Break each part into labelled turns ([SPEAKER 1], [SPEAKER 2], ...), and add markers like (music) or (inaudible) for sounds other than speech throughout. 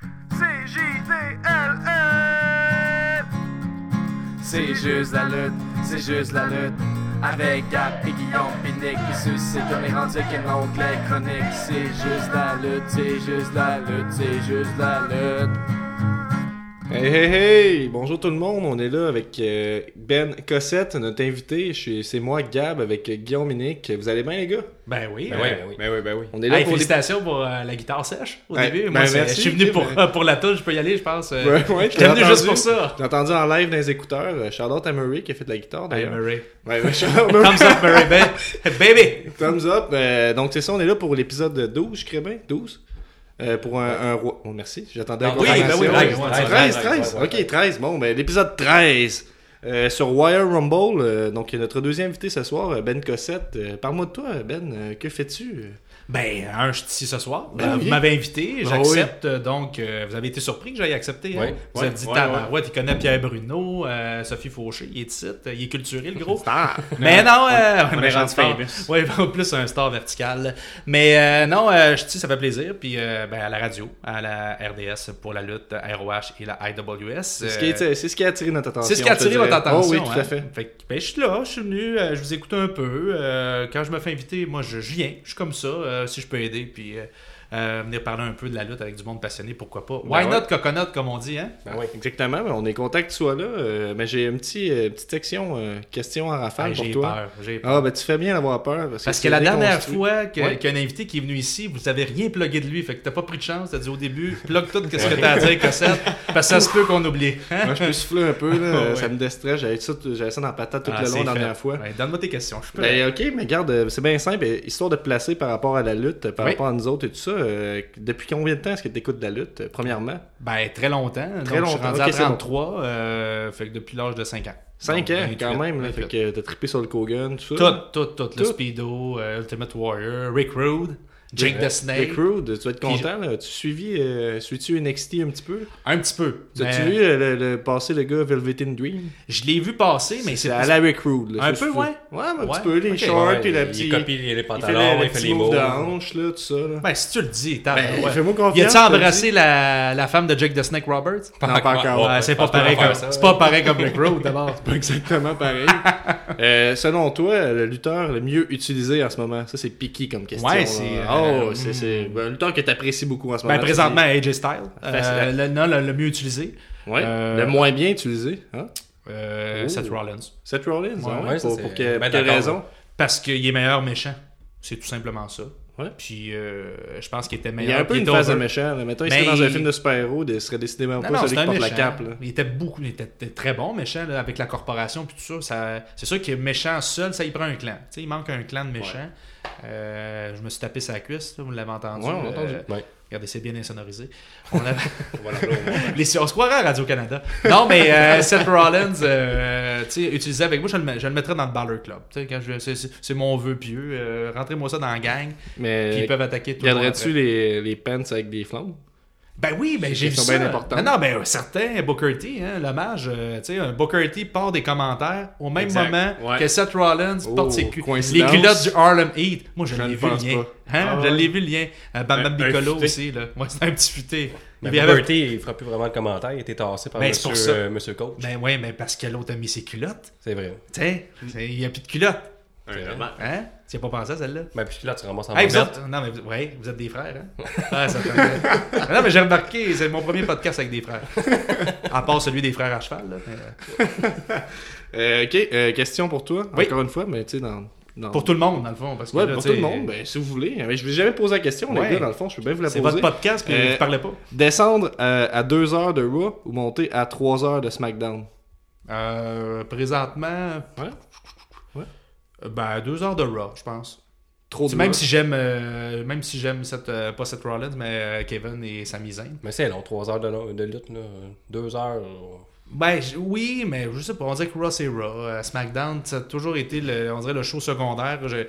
[SPEAKER 1] J-D-L-L.
[SPEAKER 2] E. C'est juste la lutte, c'est juste la lutte. Avec Gap et Guillaume Pinique qui suscite comme les rendus qu'un onglet chronique. C'est juste la lutte, c'est juste la lutte, c'est juste la lutte.
[SPEAKER 3] Hey, hey, hey! Bonjour tout le monde, on est là avec euh, Ben Cossette, notre invité. Je suis- C'est moi, Gab, avec euh, Guillaume Minic. Vous allez bien, les gars?
[SPEAKER 4] Ben oui.
[SPEAKER 5] Ben
[SPEAKER 4] euh,
[SPEAKER 5] oui, ben oui, ben oui. Ben oui.
[SPEAKER 3] On est là
[SPEAKER 4] hey,
[SPEAKER 3] pour des-
[SPEAKER 4] félicitations pour euh, la guitare sèche au
[SPEAKER 3] Ouais,
[SPEAKER 4] début.
[SPEAKER 3] ben
[SPEAKER 4] Moi, c'est-
[SPEAKER 3] merci.
[SPEAKER 4] je suis venu pour,
[SPEAKER 3] Ben-
[SPEAKER 4] euh, pour la touche, je peux y aller, je pense. euh,
[SPEAKER 3] Ouais, ouais,
[SPEAKER 4] je t'ai venu
[SPEAKER 3] t'as
[SPEAKER 4] juste
[SPEAKER 3] entendu.
[SPEAKER 4] pour ça.
[SPEAKER 3] J'ai entendu en live dans les écouteurs. euh, Charlotte à Murray qui a fait de la guitare,
[SPEAKER 4] Hey,
[SPEAKER 3] d'ailleurs.
[SPEAKER 4] Murray.
[SPEAKER 3] Ouais, ouais, Charlotte Murray.
[SPEAKER 4] Thumbs up, Murray.
[SPEAKER 3] (laughs)
[SPEAKER 4] Ben, baby!
[SPEAKER 3] Thumbs up. Euh, donc, c'est ça, on est là pour l'épisode 12, je crois bien. 12. Euh, pour un, un roi. Bon, merci. J'attendais
[SPEAKER 4] Ah, oui, ben oui,
[SPEAKER 3] confirmation.
[SPEAKER 4] ben oui,
[SPEAKER 3] 13, 13.
[SPEAKER 5] 13, ouais,
[SPEAKER 3] Ok, 13. Bon, ben, l'épisode 13. euh, sur Wire Rumble, euh, donc notre deuxième invité ce soir, euh, Ben Cossette. Euh, Parle-moi de toi, Ben. Euh, que fais-tu
[SPEAKER 4] Ben, un, je suis ici ce soir.
[SPEAKER 3] Ben
[SPEAKER 4] Euh,
[SPEAKER 3] oui.
[SPEAKER 4] Vous m'avez invité,
[SPEAKER 3] Ben
[SPEAKER 4] j'accepte. euh, Donc, euh, vous avez été surpris que j'aille accepter. hein?
[SPEAKER 5] Ouais,
[SPEAKER 4] Vous
[SPEAKER 5] ouais,
[SPEAKER 4] avez dit,
[SPEAKER 5] ouais,
[SPEAKER 4] tabarouette, il connaît Pierre Bruno, euh, Sophie Fauché, il est ici, euh, il est culturé, le
[SPEAKER 3] (laughs)
[SPEAKER 4] gros.
[SPEAKER 3] Star.
[SPEAKER 4] Mais non, euh,
[SPEAKER 5] on
[SPEAKER 4] mais
[SPEAKER 5] est
[SPEAKER 4] j'en
[SPEAKER 5] rendu
[SPEAKER 4] star.
[SPEAKER 5] famous.
[SPEAKER 4] Ouais, (laughs) en plus un star vertical. Mais euh, non, euh, je dis ça fait plaisir. Puis euh, ben, à la radio, à la RDS pour la lutte, ROH et la IWS.
[SPEAKER 3] C'est ce, qui est-
[SPEAKER 4] euh,
[SPEAKER 3] c'est ce qui a attiré notre attention.
[SPEAKER 4] c'est ce qui a
[SPEAKER 3] je te
[SPEAKER 4] attiré votre
[SPEAKER 3] dirais.
[SPEAKER 4] attention.
[SPEAKER 3] Oh, oui, tout
[SPEAKER 4] hein.
[SPEAKER 3] à fait.
[SPEAKER 4] Fait que, ben, je suis là, je suis venu, euh, je vous écoute un peu. euh, quand je me fais inviter, moi, je, je viens, je suis comme ça, euh, si je peux aider. Puis euh, euh, venir parler un peu de la lutte avec du monde passionné, pourquoi pas. Why
[SPEAKER 5] Ben
[SPEAKER 4] not coconut, comme on dit, hein?
[SPEAKER 5] Ben oui.
[SPEAKER 3] Exactement, mais on est content que tu sois là. euh, mais j'ai une petite, euh, petite section euh, question à rafale
[SPEAKER 4] Hey,
[SPEAKER 3] pour
[SPEAKER 4] j'ai
[SPEAKER 3] toi.
[SPEAKER 4] peur, j'ai peur.
[SPEAKER 3] Ah, ben tu fais bien d'avoir peur. Parce,
[SPEAKER 4] Parce
[SPEAKER 3] tu
[SPEAKER 4] que la
[SPEAKER 3] l'es
[SPEAKER 4] dernière
[SPEAKER 3] construit.
[SPEAKER 4] fois que-
[SPEAKER 3] Ouais.
[SPEAKER 4] qu'un invité qui est venu ici, vous avez rien plugué de lui. Fait que t'as pas pris de chance. T'as dit au début, plug tout ce que t'as à dire, Cossette. Parce que ça se peut qu'on oublie. Hein?
[SPEAKER 3] Moi, je peux souffler un peu, là,
[SPEAKER 4] (laughs) Ouais.
[SPEAKER 3] ça me déstresse. J'avais ça, j'avais ça dans la patate tout
[SPEAKER 4] Ah,
[SPEAKER 3] le
[SPEAKER 4] c'est
[SPEAKER 3] long la
[SPEAKER 4] fait.
[SPEAKER 3] dernière fois.
[SPEAKER 4] Ouais, Donne-moi tes questions. Je peux.
[SPEAKER 3] Ben, ok, mais regarde, euh, c'est bien simple. euh, Histoire de te placer par rapport à la lutte, par
[SPEAKER 4] Oui.
[SPEAKER 3] rapport à nous autres et tout ça, euh, depuis combien de temps est-ce que tu écoutes de la lutte, euh, premièrement
[SPEAKER 4] Ben, très longtemps.
[SPEAKER 3] Très
[SPEAKER 4] Donc,
[SPEAKER 3] longtemps.
[SPEAKER 4] Je suis rendu
[SPEAKER 3] Ok,
[SPEAKER 4] à
[SPEAKER 3] c'est bon.
[SPEAKER 4] 33. euh, fait que depuis l'âge de 5 ans.
[SPEAKER 3] 5
[SPEAKER 4] Donc,
[SPEAKER 3] ans,
[SPEAKER 4] 28,
[SPEAKER 3] quand même. Là, fait
[SPEAKER 4] 28.
[SPEAKER 3] que t'as trippé sur le Kogan, tout
[SPEAKER 4] Tout,
[SPEAKER 3] ça.
[SPEAKER 4] tout, tout. Le
[SPEAKER 3] Tout.
[SPEAKER 4] Speedo, euh, Ultimate Warrior, Rick Rude, Jake the Snake.
[SPEAKER 3] Rick Rude, tu vas être
[SPEAKER 4] Puis-
[SPEAKER 3] content. Là. Tu suivis, euh, suis-tu NXT un petit peu?
[SPEAKER 4] Un petit peu.
[SPEAKER 3] Tu as-tu
[SPEAKER 4] Mais
[SPEAKER 3] vu euh, le, le- passer le gars Velvet in Dream?
[SPEAKER 4] Je l'ai vu passer, mais c'est
[SPEAKER 3] C'est à la Rick Rude. Là,
[SPEAKER 4] Un
[SPEAKER 3] ça,
[SPEAKER 4] peu,
[SPEAKER 3] c'est-
[SPEAKER 4] ouais.
[SPEAKER 3] Ouais, mais un
[SPEAKER 4] Ouais,
[SPEAKER 3] petit peu. Les
[SPEAKER 4] ok.
[SPEAKER 3] shorts
[SPEAKER 5] Ouais,
[SPEAKER 3] et la
[SPEAKER 5] il
[SPEAKER 3] petite...
[SPEAKER 5] copie les les
[SPEAKER 3] Il fait le-
[SPEAKER 5] pantalons,
[SPEAKER 3] le
[SPEAKER 5] il fait
[SPEAKER 3] petit
[SPEAKER 5] les
[SPEAKER 3] move
[SPEAKER 5] mots.
[SPEAKER 3] de hanche, là, tout ça. Là.
[SPEAKER 4] Ben, si tu le dis, t'as
[SPEAKER 3] Ben, fais-moi confiance,
[SPEAKER 4] Il a-tu
[SPEAKER 3] je te le
[SPEAKER 4] embrassé la, la femme de Jake the Snake Roberts?
[SPEAKER 3] Non, pas encore.
[SPEAKER 4] Ouais, c'est pas pareil comme c'est pas pareil comme Rick Road
[SPEAKER 3] (laughs)
[SPEAKER 4] d'abord.
[SPEAKER 3] Pas exactement
[SPEAKER 4] (laughs)
[SPEAKER 3] pareil. Euh, selon toi, le lutteur le mieux utilisé en ce moment, ça c'est piqué comme question.
[SPEAKER 4] Ouais,
[SPEAKER 3] là.
[SPEAKER 4] c'est,
[SPEAKER 3] Oh,
[SPEAKER 4] euh,
[SPEAKER 3] c'est, c'est ben, un lutteur que t'apprécies beaucoup en ce
[SPEAKER 4] Ben
[SPEAKER 3] moment.
[SPEAKER 4] présentement AJ Styles,
[SPEAKER 3] Facile.
[SPEAKER 4] euh, le, non, le, le mieux utilisé,
[SPEAKER 3] c'est- Ouais,
[SPEAKER 4] euh,
[SPEAKER 3] le moins bien utilisé. Hein?
[SPEAKER 4] euh,
[SPEAKER 3] Oh.
[SPEAKER 4] Seth Rollins,
[SPEAKER 3] Seth Rollins,
[SPEAKER 5] Ouais,
[SPEAKER 3] hein,
[SPEAKER 5] ouais, ça,
[SPEAKER 3] pour,
[SPEAKER 5] c'est-
[SPEAKER 3] pour que-
[SPEAKER 5] ben,
[SPEAKER 3] pour quelle
[SPEAKER 5] d'accord.
[SPEAKER 3] raison
[SPEAKER 4] parce qu'il est meilleur méchant. C'est tout simplement ça.
[SPEAKER 3] Ouais.
[SPEAKER 4] Puis euh, je pense qu'il était
[SPEAKER 3] Il
[SPEAKER 4] meilleur.
[SPEAKER 3] y a un peu
[SPEAKER 4] puis
[SPEAKER 3] une
[SPEAKER 4] était
[SPEAKER 3] phase de
[SPEAKER 4] over.
[SPEAKER 3] méchant. Là. Mettons, il
[SPEAKER 4] Mais
[SPEAKER 3] serait dans un
[SPEAKER 4] Ben, il-
[SPEAKER 3] film de super-héros, il serait décidément
[SPEAKER 4] Non,
[SPEAKER 3] pas
[SPEAKER 4] non,
[SPEAKER 3] celui
[SPEAKER 4] c'est
[SPEAKER 3] qui
[SPEAKER 4] un
[SPEAKER 3] porte
[SPEAKER 4] méchant.
[SPEAKER 3] la cape. là.
[SPEAKER 4] Il était beaucoup, il était, était très bon méchant là, avec la corporation puis tout ça. ça c'est sûr que méchant seul, ça y prend un clan. Tu sais, il manque un clan de méchants. Euh, je me suis tapé sa cuisse, là, vous l'avez entendu.
[SPEAKER 3] Ouais, on l'a entendu.
[SPEAKER 4] Euh,
[SPEAKER 5] Ouais.
[SPEAKER 4] Regardez, c'est bien insonorisé. On
[SPEAKER 5] (laughs)
[SPEAKER 4] avait...
[SPEAKER 5] Voilà, là, au moins.
[SPEAKER 4] Les- on se croirait à Radio-Canada. Non, mais euh, Seth Rollins, euh, tu sais, utilisé avec moi, je le, met- je le mettrais dans le Baller Club. Tu sais, quand je- c'est- C'est c'est mon vœu pieux. Euh, Rentrez-moi ça dans la gang,
[SPEAKER 5] Euh,
[SPEAKER 4] puis
[SPEAKER 3] Mais
[SPEAKER 4] ils peuvent attaquer tout le monde.
[SPEAKER 3] garderais-tu les, les pants avec des flammes
[SPEAKER 4] Ben oui, ben j'ai vu
[SPEAKER 3] questions
[SPEAKER 4] ça.
[SPEAKER 3] bien importantes.
[SPEAKER 4] Non, non, ben euh, certain, Booker T, hein, l'hommage, euh, tu sais, un Booker T part des commentaires au même
[SPEAKER 5] Exact,
[SPEAKER 4] moment
[SPEAKER 5] ouais.
[SPEAKER 4] que Seth Rollins
[SPEAKER 3] Oh,
[SPEAKER 4] porte ses cu- les
[SPEAKER 3] coïncidence.
[SPEAKER 4] culottes du Harlem Heat. Moi, je
[SPEAKER 3] Je ne
[SPEAKER 4] l'ai vu
[SPEAKER 3] pense
[SPEAKER 4] le lien. Hein?
[SPEAKER 5] Ah,
[SPEAKER 4] je
[SPEAKER 5] ouais.
[SPEAKER 4] l'ai vu le lien. Euh, Bam
[SPEAKER 5] Un-
[SPEAKER 4] Bam
[SPEAKER 5] un
[SPEAKER 4] Bigelow
[SPEAKER 5] futé.
[SPEAKER 4] aussi, là. Moi, c'est un petit futé.
[SPEAKER 5] Mais
[SPEAKER 4] Il y avait-
[SPEAKER 5] Bertie, il fera plus vraiment de commentaires. Il était tassé par
[SPEAKER 4] Ben, c'est
[SPEAKER 5] monsieur,
[SPEAKER 4] pour ça.
[SPEAKER 5] euh, monsieur Coach.
[SPEAKER 4] Ben ouais, mais parce que l'autre a mis ses culottes.
[SPEAKER 5] C'est vrai.
[SPEAKER 4] Tu sais, c'est- il n'y a plus de culottes.
[SPEAKER 5] C'est vrai.
[SPEAKER 4] Hein? Tu n'y as pas pensé à celle-là?
[SPEAKER 5] Ben, puis là, tu ramasses en
[SPEAKER 3] Ah,
[SPEAKER 4] Hey, vous
[SPEAKER 5] bobette.
[SPEAKER 4] êtes... Non, mais vous... ouais, vous êtes des frères,
[SPEAKER 3] (laughs)
[SPEAKER 4] hein? Ah, ça fait- non, mais j'ai remarqué, c'est mon premier podcast avec des frères. À part celui des frères à cheval, là. mais, euh,
[SPEAKER 3] Euh, Ok, euh, question pour toi,
[SPEAKER 4] Oui.
[SPEAKER 3] encore une fois, mais tu sais, dans. dans-
[SPEAKER 4] Pour tout le monde, dans le fond. Parce que
[SPEAKER 3] Ouais,
[SPEAKER 4] là,
[SPEAKER 3] pour
[SPEAKER 4] tu
[SPEAKER 3] tout le
[SPEAKER 4] sais,
[SPEAKER 3] monde, ben, si vous voulez. Mais je vais jamais poser la question,
[SPEAKER 4] Ouais.
[SPEAKER 3] les gars, dans le fond, je peux bien vous la
[SPEAKER 4] C'est
[SPEAKER 3] poser.
[SPEAKER 4] votre podcast, puis
[SPEAKER 3] Euh,
[SPEAKER 4] vous parlez pas.
[SPEAKER 3] Descendre euh, à 2 heures de Raw ou monter à 3 heures de SmackDown.
[SPEAKER 4] Euh, présentement,
[SPEAKER 3] Ouais.
[SPEAKER 4] euh, ben, deux heures de Raw, je pense.
[SPEAKER 3] Trop
[SPEAKER 4] Tu sais,
[SPEAKER 3] de
[SPEAKER 4] Même
[SPEAKER 3] Raw.
[SPEAKER 4] si j'aime, euh, même si j'aime cette, euh, pas cette Rollins, mais euh, Kevin et Sami Zayn.
[SPEAKER 5] Mais c'est long, 3 heures de, long- de lutte, là. 2 heures. euh,
[SPEAKER 4] Ben j- oui, mais je sais pas. On dirait que Raw c'est Raw. Euh, SmackDown, ça a toujours été le, on dirait le show secondaire. Je-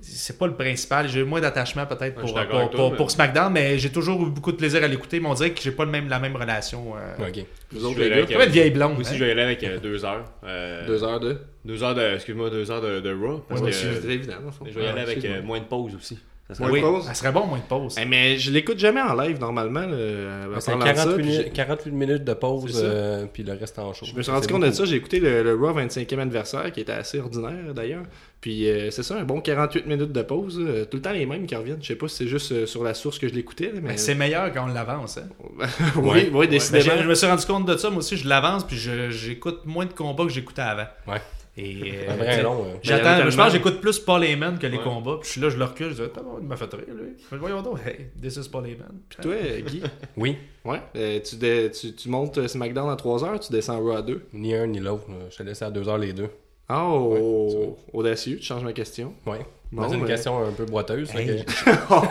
[SPEAKER 4] c'est pas le principal. J'ai eu moins d'attachement peut-être
[SPEAKER 6] je
[SPEAKER 4] pour,
[SPEAKER 6] suis d'accord
[SPEAKER 4] pour,
[SPEAKER 6] avec toi,
[SPEAKER 4] pour-
[SPEAKER 6] mais-
[SPEAKER 4] pour SmackDown, mais j'ai toujours eu beaucoup de plaisir à l'écouter. Mais on dirait que j'ai pas le même, la même relation. Euh...
[SPEAKER 5] Ok.
[SPEAKER 3] Vous autres,
[SPEAKER 6] Je
[SPEAKER 3] les
[SPEAKER 6] vais aller
[SPEAKER 3] gars,
[SPEAKER 6] avec-
[SPEAKER 4] Comme une vieille blonde.
[SPEAKER 6] Moi aussi,
[SPEAKER 4] hein.
[SPEAKER 6] je vais y aller avec euh, deux heures. Euh,
[SPEAKER 3] 2 heures de.
[SPEAKER 6] deux heures de. Excuse-moi, deux heures de, de Raw. Parce
[SPEAKER 3] Ouais,
[SPEAKER 6] que,
[SPEAKER 3] c'est
[SPEAKER 6] euh,
[SPEAKER 3] très évident, dans le fond. Ah,
[SPEAKER 6] je vais y aller
[SPEAKER 3] Ouais,
[SPEAKER 6] avec
[SPEAKER 3] excuse-moi.
[SPEAKER 6] euh, Ah, moins de pause aussi. Ça serait-
[SPEAKER 3] Moins
[SPEAKER 4] Oui,
[SPEAKER 3] de pause.
[SPEAKER 4] ça serait bon, moins de pause.
[SPEAKER 3] Eh, mais je l'écoute jamais en live normalement. là, à
[SPEAKER 5] Ben, C'est
[SPEAKER 3] parlant de ça,
[SPEAKER 5] 40
[SPEAKER 3] puis j'ai-
[SPEAKER 5] minutes- 48 minutes de pause,
[SPEAKER 3] C'est ça.
[SPEAKER 5] euh, puis le reste en show.
[SPEAKER 3] Je me suis rendu
[SPEAKER 5] C'est
[SPEAKER 3] compte de
[SPEAKER 5] beaucoup.
[SPEAKER 3] ça, j'ai écouté le, le Raw 25e anniversaire qui était assez ordinaire d'ailleurs. Puis euh, c'est ça, un bon 48 minutes de pause, euh, tout le temps les mêmes qui reviennent. Je sais pas si c'est juste euh, sur la source que je l'écoutais, là, mais.
[SPEAKER 4] Ben, c'est meilleur quand on l'avance. hein.
[SPEAKER 3] (laughs) oui,
[SPEAKER 6] Ouais.
[SPEAKER 3] oui,
[SPEAKER 4] Ben,
[SPEAKER 3] décidément.
[SPEAKER 4] j'ai- je me suis rendu compte de ça, moi aussi, je l'avance, puis je- j'écoute moins de combats que j'écoutais avant.
[SPEAKER 5] Ouais.
[SPEAKER 4] Et, euh,
[SPEAKER 5] C'est
[SPEAKER 3] (laughs)
[SPEAKER 5] vraiment long. euh.
[SPEAKER 3] Ben, il y en a
[SPEAKER 4] J'attends, je
[SPEAKER 3] tellement.
[SPEAKER 4] pense que j'écoute plus Paul Heyman que les
[SPEAKER 6] Ouais.
[SPEAKER 4] combats. Puis je suis là, je le recule, je dis, T'as bon, il m'a fait rire, lui. Je fais, voyons donc, hey, this is Paul Heyman. Puis
[SPEAKER 3] Toi, euh, Guy,
[SPEAKER 5] Oui,
[SPEAKER 3] ouais, euh, tu, dé- tu, tu montes euh, SmackDown à 3 heures, tu descends Raw à 2.
[SPEAKER 5] ni un ni l'autre. euh, Je te laisse à deux heures les deux.
[SPEAKER 3] Oh,
[SPEAKER 5] Ouais,
[SPEAKER 3] audacieux, tu changes ma (laughs) question.
[SPEAKER 5] Ouais.
[SPEAKER 3] Bon,
[SPEAKER 5] c'est une
[SPEAKER 3] ben.
[SPEAKER 5] question un peu boiteuse.
[SPEAKER 4] Hey.
[SPEAKER 5] fait que-
[SPEAKER 3] Oh.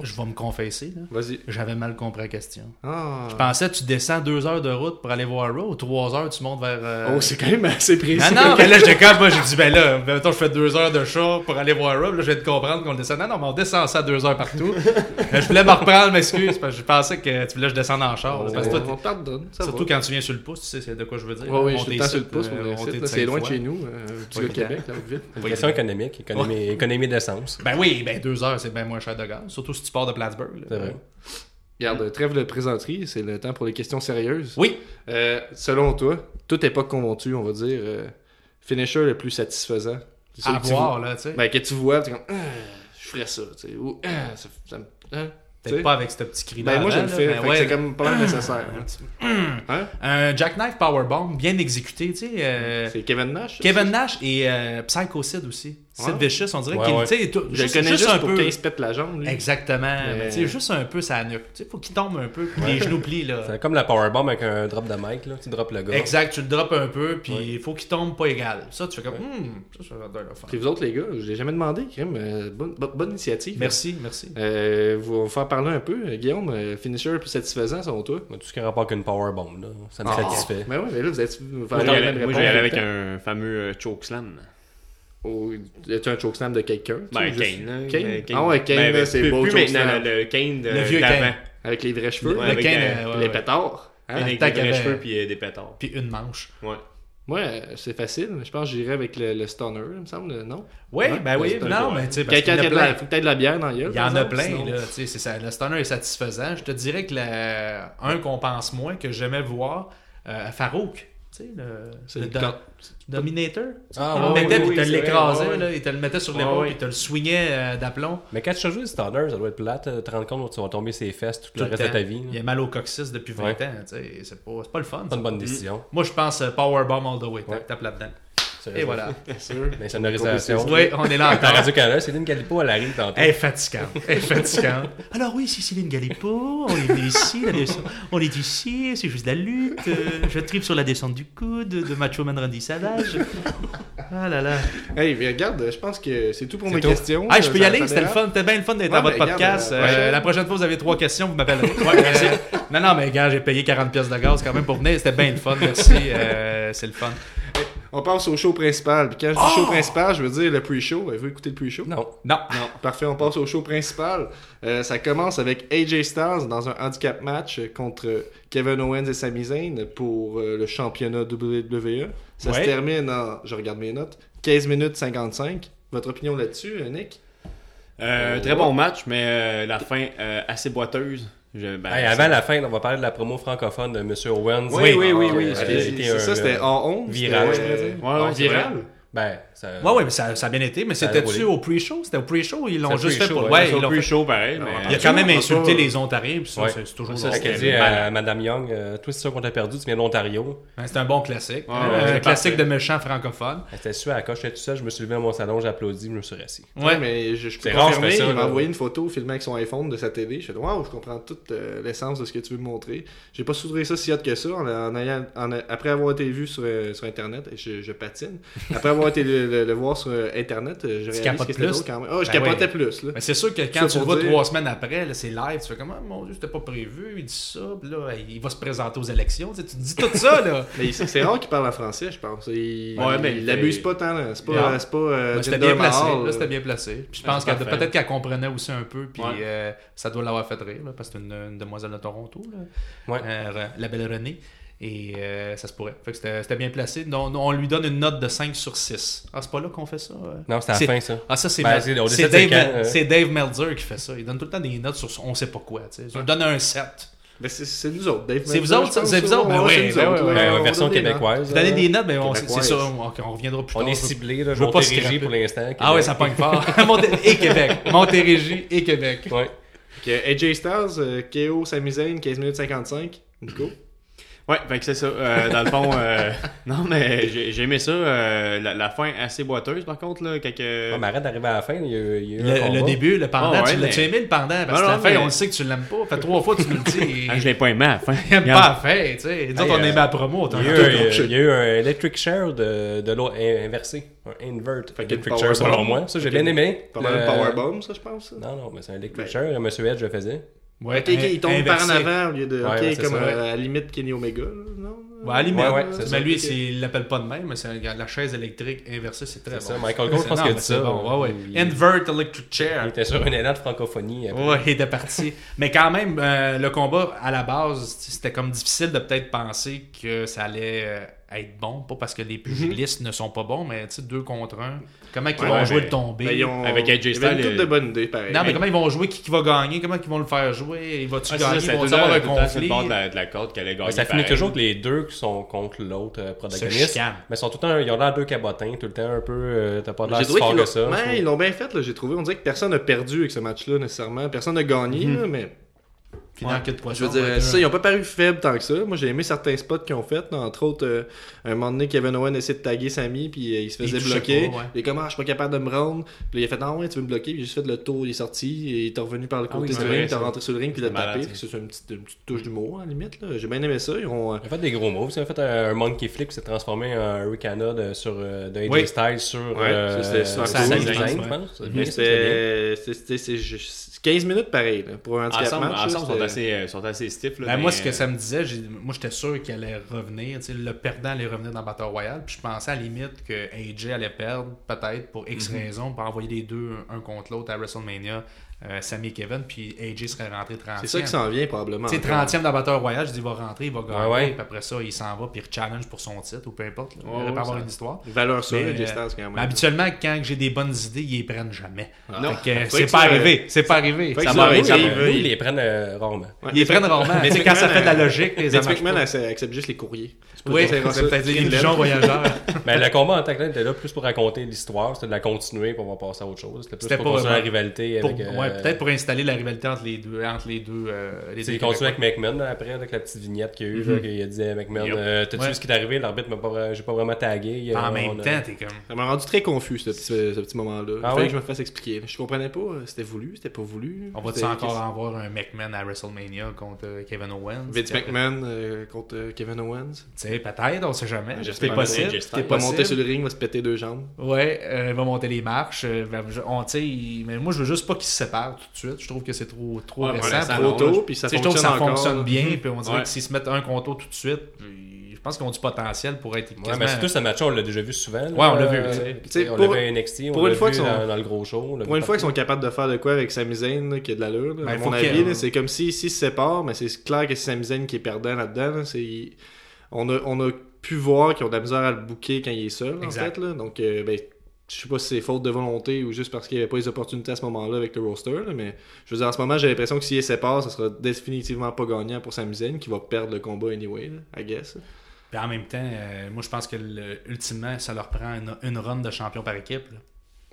[SPEAKER 4] je, je vais me confesser, là.
[SPEAKER 3] Vas-y.
[SPEAKER 4] J'avais mal compris la question.
[SPEAKER 3] Ah.
[SPEAKER 4] Je pensais, tu descends deux heures de route pour aller voir Raw, ou trois heures, tu montes vers. euh, Ah,
[SPEAKER 3] Oh, c'est quand même assez précis.
[SPEAKER 4] Non,
[SPEAKER 3] (laughs)
[SPEAKER 4] non, mais là, j'étais comme, moi, j'ai dit, ben là, ben, mettons, je fais deux heures de chat pour aller voir Rob, là, je vais te comprendre qu'on le descend. Non, non, mais on descend ça à deux heures (laughs) partout. Ben, je voulais me reprendre, m'excuse, parce que je pensais que tu voulais que je descende en char. là,
[SPEAKER 3] On,
[SPEAKER 4] parce que toi,
[SPEAKER 3] on pardonne, ça
[SPEAKER 4] surtout
[SPEAKER 3] va.
[SPEAKER 4] quand tu viens sur le pouce, tu sais c'est de quoi je veux dire.
[SPEAKER 3] Ouais, ouais,
[SPEAKER 4] On
[SPEAKER 3] je suis tout le
[SPEAKER 4] t'écite,
[SPEAKER 3] temps sur le pouce pour
[SPEAKER 4] euh,
[SPEAKER 3] le
[SPEAKER 4] on
[SPEAKER 3] site, là,
[SPEAKER 4] t'écite
[SPEAKER 3] C'est
[SPEAKER 4] cinq
[SPEAKER 3] loin de
[SPEAKER 4] fois.
[SPEAKER 3] chez nous, euh, du
[SPEAKER 4] Ouais.
[SPEAKER 3] Québec, là, vite.
[SPEAKER 5] Une question économique, économie, économie d'essence.
[SPEAKER 4] Ben oui, ben deux heures, c'est bien moins cher de gaz, surtout si tu pars de Plattsburgh. là.
[SPEAKER 5] C'est vrai.
[SPEAKER 3] Regarde, trêve de plaisanterie, c'est le temps pour les questions sérieuses.
[SPEAKER 4] Oui.
[SPEAKER 3] Euh, selon toi, toute époque convaincue, on va dire, euh, finisher le plus satisfaisant. Celui
[SPEAKER 4] À
[SPEAKER 3] que tu
[SPEAKER 4] voir,
[SPEAKER 3] vois-
[SPEAKER 4] là, tu sais.
[SPEAKER 3] Ben, que tu vois, t'es comme, Ah, je ferais ça, tu sais, ou Ah, ça, ça me- hein, tu sais.
[SPEAKER 4] Peut-être pas avec ce petit cri
[SPEAKER 3] Ben, moi, je le fais, fait que c'est comme
[SPEAKER 4] comme...
[SPEAKER 3] pas
[SPEAKER 6] Ah,
[SPEAKER 3] mal nécessaire. hein. Hein?
[SPEAKER 4] Un jackknife powerbomb bien exécuté, tu sais. euh,
[SPEAKER 3] C'est Kevin Nash? ça?
[SPEAKER 4] Kevin Nash et euh, Psycho Sid aussi.
[SPEAKER 3] Ouais.
[SPEAKER 4] Sid Vicious, on dirait
[SPEAKER 5] Ouais,
[SPEAKER 4] qu'il.
[SPEAKER 5] ouais.
[SPEAKER 4] tu sais, tout-
[SPEAKER 3] Je le connais juste,
[SPEAKER 4] un
[SPEAKER 3] pour
[SPEAKER 4] peu.
[SPEAKER 3] qu'il se pète la jambe, lui.
[SPEAKER 4] Exactement.
[SPEAKER 3] Mais-
[SPEAKER 4] Mais tu sais, juste un peu sa nuque. Tu sais, faut qu'il tombe un peu, puis les genoux plient, là.
[SPEAKER 5] C'est comme la powerbomb avec un drop de mic, là. Tu drops le gars.
[SPEAKER 4] Exact, tu le droppes un peu, puis il faut qu'il tombe pas égal. Ça, tu fais comme. Hum, ça, ça va être affaire.
[SPEAKER 3] Puis vous autres, les gars, je l'ai jamais demandé, crime, euh, bonne, bonne- bonne initiative.
[SPEAKER 4] Merci, merci.
[SPEAKER 3] Euh, vous, on va faire parler un peu, euh, Guillaume, euh, finisher le plus satisfaisant, selon toi?
[SPEAKER 5] Moi, Tout ce qui a rapport qu'une powerbomb, là. Ça me
[SPEAKER 3] Ah.
[SPEAKER 5] satisfait.
[SPEAKER 3] Ben oui, mais là, vous êtes. vous
[SPEAKER 6] Moi,
[SPEAKER 3] faites
[SPEAKER 6] je
[SPEAKER 3] la
[SPEAKER 6] vais
[SPEAKER 3] même
[SPEAKER 6] aller- moi, je
[SPEAKER 3] réponse.
[SPEAKER 6] vais aller avec un fameux euh, chokeslam.
[SPEAKER 3] Ou tu un chokeslam de quelqu'un? tu sais,
[SPEAKER 6] Ben,
[SPEAKER 3] ou juste-
[SPEAKER 6] Kane, là.
[SPEAKER 3] Kane?
[SPEAKER 6] Ben,
[SPEAKER 3] Ah ouais, Kane,
[SPEAKER 6] Ben,
[SPEAKER 3] là,
[SPEAKER 6] ben,
[SPEAKER 3] c'est
[SPEAKER 6] plus-
[SPEAKER 3] beau
[SPEAKER 6] Plus
[SPEAKER 3] chokeslam.
[SPEAKER 6] maintenant, le, le Kane de-
[SPEAKER 4] Le vieux
[SPEAKER 6] d'avant.
[SPEAKER 4] Kane.
[SPEAKER 3] Euh, Avec les vrais cheveux.
[SPEAKER 6] Ouais,
[SPEAKER 4] Le
[SPEAKER 6] avec,
[SPEAKER 4] Kane,
[SPEAKER 6] euh,
[SPEAKER 4] euh,
[SPEAKER 3] Puis
[SPEAKER 4] ouais,
[SPEAKER 3] les
[SPEAKER 4] ouais.
[SPEAKER 3] pétards. hein?
[SPEAKER 6] Avec
[SPEAKER 4] Tant
[SPEAKER 6] des
[SPEAKER 4] qu'il y
[SPEAKER 6] vrais
[SPEAKER 4] avait-
[SPEAKER 6] cheveux puis euh, des pétards.
[SPEAKER 4] Puis une manche.
[SPEAKER 6] Ouais.
[SPEAKER 3] Moi, euh, c'est facile. Je pense que j'irais avec le, le stunner, il me semble, non?
[SPEAKER 4] Oui,
[SPEAKER 3] Ouais,
[SPEAKER 4] ben oui,
[SPEAKER 6] c'est un
[SPEAKER 4] non,
[SPEAKER 6] joueur.
[SPEAKER 4] mais tu sais, parce qu'il
[SPEAKER 3] Quelqu'un
[SPEAKER 4] y en
[SPEAKER 3] qui
[SPEAKER 4] a
[SPEAKER 3] a de la,
[SPEAKER 4] plein.
[SPEAKER 3] faut que t'aies de la bière dans la gueule.
[SPEAKER 4] Il y en a
[SPEAKER 3] par exemple,
[SPEAKER 4] plein,
[SPEAKER 3] sinon.
[SPEAKER 4] là. tu sais, c'est ça, le stunner est satisfaisant. Je te dirais que la- un qu'on pense moins, que j'aimais voir, euh, Farouk. Tu sais, le,
[SPEAKER 3] C'est
[SPEAKER 4] le
[SPEAKER 3] le
[SPEAKER 4] do-
[SPEAKER 3] quand-
[SPEAKER 4] Dominator.
[SPEAKER 5] Ah,
[SPEAKER 4] Il
[SPEAKER 5] ouais,
[SPEAKER 4] le mettait,
[SPEAKER 5] ouais,
[SPEAKER 4] puis
[SPEAKER 5] ouais,
[SPEAKER 4] il te
[SPEAKER 5] c'est vrai,
[SPEAKER 4] l'écrasait,
[SPEAKER 5] ouais, ouais.
[SPEAKER 4] là, il te le mettait sur
[SPEAKER 6] Ouais,
[SPEAKER 4] l'épaule,
[SPEAKER 6] ouais.
[SPEAKER 4] puis il te le swingait euh, d'aplomb.
[SPEAKER 5] Mais quand tu changes le standard, ça doit être plate. Tu te rends compte que tu vas tomber ses fesses tout, le
[SPEAKER 4] Tout
[SPEAKER 5] reste de
[SPEAKER 4] temps.
[SPEAKER 5] ta vie. là.
[SPEAKER 4] Il a Mm. mal au coccyx depuis 20
[SPEAKER 5] Ouais.
[SPEAKER 4] ans, tu sais, c'est pas, c'est pas le fun.
[SPEAKER 5] C'est pas
[SPEAKER 4] ça.
[SPEAKER 5] une bonne décision.
[SPEAKER 4] Moi, je pense euh, Powerbomb all the way,
[SPEAKER 5] Ouais.
[SPEAKER 4] tape, tape là-dedans.
[SPEAKER 5] C'est
[SPEAKER 4] Et voilà.
[SPEAKER 5] Mais sonorisation.
[SPEAKER 4] oui, on est là
[SPEAKER 5] (laughs) T'as
[SPEAKER 4] encore.
[SPEAKER 5] radio Canada, Céline Galipo, elle arrive tantôt.
[SPEAKER 4] Elle est fatigante, elle est fatigante. (laughs) Alors oui, c'est Céline Galipo, on est venu ici, la descente- on est ici, c'est juste de la lutte, euh, je tripe sur la descente du coude de Macho Man Randy Savage. Ah là là.
[SPEAKER 3] Hey, mais regarde, je pense que c'est tout pour mes
[SPEAKER 5] tout.
[SPEAKER 3] questions.
[SPEAKER 4] Ah, je peux y
[SPEAKER 3] Ça-
[SPEAKER 4] aller,
[SPEAKER 3] ça
[SPEAKER 4] c'était le
[SPEAKER 3] dérape.
[SPEAKER 4] fun, c'était bien le fun d'être
[SPEAKER 3] Ouais,
[SPEAKER 4] dans votre
[SPEAKER 3] mais regarde,
[SPEAKER 4] podcast.
[SPEAKER 3] la
[SPEAKER 4] Euh,
[SPEAKER 3] prochaine-
[SPEAKER 4] la prochaine fois, vous avez trois questions, vous m'appellerez. Ouais, euh, non, non, mais gars, j'ai payé 40$ de gaz quand même pour venir, c'était bien le
[SPEAKER 5] (laughs)
[SPEAKER 4] fun, merci, euh, c'est le fun.
[SPEAKER 3] On passe au show principal. Puis quand je dis show principal, je veux dire le pre-show. Avez-vous écouté le pre-show?
[SPEAKER 5] Non.
[SPEAKER 4] Oh! Non,
[SPEAKER 3] Non. Parfait, on passe au show principal. Euh, ça commence avec AJ Styles dans un handicap match contre Kevin Owens et Sami Zayn pour euh, le championnat WWE. Ça se
[SPEAKER 4] Ouais.
[SPEAKER 3] termine en, je regarde mes notes, 15 minutes 55. Votre opinion là-dessus, euh, Nick?
[SPEAKER 6] Euh,
[SPEAKER 3] Oh.
[SPEAKER 6] Très bon match, mais euh, la fin euh, assez boiteuse. Je- ben,
[SPEAKER 5] Hey, avant la fin, on va parler de la promo francophone de M. Owens.
[SPEAKER 4] Oui, oui, oui, oui.
[SPEAKER 5] Euh,
[SPEAKER 3] C'est-
[SPEAKER 5] elle a été
[SPEAKER 3] c'est
[SPEAKER 5] un- euh,
[SPEAKER 3] ça, c'était en euh, 11.
[SPEAKER 5] virage,
[SPEAKER 3] c'était,
[SPEAKER 5] je veux dire.
[SPEAKER 6] Ouais, ouais,
[SPEAKER 3] en
[SPEAKER 6] c'est vrai.
[SPEAKER 3] viral.
[SPEAKER 5] Ben, ça...
[SPEAKER 4] ouais, ouais, mais ça, ça a bien été, mais
[SPEAKER 5] Ça a
[SPEAKER 4] c'était-tu
[SPEAKER 5] roulé.
[SPEAKER 4] au pre-show? C'était au pre-show, ils l'ont
[SPEAKER 5] C'est le
[SPEAKER 4] juste fait
[SPEAKER 5] pre-show,
[SPEAKER 4] pour...
[SPEAKER 5] ouais,
[SPEAKER 4] Ouais,
[SPEAKER 6] c'est
[SPEAKER 4] ils
[SPEAKER 6] un
[SPEAKER 4] l'ont
[SPEAKER 6] peu
[SPEAKER 4] fait-
[SPEAKER 6] chaud pareil,
[SPEAKER 3] Non,
[SPEAKER 6] mais
[SPEAKER 4] Il a quand même
[SPEAKER 3] Absolument
[SPEAKER 4] insulté
[SPEAKER 3] pas.
[SPEAKER 4] les Ontariens, puis ça,
[SPEAKER 5] Ouais.
[SPEAKER 4] c'est c'est toujours
[SPEAKER 5] Ça,
[SPEAKER 4] drôle.
[SPEAKER 5] c'est qu'elle dit à Madame Young, euh, toi, c'est sûr qu'on t'a perdu, tu viens de l'Ontario.
[SPEAKER 4] Ouais, C'est un bon classique.
[SPEAKER 6] Ouais,
[SPEAKER 4] Un
[SPEAKER 6] ouais, c'est
[SPEAKER 4] classique
[SPEAKER 6] parfait.
[SPEAKER 4] de méchant francophone.
[SPEAKER 5] Elle était sûre à la coche, j'étais tout seul, je me suis levé dans mon salon, j'ai applaudi, je me suis rassis.
[SPEAKER 3] Ouais, mais je, je peux
[SPEAKER 5] C'est rare,
[SPEAKER 3] confirmer,
[SPEAKER 5] je fais ça,
[SPEAKER 3] il m'a
[SPEAKER 5] là.
[SPEAKER 3] envoyé une photo filmée avec son iPhone de sa télé. Je fais Waouh, je comprends toute euh, l'essence de ce que tu veux me montrer. J'ai pas soudré ça si hot que ça en, en ayant- en- après avoir été vu sur, euh, sur Internet. Je, je patine. Après avoir été le, le- le voir sur euh, Internet, euh, je réalise
[SPEAKER 4] capotes
[SPEAKER 3] que c'était
[SPEAKER 4] plus?
[SPEAKER 3] drôle quand même. Ah, je
[SPEAKER 4] Ben
[SPEAKER 3] capotais
[SPEAKER 4] oui.
[SPEAKER 3] plus. Là.
[SPEAKER 4] Mais c'est sûr que quand
[SPEAKER 3] Ça
[SPEAKER 4] tu le
[SPEAKER 3] pour
[SPEAKER 4] vois
[SPEAKER 3] dire-
[SPEAKER 4] trois semaines après, là, c'est live, tu fais comme, Ah, mon dieu, c'était pas prévu, il dit ça, puis là, il va se présenter aux élections, tu, sais, tu te dis tout ça, là.
[SPEAKER 3] Mais il- c'est rare qu'il parle en français, je pense. Il,
[SPEAKER 6] Ouais, mais
[SPEAKER 3] il
[SPEAKER 6] il-
[SPEAKER 3] abuse pas tant. là. C'est pas,
[SPEAKER 4] Non.
[SPEAKER 3] c'est pas euh,
[SPEAKER 4] Mais c'était
[SPEAKER 3] Jinder
[SPEAKER 4] bien placé,
[SPEAKER 3] Mahal,
[SPEAKER 4] là,
[SPEAKER 3] là.
[SPEAKER 4] c'était bien placé. Puis je pense
[SPEAKER 6] c'est
[SPEAKER 4] que
[SPEAKER 6] parfait.
[SPEAKER 4] peut-être qu'elle comprenait aussi un peu, puis
[SPEAKER 6] Ouais.
[SPEAKER 4] euh, ça doit l'avoir fait rire, là, parce que c'est une, une demoiselle de Toronto, là,
[SPEAKER 5] Ouais.
[SPEAKER 4] Euh, Re- la belle Renée. Et euh, ça se pourrait. Fait que c'était c'était bien placé. Donc, on lui donne une note de 5 sur 6. Ah, c'est pas là qu'on fait ça? euh?
[SPEAKER 5] Non, c'était à
[SPEAKER 4] C'est-
[SPEAKER 5] la fin, ça.
[SPEAKER 4] Ah, ça, c'est
[SPEAKER 5] Ben,
[SPEAKER 4] Mel-
[SPEAKER 5] c'est- on
[SPEAKER 4] c'est
[SPEAKER 5] décide
[SPEAKER 4] Dave,
[SPEAKER 5] c'est quand, euh.
[SPEAKER 4] c'est Dave Meltzer qui fait ça. Il donne tout le temps des notes sur son- on sait pas quoi. tu sais. Il donne un 7.
[SPEAKER 3] Ben, c'est- c'est nous autres, Dave.
[SPEAKER 4] C'est vous
[SPEAKER 3] Meltzer,
[SPEAKER 4] autres,
[SPEAKER 3] je pense,
[SPEAKER 4] c'est vous
[SPEAKER 3] ça.
[SPEAKER 4] autres, ben
[SPEAKER 3] Ouais,
[SPEAKER 4] oui,
[SPEAKER 3] c'est nous
[SPEAKER 4] ben
[SPEAKER 3] autres,
[SPEAKER 4] oui,
[SPEAKER 3] ouais,
[SPEAKER 4] oui.
[SPEAKER 3] on hein.
[SPEAKER 5] Ben,
[SPEAKER 3] donne
[SPEAKER 5] version
[SPEAKER 3] des notes.
[SPEAKER 5] québécoise.
[SPEAKER 4] Vous donnez
[SPEAKER 5] euh,
[SPEAKER 4] des notes, mais on- c'est
[SPEAKER 3] Québécoise.
[SPEAKER 4] c'est ça. On, ok, on reviendra plus
[SPEAKER 5] On
[SPEAKER 4] tard.
[SPEAKER 5] est ciblé, là.
[SPEAKER 4] Je veux pas
[SPEAKER 5] Montérégie
[SPEAKER 4] scraper.
[SPEAKER 5] pour l'instant.
[SPEAKER 4] Ah ouais, ça
[SPEAKER 5] Québec.
[SPEAKER 4] pogne fort. (laughs) Monté- et Québec. Montérégie et Québec.
[SPEAKER 5] Ouais.
[SPEAKER 3] Fait que AJ Styles, euh, KO, Sami Zayn, 15 minutes 55. Nico.
[SPEAKER 6] Ouais, fait que c'est ça. Euh, dans le fond, euh, (laughs) non, mais j'ai j'ai aimé ça. euh, la, la fin assez boiteuse, par contre, là. Quand que-
[SPEAKER 3] Ah,
[SPEAKER 5] Non, Ah, mais arrête d'arriver à la fin, il y a eu, il y a eu un
[SPEAKER 4] Le, le
[SPEAKER 5] combat.
[SPEAKER 4] début, le pendant,
[SPEAKER 6] Ah ouais,
[SPEAKER 4] tu l'as
[SPEAKER 6] mais-
[SPEAKER 4] tu as aimé le pendant parce que
[SPEAKER 6] Non,
[SPEAKER 4] la
[SPEAKER 6] non,
[SPEAKER 4] fin,
[SPEAKER 6] mais-
[SPEAKER 4] on le sait que tu l'aimes pas. Fait trois fois, tu nous le
[SPEAKER 5] (laughs)
[SPEAKER 4] dis.
[SPEAKER 6] Ah, je l'ai pas aimé à la fin.
[SPEAKER 4] T'aimes pas la fin, tu sais. Nous
[SPEAKER 5] Hey,
[SPEAKER 4] autres, on
[SPEAKER 5] euh,
[SPEAKER 4] aimait la promo.
[SPEAKER 5] Il y, a eu, un- il y a eu un electric chair de, de l'eau in- inversé, un invert.
[SPEAKER 3] Fait qu'il y a une
[SPEAKER 5] Electric chair
[SPEAKER 3] powerbomb.
[SPEAKER 5] selon moi, ça j'ai bien aimé.
[SPEAKER 3] Pas mal
[SPEAKER 5] Le-
[SPEAKER 3] de powerbomb, ça, je pense. ça.
[SPEAKER 5] Euh, Non, non, mais c'est un electric
[SPEAKER 3] Ben.
[SPEAKER 5] chair, Monsieur Edge le faisait.
[SPEAKER 4] Ouais,
[SPEAKER 3] Ok, ok, il tombe
[SPEAKER 4] inversé.
[SPEAKER 3] par en avant au lieu de.
[SPEAKER 5] Ouais,
[SPEAKER 3] Ok,
[SPEAKER 5] ouais, c'est
[SPEAKER 3] comme
[SPEAKER 5] ça,
[SPEAKER 3] euh, à la limite Kenny Omega, là, non
[SPEAKER 4] Ouais, à la limite.
[SPEAKER 5] Ouais, ouais,
[SPEAKER 4] mais
[SPEAKER 5] c'est ça.
[SPEAKER 4] lui,
[SPEAKER 3] Ok.
[SPEAKER 4] c'est- il l'appelle pas de même, mais c'est un gars- la chaise électrique inversée, c'est très bon.
[SPEAKER 5] C'est ça, Michael Cole, je pense
[SPEAKER 4] Non,
[SPEAKER 5] qu'il a
[SPEAKER 4] mais
[SPEAKER 5] dit
[SPEAKER 4] c'est
[SPEAKER 5] ça.
[SPEAKER 4] bon, ouais, ouais.
[SPEAKER 5] Il-
[SPEAKER 4] Invert electric
[SPEAKER 5] Il
[SPEAKER 4] chair.
[SPEAKER 5] était sur un élan de francophonie. euh, après.
[SPEAKER 4] Ouais, il était parti. (laughs) Mais quand même, euh, le combat, à la base, c'était comme difficile de peut-être penser que ça allait euh, être bon. Pas parce que les
[SPEAKER 5] Mhm.
[SPEAKER 4] pugilistes ne sont pas bons, mais tu sais, deux contre un. Comment ils
[SPEAKER 3] Ouais,
[SPEAKER 4] vont
[SPEAKER 3] ouais,
[SPEAKER 4] jouer
[SPEAKER 6] mais-
[SPEAKER 4] le tombé?
[SPEAKER 3] Ben, ils ont-
[SPEAKER 6] Avec AJ
[SPEAKER 3] ils avaient
[SPEAKER 6] Styles,
[SPEAKER 3] une toute de
[SPEAKER 6] euh,
[SPEAKER 3] bonne idée, pareil.
[SPEAKER 4] Non, mais comment ils vont jouer? Qui, qui va gagner? Comment ils vont le faire jouer? Il va-tu
[SPEAKER 6] Ah, c'est ça,
[SPEAKER 4] gagner?
[SPEAKER 6] c'est
[SPEAKER 4] Ils vont
[SPEAKER 6] tout le temps-
[SPEAKER 4] avoir un
[SPEAKER 6] tout le temps sur
[SPEAKER 4] conflit?
[SPEAKER 6] le bord de la, de la corde qu'elle allait gagner.
[SPEAKER 5] Mais Ah, ça finit
[SPEAKER 6] pareil.
[SPEAKER 5] toujours que les deux qui sont contre l'autre euh,
[SPEAKER 4] Se
[SPEAKER 5] protagoniste.
[SPEAKER 4] chicanent.
[SPEAKER 5] Mais ils sont tout le temps, ils ont l'air deux cabotins, tout le temps un peu. euh, T'as pas l'air
[SPEAKER 3] J'ai
[SPEAKER 5] si
[SPEAKER 3] trouvé Ben,
[SPEAKER 5] fort
[SPEAKER 3] qu'ils l'ont-
[SPEAKER 5] que ça.
[SPEAKER 3] Ouais,
[SPEAKER 5] je
[SPEAKER 3] ils l'ont bien fait, là, j'ai trouvé. On dirait que personne n'a perdu avec ce match-là, nécessairement. Personne n'a gagné,
[SPEAKER 5] Mhm.
[SPEAKER 3] là, mais.
[SPEAKER 4] Finalement, que de
[SPEAKER 3] Je
[SPEAKER 4] poisson,
[SPEAKER 3] veux dire, euh,
[SPEAKER 4] ouais,
[SPEAKER 3] ça,
[SPEAKER 4] là.
[SPEAKER 3] ils ont pas paru faibles tant que ça. Moi, j'ai aimé certains spots qu'ils ont fait. Entre autres, euh, un moment donné, Kevin Owen essayait de taguer Samy, puis euh, il se faisait
[SPEAKER 4] touchait
[SPEAKER 3] bloquer.
[SPEAKER 4] pas, ouais.
[SPEAKER 3] Il est comme, ah, je suis pas capable de me rendre. Puis là, il a fait, non, ouais, tu veux me bloquer. Puis il a juste fait le tour, il est sorti, et il est revenu par le
[SPEAKER 5] Ah oui,
[SPEAKER 3] côté
[SPEAKER 5] c'est
[SPEAKER 3] du
[SPEAKER 5] vrai,
[SPEAKER 3] ring, il est
[SPEAKER 5] ça.
[SPEAKER 3] rentré sur le ring, puis il a
[SPEAKER 6] C'est malade,
[SPEAKER 3] tapé.
[SPEAKER 6] ça.
[SPEAKER 3] Puis C'est une petite, une petite touche d'humour, à la limite. là. J'ai bien aimé ça. Ils ont. euh,
[SPEAKER 5] Ils ont fait des gros moves. Ils ont fait un, un monkey flip qui s'est transformé en hurricane de, sur euh, de AJ
[SPEAKER 4] Oui.
[SPEAKER 5] Styles sur.
[SPEAKER 3] Ouais, ça, c'était super
[SPEAKER 5] Sami
[SPEAKER 6] cool.
[SPEAKER 5] Zayn,
[SPEAKER 6] Ouais.
[SPEAKER 5] je pense. C'est bien,
[SPEAKER 3] Mais
[SPEAKER 5] c'était
[SPEAKER 3] c'était
[SPEAKER 5] bien.
[SPEAKER 3] c'était- c'était- c'est juste 15 minutes pareil là, pour un handicap
[SPEAKER 6] Ensemble,
[SPEAKER 3] match. là,
[SPEAKER 6] ensemble sont,
[SPEAKER 3] c'était-
[SPEAKER 6] assez, euh, sont assez stiff. Là,
[SPEAKER 4] Ben,
[SPEAKER 6] mais-
[SPEAKER 4] moi, ce que
[SPEAKER 3] euh,
[SPEAKER 4] ça me disait, j'ai- moi, j'étais sûr qu'il allait revenir. tu sais, Le perdant allait revenir dans Battle Royale. Puis je pensais à la limite que AJ allait perdre, peut-être, pour X raisons, pour envoyer les deux un contre l'autre à WrestleMania, euh, Sami et Kevin. Puis AJ serait rentré 30e.
[SPEAKER 3] C'est ça qui s'en vient probablement.
[SPEAKER 4] Tu sais, 30e dans Battle Royale, je dis, il va rentrer, il va gagner.
[SPEAKER 5] Ouais, ouais.
[SPEAKER 4] Puis après ça, il s'en va, puis il challenge pour son titre, ou peu importe. là.
[SPEAKER 6] Ouais,
[SPEAKER 4] il va
[SPEAKER 6] ouais,
[SPEAKER 4] pas avoir
[SPEAKER 6] ça-
[SPEAKER 4] une histoire.
[SPEAKER 3] Valeur sûre,
[SPEAKER 4] Mais,
[SPEAKER 3] AJ
[SPEAKER 4] euh,
[SPEAKER 3] Styles, quand même.
[SPEAKER 4] mais habituellement, quand j'ai des bonnes idées, ils les prennent jamais.
[SPEAKER 6] Non.
[SPEAKER 4] Fait que, euh,
[SPEAKER 3] Fait
[SPEAKER 4] c'est
[SPEAKER 3] que
[SPEAKER 4] pas
[SPEAKER 3] ça,
[SPEAKER 4] arrivé. C'est pas arrivé.
[SPEAKER 3] fait
[SPEAKER 4] Ça
[SPEAKER 3] que
[SPEAKER 4] m'a
[SPEAKER 3] ça,
[SPEAKER 4] arrivé.
[SPEAKER 3] ouais,
[SPEAKER 5] Ils,
[SPEAKER 3] il veut-
[SPEAKER 5] les prennent euh, rarement.
[SPEAKER 4] Ils les prennent rarement. Tu sais, quand ça fait de la logique, les
[SPEAKER 3] Les
[SPEAKER 4] amateurs-
[SPEAKER 3] Twigman acceptent juste les courriers. Tu peux
[SPEAKER 4] Oui, c'est
[SPEAKER 3] dire, ça,
[SPEAKER 4] peut-être
[SPEAKER 3] c'est
[SPEAKER 4] les
[SPEAKER 3] une
[SPEAKER 4] pigeons
[SPEAKER 3] lettre.
[SPEAKER 4] voyageurs.
[SPEAKER 5] Mais le combat en tant que tel était là plus pour raconter l'histoire, c'était de la continuer pour on va passer à autre chose. C'était plus
[SPEAKER 4] C'était
[SPEAKER 5] pour
[SPEAKER 4] pas
[SPEAKER 5] continuer la
[SPEAKER 4] vraiment-
[SPEAKER 5] rivalité
[SPEAKER 4] Pour-
[SPEAKER 5] avec. euh,
[SPEAKER 4] ouais, peut-être pour installer la rivalité entre les deux. Entre les deux, euh, les
[SPEAKER 5] tu sais,
[SPEAKER 4] deux
[SPEAKER 5] il
[SPEAKER 4] Québécois.
[SPEAKER 5] continue
[SPEAKER 4] Mhm.
[SPEAKER 5] avec McMahon là, après, là, avec la petite vignette qu'il y a eu, là, qu'il a dit à McMahon
[SPEAKER 6] Yep.
[SPEAKER 5] euh, T'as-tu
[SPEAKER 4] Ouais. Ah,
[SPEAKER 5] vu ce qui est arrivé L'arbitre m'a pas, vra- j'ai pas vraiment tagué.
[SPEAKER 4] En
[SPEAKER 5] euh,
[SPEAKER 4] même
[SPEAKER 5] on a-
[SPEAKER 4] temps, t'es comme.
[SPEAKER 3] Ça m'a rendu très confus, ce petit, ce petit moment-là. Il
[SPEAKER 5] Ah
[SPEAKER 3] fallait
[SPEAKER 5] ouais?
[SPEAKER 3] que je me fasse expliquer. là. Je comprenais pas. euh, C'était voulu, c'était pas voulu.
[SPEAKER 4] On va-tu
[SPEAKER 3] C'était-
[SPEAKER 4] encore en voir un McMahon à Wrestlemania contre euh, Kevin Owens
[SPEAKER 3] Vince McMahon euh, contre euh, Kevin Owens.
[SPEAKER 4] Tu sais, peut-être, on sait jamais.
[SPEAKER 6] J'espère
[SPEAKER 4] C'est
[SPEAKER 6] que
[SPEAKER 4] possible.
[SPEAKER 6] AJ
[SPEAKER 4] C'est
[SPEAKER 6] Styles va
[SPEAKER 3] Il va
[SPEAKER 4] possible.
[SPEAKER 3] monter sur le ring, va se péter deux jambes.
[SPEAKER 4] Ouais, euh, il va monter les marches. euh, ben, je- on, tu sais, il- mais moi, je veux juste pas qu'ils se séparent tout de suite. Je trouve que c'est trop, trop
[SPEAKER 6] Ouais, pour
[SPEAKER 4] récent.
[SPEAKER 6] l'instant,
[SPEAKER 4] pour-
[SPEAKER 6] non,
[SPEAKER 3] Trop
[SPEAKER 6] là,
[SPEAKER 3] tôt,
[SPEAKER 6] je-
[SPEAKER 3] puis ça
[SPEAKER 4] Tu sais, Ah je trouve
[SPEAKER 3] fonctionne
[SPEAKER 4] que ça
[SPEAKER 3] encore,
[SPEAKER 4] fonctionne
[SPEAKER 3] là.
[SPEAKER 4] bien. Puis on dirait
[SPEAKER 6] Ouais.
[SPEAKER 4] que s'ils se mettent un contre l'autre tout de suite, puis je pense qu'ils ont du potentiel pour être
[SPEAKER 5] Ouais,
[SPEAKER 4] quasiment...
[SPEAKER 5] mais surtout ce match-là, on l'a déjà vu souvent. là.
[SPEAKER 4] Ouais, on l'a vu,
[SPEAKER 5] Euh,
[SPEAKER 4] tu sais.
[SPEAKER 5] tu sais, on
[SPEAKER 3] Pour-
[SPEAKER 5] l'avait à NXT, on
[SPEAKER 3] pour une
[SPEAKER 5] l'a
[SPEAKER 3] fois
[SPEAKER 5] vu
[SPEAKER 3] qu'ils sont-
[SPEAKER 5] dans, dans le gros show. on l'a
[SPEAKER 3] Pour
[SPEAKER 5] vu
[SPEAKER 3] une fois qu'ils
[SPEAKER 5] partout.
[SPEAKER 3] sont capables de faire de quoi avec Sami Zayn, là, qui a de l'allure, là,
[SPEAKER 4] Ben,
[SPEAKER 3] à
[SPEAKER 4] faut
[SPEAKER 3] mon
[SPEAKER 4] qu'il y
[SPEAKER 3] avis,
[SPEAKER 4] a-
[SPEAKER 3] là, c'est comme si s'ils se séparent, mais c'est clair que c'est Sami Zayn qui est perdant là-dedans. là. C'est- On, a, on a pu voir qu'ils ont de la misère à le bouquer quand il est seul,
[SPEAKER 4] Exact.
[SPEAKER 3] en fait. là. Donc, euh, ben, je sais pas si c'est faute de volonté ou juste parce qu'il n'y avait pas les opportunités à ce moment-là avec le roster, là, mais je veux dire, en ce moment, j'ai l'impression que s'il se sépare, ça sera définitivement pas gagnant pour Sami Zayn, qui va perdre le combat anyway, là, I guess.
[SPEAKER 4] Puis en même temps, euh, moi, je pense que le- ultimement, ça leur prend une, une run de champion par équipe. là.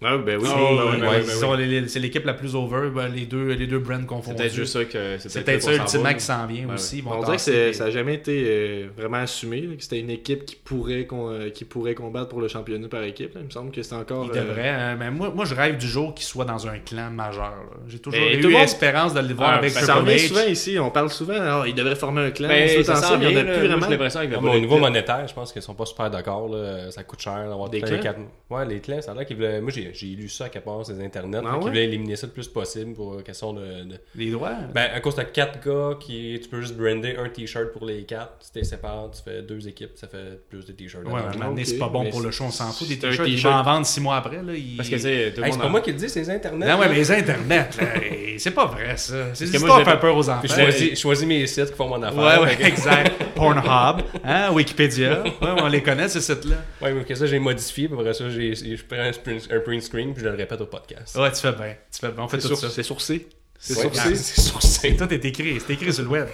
[SPEAKER 3] Ah, ben oui,
[SPEAKER 6] Ah,
[SPEAKER 3] ben
[SPEAKER 6] ouais,
[SPEAKER 3] oui.
[SPEAKER 6] ben
[SPEAKER 4] Ouais,
[SPEAKER 6] oui, ben
[SPEAKER 4] ils
[SPEAKER 6] oui.
[SPEAKER 4] sont les- les- c'est l'équipe la plus over, ben, les, deux, les deux brands
[SPEAKER 6] C'est
[SPEAKER 4] confondus.
[SPEAKER 6] peut-être juste ça que.
[SPEAKER 4] C'est peut-être ça,
[SPEAKER 6] qu'on s'en
[SPEAKER 4] ultimement,
[SPEAKER 6] va,
[SPEAKER 4] qui s'en vient
[SPEAKER 6] Ouais,
[SPEAKER 4] aussi. Ils vont
[SPEAKER 3] On dirait que
[SPEAKER 4] tasser
[SPEAKER 3] c'est-
[SPEAKER 4] les-
[SPEAKER 3] ça n'a jamais été euh, vraiment assumé, là, que c'était une équipe qui pourrait, qu'on- euh, qui pourrait combattre pour le championnat par équipe. là. Il me semble que c'est encore.
[SPEAKER 4] Il
[SPEAKER 3] euh,
[SPEAKER 4] devrait. hein, mais moi, moi, je rêve du jour qu'il soit dans un clan majeur. là. J'ai toujours
[SPEAKER 3] Mais
[SPEAKER 4] eu
[SPEAKER 3] tout le monde- ben,
[SPEAKER 4] l'espérance de le voir
[SPEAKER 6] Ah,
[SPEAKER 4] avec
[SPEAKER 6] ça
[SPEAKER 4] Triple
[SPEAKER 3] ça revient
[SPEAKER 4] H.
[SPEAKER 3] souvent ici, on parle souvent, Ah, il devrait former un clan.
[SPEAKER 6] Ben,
[SPEAKER 3] mais
[SPEAKER 6] ça sent
[SPEAKER 3] il y en
[SPEAKER 6] bien,
[SPEAKER 3] a
[SPEAKER 6] là.
[SPEAKER 3] plus
[SPEAKER 6] Moi,
[SPEAKER 3] vraiment.
[SPEAKER 6] j'ai l'impression avec la
[SPEAKER 5] Ah, mais au niveau
[SPEAKER 6] bullet-
[SPEAKER 5] monétaire, je pense qu'ils sont pas super d'accord. là. Ça coûte cher d'avoir
[SPEAKER 3] Des
[SPEAKER 5] tout le temps les
[SPEAKER 3] clans?
[SPEAKER 5] quatre- Ouais, les clans, ça a l'air qu'ils veulent. Moi, j'ai j'ai j'ai lu ça à quelque part sur les internets,
[SPEAKER 3] Ah
[SPEAKER 5] là, qui
[SPEAKER 3] ouais?
[SPEAKER 5] voulaient éliminer ça le plus possible pour euh, question de, de-
[SPEAKER 4] Les droits.
[SPEAKER 3] Ah,
[SPEAKER 5] Ben, à cause de quatre gars, qui, tu peux juste brander un t-shirt pour les quatre. Si t'es séparé, tu fais deux équipes, ça fait plus de t-shirts.
[SPEAKER 4] Ouais,
[SPEAKER 5] Dommage.
[SPEAKER 4] mais maintenant,
[SPEAKER 3] ok.
[SPEAKER 4] c'est pas bon
[SPEAKER 5] Mais
[SPEAKER 4] pour le show, on s'en fout. Des
[SPEAKER 6] c'est un
[SPEAKER 4] t-shirts, ils vont
[SPEAKER 6] t-shirt.
[SPEAKER 4] en vendre six mois après. Là, ils-
[SPEAKER 6] Parce que, tu sais, tout le
[SPEAKER 5] Hey, c'est
[SPEAKER 6] monde
[SPEAKER 5] pas
[SPEAKER 6] en-
[SPEAKER 5] moi qui le dis, c'est les internets.
[SPEAKER 4] Non, Ah ouais,
[SPEAKER 5] là.
[SPEAKER 4] mais les internets, là, hey, c'est pas vrai, ça. C'est
[SPEAKER 6] que
[SPEAKER 4] une histoire
[SPEAKER 6] moi, je
[SPEAKER 4] qui fait
[SPEAKER 6] l'ai-
[SPEAKER 4] peur aux enfants.
[SPEAKER 5] Puis je choisis, je choisis mes sites qui font mon
[SPEAKER 4] Ouais,
[SPEAKER 5] affaire.
[SPEAKER 4] ouais,
[SPEAKER 5] Fait que-
[SPEAKER 4] exact. Pornhub, hein, Wikipédia. Ouais, on les connaît, ces sites-là.
[SPEAKER 5] Ouais, mais que ça, j'ai modifié, puis après ça, j'ai, je prends un print, un print screen, puis je le répète au podcast.
[SPEAKER 4] Ouais, tu fais bien. Tu fais bien. On fait
[SPEAKER 3] C'est
[SPEAKER 4] tout
[SPEAKER 3] sour-
[SPEAKER 4] ça.
[SPEAKER 3] c'est sourcé. C'est
[SPEAKER 5] Ouais,
[SPEAKER 3] sourcé.
[SPEAKER 5] (laughs) C'est sourcé.
[SPEAKER 4] Tout est écrit. C'est écrit sur le web.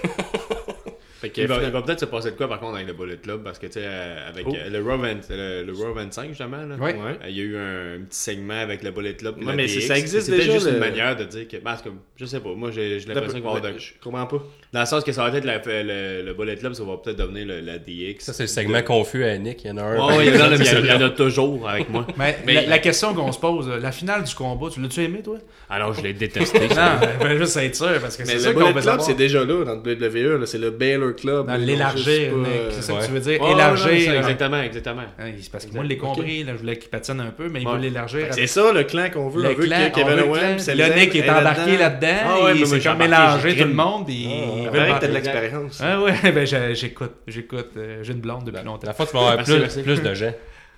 [SPEAKER 3] Fait que,
[SPEAKER 6] Il va, il
[SPEAKER 3] finalement,
[SPEAKER 6] va peut-être se passer de quoi par contre avec le Bullet Club parce que tu sais euh, avec
[SPEAKER 3] Oh.
[SPEAKER 6] euh, le, Raw 20 le, le Raw 25 justement là,
[SPEAKER 4] Ouais.
[SPEAKER 6] euh, il y a eu un petit segment avec le Bullet Club. puis
[SPEAKER 3] Ouais,
[SPEAKER 6] la
[SPEAKER 3] mais c'est-
[SPEAKER 6] DX,
[SPEAKER 3] ça existe
[SPEAKER 6] c'était
[SPEAKER 3] déjà,
[SPEAKER 6] juste
[SPEAKER 3] le-
[SPEAKER 6] une manière de dire que ben, parce que je sais pas moi j'ai j'ai l'impression qu'il va y avoir de-
[SPEAKER 3] Je comprends pas.
[SPEAKER 6] dans le sens que ça va être la- le, le Bullet Club ça va peut-être devenir le- la DX.
[SPEAKER 5] Ça, c'est le segment confus à Nick. Il y en a un.
[SPEAKER 6] Ouais, ouais, il y en a- il y en a- il y en
[SPEAKER 5] celui-là.
[SPEAKER 6] a toujours avec moi.
[SPEAKER 4] Mais, la, la question qu'on se pose, la finale du combat, tu l'as-tu aimé, toi?
[SPEAKER 6] Alors je l'ai détesté.
[SPEAKER 4] Non, ben, juste être sûr, parce que
[SPEAKER 3] Mais
[SPEAKER 4] c'est
[SPEAKER 3] le
[SPEAKER 4] ça qu'on
[SPEAKER 3] Bullet
[SPEAKER 4] veut
[SPEAKER 3] Club,
[SPEAKER 4] savoir.
[SPEAKER 3] c'est déjà là dans le WWE. là, C'est le Baylor Club.
[SPEAKER 4] Dans
[SPEAKER 3] Ils ont
[SPEAKER 4] l'élargir,
[SPEAKER 3] juste pas,
[SPEAKER 4] Nick,
[SPEAKER 3] euh,
[SPEAKER 4] c'est ça que
[SPEAKER 5] ouais.
[SPEAKER 4] tu veux dire,
[SPEAKER 6] Oh, non,
[SPEAKER 4] élargir.
[SPEAKER 6] c'est
[SPEAKER 4] là.
[SPEAKER 6] exactement exactement.
[SPEAKER 4] Hein, c'est parce que moi, je l'ai compris, là, je voulais qu'il patine un peu, mais il
[SPEAKER 6] Ouais.
[SPEAKER 4] veut l'élargir.
[SPEAKER 3] C'est ça le clan qu'on veut. on veut que
[SPEAKER 4] on veut
[SPEAKER 3] Kevin
[SPEAKER 4] le clan.
[SPEAKER 3] Owens, c'est
[SPEAKER 4] le Nick est embarqué là-dedans,
[SPEAKER 6] Ah ouais,
[SPEAKER 4] il
[SPEAKER 6] mais
[SPEAKER 4] s'est
[SPEAKER 6] moi, j'ai
[SPEAKER 4] comme
[SPEAKER 6] embarqué,
[SPEAKER 4] mélangé
[SPEAKER 6] j'ai
[SPEAKER 4] tout le
[SPEAKER 6] crime.
[SPEAKER 4] monde. Il... il
[SPEAKER 3] Il paraît
[SPEAKER 4] veut
[SPEAKER 3] que t'as de
[SPEAKER 4] embarquer.
[SPEAKER 3] l'expérience.
[SPEAKER 4] Ah ouais, (laughs) ben j'ai- j'écoute, j'écoute. euh, j'ai une blonde depuis longtemps.
[SPEAKER 5] La fois, tu vas avoir
[SPEAKER 6] Merci,
[SPEAKER 5] plus,
[SPEAKER 6] merci.
[SPEAKER 5] plus de
[SPEAKER 6] (laughs)
[SPEAKER 5] gens.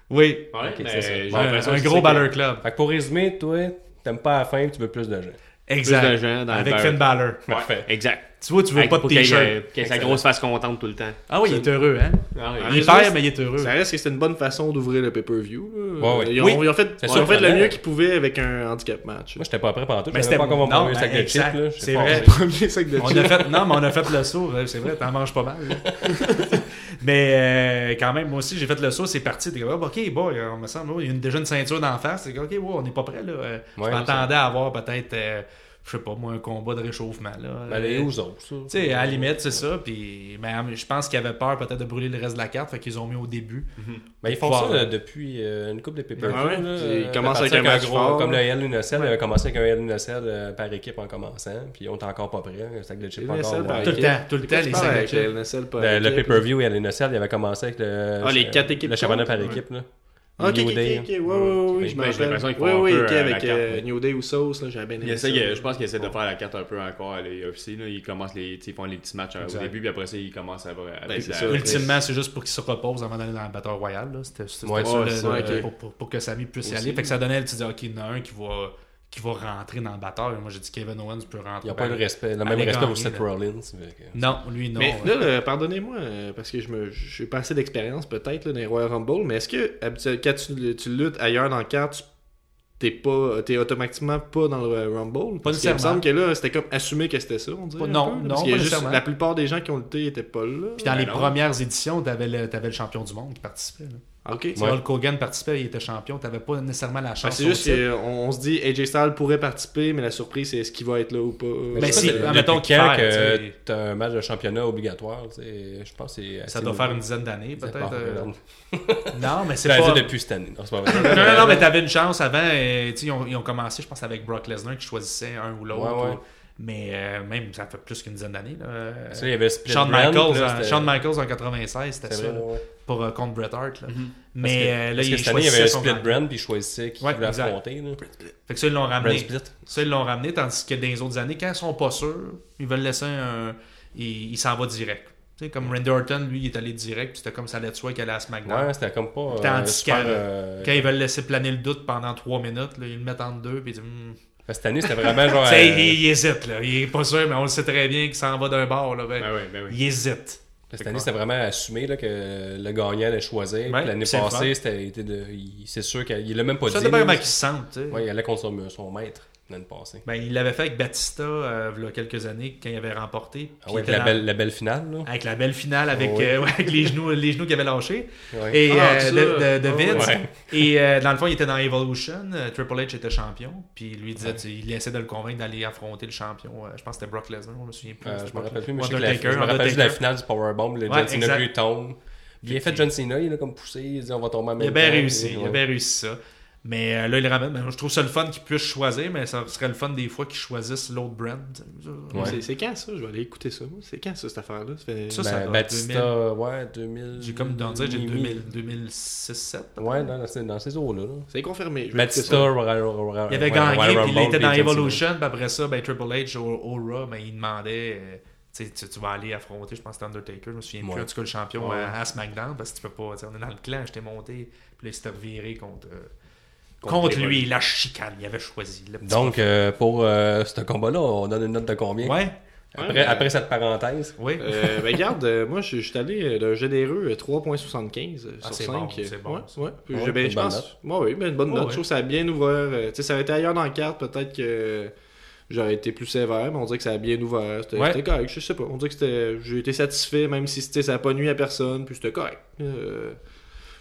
[SPEAKER 4] Oui,
[SPEAKER 6] Ouais,
[SPEAKER 5] Ok,
[SPEAKER 6] mais
[SPEAKER 5] c'est ça.
[SPEAKER 6] j'ai
[SPEAKER 5] Ouais,
[SPEAKER 4] un,
[SPEAKER 6] l'impression
[SPEAKER 4] un
[SPEAKER 6] que
[SPEAKER 4] gros
[SPEAKER 6] c'est-
[SPEAKER 4] baller club.
[SPEAKER 5] Fait que pour résumer, toi, t'aimes pas la fin, tu veux plus de gens.
[SPEAKER 4] Exact.
[SPEAKER 6] de gens dans le
[SPEAKER 4] Avec
[SPEAKER 6] beurre.
[SPEAKER 4] Finn Balor.
[SPEAKER 5] Parfait.
[SPEAKER 6] Exact.
[SPEAKER 4] Tu vois, tu veux
[SPEAKER 6] Avec-
[SPEAKER 4] pas de
[SPEAKER 6] pour qu'il y ait,
[SPEAKER 4] t-shirt.
[SPEAKER 6] euh, qu'il y ait sa grosse face contente tout le temps.
[SPEAKER 4] Ah oui, il est heureux, hein?
[SPEAKER 6] Ah,
[SPEAKER 4] Il perd, mais il est heureux. Ben,
[SPEAKER 3] Ça reste que c'était une bonne façon d'ouvrir le pay-per-view. là.
[SPEAKER 5] Ouais, ouais.
[SPEAKER 3] Ils, ont,
[SPEAKER 5] Oui.
[SPEAKER 3] ils ont fait,
[SPEAKER 5] C'est
[SPEAKER 3] ils ont fait le
[SPEAKER 5] surprenant.
[SPEAKER 3] mieux qu'ils pouvaient avec un handicap match.
[SPEAKER 5] Moi, j'étais pas prêt pendant tout.
[SPEAKER 4] Mais
[SPEAKER 5] Je
[SPEAKER 4] c'était-
[SPEAKER 5] savais pas comment
[SPEAKER 4] non,
[SPEAKER 5] manger un sac
[SPEAKER 4] ben,
[SPEAKER 5] de chips.
[SPEAKER 4] exact.
[SPEAKER 5] là. Je sais
[SPEAKER 4] C'est
[SPEAKER 5] pas.
[SPEAKER 4] vrai.
[SPEAKER 3] Premier sac de
[SPEAKER 4] On a
[SPEAKER 3] chips.
[SPEAKER 4] fait, non, mais on a fait le saut, euh, c'est vrai, t'en manges pas mal. là. (laughs) mais euh, quand même, moi aussi, j'ai fait le saut, c'est parti. T'es comme, OK, bon, euh, on me semble, oh, il y a une- déjà une ceinture d'en face. C'est comme, OK, wow, on n'est pas prêt. Là. Euh, je
[SPEAKER 5] Ouais,
[SPEAKER 4] m'attendais à avoir peut-être, euh, je sais pas, moi, un combat de réchauffement. Là.
[SPEAKER 5] Mais Ben, les
[SPEAKER 4] Euh,
[SPEAKER 5] aux autres, ça.
[SPEAKER 4] tu sais, à la limite, c'est ça. Puis, mais je pense qu'ils avaient peur peut-être de brûler le reste de la carte, fait qu'ils ont mis au début.
[SPEAKER 5] Mhm. Mais ils font
[SPEAKER 4] Fort,
[SPEAKER 5] ça
[SPEAKER 4] ouais.
[SPEAKER 5] là, depuis euh, une coupe de pay-per-view.
[SPEAKER 3] Ah ouais?
[SPEAKER 5] là,
[SPEAKER 3] Ils
[SPEAKER 5] euh,
[SPEAKER 3] commencent
[SPEAKER 5] de
[SPEAKER 3] avec
[SPEAKER 5] partir
[SPEAKER 3] un match
[SPEAKER 5] qu'un
[SPEAKER 3] fort.
[SPEAKER 5] Comme le Hell in a Cell, ils avaient commencé avec un Hell in a Cell euh, par équipe en commençant. Puis on est encore pas prêt. Un sac de chips
[SPEAKER 3] Hell in a
[SPEAKER 5] encore.
[SPEAKER 3] Cell par
[SPEAKER 5] ouais.
[SPEAKER 4] Tout le
[SPEAKER 3] Ok.
[SPEAKER 4] temps, tout le temps, les
[SPEAKER 3] Ah, avec
[SPEAKER 4] cinq
[SPEAKER 3] le NSL par
[SPEAKER 5] Le, le
[SPEAKER 3] équipe.
[SPEAKER 5] pay-per-view et Hell in a Cell, il avait commencé avec le,
[SPEAKER 3] Ah, les quatre équipes
[SPEAKER 5] le championnat par
[SPEAKER 3] contre, ouais.
[SPEAKER 5] équipe. Là.
[SPEAKER 3] Ah, Ok, ok,
[SPEAKER 5] New
[SPEAKER 3] ok,
[SPEAKER 5] Day.
[SPEAKER 3] ok, ouais, ouais, ouais, je
[SPEAKER 6] Ben,
[SPEAKER 3] me
[SPEAKER 6] j'ai
[SPEAKER 3] rappelle.
[SPEAKER 6] l'impression qu'ils
[SPEAKER 3] Ouais,
[SPEAKER 6] font un
[SPEAKER 3] ouais,
[SPEAKER 6] peu
[SPEAKER 3] ok,
[SPEAKER 6] à la
[SPEAKER 3] avec
[SPEAKER 6] carte,
[SPEAKER 3] euh,
[SPEAKER 6] ouais.
[SPEAKER 3] New Day ou Sauce, là, j'avais bien
[SPEAKER 6] Il
[SPEAKER 3] aimé
[SPEAKER 6] essaie,
[SPEAKER 3] ça,
[SPEAKER 6] euh,
[SPEAKER 3] là.
[SPEAKER 6] je pense qu'ils essaient de faire la carte un peu encore à les UFC. Là. Ils, commencent les, tu sais, ils font les petits matchs euh, au
[SPEAKER 5] Exact.
[SPEAKER 6] début, puis après ça, ils commencent à. à avec
[SPEAKER 3] c'est
[SPEAKER 6] la-
[SPEAKER 3] ça.
[SPEAKER 5] Euh,
[SPEAKER 4] Ultimement, c'est juste pour qu'ils se reposent avant d'aller dans la bataille royale. là. C'était c'était
[SPEAKER 5] Ouais,
[SPEAKER 4] ça,
[SPEAKER 5] ouais,
[SPEAKER 4] le-
[SPEAKER 3] c'est
[SPEAKER 4] le-
[SPEAKER 3] vrai, ok.
[SPEAKER 4] pour, pour- pour que Samy puisse y
[SPEAKER 3] Aussi.
[SPEAKER 4] aller. Fait que ça donnait, tu dis, OK, il y en a un qui va, qui va rentrer dans la bataille. Moi, j'ai dit, Kevin Owens peut rentrer.
[SPEAKER 5] Il n'y a pas le, respect, le même
[SPEAKER 4] Allez
[SPEAKER 5] respect
[SPEAKER 4] gagner,
[SPEAKER 5] pour Seth
[SPEAKER 4] là.
[SPEAKER 5] Rollins. fait que-
[SPEAKER 4] Non, lui, non.
[SPEAKER 3] Mais
[SPEAKER 4] ouais.
[SPEAKER 3] là, euh, pardonnez-moi, euh, parce que je me, j'ai pas assez d'expérience peut-être là, dans les Royal Rumble, mais est-ce que habituel- quand tu, tu luttes ailleurs dans le carte, tu- t'es pas, t'es automatiquement pas dans le Royal Rumble Parce qu'il me
[SPEAKER 4] nécessairement.
[SPEAKER 3] semble que là, c'était comme assumé que c'était ça, on dirait.
[SPEAKER 4] Pas-
[SPEAKER 3] un
[SPEAKER 4] non,
[SPEAKER 3] peu, là,
[SPEAKER 4] non,
[SPEAKER 3] parce qu'il y a
[SPEAKER 4] pas
[SPEAKER 3] juste-
[SPEAKER 4] nécessairement.
[SPEAKER 3] la plupart des gens qui ont lutté étaient pas là. Ben
[SPEAKER 4] Puis dans les
[SPEAKER 6] non.
[SPEAKER 4] premières éditions, t'avais le, t'avais le champion du monde qui participait. là.
[SPEAKER 3] Ah, ok.
[SPEAKER 4] Tu vois, Hulk Hogan participait, il était champion. T'avais pas nécessairement la
[SPEAKER 3] Ah,
[SPEAKER 4] chance.
[SPEAKER 3] c'est
[SPEAKER 4] au
[SPEAKER 3] juste
[SPEAKER 4] titre.
[SPEAKER 3] qu'on on se dit AJ Styles pourrait participer, mais la surprise c'est est-ce qu'il va être là ou pas.
[SPEAKER 5] Mais
[SPEAKER 4] Ben
[SPEAKER 5] je sais
[SPEAKER 4] si,
[SPEAKER 5] pas, depuis
[SPEAKER 4] admettons
[SPEAKER 5] quand
[SPEAKER 4] qu'il perd,
[SPEAKER 5] que
[SPEAKER 4] tu sais.
[SPEAKER 5] t'as un match de championnat obligatoire, tu sais, je pense que c'est
[SPEAKER 4] Ça
[SPEAKER 5] assez
[SPEAKER 4] doit
[SPEAKER 5] nouveau.
[SPEAKER 4] faire une dizaine d'années, peut-être. euh,
[SPEAKER 5] Non,
[SPEAKER 4] Non, mais c'est
[SPEAKER 5] Ben, C'est
[SPEAKER 4] pas...
[SPEAKER 5] pas... depuis cette année. Non, c'est pas
[SPEAKER 4] (laughs)
[SPEAKER 5] vrai.
[SPEAKER 4] Non, non, non,
[SPEAKER 5] (laughs)
[SPEAKER 4] mais t'avais une chance avant. euh, tu sais, ils, ont, ils ont commencé, je pense, avec Brock Lesnar qui choisissait un ou l'autre.
[SPEAKER 5] Ouais, ouais.
[SPEAKER 4] ou- Mais euh, même, ça fait plus qu'une dizaine d'années. là, euh,
[SPEAKER 5] Ça, il y avait Split
[SPEAKER 4] Shawn
[SPEAKER 5] Brand,
[SPEAKER 4] Michaels,
[SPEAKER 5] là,
[SPEAKER 4] en-
[SPEAKER 5] c'était-
[SPEAKER 4] Shawn Michaels en 96, c'était
[SPEAKER 5] C'est
[SPEAKER 4] ça,
[SPEAKER 5] vrai,
[SPEAKER 4] là,
[SPEAKER 5] ouais.
[SPEAKER 4] pour euh, contre Bret Hart. là.
[SPEAKER 5] Parce
[SPEAKER 4] Mais
[SPEAKER 5] que-
[SPEAKER 4] euh, là,
[SPEAKER 5] parce que
[SPEAKER 4] il
[SPEAKER 5] cette année, il y avait
[SPEAKER 4] choisissait son
[SPEAKER 5] Split
[SPEAKER 4] camp.
[SPEAKER 5] Brand, puis il choisissait qui
[SPEAKER 4] Ouais,
[SPEAKER 5] voulait
[SPEAKER 4] exact.
[SPEAKER 5] affronter. là.
[SPEAKER 4] Fait que ça, ils l'ont
[SPEAKER 5] Brand
[SPEAKER 4] ramené.
[SPEAKER 5] Split.
[SPEAKER 4] Ça, ils l'ont ramené, tandis que dans les autres années, quand ils sont pas sûrs, ils veulent laisser un. Il, il s'en va direct. Tu sais, comme Randy Orton, lui, il est allé direct, puis c'était comme ça allait de soi qu'il allait à SmackDown.
[SPEAKER 5] Ouais, c'était comme pas. euh,
[SPEAKER 4] Tandis
[SPEAKER 5] super,
[SPEAKER 4] qu'à-
[SPEAKER 5] euh,
[SPEAKER 4] Quand ils veulent laisser planer le doute pendant trois minutes, là, ils le mettent entre deux, puis ils disent. Hmm,
[SPEAKER 5] Cette année, c'était
[SPEAKER 4] (laughs)
[SPEAKER 5] vraiment genre.
[SPEAKER 4] Tu sais, il,
[SPEAKER 5] euh,
[SPEAKER 4] il hésite, là. Il est pas sûr, mais on le sait très bien qu'il s'en va d'un bord, là. Ben,
[SPEAKER 6] Ben oui, ben oui.
[SPEAKER 4] Il hésite.
[SPEAKER 5] Cette année, c'était vraiment assumé là, que le gagnant allait choisir.
[SPEAKER 4] Ouais,
[SPEAKER 5] Puis L'année
[SPEAKER 4] c'est le fun.
[SPEAKER 5] passée, c'était, il était de- il- c'est sûr qu'il l'a même pas
[SPEAKER 4] Ça
[SPEAKER 5] dit.
[SPEAKER 4] dépend
[SPEAKER 5] là.
[SPEAKER 4] comment il se sent, tu sais.
[SPEAKER 5] Ouais, il allait contre son, son maître l'année passée.
[SPEAKER 4] Ben, il l'avait fait avec Batista, euh, il y a quelques années, quand il avait remporté. puis
[SPEAKER 5] Ah
[SPEAKER 4] il
[SPEAKER 5] ouais,
[SPEAKER 4] était
[SPEAKER 5] la,
[SPEAKER 4] dans-
[SPEAKER 5] belle, la belle finale. Là.
[SPEAKER 4] Avec la belle finale, avec,
[SPEAKER 5] Ouais.
[SPEAKER 4] euh, (laughs) ouais, avec les genoux, les genoux qu'il avait lâchés.
[SPEAKER 5] Ouais.
[SPEAKER 4] Et
[SPEAKER 3] Ah,
[SPEAKER 4] euh,
[SPEAKER 3] ça.
[SPEAKER 4] de, de- de
[SPEAKER 3] Ouais.
[SPEAKER 4] Vince.
[SPEAKER 5] Ouais.
[SPEAKER 4] Et euh, dans le fond, il était dans Evolution. euh, Triple H était champion. Puis lui disait, tu- il essaie de le convaincre d'aller affronter le champion. euh, je pense que c'était Brock Lesnar, je me souviens plus.
[SPEAKER 5] Euh,
[SPEAKER 4] c'était
[SPEAKER 5] je me
[SPEAKER 4] Brock
[SPEAKER 5] rappelle plus, mais je sais que la,
[SPEAKER 4] Undertaker,
[SPEAKER 5] je me rappelle juste de la
[SPEAKER 4] Undertaker.
[SPEAKER 5] finale du Powerbomb. Le
[SPEAKER 4] Ouais,
[SPEAKER 5] John Cena,
[SPEAKER 4] exact.
[SPEAKER 5] lui, il tombe. Bien fait, John Cena, il a comme poussé, il a dit on va tomber en même
[SPEAKER 4] Il a bien
[SPEAKER 5] temps.
[SPEAKER 4] réussi, il
[SPEAKER 5] Ouais.
[SPEAKER 4] a bien réussi ça. Mais euh, là, ils ramènent. Mais je trouve ça le fun qu'ils puissent choisir, mais ça serait le fun des fois qu'ils choisissent l'autre brand.
[SPEAKER 5] Ouais.
[SPEAKER 3] C'est- C'est quand ça Je vais aller écouter ça. moi. C'est quand ça, cette affaire-là Ça fait-
[SPEAKER 4] Ça,
[SPEAKER 5] Ben,
[SPEAKER 4] doit être
[SPEAKER 5] Batista, ouais, 2000.
[SPEAKER 4] J'ai comme d'en dire, j'ai
[SPEAKER 5] Oui,
[SPEAKER 4] 2000 2006 7
[SPEAKER 5] Ouais, non, dans ces, dans ces eaux-là. là.
[SPEAKER 3] C'est confirmé. je
[SPEAKER 4] Ben,
[SPEAKER 3] vais écouter
[SPEAKER 5] Batista,
[SPEAKER 3] ça.
[SPEAKER 5] Royal- Royal-
[SPEAKER 4] Il avait
[SPEAKER 5] Royal
[SPEAKER 4] gagné, puis il
[SPEAKER 5] Rumble,
[SPEAKER 4] était dans
[SPEAKER 5] puis
[SPEAKER 4] Evolution, puis après ça, ben, Triple H au, au Raw, ben, il demandait euh, tu, sais, tu- tu vas aller affronter, je pense que c'était Undertaker, je me souviens
[SPEAKER 5] Ouais.
[SPEAKER 4] plus, en tout cas le champion
[SPEAKER 6] Ouais.
[SPEAKER 4] à, à SmackDown, parce que tu peux pas, tu sais, on est dans le clan, j'étais monté, puis là, il s'était reviré contre, euh,
[SPEAKER 3] Contre
[SPEAKER 4] contre,
[SPEAKER 3] les
[SPEAKER 4] lui, la chicane, il avait choisi. le petit
[SPEAKER 5] Donc, euh, pour euh, ce combat-là, on donne une note de combien
[SPEAKER 4] Ouais,
[SPEAKER 5] après,
[SPEAKER 3] Ouais.
[SPEAKER 5] après cette parenthèse
[SPEAKER 4] oui.
[SPEAKER 3] Euh, ben regarde, euh, moi je, je suis allé euh, d'un généreux euh, 3.75 euh,
[SPEAKER 4] Ah,
[SPEAKER 3] sur
[SPEAKER 4] c'est
[SPEAKER 3] 5.
[SPEAKER 4] bon, c'est bon,
[SPEAKER 3] Ouais,
[SPEAKER 4] ça.
[SPEAKER 3] ouais. Puis
[SPEAKER 5] Ouais,
[SPEAKER 3] j'ai- ben,
[SPEAKER 5] une
[SPEAKER 3] je
[SPEAKER 5] bonne
[SPEAKER 3] pense.
[SPEAKER 5] note.
[SPEAKER 3] Moi, oui, ben, une bonne
[SPEAKER 4] Ouais,
[SPEAKER 3] note.
[SPEAKER 4] ouais.
[SPEAKER 3] Je trouve que ça a bien ouvert. euh, tu sais, ça aurait été ailleurs dans la carte, peut-être que j'aurais été plus sévère, mais on dirait que ça a bien ouvert. C'était
[SPEAKER 4] Ouais.
[SPEAKER 3] c'était correct, je sais pas. On dirait que c'était- j'ai été satisfait, même si c'était- ça n'a pas nuit à personne, puis c'était correct. Euh,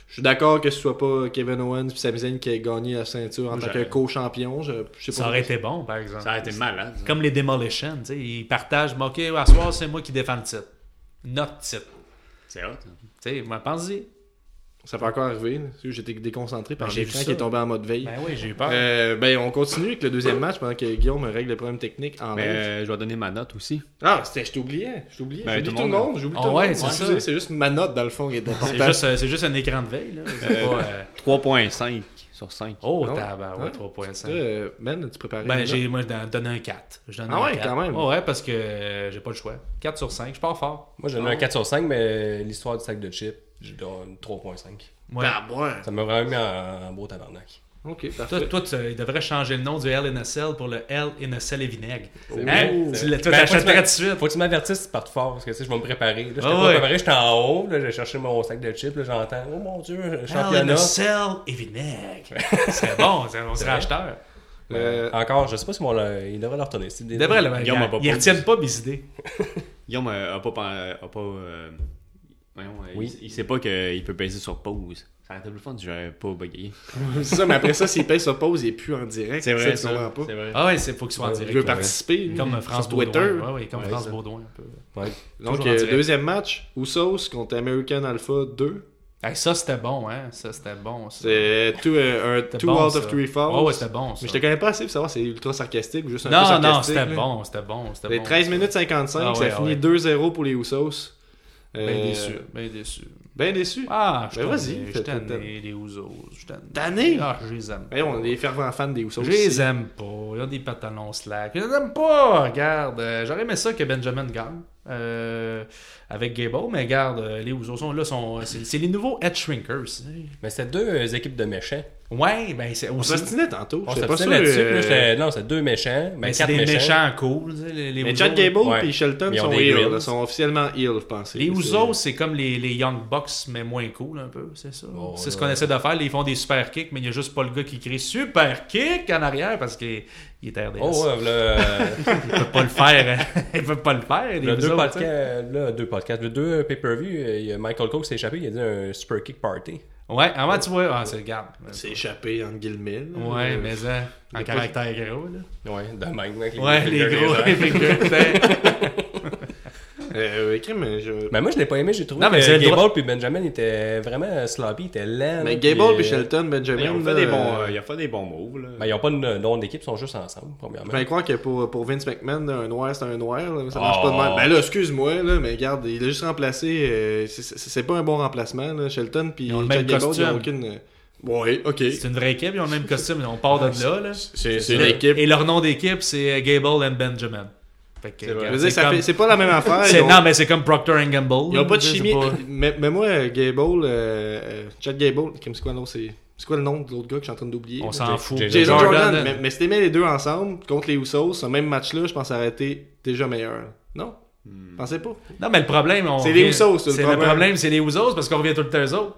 [SPEAKER 3] je suis d'accord que ce soit pas Kevin Owens puis Sami Zayn qui ait gagné la ceinture en
[SPEAKER 6] Moi,
[SPEAKER 3] tant que
[SPEAKER 6] j'aurais-
[SPEAKER 3] co-champion. Je, je sais
[SPEAKER 4] Ça
[SPEAKER 3] pas.
[SPEAKER 4] aurait été bon, par exemple.
[SPEAKER 6] Ça a été hein. malade.
[SPEAKER 4] Comme les Demolition, tu sais, ils partagent, bon, ok, à soir, c'est moi qui défends le titre. Notre titre.
[SPEAKER 6] C'est hot. hein.
[SPEAKER 4] Tu sais, moi, pensez
[SPEAKER 3] Ça peut encore arriver. là. J'étais déconcentré par
[SPEAKER 4] Ben, j'ai
[SPEAKER 3] j'ai
[SPEAKER 4] vu
[SPEAKER 3] l'écran
[SPEAKER 4] ça.
[SPEAKER 3] qui est tombé en mode veille.
[SPEAKER 4] Ben oui, j'ai eu peur.
[SPEAKER 3] Euh, ben, on continue avec le deuxième match pendant que Guillaume règle le problème technique en
[SPEAKER 6] Mais
[SPEAKER 3] live.
[SPEAKER 6] euh, je vais donner ma note aussi.
[SPEAKER 3] Ah, c'était, je t'oubliais. Je t'oubliais.
[SPEAKER 6] Ben,
[SPEAKER 3] j'oublie
[SPEAKER 6] tout
[SPEAKER 3] tout
[SPEAKER 6] le
[SPEAKER 3] le
[SPEAKER 6] monde.
[SPEAKER 3] monde. J'oublie
[SPEAKER 4] Ah
[SPEAKER 3] tout le
[SPEAKER 4] ouais,
[SPEAKER 3] monde.
[SPEAKER 4] c'est
[SPEAKER 3] Ouais,
[SPEAKER 4] ça.
[SPEAKER 3] excusez, C'est juste ma note dans le fond qui est importante.
[SPEAKER 4] C'est juste, euh, c'est juste un écran de veille, là. C'est pas, euh,
[SPEAKER 6] 3.5 sur 5.
[SPEAKER 4] Oh,
[SPEAKER 3] Ah ouais?
[SPEAKER 4] tabarouette,
[SPEAKER 3] Ouais.
[SPEAKER 4] 3.5.
[SPEAKER 3] Euh, ben, tu préparais.
[SPEAKER 4] Ben,
[SPEAKER 3] une note?
[SPEAKER 4] j'ai, moi, je don- donne un 4. Je donne
[SPEAKER 3] Ah
[SPEAKER 4] un
[SPEAKER 3] ouais,
[SPEAKER 4] 4.
[SPEAKER 3] quand même.
[SPEAKER 4] Ouais, ouais, parce que euh, j'ai pas le choix. 4 sur 5, je pars fort.
[SPEAKER 5] Moi, j'ai donné un 4 sur 5, mais l'histoire du sac de chips, je donne 3.5.
[SPEAKER 4] Ouais.
[SPEAKER 3] Ah, ouais.
[SPEAKER 5] Ça m'a vraiment mis en, en beau tabarnak.
[SPEAKER 3] Ok,
[SPEAKER 4] Toi,
[SPEAKER 3] parfait.
[SPEAKER 4] toi tu, il devrait changer le nom du L in a Cell pour le L in a Cell et vinaigre.
[SPEAKER 3] Oh.
[SPEAKER 5] vrai,
[SPEAKER 4] Hein?
[SPEAKER 5] c'est
[SPEAKER 4] Tu l'as-
[SPEAKER 5] vrai.
[SPEAKER 4] toi,
[SPEAKER 5] Ben, faut que tu
[SPEAKER 4] t'achèterais
[SPEAKER 5] m'a-
[SPEAKER 4] de suite.
[SPEAKER 5] Faut que tu m'avertisses si tu partes fort, parce que tu sais, je vais me préparer. Là, j'étais
[SPEAKER 4] Ah
[SPEAKER 5] pas
[SPEAKER 4] ouais.
[SPEAKER 5] préparé, j'étais en haut, là, j'ai cherché mon sac de chips, là, j'entends, oh mon dieu,
[SPEAKER 4] L in a
[SPEAKER 5] championnat.
[SPEAKER 4] Cell et vinaigre. C'est bon, c'est- on serait
[SPEAKER 5] vrai.
[SPEAKER 4] acheteur.
[SPEAKER 3] Euh,
[SPEAKER 5] Encore, je sais pas si mon, le- il devrait le retourner. c'est des-
[SPEAKER 4] Il devrait le
[SPEAKER 6] Guillaume a pas
[SPEAKER 4] Ils
[SPEAKER 6] pause.
[SPEAKER 4] retiennent pas mes idées.
[SPEAKER 6] Guillaume euh, a pas. pen- euh, A pas euh, voyons, euh,
[SPEAKER 5] Oui.
[SPEAKER 6] il, il sait pas qu'il peut peser sur pause. Ça aurait été plus fun si j'aurais pas bugué.
[SPEAKER 3] c'est ça, mais après ça, s'il paye sa pause, il est plus en direct.
[SPEAKER 6] vrai,
[SPEAKER 3] ça. le comprend pas.
[SPEAKER 6] C'est vrai.
[SPEAKER 4] Ah ouais, c'est faut qu'ils soient en
[SPEAKER 5] Ouais,
[SPEAKER 4] direct.
[SPEAKER 3] Je veux
[SPEAKER 4] ouais.
[SPEAKER 3] participer. lui,
[SPEAKER 4] Comme euh,
[SPEAKER 3] sur
[SPEAKER 4] France
[SPEAKER 3] Twitter.
[SPEAKER 4] Baudouin. Ouais, ouais, comme
[SPEAKER 5] Ouais,
[SPEAKER 4] France
[SPEAKER 5] ça.
[SPEAKER 4] Baudouin, un peu.
[SPEAKER 5] Ouais.
[SPEAKER 3] Donc,
[SPEAKER 4] Toujours en
[SPEAKER 3] euh,
[SPEAKER 4] direct.
[SPEAKER 3] deuxième match, Usos contre American Alpha 2.
[SPEAKER 4] Hey, ça, c'était bon, hein. Ça, c'était bon. ça.
[SPEAKER 3] C'est two, euh, un
[SPEAKER 4] C'était
[SPEAKER 3] two
[SPEAKER 4] bon,
[SPEAKER 3] out
[SPEAKER 4] ça.
[SPEAKER 3] of three falls.
[SPEAKER 4] Ouais, ouais, c'était bon. ça.
[SPEAKER 3] Mais je te connais pas assez pour savoir si c'est ultra sarcastique ou juste un peu
[SPEAKER 4] Non, non,
[SPEAKER 3] sarcastique.
[SPEAKER 4] c'était
[SPEAKER 3] là.
[SPEAKER 4] bon, c'était bon, c'était
[SPEAKER 3] Les
[SPEAKER 4] bon.
[SPEAKER 3] 13 Ben, minutes 55,
[SPEAKER 4] Ah
[SPEAKER 3] ça
[SPEAKER 4] ouais,
[SPEAKER 3] finit
[SPEAKER 4] ouais.
[SPEAKER 3] 2-0 pour les Usos.
[SPEAKER 4] Bien
[SPEAKER 3] Euh,
[SPEAKER 4] déçu, bien déçu.
[SPEAKER 3] Ben déçu.
[SPEAKER 4] Ah, je
[SPEAKER 3] Ben,
[SPEAKER 4] t'en
[SPEAKER 3] vas-y,
[SPEAKER 4] ai- je
[SPEAKER 3] fais-toi
[SPEAKER 4] t'en
[SPEAKER 3] ta-
[SPEAKER 4] ai, les Ouzos, je t'en ai.
[SPEAKER 3] Tanné?
[SPEAKER 4] Ah, je les aime.
[SPEAKER 3] Ben, on est fervents fans des Usos.
[SPEAKER 4] Je
[SPEAKER 3] ici.
[SPEAKER 4] les aime pas. Ils ont des pantalons slack. Je les aime pas. Regarde, euh, j'aurais aimé ça que Benjamin gagne euh, avec Gable, mais regarde, euh, les Ouzos sont là, sont, c'est c'est les nouveaux Head Shrinkers.
[SPEAKER 5] Mais c'était deux euh, équipes de méchants.
[SPEAKER 4] Ouais, ben c'est
[SPEAKER 3] On
[SPEAKER 4] aussi.
[SPEAKER 3] s'ostinait tantôt.
[SPEAKER 5] On
[SPEAKER 3] Je
[SPEAKER 5] s'est
[SPEAKER 3] sais pas sûr.
[SPEAKER 5] là-dessus.
[SPEAKER 3] euh,
[SPEAKER 5] là, j'étais- non, c'est deux méchants. Ben,
[SPEAKER 4] Ben, c'est
[SPEAKER 5] quatre
[SPEAKER 4] des
[SPEAKER 5] méchants.
[SPEAKER 4] méchants cool. tu sais, Les, les
[SPEAKER 3] Mais
[SPEAKER 4] Usos,
[SPEAKER 3] Chad Gable
[SPEAKER 5] Ouais.
[SPEAKER 3] et Shelton
[SPEAKER 5] Mais ils ont
[SPEAKER 3] sont
[SPEAKER 5] des
[SPEAKER 3] heels.
[SPEAKER 5] grills.
[SPEAKER 3] là, sont officiellement heels, je pense.
[SPEAKER 4] Les
[SPEAKER 3] C'est-
[SPEAKER 4] Ouzos, c'est comme les, les Young Bucks, mais moins cool un peu, c'est ça.
[SPEAKER 3] Oh,
[SPEAKER 5] Bon,
[SPEAKER 4] c'est
[SPEAKER 5] là.
[SPEAKER 4] ce qu'on essaie de faire. Ils font des super kicks, mais il n'y a juste pas le gars qui crie super kick en arrière parce qu'il il est RDS.
[SPEAKER 5] Oh, ouais,
[SPEAKER 4] (laughs)
[SPEAKER 5] là, euh,
[SPEAKER 4] Il peut pas le faire. hein. (laughs) il peut pas le faire. Les
[SPEAKER 5] là, deux
[SPEAKER 4] Ouzos,
[SPEAKER 5] podcasts,
[SPEAKER 4] tu sais.
[SPEAKER 5] là, deux podcasts, là, deux pay-per-view, euh, il y a Michael Cook s'est échappé, il a dit un super kick party.
[SPEAKER 4] Ouais, avant tu vois. Ah, c'est regarde.
[SPEAKER 3] C'est échappé, entre guillemets. là.
[SPEAKER 4] Ouais,
[SPEAKER 3] Euh,
[SPEAKER 4] mais euh, en
[SPEAKER 3] pas-
[SPEAKER 4] caractère gros, là.
[SPEAKER 5] Ouais, de même. avec (laughs)
[SPEAKER 4] Ouais, les
[SPEAKER 5] figurines,
[SPEAKER 4] gros,
[SPEAKER 5] hein.
[SPEAKER 4] (laughs) les figures.
[SPEAKER 3] Euh, écrit, mais je.
[SPEAKER 5] Mais Ben, moi, je l'ai pas aimé, j'ai trouvé
[SPEAKER 4] Non, mais vous avez
[SPEAKER 5] que
[SPEAKER 4] le droit-
[SPEAKER 5] Gable puis Benjamin étaient vraiment sloppy, ils étaient lents.
[SPEAKER 3] Mais
[SPEAKER 5] puis,
[SPEAKER 3] Gable
[SPEAKER 5] euh,
[SPEAKER 3] et Shelton,
[SPEAKER 6] Mais
[SPEAKER 3] Benjamin.
[SPEAKER 6] on
[SPEAKER 3] là,
[SPEAKER 6] fait des bons,
[SPEAKER 3] euh,
[SPEAKER 6] euh, il a fait des bons moves. Là.
[SPEAKER 5] Ben, ils n'ont pas de nom d'équipe, ils sont juste ensemble, premièrement.
[SPEAKER 3] Je vais croire que pour, pour Vince McMahon, un noir, c'est un noir. là, ça marche pas de
[SPEAKER 5] Oh.
[SPEAKER 3] mal. Ben là, excuse-moi, là, mais regarde, il a juste remplacé. euh, c'est- c'est c'est pas un bon remplacement, là, Shelton. Puis
[SPEAKER 4] Ils ont le
[SPEAKER 3] Chad
[SPEAKER 4] même
[SPEAKER 3] Gable,
[SPEAKER 4] costume.
[SPEAKER 3] ils ont aucune. euh, Ouais, ok.
[SPEAKER 4] C'est une vraie équipe, ils ont le même costume, on part de là, là.
[SPEAKER 3] C'est c'est une
[SPEAKER 4] Le-
[SPEAKER 3] équipe.
[SPEAKER 4] Et leur nom d'équipe, c'est Gable and Benjamin. Fait que,
[SPEAKER 3] Je
[SPEAKER 4] regarde,
[SPEAKER 3] veux dire, ça
[SPEAKER 4] comme-
[SPEAKER 3] fait- c'est pas la même affaire.
[SPEAKER 4] (laughs) c'est-
[SPEAKER 3] ils ont-
[SPEAKER 4] Non, mais c'est comme Procter and Gamble.
[SPEAKER 3] Ils
[SPEAKER 4] là,
[SPEAKER 3] ont pas de
[SPEAKER 4] je sais
[SPEAKER 3] chimie.
[SPEAKER 4] pas.
[SPEAKER 3] Mais, mais moi, euh, Gable, euh, euh, Chad Gable, comme c'est quoi le nom C'est c'est quoi le nom de l'autre gars que je suis en train d'oublier
[SPEAKER 4] On
[SPEAKER 3] là?
[SPEAKER 4] s'en
[SPEAKER 5] Jay-
[SPEAKER 4] fout.
[SPEAKER 5] Jay-
[SPEAKER 3] Jason Jordan. hein.
[SPEAKER 4] Jordan.
[SPEAKER 3] Mais, mais si t'aimais les deux ensemble contre les Usos, ce même match-là, je pense aurait été déjà meilleur. Non Pensez pas.
[SPEAKER 4] Non, mais le problème, on
[SPEAKER 3] C'est les
[SPEAKER 4] revient-
[SPEAKER 3] Usos, c'est le
[SPEAKER 4] le
[SPEAKER 3] problème.
[SPEAKER 4] problème, c'est les Usos parce qu'on revient tout le temps aux autres.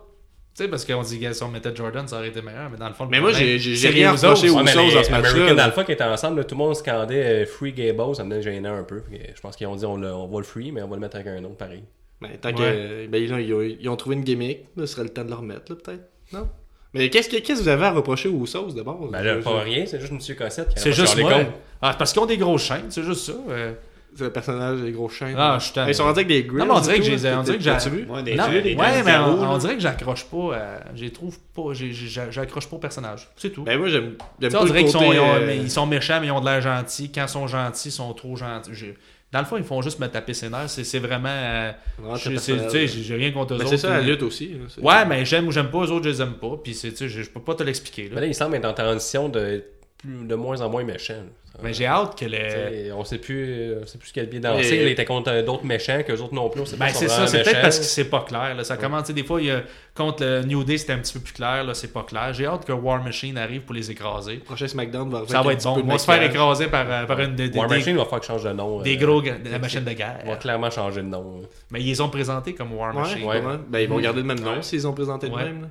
[SPEAKER 4] Tu sais, parce qu'on dit que si on mettait Jordan, ça aurait été meilleur, mais dans le fond, le
[SPEAKER 3] Mais moi,
[SPEAKER 4] problème,
[SPEAKER 3] j'ai- j'ai-
[SPEAKER 4] c'est
[SPEAKER 3] j'ai
[SPEAKER 4] les
[SPEAKER 3] rien
[SPEAKER 4] Usos.
[SPEAKER 3] reproché aux
[SPEAKER 5] Ouais, mais
[SPEAKER 3] Usos
[SPEAKER 5] les
[SPEAKER 3] dans ce match-là,
[SPEAKER 5] American
[SPEAKER 3] là.
[SPEAKER 5] Alpha qui était ensemble, là, tout le monde scandait euh, Free Gable, ça me venait gênant un peu. Fait que Je pense qu'ils ont dit on, le- on va le free, mais on va le mettre avec un autre pareil.
[SPEAKER 3] Ben, tant que,
[SPEAKER 4] Ouais.
[SPEAKER 3] ben, ils, ont, ils ont- ils ont trouvé une gimmick, là, ce serait le temps de le remettre, là, peut-être. Non Mais qu'est-ce que, qu'est-ce que vous avez à reprocher aux Usos d'abord
[SPEAKER 5] Ben là,
[SPEAKER 3] Je-
[SPEAKER 5] pas rien, c'est juste M. Cossette qui a
[SPEAKER 4] C'est
[SPEAKER 5] pas
[SPEAKER 4] juste
[SPEAKER 5] Charlie
[SPEAKER 4] moi.
[SPEAKER 5] Cole.
[SPEAKER 4] Ah, parce qu'ils ont des grosses chaînes, c'est juste ça. euh.
[SPEAKER 3] C'est le personnage des gros chaînes.
[SPEAKER 4] Ah, je t'aime.
[SPEAKER 3] Ils sont rendus avec des grills.
[SPEAKER 4] Non, mais on dirait
[SPEAKER 3] et
[SPEAKER 4] que
[SPEAKER 3] tout,
[SPEAKER 4] je les ai-
[SPEAKER 3] là.
[SPEAKER 4] on dirait que
[SPEAKER 3] T'as-
[SPEAKER 4] j'ai-
[SPEAKER 3] T'as-tu vu?
[SPEAKER 6] Ouais, des
[SPEAKER 4] Non,
[SPEAKER 6] jeux, des
[SPEAKER 4] ouais, mais
[SPEAKER 6] Nintendo,
[SPEAKER 4] on, on
[SPEAKER 6] là.
[SPEAKER 4] dirait que j'accroche pas. à- J'y trouve pas. j'ai- j'ai- J'accroche pas au personnage. C'est tout.
[SPEAKER 3] Ben moi, j'aime j'aime
[SPEAKER 4] Tu sais,
[SPEAKER 3] pas
[SPEAKER 4] on
[SPEAKER 3] le
[SPEAKER 4] dirait
[SPEAKER 3] côté...
[SPEAKER 4] qu'ils sont, ils ont-
[SPEAKER 3] euh,
[SPEAKER 4] mais ils sont méchants, mais ils ont de l'air gentils. Quand ils sont gentils, ils sont trop gentils. J'ai- Dans le fond, ils font juste me taper ses nerfs. C'est c'est vraiment. euh,
[SPEAKER 3] vraiment très
[SPEAKER 4] je- c'est-
[SPEAKER 3] personnel.
[SPEAKER 4] tu sais, J'ai j'ai rien contre eux
[SPEAKER 3] Ben,
[SPEAKER 4] autres.
[SPEAKER 3] c'est ça la
[SPEAKER 4] mais-
[SPEAKER 3] lutte aussi. là, c'est-
[SPEAKER 4] Ouais, mais j'aime ou j'aime pas, eux autres, je les aime pas. Puis, c'est- tu sais, je je peux pas te l'expliquer. là.
[SPEAKER 5] Mais Ben, là, il semble être en transition de, plus- de moins en moins méchant. là.
[SPEAKER 4] Mais j'ai hâte que
[SPEAKER 5] Tu
[SPEAKER 4] le.
[SPEAKER 5] sais, On sait plus, euh, on sait plus quel pied danser.
[SPEAKER 3] Et-
[SPEAKER 5] Il était contre euh, d'autres méchants, qu'eux autres non plus. On sait
[SPEAKER 4] Ben,
[SPEAKER 5] pas si
[SPEAKER 4] c'est
[SPEAKER 5] sont
[SPEAKER 4] ça,
[SPEAKER 5] vraiment
[SPEAKER 4] c'est peut-être
[SPEAKER 5] méchants.
[SPEAKER 4] parce que c'est pas clair. Là. Ça commence, tu sais, des fois, il y a- contre le New Day, c'était un petit peu plus clair. là, C'est pas clair. J'ai hâte que War Machine arrive pour les écraser.
[SPEAKER 3] Le prochain SmackDown va arriver
[SPEAKER 4] Ça va
[SPEAKER 3] avec
[SPEAKER 4] être
[SPEAKER 3] un
[SPEAKER 4] bon.
[SPEAKER 3] petit peu
[SPEAKER 4] On
[SPEAKER 3] de
[SPEAKER 4] va se faire
[SPEAKER 3] maquillage.
[SPEAKER 4] écraser par, euh, par une des, des-
[SPEAKER 5] War
[SPEAKER 4] des-
[SPEAKER 5] Machine va falloir qu'il change de nom.
[SPEAKER 4] des
[SPEAKER 5] euh,
[SPEAKER 4] gros ga- de la machine de guerre.
[SPEAKER 5] Il va clairement changer de nom. hein. là.
[SPEAKER 4] Mais ils les ont présentés comme War Machine.
[SPEAKER 3] Ouais,
[SPEAKER 5] Ouais.
[SPEAKER 3] ouais. Ben, ils vont garder le même nom s'ils ont présenté le
[SPEAKER 4] Hmm. Ouais. Hmm.
[SPEAKER 3] même. là.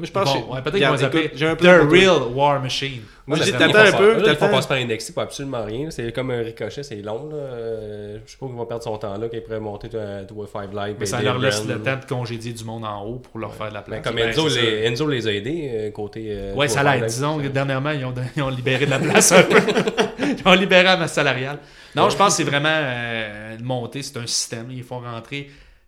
[SPEAKER 3] Moi, je pense
[SPEAKER 4] Bon,
[SPEAKER 3] que-
[SPEAKER 4] ouais, peut-être qu'ils vont les
[SPEAKER 3] Regarde,
[SPEAKER 4] appeler
[SPEAKER 3] écoute, j'ai un
[SPEAKER 4] The
[SPEAKER 3] plan pour toi.
[SPEAKER 4] Real War Machine.
[SPEAKER 3] Moi, je
[SPEAKER 5] Ouais,
[SPEAKER 3] dis,
[SPEAKER 5] mais là,
[SPEAKER 3] t'attends
[SPEAKER 5] ils font
[SPEAKER 3] un peu,
[SPEAKER 5] pas- Là, ils font
[SPEAKER 3] t'attends.
[SPEAKER 5] passer par NXT pour absolument rien. C'est comme un ricochet, c'est long. Là. Euh, je sais pas qu'ils vont perdre son temps là, qu'ils pourraient monter à 5 Live.
[SPEAKER 4] Mais ça
[SPEAKER 5] aider
[SPEAKER 4] leur laisse
[SPEAKER 5] Brand.
[SPEAKER 4] le temps de congédier du monde en haut pour leur faire de la place.
[SPEAKER 5] Mais comme
[SPEAKER 4] Ben,
[SPEAKER 5] Enzo,
[SPEAKER 4] c'est
[SPEAKER 5] les, Enzo les a aidés euh, côté.
[SPEAKER 4] ça.
[SPEAKER 5] euh,
[SPEAKER 4] Ouais,
[SPEAKER 5] Two
[SPEAKER 4] ça
[SPEAKER 5] or Five
[SPEAKER 4] l'aide.
[SPEAKER 5] Live.
[SPEAKER 4] Disons que dernièrement, ils ont, (laughs) ils ont libéré de la place un peu. ils ont libéré la masse salariale. Non, je pense que c'est vraiment euh, une montée. C'est un système. Ils font rentrer.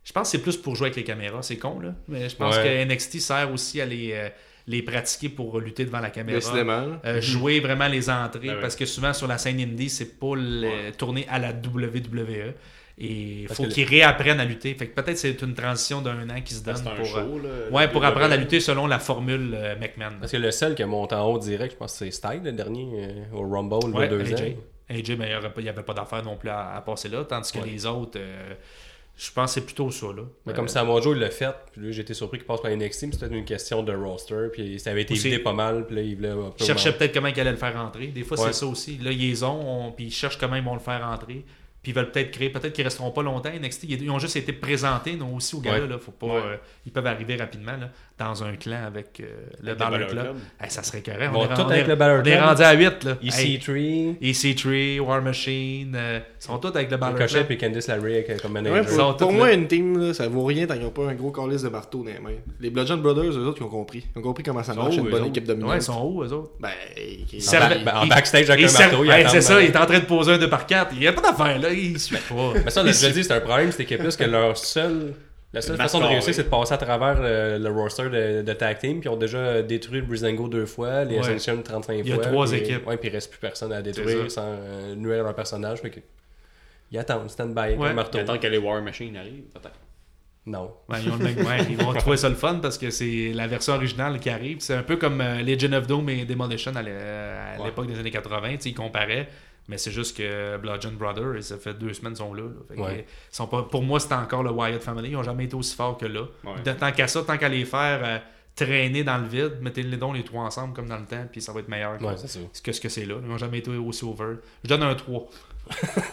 [SPEAKER 4] Je pense que c'est plus pour jouer avec les caméras. C'est con, là. Mais je pense
[SPEAKER 5] Ouais.
[SPEAKER 4] que NXT sert aussi à les, euh, les pratiquer pour lutter devant la caméra.
[SPEAKER 3] Décidément. là.
[SPEAKER 4] Euh, jouer vraiment les entrées parce que souvent sur la scène indie, c'est pas le- tourné à la WWE. Et il
[SPEAKER 5] Parce
[SPEAKER 4] faut
[SPEAKER 5] que le-
[SPEAKER 4] qu'ils réapprennent à lutter. Fait que peut-être c'est une transition d'un an qui se donne
[SPEAKER 6] C'est un
[SPEAKER 4] pour, euh,
[SPEAKER 6] show, là. E.
[SPEAKER 4] ouais, pour apprendre à lutter selon la formule euh, McMahon.
[SPEAKER 5] Parce que le seul qui monte en haut direct, je pense que c'est Style, le dernier, euh, au Rumble, il y a
[SPEAKER 4] Ouais,
[SPEAKER 5] deux
[SPEAKER 4] AJ.
[SPEAKER 5] ans.
[SPEAKER 4] AJ, ben, il n'y avait, pas d'affaires non plus à, à passer là, tandis que les autres, euh, je pense que c'est plutôt ça. Là.
[SPEAKER 5] Mais
[SPEAKER 4] Euh,
[SPEAKER 5] comme Samoa Joe, il l'a fait. Puis là, j'étais surpris qu'il passe par NXT, mais c'était une question de roster. Puis ça avait été
[SPEAKER 4] Aussi.
[SPEAKER 5] évité pas mal. Puis là, il voulait un peu
[SPEAKER 4] Ils cherchaient
[SPEAKER 5] augmenter.
[SPEAKER 4] peut-être comment ils allaient le faire rentrer. Des fois,
[SPEAKER 5] Ouais.
[SPEAKER 4] c'est ça aussi. Là, ils les ont, on- puis ils cherchent comment ils vont le faire rentrer. Puis ils veulent peut-être créer, peut-être qu'ils resteront pas longtemps. NXT, ils ils ont juste été présentés non, aussi au gars-là.
[SPEAKER 5] Ouais.
[SPEAKER 4] là. Faut pas, euh, ils peuvent arriver rapidement là, dans un clan avec euh, le, dans
[SPEAKER 6] le
[SPEAKER 4] le
[SPEAKER 6] Balor
[SPEAKER 4] club.
[SPEAKER 6] Club.
[SPEAKER 4] Eh, ça serait carré.
[SPEAKER 5] Bon,
[SPEAKER 4] On, est,
[SPEAKER 5] tout
[SPEAKER 4] on
[SPEAKER 5] avec
[SPEAKER 4] est-
[SPEAKER 5] le Balor
[SPEAKER 4] on est
[SPEAKER 5] Club.
[SPEAKER 4] rendu à 8. Là.
[SPEAKER 5] E
[SPEAKER 4] Hey,
[SPEAKER 5] EC3,
[SPEAKER 4] EC3, War Machine, euh, ils sont tous avec le Balor
[SPEAKER 5] Ricochet,
[SPEAKER 4] Club.
[SPEAKER 5] puis Candice LeRae avec, euh, comme
[SPEAKER 3] Ouais,
[SPEAKER 5] manager.
[SPEAKER 4] Ils sont
[SPEAKER 3] pour, pour
[SPEAKER 4] tous
[SPEAKER 3] moi,
[SPEAKER 4] là.
[SPEAKER 3] une team, là, ça vaut rien tant qu'ils n'ont pas un gros calice de marteau dans les mains. Les Bludgeon Brothers, eux autres, ils ont compris. Ils ont compris comment ça
[SPEAKER 6] sont
[SPEAKER 3] marche
[SPEAKER 6] où,
[SPEAKER 3] une
[SPEAKER 6] eux
[SPEAKER 3] bonne
[SPEAKER 6] autres?
[SPEAKER 3] équipe dominante.
[SPEAKER 4] Ouais, Oh, ils sont où, eux autres?
[SPEAKER 3] Ben, qui-
[SPEAKER 4] Servent-
[SPEAKER 5] back- ben, en
[SPEAKER 4] ils-
[SPEAKER 5] backstage avec
[SPEAKER 4] ils
[SPEAKER 5] un
[SPEAKER 4] servent-
[SPEAKER 5] marteau, ils
[SPEAKER 4] Ouais,
[SPEAKER 5] attendent,
[SPEAKER 4] c'est ça,
[SPEAKER 5] euh,
[SPEAKER 4] il est en train de poser un 2 par 4. Il n'y a pas d'affaire, là. Il suit
[SPEAKER 5] (laughs)
[SPEAKER 4] pas.
[SPEAKER 5] Mais ça, on l'a déjà dit, c'est un problème, c'est que plus que leur seul. La seule
[SPEAKER 6] Le
[SPEAKER 5] façon de
[SPEAKER 6] mascaré.
[SPEAKER 5] réussir, c'est de passer à travers euh, le, roster de, de tag team. Puis ils ont déjà détruit le Brizango deux fois, les
[SPEAKER 4] Ouais.
[SPEAKER 5] Ascension 35 fois.
[SPEAKER 4] Il y a trois
[SPEAKER 5] puis-
[SPEAKER 4] équipes.
[SPEAKER 5] Ouais, puis il reste plus personne à détruire
[SPEAKER 4] C'est
[SPEAKER 5] sans euh, nuire à leur personnage. Fait que, ils attendent, stand-by, avec
[SPEAKER 4] Ouais.
[SPEAKER 5] un marteau.
[SPEAKER 6] Attends que les War Machine arrivent, peut-être.
[SPEAKER 5] Non.
[SPEAKER 4] Ouais, ils, ont le même- ouais, ils vont trouver ça le fun parce que c'est la version originale qui arrive. C'est un peu comme euh, Legend of Doom et Demolition à l'é- à l'époque des années 80. tu sais, Ils comparaient, mais c'est juste que Bludgeon Brothers, ça fait deux semaines qu'ils sont là. là. Fait que
[SPEAKER 5] Ouais.
[SPEAKER 4] ils sont pas, pour moi, c'est encore le Wyatt Family. Ils n'ont jamais été aussi forts que là.
[SPEAKER 6] Ouais.
[SPEAKER 4] De- tant qu'à ça, tant qu'à les faire euh, traîner dans le vide, mettez-les donc les trois ensemble comme dans le temps, puis ça va être meilleur que-
[SPEAKER 5] Ouais, c'est ça.
[SPEAKER 4] que ce que c'est là. Ils n'ont jamais été aussi over. Je donne un 3. (laughs)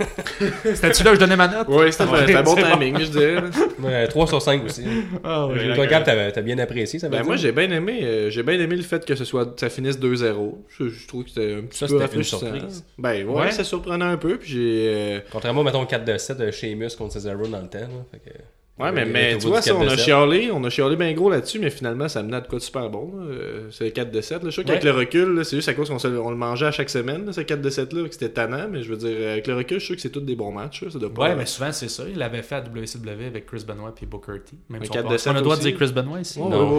[SPEAKER 4] C'était-tu là que je donnais ma note?
[SPEAKER 3] Ouais, c'était un- c'était un bon
[SPEAKER 4] Ben, C'est bon.
[SPEAKER 3] timing, je dirais.
[SPEAKER 4] (laughs)
[SPEAKER 3] là.
[SPEAKER 5] Ouais, 3 sur 5 aussi.
[SPEAKER 4] Ah, ouais.
[SPEAKER 6] Ouais,
[SPEAKER 5] Toi,
[SPEAKER 6] la-
[SPEAKER 5] Gab, t'as t'as bien apprécié, ça veut
[SPEAKER 3] Ben,
[SPEAKER 5] dire?
[SPEAKER 3] moi, j'ai bien aimé, euh, j'ai bien aimé le fait que ce soit, ça finisse 2-0. Je, je trouve que c'était un petit
[SPEAKER 5] Ça,
[SPEAKER 3] peu
[SPEAKER 5] c'était une
[SPEAKER 3] rafraîchissant.
[SPEAKER 5] surprise.
[SPEAKER 3] Ben, ouais,
[SPEAKER 4] Ouais.
[SPEAKER 3] ça surprenait un peu. Puis j'ai. euh,
[SPEAKER 5] Contrairement, mettons, 4 de 7 de Sheamus contre Cesaro dans le temps. là. Fait que-
[SPEAKER 3] Ouais,
[SPEAKER 5] Il
[SPEAKER 3] mais,
[SPEAKER 5] est au
[SPEAKER 3] mais
[SPEAKER 5] bout
[SPEAKER 3] tu
[SPEAKER 5] du
[SPEAKER 3] vois, ça,
[SPEAKER 5] 4
[SPEAKER 3] on
[SPEAKER 5] de
[SPEAKER 3] a
[SPEAKER 5] sept.
[SPEAKER 3] chialé, on a chialé bien gros là-dessus, mais finalement, ça menait à de quoi de super bon. là. Euh, C'est 4 de 7. Là. Je suis sûr qu'avec
[SPEAKER 5] Ouais.
[SPEAKER 3] le recul, là, c'est juste à cause qu'on se- on le mangeait à chaque semaine, là, ce 4 de 7-là, que c'était tannant, mais je veux dire, avec le recul, je suis sûr que c'est tous des bons matchs. là. Ça doit pas... euh,
[SPEAKER 4] Ouais, mais souvent c'est ça. Il l'avait fait à WCW avec Chris Benoit puis Booker T. Même
[SPEAKER 3] Un
[SPEAKER 4] si on,
[SPEAKER 3] 4
[SPEAKER 4] pense-
[SPEAKER 3] de
[SPEAKER 4] on a le droit de
[SPEAKER 3] aussi.
[SPEAKER 4] dire Chris Benoit ici.
[SPEAKER 3] Ouais, ouais, ouais.
[SPEAKER 5] Non.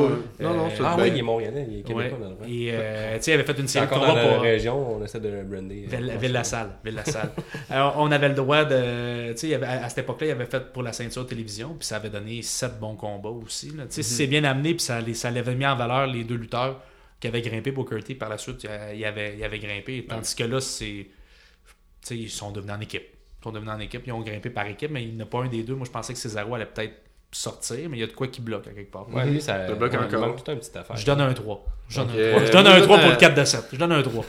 [SPEAKER 3] Non, non,
[SPEAKER 4] Euh,
[SPEAKER 3] c'est
[SPEAKER 5] Ah
[SPEAKER 3] ben-
[SPEAKER 5] oui, il est montréalais, il est
[SPEAKER 4] Ouais.
[SPEAKER 5] québécois dans le temps.
[SPEAKER 4] Et euh, tu sais, il avait fait une
[SPEAKER 5] C'est
[SPEAKER 4] série de
[SPEAKER 5] encore
[SPEAKER 4] combats
[SPEAKER 5] dans la
[SPEAKER 4] pour euh,
[SPEAKER 5] région, on essaie de le brander.
[SPEAKER 4] Ville- Ville-la-Salle. Ville-la-Salle. (laughs) Alors, on avait le droit de. Tu sais, il avait- à à cette époque-là, il avait fait pour la ceinture télévision, puis ça avait donné sept bons combats aussi. là. Tu sais, si c'est bien amené, puis ça, les- ça l'avait mis en valeur les deux lutteurs qui avaient grimpé Booker T. Par la suite, euh, il avait, il avait grimpé. Tandis que là, c'est. tu sais, ils sont devenus en équipe. Ils sont devenus en équipe, ils ont grimpé par équipe, mais il n'y en a pas un des deux. Moi, je pensais que Cesaro allait peut-être sortir, mais il y a de quoi qui bloque à quelque part.
[SPEAKER 5] Ouais, lui, ça
[SPEAKER 3] Le bloc
[SPEAKER 5] ouais, il
[SPEAKER 3] encore.
[SPEAKER 5] manque tout un petit affaire.
[SPEAKER 4] Je donne un 3. Je donne,
[SPEAKER 3] Ok.
[SPEAKER 4] un, 3. Je donne
[SPEAKER 3] Moi,
[SPEAKER 4] un
[SPEAKER 3] je
[SPEAKER 4] 3
[SPEAKER 3] donne
[SPEAKER 4] pour
[SPEAKER 3] un-
[SPEAKER 4] le 4 de 7. Je donne un 3.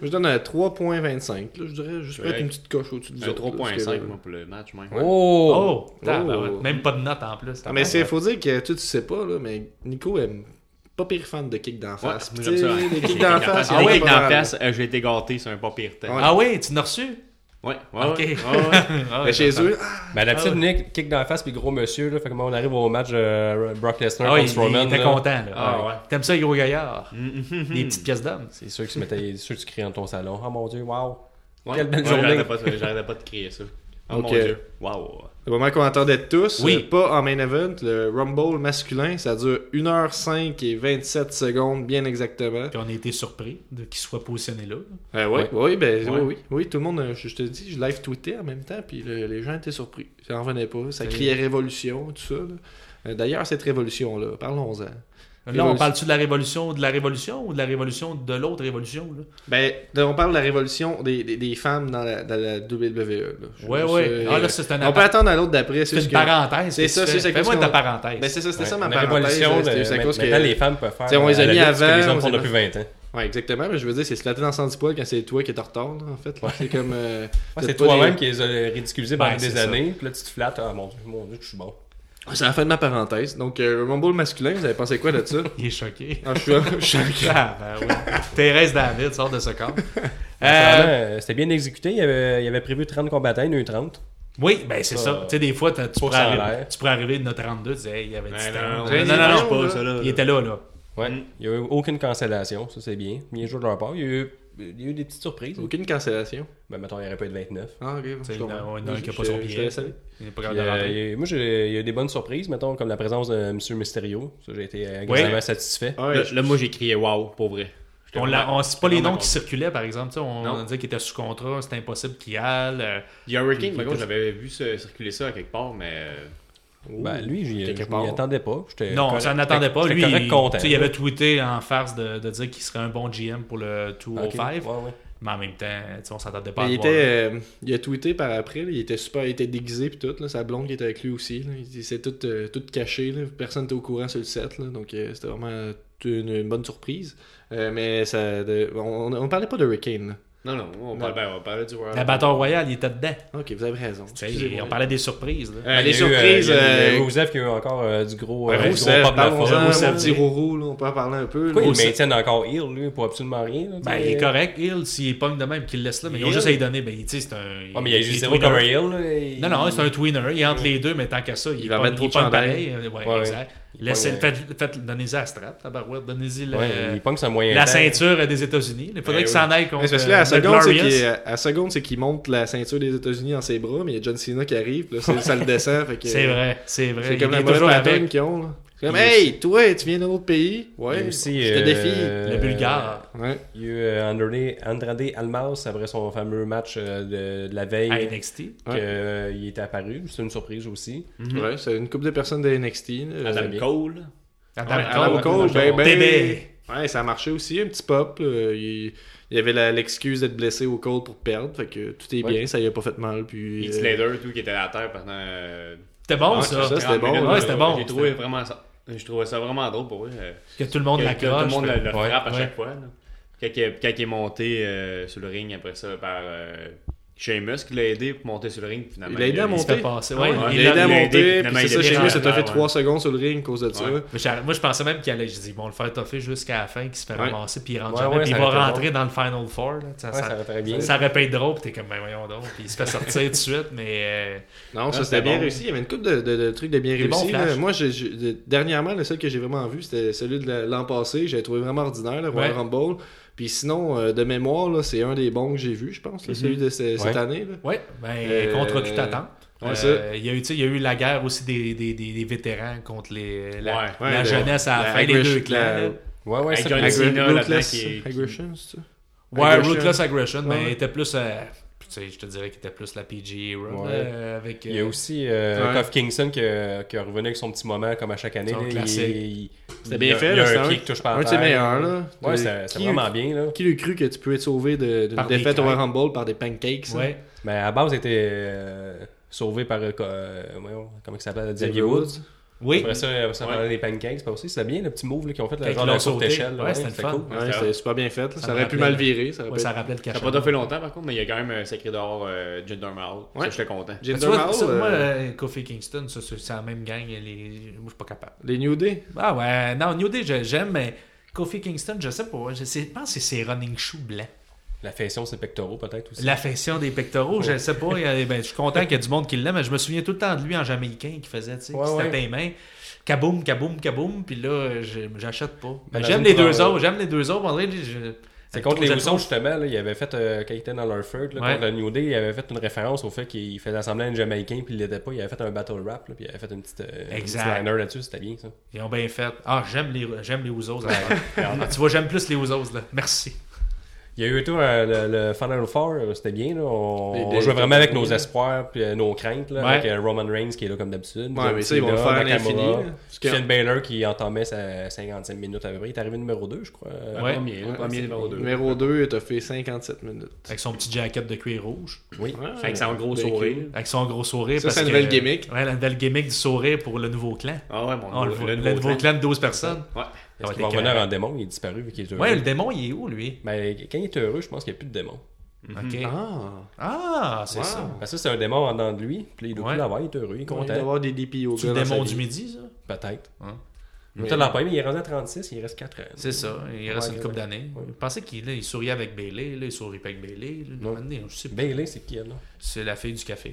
[SPEAKER 3] Je donne un 3.25. là, Je dirais juste peut-être
[SPEAKER 6] Ouais.
[SPEAKER 3] une petite coche au-dessus du
[SPEAKER 6] Un 3.5,
[SPEAKER 3] euh,
[SPEAKER 6] moi, pour le match, même.
[SPEAKER 5] Oh!
[SPEAKER 4] Oh! tabarouette. Même pas de note en plus.
[SPEAKER 3] Ah, mais il faut dire que tu, tu sais pas, là, mais Nico aime pas pire fan de kick d'en
[SPEAKER 6] Ouais,
[SPEAKER 3] face.
[SPEAKER 6] moi,
[SPEAKER 3] Puis,
[SPEAKER 6] j'aime ça.
[SPEAKER 3] tu
[SPEAKER 6] (laughs)
[SPEAKER 3] sais, Les
[SPEAKER 6] Les
[SPEAKER 3] kicks d'en face, il y en a
[SPEAKER 6] kicks
[SPEAKER 3] pas
[SPEAKER 6] d'en
[SPEAKER 3] mal.
[SPEAKER 6] face, euh, j'ai été gâté sur un pas pire temps.
[SPEAKER 3] Ouais.
[SPEAKER 4] Ah oui, tu n'as reçu?
[SPEAKER 6] Ouais, ouais.
[SPEAKER 4] Ok.
[SPEAKER 6] ouais, ouais.
[SPEAKER 4] Ah
[SPEAKER 3] Mais
[SPEAKER 4] ouais,
[SPEAKER 3] chez
[SPEAKER 4] j'entends.
[SPEAKER 3] eux,
[SPEAKER 5] Ben, la
[SPEAKER 3] Ah
[SPEAKER 5] petite Nick, kick dans la face, puis gros monsieur, là. Fait que moi, on arrive au match euh, Brock Lesnar
[SPEAKER 4] Ah ouais,
[SPEAKER 5] contre
[SPEAKER 4] il,
[SPEAKER 5] Strowman.
[SPEAKER 4] il était
[SPEAKER 5] là.
[SPEAKER 4] content. Là.
[SPEAKER 6] Ah ouais. Mm,
[SPEAKER 4] T'aimes ça, les gros gaillards? Des petites pièces d'hommes.
[SPEAKER 5] C'est sûr que tu mettais, c'est sûr que tu criais dans ton salon. Oh mon dieu, wow! Quelle belle
[SPEAKER 6] Ouais,
[SPEAKER 5] journée.
[SPEAKER 6] J'arrêtais pas, de- j'arrêtais pas de crier ça. Oh
[SPEAKER 3] Donc,
[SPEAKER 6] mon
[SPEAKER 3] euh,
[SPEAKER 6] dieu. Waouh.
[SPEAKER 3] Le moment qu'on attendait tous,
[SPEAKER 7] Oui.
[SPEAKER 3] euh, pas en main event, le Rumble masculin, ça dure 1h05 et 27 secondes, bien exactement.
[SPEAKER 4] Puis on a été surpris de qu'il soit positionné là.
[SPEAKER 3] Euh, oui,
[SPEAKER 6] Ouais.
[SPEAKER 3] oui, ben, oui,
[SPEAKER 6] Ouais.
[SPEAKER 3] oui, oui, tout le monde, euh, je, je te dis, je live tweetais en même temps, puis le- les gens étaient surpris. Ça n'en revenait pas, ça criait révolution, tout ça. là. Euh, D'ailleurs, cette révolution-là, parlons-en.
[SPEAKER 4] Là, on
[SPEAKER 3] Révolution.
[SPEAKER 4] parle-tu de la révolution de la révolution ou de la révolution de l'autre révolution? Là?
[SPEAKER 3] Ben, là, on parle de la révolution des, des- des femmes dans la, dans la WWE. là. Je-
[SPEAKER 4] Ouais,
[SPEAKER 3] je-
[SPEAKER 4] ouais.
[SPEAKER 3] euh,
[SPEAKER 4] Ah, là, ça, c'est un
[SPEAKER 3] on peut attendre à l'autre d'après.
[SPEAKER 4] C'est une
[SPEAKER 3] ce que-
[SPEAKER 4] parenthèse.
[SPEAKER 3] C'est
[SPEAKER 4] que tu
[SPEAKER 3] ça,
[SPEAKER 4] fais.
[SPEAKER 3] c'est ça,
[SPEAKER 4] Fais-moi
[SPEAKER 3] qu'est-ce
[SPEAKER 4] de ta
[SPEAKER 3] qu'on-
[SPEAKER 4] parenthèse.
[SPEAKER 3] Ben, c'est ça, c'était
[SPEAKER 5] Ouais,
[SPEAKER 3] ça ma
[SPEAKER 5] la
[SPEAKER 3] parenthèse.
[SPEAKER 5] révolution,
[SPEAKER 3] là,
[SPEAKER 5] de-
[SPEAKER 3] c'était- c'est à
[SPEAKER 5] maintenant,
[SPEAKER 3] cause que-
[SPEAKER 5] les femmes peuvent faire. euh,
[SPEAKER 3] T'sais, on les a
[SPEAKER 5] la
[SPEAKER 3] mis
[SPEAKER 5] lutte, ce que
[SPEAKER 3] avant,
[SPEAKER 5] Les hommes
[SPEAKER 3] on
[SPEAKER 5] font
[SPEAKER 3] les a-
[SPEAKER 5] depuis 20 ans.
[SPEAKER 3] Ouais, exactement. Mais je veux dire, c'est se latter dans son poil quand c'est toi qui es en retard, là, en fait. là. C'est comme. euh,
[SPEAKER 5] Ouais,
[SPEAKER 3] vous
[SPEAKER 5] c'est
[SPEAKER 3] êtes pas
[SPEAKER 5] toi-même
[SPEAKER 3] des-
[SPEAKER 5] qui les a euh, ridiculisés
[SPEAKER 4] Ben,
[SPEAKER 5] pendant
[SPEAKER 4] c'est
[SPEAKER 5] des
[SPEAKER 4] ça.
[SPEAKER 5] années. Puis là, tu te flattes. Ah mon dieu, mon dieu, que je suis bon.
[SPEAKER 3] C'est la fin de ma parenthèse. Donc, euh, le Rumble masculin, vous avez pensé quoi de ça
[SPEAKER 4] (laughs) Il est
[SPEAKER 3] (laughs)
[SPEAKER 4] choqué.
[SPEAKER 3] Ah, je suis- je suis
[SPEAKER 4] Ah, ben oui. Thérèse David sort de ce
[SPEAKER 3] (laughs)
[SPEAKER 4] corps.
[SPEAKER 5] Apparemment,
[SPEAKER 4] Euh,
[SPEAKER 5] euh, C'était bien exécuté. Il y avait, il y avait prévu 30 combattants, il y en a eu 30.
[SPEAKER 4] oui, ben c'est ça.
[SPEAKER 5] Ça-
[SPEAKER 4] Tu sais, des fois, t'as- tu
[SPEAKER 5] Pour
[SPEAKER 4] pourrais,
[SPEAKER 5] ça en
[SPEAKER 4] arriver,
[SPEAKER 5] l'air.
[SPEAKER 4] tu pourrais arriver de notre 32, tu disais, hey, il y avait du temps.
[SPEAKER 6] Ben, non,
[SPEAKER 3] Ben non,
[SPEAKER 4] non, non,
[SPEAKER 3] non, pas, ça,
[SPEAKER 4] Il était là, là.
[SPEAKER 5] Ouais. Il n'y a eu aucune cancellation. Ça, c'est bien. Bien joué de leur part. Il y a eu, il y a eu des petites surprises.
[SPEAKER 3] Aucune cancellation.
[SPEAKER 5] Ben, mettons, il n'y aurait pas eu de 29.
[SPEAKER 3] Ah, ok.
[SPEAKER 4] Tu sais,
[SPEAKER 3] je
[SPEAKER 4] il y en a-
[SPEAKER 3] comprends.
[SPEAKER 4] il y en a un qui a pas
[SPEAKER 3] Je-
[SPEAKER 4] son
[SPEAKER 3] je te
[SPEAKER 4] billet.
[SPEAKER 3] laisse aller.
[SPEAKER 4] Il n'est pas capable
[SPEAKER 5] Puis,
[SPEAKER 4] de
[SPEAKER 5] euh,
[SPEAKER 4] rentrer.
[SPEAKER 5] il y a eu- moi, j'ai il y a eu des bonnes surprises, mettons, comme la présence de M. Mysterio. Ça, j'ai été agréablement satisfait.
[SPEAKER 3] Ah, ouais,
[SPEAKER 6] Là,
[SPEAKER 3] je-
[SPEAKER 6] là, moi, j'ai crié waouh, pour vrai. J'étais
[SPEAKER 4] On l'a-
[SPEAKER 6] vraiment-
[SPEAKER 4] on- c'est pas les
[SPEAKER 6] vraiment
[SPEAKER 4] noms qui
[SPEAKER 6] content.
[SPEAKER 4] circulaient, par exemple. tu sais, On,
[SPEAKER 6] Non.
[SPEAKER 4] on disait qu'il était sous contrat, c'était impossible qu'il y aille. euh,
[SPEAKER 6] The Hurricane,
[SPEAKER 4] Puis-
[SPEAKER 6] par contre, j'avais vu ce- circuler ça à quelque part, mais. euh,
[SPEAKER 5] Ben, lui, j'y- je
[SPEAKER 3] Quelque
[SPEAKER 5] m'y
[SPEAKER 3] part.
[SPEAKER 5] attendais pas. J'étais
[SPEAKER 4] Non,
[SPEAKER 5] correct-
[SPEAKER 4] ça n'attendait pas.
[SPEAKER 5] j'étais
[SPEAKER 4] Lui,
[SPEAKER 5] correct
[SPEAKER 4] il,
[SPEAKER 5] content.
[SPEAKER 4] tu sais, il avait tweeté en farce de, de dire qu'il serait un bon GM pour le
[SPEAKER 5] Ok,
[SPEAKER 4] 205.
[SPEAKER 5] ouais,
[SPEAKER 3] Euh,
[SPEAKER 5] ouais.
[SPEAKER 4] Mais en même temps, tu sais, on s'attendait pas
[SPEAKER 3] Mais
[SPEAKER 4] à
[SPEAKER 3] il,
[SPEAKER 4] le voir.
[SPEAKER 3] était, euh, il a tweeté par après, là, il était super, il était déguisé puis tout, là, sa blonde qui était avec lui aussi. là, il dit, c'est tout, euh, tout caché, là, personne n'était au courant sur le set, là, donc euh, c'était vraiment une, une bonne surprise. Euh, mais ça, de- on, on parlait pas de Hurricane.
[SPEAKER 6] Non, non, on parlait, ben, on parlait du Royal.
[SPEAKER 3] euh,
[SPEAKER 4] La Battle Royale, il était dedans.
[SPEAKER 3] là. Ok, vous avez raison.
[SPEAKER 4] Tu sais, on parlait des surprises. là.
[SPEAKER 6] Euh,
[SPEAKER 5] Ben,
[SPEAKER 3] les
[SPEAKER 5] il y a eu, euh,
[SPEAKER 3] surprises,
[SPEAKER 5] il y a eu,
[SPEAKER 3] euh,
[SPEAKER 5] euh, Rusev qui a eu encore euh, du gros, euh,
[SPEAKER 3] Ouais,
[SPEAKER 5] du gros pop
[SPEAKER 3] Rousseff,
[SPEAKER 5] de la forme.
[SPEAKER 3] parlons-en,
[SPEAKER 4] Rousseff,
[SPEAKER 3] Moussi
[SPEAKER 4] oui.
[SPEAKER 3] Rourou, là, on peut en parler un peu.
[SPEAKER 5] Pourquoi
[SPEAKER 3] là.
[SPEAKER 5] ils maintiennent encore Hill, lui, pour absolument rien? là, tu
[SPEAKER 4] Ben,
[SPEAKER 5] sais?
[SPEAKER 4] il est correct, il, s'il est pogne de même, qu'il le laisse là, mais ils ont
[SPEAKER 6] Hill?
[SPEAKER 4] juste à lui donner. Ben, tu sais, c'est un.
[SPEAKER 5] Ouais, Ah, mais il y a eu
[SPEAKER 4] est
[SPEAKER 5] zéro
[SPEAKER 4] tweener.
[SPEAKER 5] comme un Hill. là, il-
[SPEAKER 4] Non, non, c'est un tweener. Il est entre les deux, mais tant qu'à ça, il,
[SPEAKER 3] Il va
[SPEAKER 4] pogne-
[SPEAKER 3] mettre trop
[SPEAKER 4] il
[SPEAKER 3] de
[SPEAKER 4] pogne
[SPEAKER 3] chandail.
[SPEAKER 4] pareil. Ouais,
[SPEAKER 5] Ouais,
[SPEAKER 4] exact. Laissez-
[SPEAKER 5] pogne,
[SPEAKER 4] Faites, faites- donnez-y à Strap, tabarouette. Donnez-y le-
[SPEAKER 5] Ouais, il pense que c'est un moyen
[SPEAKER 4] la
[SPEAKER 5] temps.
[SPEAKER 4] ceinture des États-Unis. Il faudrait
[SPEAKER 6] Eh
[SPEAKER 4] qu'il
[SPEAKER 6] oui.
[SPEAKER 4] s'en aille contre
[SPEAKER 3] Mais c'est parce que là, à la
[SPEAKER 4] euh, le
[SPEAKER 3] seconde, c'est
[SPEAKER 4] Glorious.
[SPEAKER 3] qu'il- à la seconde, c'est qu'il monte la ceinture des États-Unis dans ses bras, mais il y a John Cena qui arrive, puis là, c'est- ça le descend. fait que-
[SPEAKER 4] C'est vrai, c'est vrai.
[SPEAKER 3] C'est
[SPEAKER 4] Il
[SPEAKER 3] comme
[SPEAKER 4] est
[SPEAKER 3] la mauvaise
[SPEAKER 4] toujours
[SPEAKER 3] pattern
[SPEAKER 4] avec
[SPEAKER 3] qu'ils ont. là. C'est Comme,
[SPEAKER 5] Il y a
[SPEAKER 3] hey, toi, tu viens d'un autre pays?
[SPEAKER 5] Il y
[SPEAKER 3] Ouais,
[SPEAKER 5] a aussi,
[SPEAKER 3] je te
[SPEAKER 5] euh,
[SPEAKER 3] défie.
[SPEAKER 5] euh,
[SPEAKER 4] le Bulgare.
[SPEAKER 3] Ouais.
[SPEAKER 5] Il y a eu euh, Andrade, Andrade Almas après son fameux match euh, de, de la veille
[SPEAKER 4] à NXT.
[SPEAKER 5] qu'il était euh, apparu. C'est une surprise aussi.
[SPEAKER 3] Ouais, c'est une couple de personnes de NXT. là.
[SPEAKER 6] Adam
[SPEAKER 3] Ouais,
[SPEAKER 6] Cole.
[SPEAKER 4] Adam
[SPEAKER 3] Adam
[SPEAKER 4] Cole.
[SPEAKER 3] Cole, ben, ben,
[SPEAKER 4] Bébé.
[SPEAKER 3] Ouais, ça a marché aussi, un petit pop. là. Il il y avait la- l'excuse d'être blessé au Cole pour perdre. Fait que tout est
[SPEAKER 6] Ouais.
[SPEAKER 3] bien, ça y a pas fait mal. Puis,
[SPEAKER 6] Heath
[SPEAKER 3] euh,
[SPEAKER 6] Slater, tout, qui était à terre pendant. euh,
[SPEAKER 4] C'était bon,
[SPEAKER 3] Ouais,
[SPEAKER 4] ça.
[SPEAKER 3] c'est ça, c'était
[SPEAKER 6] 30
[SPEAKER 3] bon,
[SPEAKER 6] minutes,
[SPEAKER 3] ouais,
[SPEAKER 6] là.
[SPEAKER 4] c'était bon,
[SPEAKER 6] J'ai trouvé vraiment ça. Je trouvais ça vraiment drôle pour eux. euh,
[SPEAKER 4] Que tout le monde
[SPEAKER 6] que-
[SPEAKER 4] la
[SPEAKER 6] que Tout le monde le, le
[SPEAKER 5] Ouais,
[SPEAKER 6] frappe à
[SPEAKER 4] ouais.
[SPEAKER 6] chaque fois. là. Quand, il, quand il est monté euh, sur le ring après ça par euh, Sheamus qui l'a aidé pour monter sur le ring finalement.
[SPEAKER 3] Ben, Il l'a aidé à
[SPEAKER 6] eu-
[SPEAKER 3] monter.
[SPEAKER 4] Il se fait passer.
[SPEAKER 3] Ouais,
[SPEAKER 4] Ouais,
[SPEAKER 6] ouais.
[SPEAKER 3] il
[SPEAKER 4] il
[SPEAKER 3] l'a aidé à
[SPEAKER 6] il l'a aidé,
[SPEAKER 3] monter.
[SPEAKER 6] finalement,
[SPEAKER 3] Puis
[SPEAKER 6] il
[SPEAKER 3] c'est ça,
[SPEAKER 6] l'a
[SPEAKER 3] chez
[SPEAKER 6] mis
[SPEAKER 3] nous,
[SPEAKER 6] en
[SPEAKER 3] ça t'a fait
[SPEAKER 6] arrière,
[SPEAKER 3] 3 secondes sur le ring à cause de ça.
[SPEAKER 6] Ouais.
[SPEAKER 4] Mais j'ai- Moi, je pensais même qu'il allait. Je dis, bon, le faire toffer jusqu'à la fin, qu'il se fait
[SPEAKER 3] Ouais.
[SPEAKER 4] ramasser, puis il rentre
[SPEAKER 5] Ouais,
[SPEAKER 4] jamais,
[SPEAKER 5] ouais,
[SPEAKER 4] puis
[SPEAKER 5] ça
[SPEAKER 4] il va
[SPEAKER 5] aurait été
[SPEAKER 4] rentrer dans le Final Four. là. Ça,
[SPEAKER 5] Ouais,
[SPEAKER 4] ça-
[SPEAKER 5] ça va très bien.
[SPEAKER 4] ça aurait pu être drôle, puis t'es comme, ben voyons donc, puis il se fait sortir tout de suite, mais. euh,
[SPEAKER 3] Non, ça c'était
[SPEAKER 6] Ah, c'était
[SPEAKER 3] bien
[SPEAKER 6] bon.
[SPEAKER 3] réussi. Il y avait une couple de, de- de trucs de bien
[SPEAKER 4] Des bons
[SPEAKER 3] réussi. là.
[SPEAKER 4] flashs.
[SPEAKER 3] Moi, j'ai- j'ai- de- dernièrement, le seul que j'ai vraiment vu, c'était celui de la- l'an passé. J'avais trouvé vraiment ordinaire, le Royal
[SPEAKER 4] Ouais.
[SPEAKER 3] Rumble. Puis sinon, euh, de mémoire, là, c'est un des bons que j'ai vu, je pense, là, celui de ce- cette
[SPEAKER 5] Ouais.
[SPEAKER 3] année. là.
[SPEAKER 4] Oui, ben,
[SPEAKER 3] Euh,
[SPEAKER 4] contre toute attente.
[SPEAKER 3] ouais,
[SPEAKER 4] Euh, il, y a eu, tu sais, il y a eu la guerre aussi des, des, des, des vétérans contre les, la,
[SPEAKER 6] Ouais,
[SPEAKER 3] ouais,
[SPEAKER 4] la
[SPEAKER 3] le-
[SPEAKER 4] jeunesse à la,
[SPEAKER 3] la
[SPEAKER 4] fin, les deux
[SPEAKER 3] aggression,
[SPEAKER 4] clans.
[SPEAKER 3] la-
[SPEAKER 4] là.
[SPEAKER 5] Ouais, ouais,
[SPEAKER 6] Avec
[SPEAKER 5] ça,
[SPEAKER 6] John
[SPEAKER 5] puis-
[SPEAKER 3] Agre-
[SPEAKER 6] Cena, là-dedans,
[SPEAKER 3] ruthless
[SPEAKER 6] qui-
[SPEAKER 3] Aggression, c'est ça?
[SPEAKER 4] Ouais,
[SPEAKER 3] Aggression.
[SPEAKER 4] Ruthless Aggression, mais
[SPEAKER 3] Ouais.
[SPEAKER 4] il était plus. euh, tu sais, je te dirais qu'il était plus la PG era.
[SPEAKER 5] Ouais.
[SPEAKER 4] euh, avec,
[SPEAKER 5] Il y a
[SPEAKER 4] euh,
[SPEAKER 5] aussi euh,
[SPEAKER 3] Ouais.
[SPEAKER 5] Kof Kingston qui, a- qui a revenu avec son petit moment comme à chaque année.
[SPEAKER 4] Son
[SPEAKER 5] là, il-
[SPEAKER 4] classique.
[SPEAKER 5] il-
[SPEAKER 3] C'était
[SPEAKER 5] il y
[SPEAKER 3] bien
[SPEAKER 5] a-
[SPEAKER 3] fait.
[SPEAKER 5] Il y
[SPEAKER 3] là, c'est
[SPEAKER 5] a
[SPEAKER 3] un-
[SPEAKER 5] un kick touche par
[SPEAKER 3] Un de ses
[SPEAKER 5] terre.
[SPEAKER 3] meilleurs. là.
[SPEAKER 5] Ouais,
[SPEAKER 3] De-
[SPEAKER 5] c'est c'est
[SPEAKER 3] qui-
[SPEAKER 5] vraiment bien. Là.
[SPEAKER 3] Qui l'eût cru que tu peux être sauvé de- d'une
[SPEAKER 4] Par des
[SPEAKER 3] défaite au
[SPEAKER 4] crêpes.
[SPEAKER 3] Royal Rumble par des pancakes? là?
[SPEAKER 4] Ouais.
[SPEAKER 5] Mais à la base, il était euh, sauvé par. euh, co- euh, voyons, comment il s'appelle Xavier Woods.
[SPEAKER 4] Oui.
[SPEAKER 5] Après ça, après ça
[SPEAKER 6] Ouais.
[SPEAKER 5] on a des pancakes. pas aussi, c'était bien le petit move là, qu'ils ont fait,
[SPEAKER 4] Quand
[SPEAKER 5] le genre
[SPEAKER 4] ils l'ont
[SPEAKER 5] de courte
[SPEAKER 4] sauté.
[SPEAKER 5] échelle. là,
[SPEAKER 4] Ouais, c'était le fun.
[SPEAKER 5] cool.
[SPEAKER 3] Ouais, c'était super bien fait. là. Ça,
[SPEAKER 4] me
[SPEAKER 3] aurait pu
[SPEAKER 4] rappelait-
[SPEAKER 3] mal virer. Ça aurait
[SPEAKER 4] Ouais,
[SPEAKER 3] pu-
[SPEAKER 4] ça rappelait le
[SPEAKER 6] Ça n'a
[SPEAKER 4] cachet.
[SPEAKER 6] pas trop fait longtemps par contre, mais il y a quand même euh, sacré dehors euh, Jinder Mahal.
[SPEAKER 3] Ouais.
[SPEAKER 6] Ça, j'étais content.
[SPEAKER 4] Mais
[SPEAKER 3] Jinder
[SPEAKER 4] tu vois,
[SPEAKER 3] Mahal,
[SPEAKER 4] ça, moi,
[SPEAKER 3] euh,
[SPEAKER 4] euh, Kofi Kingston, ça, c'est c'est la même gang. et les- Moi, je suis pas capable.
[SPEAKER 3] les New Day.
[SPEAKER 4] Ah ouais, non, New Day, je- j'aime, mais Kofi Kingston, je sais pas. Je, sais- je pense que c'est ses running shoes blancs.
[SPEAKER 5] La façon, c'est pectoraux peut-être aussi.
[SPEAKER 4] L'affection des pectoraux, je sais pas. il y a- ben, je suis content qu'il y a du monde qui l'aime, mais je me souviens tout le temps de lui en jamaïcain qui faisait, tu sais,
[SPEAKER 5] Ouais,
[SPEAKER 4] qui se
[SPEAKER 5] ouais.
[SPEAKER 4] tapait les mains. Kaboum, kaboum, kaboum, puis là, je- j'achète pas. Ben,
[SPEAKER 5] Imagine
[SPEAKER 4] j'aime les
[SPEAKER 5] pour
[SPEAKER 4] deux
[SPEAKER 5] un-
[SPEAKER 4] autres, j'aime les deux autres. mais on dirait que je-
[SPEAKER 5] C'est contre les
[SPEAKER 7] Vous êtes
[SPEAKER 5] Houssons,
[SPEAKER 7] contre?
[SPEAKER 5] justement, là, ils avaient fait, euh, quand ils étaient dans leur feutre, là,
[SPEAKER 7] Ouais.
[SPEAKER 5] contre le New Day, ils avaient fait une référence au fait qu'ils faisaient semblant un Jamaïcain, puis ils l'aidaient pas, ils avaient fait un battle rap, là, puis ils avaient fait une petite, euh, un petit
[SPEAKER 4] Exact.
[SPEAKER 5] liner là-dessus, c'était bien ça.
[SPEAKER 4] Ils ont bien fait. Ah, j'aime les, j'aime les Ouzos. (laughs) tu vois, j'aime plus les Ouzos, là. Merci.
[SPEAKER 5] Il y a eu tout euh, le, le Final Four, euh, c'était bien, là, on,
[SPEAKER 3] Les-
[SPEAKER 5] on
[SPEAKER 3] les-
[SPEAKER 5] jouait vraiment avec nos
[SPEAKER 3] les-
[SPEAKER 5] espoirs, puis euh, nos craintes, là,
[SPEAKER 4] Ouais.
[SPEAKER 5] avec euh, Roman Reigns qui est là comme d'habitude.
[SPEAKER 3] Ouais, mais ça, ils vont le faire à l'infini. là. Parce que-
[SPEAKER 5] Finn Balor qui entamait sa 55 minutes à peu près. Il est arrivé numéro 2, je crois. euh,
[SPEAKER 4] Ouais.
[SPEAKER 5] Premier, là,
[SPEAKER 3] Ouais,
[SPEAKER 5] premier
[SPEAKER 3] c'est-
[SPEAKER 5] numéro 2.
[SPEAKER 3] Numéro 2, t'as fait 57 minutes.
[SPEAKER 4] Avec son petit jacket de cuir rouge.
[SPEAKER 5] Oui.
[SPEAKER 6] Fait que c'est un gros
[SPEAKER 3] Thank you.
[SPEAKER 6] sourire.
[SPEAKER 4] Avec son gros sourire.
[SPEAKER 3] Ça,
[SPEAKER 4] parce
[SPEAKER 3] c'est la
[SPEAKER 4] que-
[SPEAKER 3] nouvelle gimmick.
[SPEAKER 4] Ouais, la nouvelle gimmick du sourire pour le nouveau clan.
[SPEAKER 6] Ah ouais, mon
[SPEAKER 4] Ah, le,
[SPEAKER 6] gros-
[SPEAKER 4] le
[SPEAKER 6] gros
[SPEAKER 4] nouveau
[SPEAKER 6] clan.
[SPEAKER 4] clan de 12 personnes.
[SPEAKER 6] Ouais.
[SPEAKER 5] Parce
[SPEAKER 4] va
[SPEAKER 5] qu'il va
[SPEAKER 4] être
[SPEAKER 5] revenir
[SPEAKER 4] écœurant.
[SPEAKER 5] en démon, il est disparu vu qu'il est heureux.
[SPEAKER 4] Ouais, le démon, il est où, lui?
[SPEAKER 5] Mais quand il est heureux, je pense qu'il n'y a plus de démon.
[SPEAKER 4] OK.
[SPEAKER 6] Ah.
[SPEAKER 4] Ah, c'est ça.
[SPEAKER 5] Parce que ça, c'est un démon en dedans de lui. Puis là, il doit
[SPEAKER 4] Ouais.
[SPEAKER 5] plus l'avoir, il est heureux, il est
[SPEAKER 3] On va
[SPEAKER 5] content.
[SPEAKER 3] avoir des DPO.
[SPEAKER 4] C'est le démon du midi, ça?
[SPEAKER 5] Peut-être.
[SPEAKER 4] Hein.
[SPEAKER 5] Mais t'as l'employé, mais il est rendu à 36, il reste 4 ans.
[SPEAKER 4] C'est ça. Il reste
[SPEAKER 5] Ouais,
[SPEAKER 4] une couple
[SPEAKER 5] ouais.
[SPEAKER 4] d'années.
[SPEAKER 5] Ouais.
[SPEAKER 4] Je pensais qu'il là, il souriait avec Bailey. Là, il sourit pas avec Bailey. Là,
[SPEAKER 5] Ouais.
[SPEAKER 4] maintenant, je sais pas.
[SPEAKER 5] Bailey, c'est qui, elle, là?
[SPEAKER 4] C'est la fille du café.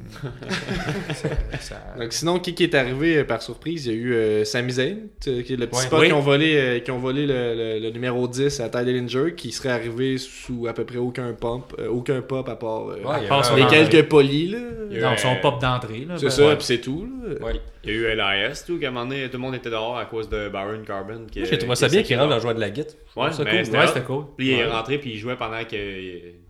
[SPEAKER 4] (laughs) Ça-
[SPEAKER 3] Donc sinon, qui, qui est arrivé euh, par surprise? Il y a eu euh, Sami Zayn, t- qui est le petit
[SPEAKER 5] Ouais.
[SPEAKER 3] spot
[SPEAKER 4] Oui.
[SPEAKER 3] qui ont volé, euh, qui ont volé le, le- le numéro 10 à Ty Dillinger, qui serait arrivé sous à peu près aucun pump, euh, aucun pop à part euh,
[SPEAKER 5] Ouais, il y
[SPEAKER 4] passe
[SPEAKER 5] avait
[SPEAKER 3] les
[SPEAKER 5] un-
[SPEAKER 4] au-
[SPEAKER 3] quelques polis. là.
[SPEAKER 5] Il y a eu
[SPEAKER 4] Non,
[SPEAKER 5] un-
[SPEAKER 4] son pop d'entrée. là,
[SPEAKER 3] C'est
[SPEAKER 4] ben,
[SPEAKER 3] ça,
[SPEAKER 5] ouais.
[SPEAKER 3] puis c'est tout. là.
[SPEAKER 5] Ouais.
[SPEAKER 6] Il y a eu LIS, tout, qu'à un moment donné, tout le monde était dehors à cause de Baron Carbon. Qui,
[SPEAKER 5] Moi, J'ai trouvé ça bien qu'il rentre dans
[SPEAKER 6] dans
[SPEAKER 5] le joueur de la guitare.
[SPEAKER 6] Ouais,
[SPEAKER 5] ça
[SPEAKER 6] mais
[SPEAKER 5] cool.
[SPEAKER 6] c'était
[SPEAKER 4] Ouais,
[SPEAKER 6] hot.
[SPEAKER 4] c'était cool.
[SPEAKER 6] Puis il est
[SPEAKER 5] Ouais.
[SPEAKER 6] rentré, puis il jouait pendant que.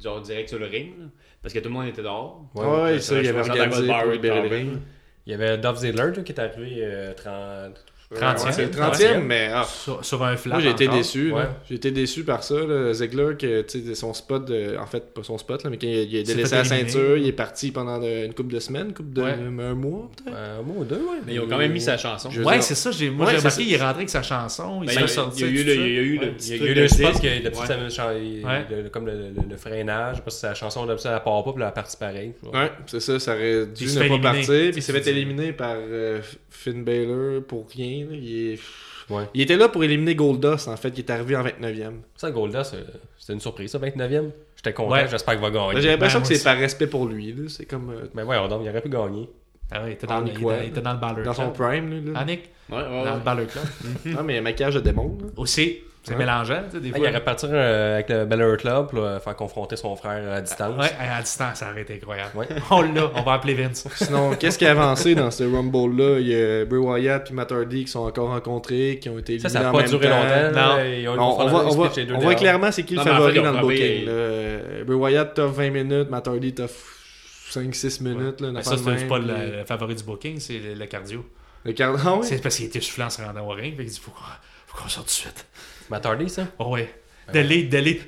[SPEAKER 6] Genre direct sur le ring, là, Parce que tout le monde était dehors.
[SPEAKER 5] Ouais,
[SPEAKER 3] Ouais,
[SPEAKER 6] ouais,
[SPEAKER 3] ça, il y avait
[SPEAKER 6] je pense
[SPEAKER 3] organisé
[SPEAKER 6] que
[SPEAKER 3] pour
[SPEAKER 6] Barrett
[SPEAKER 3] libérer le
[SPEAKER 6] Corbin.
[SPEAKER 3] ring.
[SPEAKER 5] Il y avait Dove Zedler là, qui est arrivé euh, 30.
[SPEAKER 3] Ouais, C'est le
[SPEAKER 5] 30e.
[SPEAKER 3] 30e, mais ah,
[SPEAKER 4] Sur, sur un flash.
[SPEAKER 3] Moi, j'ai été déçu.
[SPEAKER 5] Ouais.
[SPEAKER 3] là. J'ai été déçu par ça. là. Ziegler, que, tu sais, son spot, de- en fait, pas son spot, là, mais qu'il a- il a
[SPEAKER 4] s'est
[SPEAKER 3] délaissé
[SPEAKER 4] fait
[SPEAKER 3] la
[SPEAKER 4] éliminer.
[SPEAKER 3] ceinture, il est parti pendant de- une couple de semaines, couple de
[SPEAKER 4] Ouais.
[SPEAKER 3] un mois, peut-être.
[SPEAKER 5] Un mois ou Euh, deux, ouais.
[SPEAKER 6] Mais ils ont quand même mis sa chanson.
[SPEAKER 3] Je-
[SPEAKER 4] Ouais,
[SPEAKER 3] dire-
[SPEAKER 4] c'est ça. j'ai- Moi,
[SPEAKER 3] Ouais,
[SPEAKER 4] j'ai
[SPEAKER 3] c'est
[SPEAKER 4] remarqué,
[SPEAKER 3] ça.
[SPEAKER 4] il est rentré avec sa chanson. Il
[SPEAKER 6] Ben, il y
[SPEAKER 4] s'est
[SPEAKER 6] a- il
[SPEAKER 4] sorti.
[SPEAKER 6] y a eu
[SPEAKER 4] tout
[SPEAKER 6] le-
[SPEAKER 4] ça.
[SPEAKER 6] il y a eu le
[SPEAKER 5] Il
[SPEAKER 6] petit
[SPEAKER 5] y a, il y a
[SPEAKER 6] truc
[SPEAKER 5] eu le
[SPEAKER 6] de
[SPEAKER 5] spot
[SPEAKER 6] disque.
[SPEAKER 5] que d'habitude,
[SPEAKER 6] Ouais.
[SPEAKER 5] ça me change- il-
[SPEAKER 4] Ouais.
[SPEAKER 5] le- le- comme le, le- le freinage, parce que sa chanson d'habitude, elle part pas, puis elle partie pareil. tu vois.
[SPEAKER 3] Ouais, c'est ça, ça aurait dû
[SPEAKER 4] il se
[SPEAKER 3] ne
[SPEAKER 4] fait
[SPEAKER 3] pas
[SPEAKER 4] éliminer.
[SPEAKER 3] partir. Puis il
[SPEAKER 4] C'est
[SPEAKER 3] s'est
[SPEAKER 4] ce
[SPEAKER 3] fait
[SPEAKER 4] qu'il dit.
[SPEAKER 3] éliminer par euh, Finn Balor pour rien. là. Il, est-
[SPEAKER 5] Ouais.
[SPEAKER 3] il était là pour éliminer Goldust, en fait, qui est arrivé en 29e.
[SPEAKER 5] Ça, Golda, c'est- c'était une surprise, ça, 29e. J'étais content,
[SPEAKER 4] Ouais.
[SPEAKER 5] j'espère qu'il va
[SPEAKER 3] Ben,
[SPEAKER 5] gagner.
[SPEAKER 3] J'ai l'impression
[SPEAKER 4] moi
[SPEAKER 3] que c'est
[SPEAKER 4] aussi.
[SPEAKER 3] par respect pour lui. là. C'est comme euh,
[SPEAKER 5] Mais ouais, donc, il aurait pu gagner.
[SPEAKER 4] Ah ouais, il était dans,
[SPEAKER 3] On
[SPEAKER 4] le,
[SPEAKER 3] y croit.
[SPEAKER 4] il était dans le baller
[SPEAKER 3] dans son
[SPEAKER 4] club.
[SPEAKER 3] prime. Là, là.
[SPEAKER 4] Annick,
[SPEAKER 6] Ouais, ouais,
[SPEAKER 4] dans
[SPEAKER 6] ouais.
[SPEAKER 4] le baller club.
[SPEAKER 3] Ah, mais maquillage de démon. là.
[SPEAKER 4] Aussi, c'est
[SPEAKER 3] Ouais.
[SPEAKER 4] mélangeant, tu sais, des
[SPEAKER 5] Ah,
[SPEAKER 4] fois.
[SPEAKER 5] il aurait partir euh, avec le Belleur Club pour euh, faire confronter son frère euh, à distance.
[SPEAKER 4] Ouais, à distance, ça aurait été incroyable.
[SPEAKER 5] Ouais.
[SPEAKER 4] (laughs) On l'a, on va appeler Vince.
[SPEAKER 3] Sinon, qu'est-ce qui a avancé dans ce Rumble-là Il y a Bray Wyatt puis Matt Hardy qui sont encore rencontrés, qui ont été éliminés
[SPEAKER 5] Ça, ça n'a
[SPEAKER 3] en
[SPEAKER 5] pas
[SPEAKER 3] même
[SPEAKER 5] duré
[SPEAKER 3] temps.
[SPEAKER 5] longtemps.
[SPEAKER 4] Non.
[SPEAKER 5] là, et on,
[SPEAKER 3] On,
[SPEAKER 5] ils vont faire
[SPEAKER 3] on
[SPEAKER 5] la
[SPEAKER 3] voit,
[SPEAKER 5] même
[SPEAKER 3] on voit-
[SPEAKER 5] split les deux
[SPEAKER 3] on voit
[SPEAKER 5] dehors.
[SPEAKER 3] clairement c'est qui le
[SPEAKER 6] Non, mais en
[SPEAKER 3] favori
[SPEAKER 6] fait, ils
[SPEAKER 3] dans
[SPEAKER 6] ont
[SPEAKER 3] le
[SPEAKER 6] frappé-
[SPEAKER 3] booking. là. Euh, Bray Wyatt top 20 minutes, Matt Hardy top 5-6 minutes. Là, une
[SPEAKER 4] Mais
[SPEAKER 3] affaire
[SPEAKER 4] ça,
[SPEAKER 3] de
[SPEAKER 4] c'est
[SPEAKER 3] même,
[SPEAKER 4] pas
[SPEAKER 3] puis-
[SPEAKER 4] le, le favori du booking, c'est le, le cardio.
[SPEAKER 3] Le quart- Ah ouais?
[SPEAKER 4] C'est parce qu'il était soufflant en se rendant au ring, fait qu'il dit faut, qu'on- faut qu'on sorte tout de suite.
[SPEAKER 5] Matt Hardy, ça.
[SPEAKER 4] Oh ouais. Delete, delete.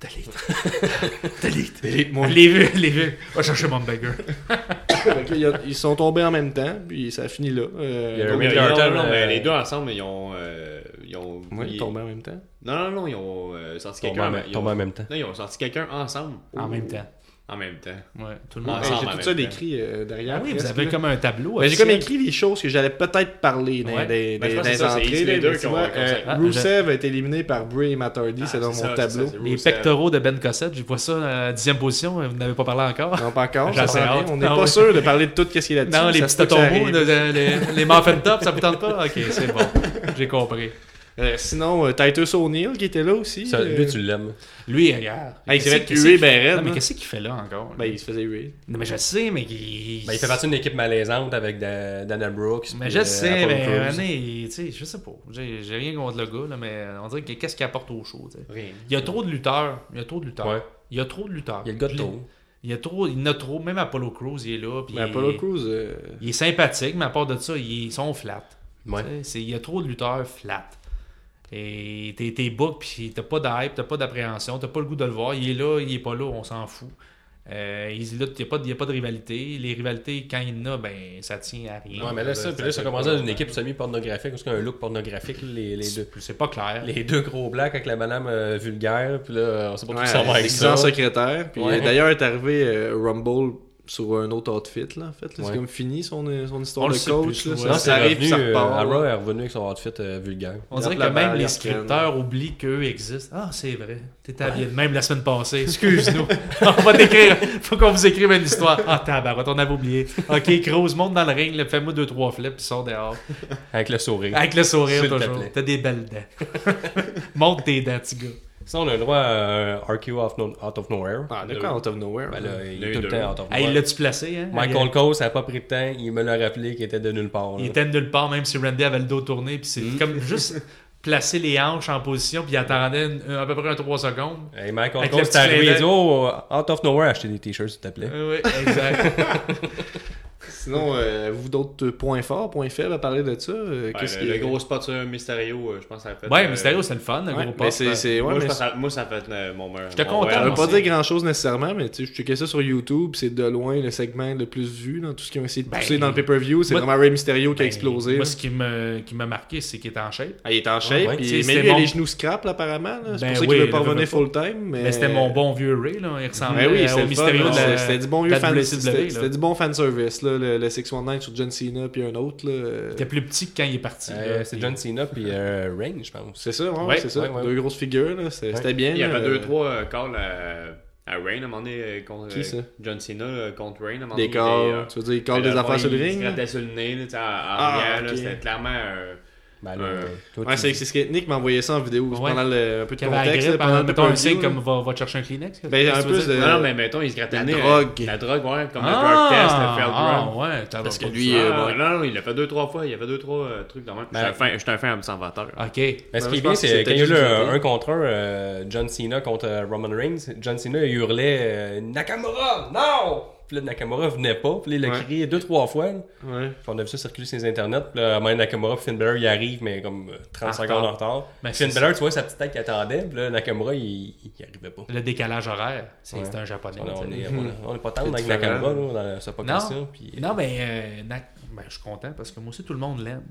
[SPEAKER 4] Delete. delete. Delete, moi. Les vues, les vues. Va chercher mon bagger.
[SPEAKER 3] (laughs) Fait que là, il y a- ils sont tombés en même temps, puis ça a fini là. Euh,
[SPEAKER 5] Il y a
[SPEAKER 6] Mais
[SPEAKER 5] Rick
[SPEAKER 6] non,
[SPEAKER 5] Dalton,
[SPEAKER 6] non, mais
[SPEAKER 5] euh,
[SPEAKER 6] les deux ensemble, ils ont. euh, Ils ont.
[SPEAKER 3] ouais,
[SPEAKER 6] ils-
[SPEAKER 3] ils tombent en même temps.
[SPEAKER 6] Non, non, non, ils ont euh, sorti
[SPEAKER 5] Tombé en,
[SPEAKER 6] quelqu'un.
[SPEAKER 5] même-
[SPEAKER 6] ils ont-
[SPEAKER 5] tombé en même temps.
[SPEAKER 6] Non, ils ont sorti quelqu'un ensemble.
[SPEAKER 4] En même temps.
[SPEAKER 6] En même temps.
[SPEAKER 4] Ouais, tout le
[SPEAKER 6] Ouais.
[SPEAKER 4] monde.
[SPEAKER 3] Hey,
[SPEAKER 6] Ensemble
[SPEAKER 3] J'ai
[SPEAKER 6] en
[SPEAKER 3] tout
[SPEAKER 6] même
[SPEAKER 3] ça
[SPEAKER 6] temps.
[SPEAKER 3] décrit euh, derrière.
[SPEAKER 4] Ah oui, vous
[SPEAKER 3] presque,
[SPEAKER 4] avez
[SPEAKER 3] là.
[SPEAKER 4] comme un tableau.
[SPEAKER 3] Ben, j'ai comme
[SPEAKER 4] officiel.
[SPEAKER 3] écrit les choses que j'allais peut-être parler dans
[SPEAKER 4] Ouais.
[SPEAKER 3] des,
[SPEAKER 6] Ben, je
[SPEAKER 3] des,
[SPEAKER 6] pense que
[SPEAKER 3] des
[SPEAKER 6] c'est ça, c'est
[SPEAKER 3] entrées.
[SPEAKER 6] les
[SPEAKER 3] là,
[SPEAKER 6] deux
[SPEAKER 3] mais
[SPEAKER 6] qui
[SPEAKER 3] tu
[SPEAKER 6] ont- Ah,
[SPEAKER 3] vois,
[SPEAKER 6] qui ont ça.
[SPEAKER 3] euh,
[SPEAKER 4] Ah,
[SPEAKER 3] Rusev a été éliminé par Bray et Matt Hardy, c'est dans mon tableau.
[SPEAKER 4] Les pectoraux de Ben Cossette, je vois ça à dixième position, vous n'avez pas parlé encore.
[SPEAKER 3] Non, pas encore. ça
[SPEAKER 4] J'en
[SPEAKER 3] s'en
[SPEAKER 4] ai
[SPEAKER 3] vient.
[SPEAKER 4] hâte.
[SPEAKER 3] On n'est
[SPEAKER 4] Ah
[SPEAKER 3] pas
[SPEAKER 4] ouais.
[SPEAKER 3] sûr de parler de tout ce qu'il a là-dessus.
[SPEAKER 4] Non, les
[SPEAKER 3] Ça se peut
[SPEAKER 4] petits
[SPEAKER 3] que ça
[SPEAKER 4] tombeaux,
[SPEAKER 3] arrive.
[SPEAKER 4] les, les muffin tops, ça vous tente pas? Ok, c'est bon. J'ai compris.
[SPEAKER 3] Euh, sinon, euh, Titus O'Neill qui était là aussi.
[SPEAKER 5] Ça,
[SPEAKER 3] euh,
[SPEAKER 5] Lui, tu l'aimes.
[SPEAKER 4] Lui, regarde.
[SPEAKER 3] Ah, il s'est fait
[SPEAKER 4] Qu'est-ce
[SPEAKER 3] tuer
[SPEAKER 4] qu'il-
[SPEAKER 3] ben raide,
[SPEAKER 4] Non,
[SPEAKER 3] hein.
[SPEAKER 4] mais qu'est-ce qu'il fait là encore?
[SPEAKER 3] Ben, il se faisait huer.
[SPEAKER 4] Non, mais je sais, mais il.
[SPEAKER 5] Ben, il fait partie d'une équipe malaisante avec Da- Dana Brooks.
[SPEAKER 4] Mais
[SPEAKER 5] puis,
[SPEAKER 4] je
[SPEAKER 5] euh,
[SPEAKER 4] sais,
[SPEAKER 5] Apollo
[SPEAKER 4] mais
[SPEAKER 5] Crews.
[SPEAKER 4] René, tu sais, je sais pas. J'ai j'ai rien contre le gars, là, mais on dirait que qu'est-ce qu'il apporte au show, tu sais. Il y a trop de lutteurs. Il y a trop de lutteurs.
[SPEAKER 5] Ouais.
[SPEAKER 4] Il y a trop Ben, de lutteurs.
[SPEAKER 5] Il y a le gars de tour.
[SPEAKER 4] Il y a trop, il y en a trop. Même Apollo Crews, il est là. puis
[SPEAKER 3] Mais
[SPEAKER 4] il-
[SPEAKER 3] Apollo Crews. euh,
[SPEAKER 4] Il est sympathique, mais à part de ça, ils sont flats.
[SPEAKER 5] Ouais.
[SPEAKER 4] Tu sais, c'est- Il y a trop de lutteurs flats. Et t'es, t'es book, puis t'as pas d'hype, t'as pas d'appréhension, t'as pas le goût de le voir. Il est là, il est pas là, on s'en fout. Euh, il n'y a, pas de- y a pas de rivalité. Les rivalités, quand il y en a, ben, ça tient à rien.
[SPEAKER 5] Ouais, mais là, ça, puis là, ça commence dans une équipe semi-pornographique, parce qu'il y a un look pornographique, les, les deux.
[SPEAKER 4] C'est pas clair.
[SPEAKER 5] Les deux gros blacks avec la madame euh, vulgaire, puis là, on sait pas
[SPEAKER 3] Ouais,
[SPEAKER 5] tout ça va avec
[SPEAKER 3] déguisé en
[SPEAKER 5] ça.
[SPEAKER 3] secrétaire. Puis
[SPEAKER 5] Ouais.
[SPEAKER 3] euh, d'ailleurs, est arrivé euh, Rumble sur un autre outfit, là, en fait. là.
[SPEAKER 5] Ouais.
[SPEAKER 3] C'est comme fini son, euh, son
[SPEAKER 4] On
[SPEAKER 3] histoire
[SPEAKER 4] le
[SPEAKER 3] de
[SPEAKER 4] sait
[SPEAKER 3] coach.
[SPEAKER 4] plus,
[SPEAKER 3] là.
[SPEAKER 4] ouais.
[SPEAKER 3] Ça-
[SPEAKER 5] Non,
[SPEAKER 3] ça,
[SPEAKER 5] c'est
[SPEAKER 3] arrive,
[SPEAKER 5] revenu,
[SPEAKER 3] ça
[SPEAKER 5] euh,
[SPEAKER 3] repart. là.
[SPEAKER 5] Ara est revenu avec son outfit euh, vulgaire.
[SPEAKER 4] On dirait
[SPEAKER 3] Ils
[SPEAKER 4] que
[SPEAKER 3] appellent la
[SPEAKER 4] même les
[SPEAKER 3] barrière
[SPEAKER 4] scripteurs oublient qu'eux existent. Ah, c'est vrai. T'étais habillé de même la semaine passée. Excuse-nous. on va t'écrire. Faut qu'on vous écrive une histoire. Ah, tabarouette, on avait oublié. OK, Cruz, monte dans le ring. là, Fais-moi deux, trois flips, puis sors dehors.
[SPEAKER 5] Avec le sourire.
[SPEAKER 4] Avec le
[SPEAKER 5] S'il
[SPEAKER 4] sourire,
[SPEAKER 5] te
[SPEAKER 4] toujours.
[SPEAKER 5] plaît.
[SPEAKER 4] T'as des belles dents. (laughs) monte tes dents, petit gars.
[SPEAKER 5] Sinon, on a le droit à un RQ Out of, out of Nowhere.
[SPEAKER 3] Ah, de quoi, out of nowhere?
[SPEAKER 5] Ben
[SPEAKER 3] là?
[SPEAKER 5] là, il
[SPEAKER 6] Le
[SPEAKER 5] est tout le
[SPEAKER 6] deux.
[SPEAKER 5] temps out of
[SPEAKER 4] Hey, il
[SPEAKER 5] nowhere.
[SPEAKER 4] l'a-tu placé, hein?
[SPEAKER 5] Michael Cole, ça n'a pas pris de temps. Il me l'a rappelé qu'il était de nulle part. là.
[SPEAKER 4] Il était de nulle part, même si Randy avait le dos tourné. Puis c'est comme juste placer les hanches en position, puis il attendait une- à peu près un 3 secondes.
[SPEAKER 5] Hey, Michael
[SPEAKER 4] Avec le
[SPEAKER 5] Cole,
[SPEAKER 4] petit euh,
[SPEAKER 5] c'est arrivé.
[SPEAKER 4] clin
[SPEAKER 5] Il dit Oh, out of nowhere, achetez des t-shirts, s'il te plaît.
[SPEAKER 4] Oui, exact.
[SPEAKER 3] Sinon, euh, vous d'autres points forts, points faibles à parler de ça? Euh,
[SPEAKER 6] Ouais,
[SPEAKER 3] Qu'est-ce
[SPEAKER 6] le, le
[SPEAKER 3] qui-
[SPEAKER 6] gros spot sur Mysterio, euh, je pense que ça a fait.
[SPEAKER 4] ouais,
[SPEAKER 6] euh,
[SPEAKER 4] Mysterio, c'est le fun, le
[SPEAKER 3] Ouais,
[SPEAKER 4] gros hein.
[SPEAKER 3] mais
[SPEAKER 4] poste.
[SPEAKER 3] c'est- c'est- ouais,
[SPEAKER 6] moi, je
[SPEAKER 3] mais
[SPEAKER 6] pense que ça- moi, ça a fait euh, mon meilleur.
[SPEAKER 4] J'étais
[SPEAKER 6] mon
[SPEAKER 4] content,
[SPEAKER 3] Ça
[SPEAKER 6] meilleur
[SPEAKER 3] veut
[SPEAKER 4] moi
[SPEAKER 3] pas
[SPEAKER 4] aussi.
[SPEAKER 3] dire grand chose nécessairement, mais tu sais, je checkais ça sur YouTube, c'est de loin le segment le plus vu dans tout ce qu'ils ont essayé de
[SPEAKER 4] Ben,
[SPEAKER 3] pousser dans le pay-per-view. C'est
[SPEAKER 4] moi-
[SPEAKER 3] vraiment Ray Mysterio qui a
[SPEAKER 4] Ben,
[SPEAKER 3] explosé.
[SPEAKER 4] Moi,
[SPEAKER 3] là.
[SPEAKER 4] ce qui me- qui m'a marqué, c'est qu'il est en shape.
[SPEAKER 3] Ah, il est en shape,
[SPEAKER 4] ouais, tu sais,
[SPEAKER 3] puis, mais
[SPEAKER 4] c'était
[SPEAKER 3] lui, il a
[SPEAKER 4] mon-
[SPEAKER 3] les genoux scrap, là, apparemment. là. C'est
[SPEAKER 4] Ben
[SPEAKER 3] pour ça
[SPEAKER 4] oui,
[SPEAKER 3] qu'il veut pas
[SPEAKER 4] il veut
[SPEAKER 3] revenir
[SPEAKER 4] pas.
[SPEAKER 3] full-time. Mais,
[SPEAKER 4] Mais c'était mon bon vieux Ray, là. Il ressemblait
[SPEAKER 3] Ben oui,
[SPEAKER 4] euh,
[SPEAKER 3] c'était
[SPEAKER 4] au
[SPEAKER 3] le fun,
[SPEAKER 4] mystérieux
[SPEAKER 3] là.
[SPEAKER 4] de la
[SPEAKER 3] C'était du bon vieux
[SPEAKER 4] de la
[SPEAKER 3] fan.
[SPEAKER 4] WCW,
[SPEAKER 3] C'était
[SPEAKER 4] là.
[SPEAKER 3] c'était du bon fan service, là, le, le 619 sur John Cena puis un autre. là.
[SPEAKER 4] Il était plus petit que quand il est parti.
[SPEAKER 5] Euh,
[SPEAKER 4] là.
[SPEAKER 5] c'est
[SPEAKER 4] Puis-
[SPEAKER 5] John Cena puis euh, Reign, je pense.
[SPEAKER 3] C'est ça, ouais,
[SPEAKER 4] Ouais,
[SPEAKER 3] c'est ça.
[SPEAKER 5] ouais, ouais.
[SPEAKER 3] Deux grosses figures, là. C'est- C'était bien.
[SPEAKER 6] Il y
[SPEAKER 3] là.
[SPEAKER 6] avait deux, trois euh, calls à, à Rain à un moment donné euh, contre
[SPEAKER 3] Qui, ça?
[SPEAKER 6] euh, John Cena là, contre Rain à un moment donné.
[SPEAKER 3] Des calls. Tu veux dire, ils callent des affaires sur le
[SPEAKER 6] Il
[SPEAKER 3] ring.
[SPEAKER 6] se
[SPEAKER 3] là.
[SPEAKER 6] grattait sur le nez, là, tu sais, en
[SPEAKER 3] Ah,
[SPEAKER 6] arrière, là,
[SPEAKER 3] ok.
[SPEAKER 6] c'était clairement. euh,
[SPEAKER 5] Ben, là,
[SPEAKER 6] Ouais.
[SPEAKER 5] toi,
[SPEAKER 3] Ouais,
[SPEAKER 5] tu-
[SPEAKER 3] c'est c'est ce que Nick m'a envoyé ça en vidéo
[SPEAKER 4] Ouais.
[SPEAKER 3] pendant le, un peu de
[SPEAKER 4] Qui avait la
[SPEAKER 3] contexte. là,
[SPEAKER 4] grippe, hein.
[SPEAKER 3] pendant
[SPEAKER 4] en
[SPEAKER 3] le
[SPEAKER 4] mettant un
[SPEAKER 3] pay-per-view,
[SPEAKER 4] signe
[SPEAKER 3] là.
[SPEAKER 4] comme va, va te chercher un Kleenex. qu'est-ce
[SPEAKER 3] Ben,
[SPEAKER 4] que
[SPEAKER 3] un
[SPEAKER 4] tu
[SPEAKER 3] peu
[SPEAKER 4] veux dire?
[SPEAKER 3] de-
[SPEAKER 6] Non, non, mais mettons, il se grattait
[SPEAKER 3] La
[SPEAKER 6] le nez.
[SPEAKER 3] drogue.
[SPEAKER 6] La drogue, ouais, comme le drug test, le failed
[SPEAKER 4] Ah,
[SPEAKER 6] drug.
[SPEAKER 4] ah ouais, t'as
[SPEAKER 3] Parce que
[SPEAKER 4] pas
[SPEAKER 3] lui,
[SPEAKER 4] dit-
[SPEAKER 3] euh,
[SPEAKER 6] Ah, Non, non, il l'a fait deux, trois fois. Il a fait deux, trois euh, trucs dans le même.
[SPEAKER 5] Ben,
[SPEAKER 6] J'étais un fin- J'étais un fan observateur.
[SPEAKER 4] Ah, OK.
[SPEAKER 5] Mais ce
[SPEAKER 3] Ouais,
[SPEAKER 5] qui
[SPEAKER 3] Bah je
[SPEAKER 5] est bien,
[SPEAKER 3] pense que
[SPEAKER 5] c'est quand il y a eu
[SPEAKER 3] c'était
[SPEAKER 5] le
[SPEAKER 3] justifié.
[SPEAKER 5] un contre un, euh, John Cena contre euh, Roman Reigns, John Cena il hurlait euh, Nakamura, non! Puis là, Nakamura venait pas, puis là, il a
[SPEAKER 3] Ouais.
[SPEAKER 5] crié deux, trois fois. là.
[SPEAKER 3] Ouais.
[SPEAKER 5] Puis on a vu ça circuler sur les internets, puis là, à un moment donné, Nakamura, puis Finn Balor, il arrive, mais comme euh, 30
[SPEAKER 4] En
[SPEAKER 5] secondes en retard.
[SPEAKER 4] Ben,
[SPEAKER 5] Finn
[SPEAKER 4] c'est-
[SPEAKER 5] Balor, tu vois, sa petite tête qui attendait, puis là, Nakamura, il, il arrivait pas.
[SPEAKER 4] Le décalage horaire, c'est
[SPEAKER 5] Ouais.
[SPEAKER 4] c'est un japonais.
[SPEAKER 5] On, on
[SPEAKER 4] tu sais.
[SPEAKER 5] est, on, est- on
[SPEAKER 3] (laughs)
[SPEAKER 5] est pas tendre avec
[SPEAKER 3] différent.
[SPEAKER 5] Nakamura, là, dans le- ça pas
[SPEAKER 4] Non,
[SPEAKER 5] question. Puis,
[SPEAKER 4] non mais euh, Nak- ben, je suis content parce que moi aussi, tout le monde l'aime.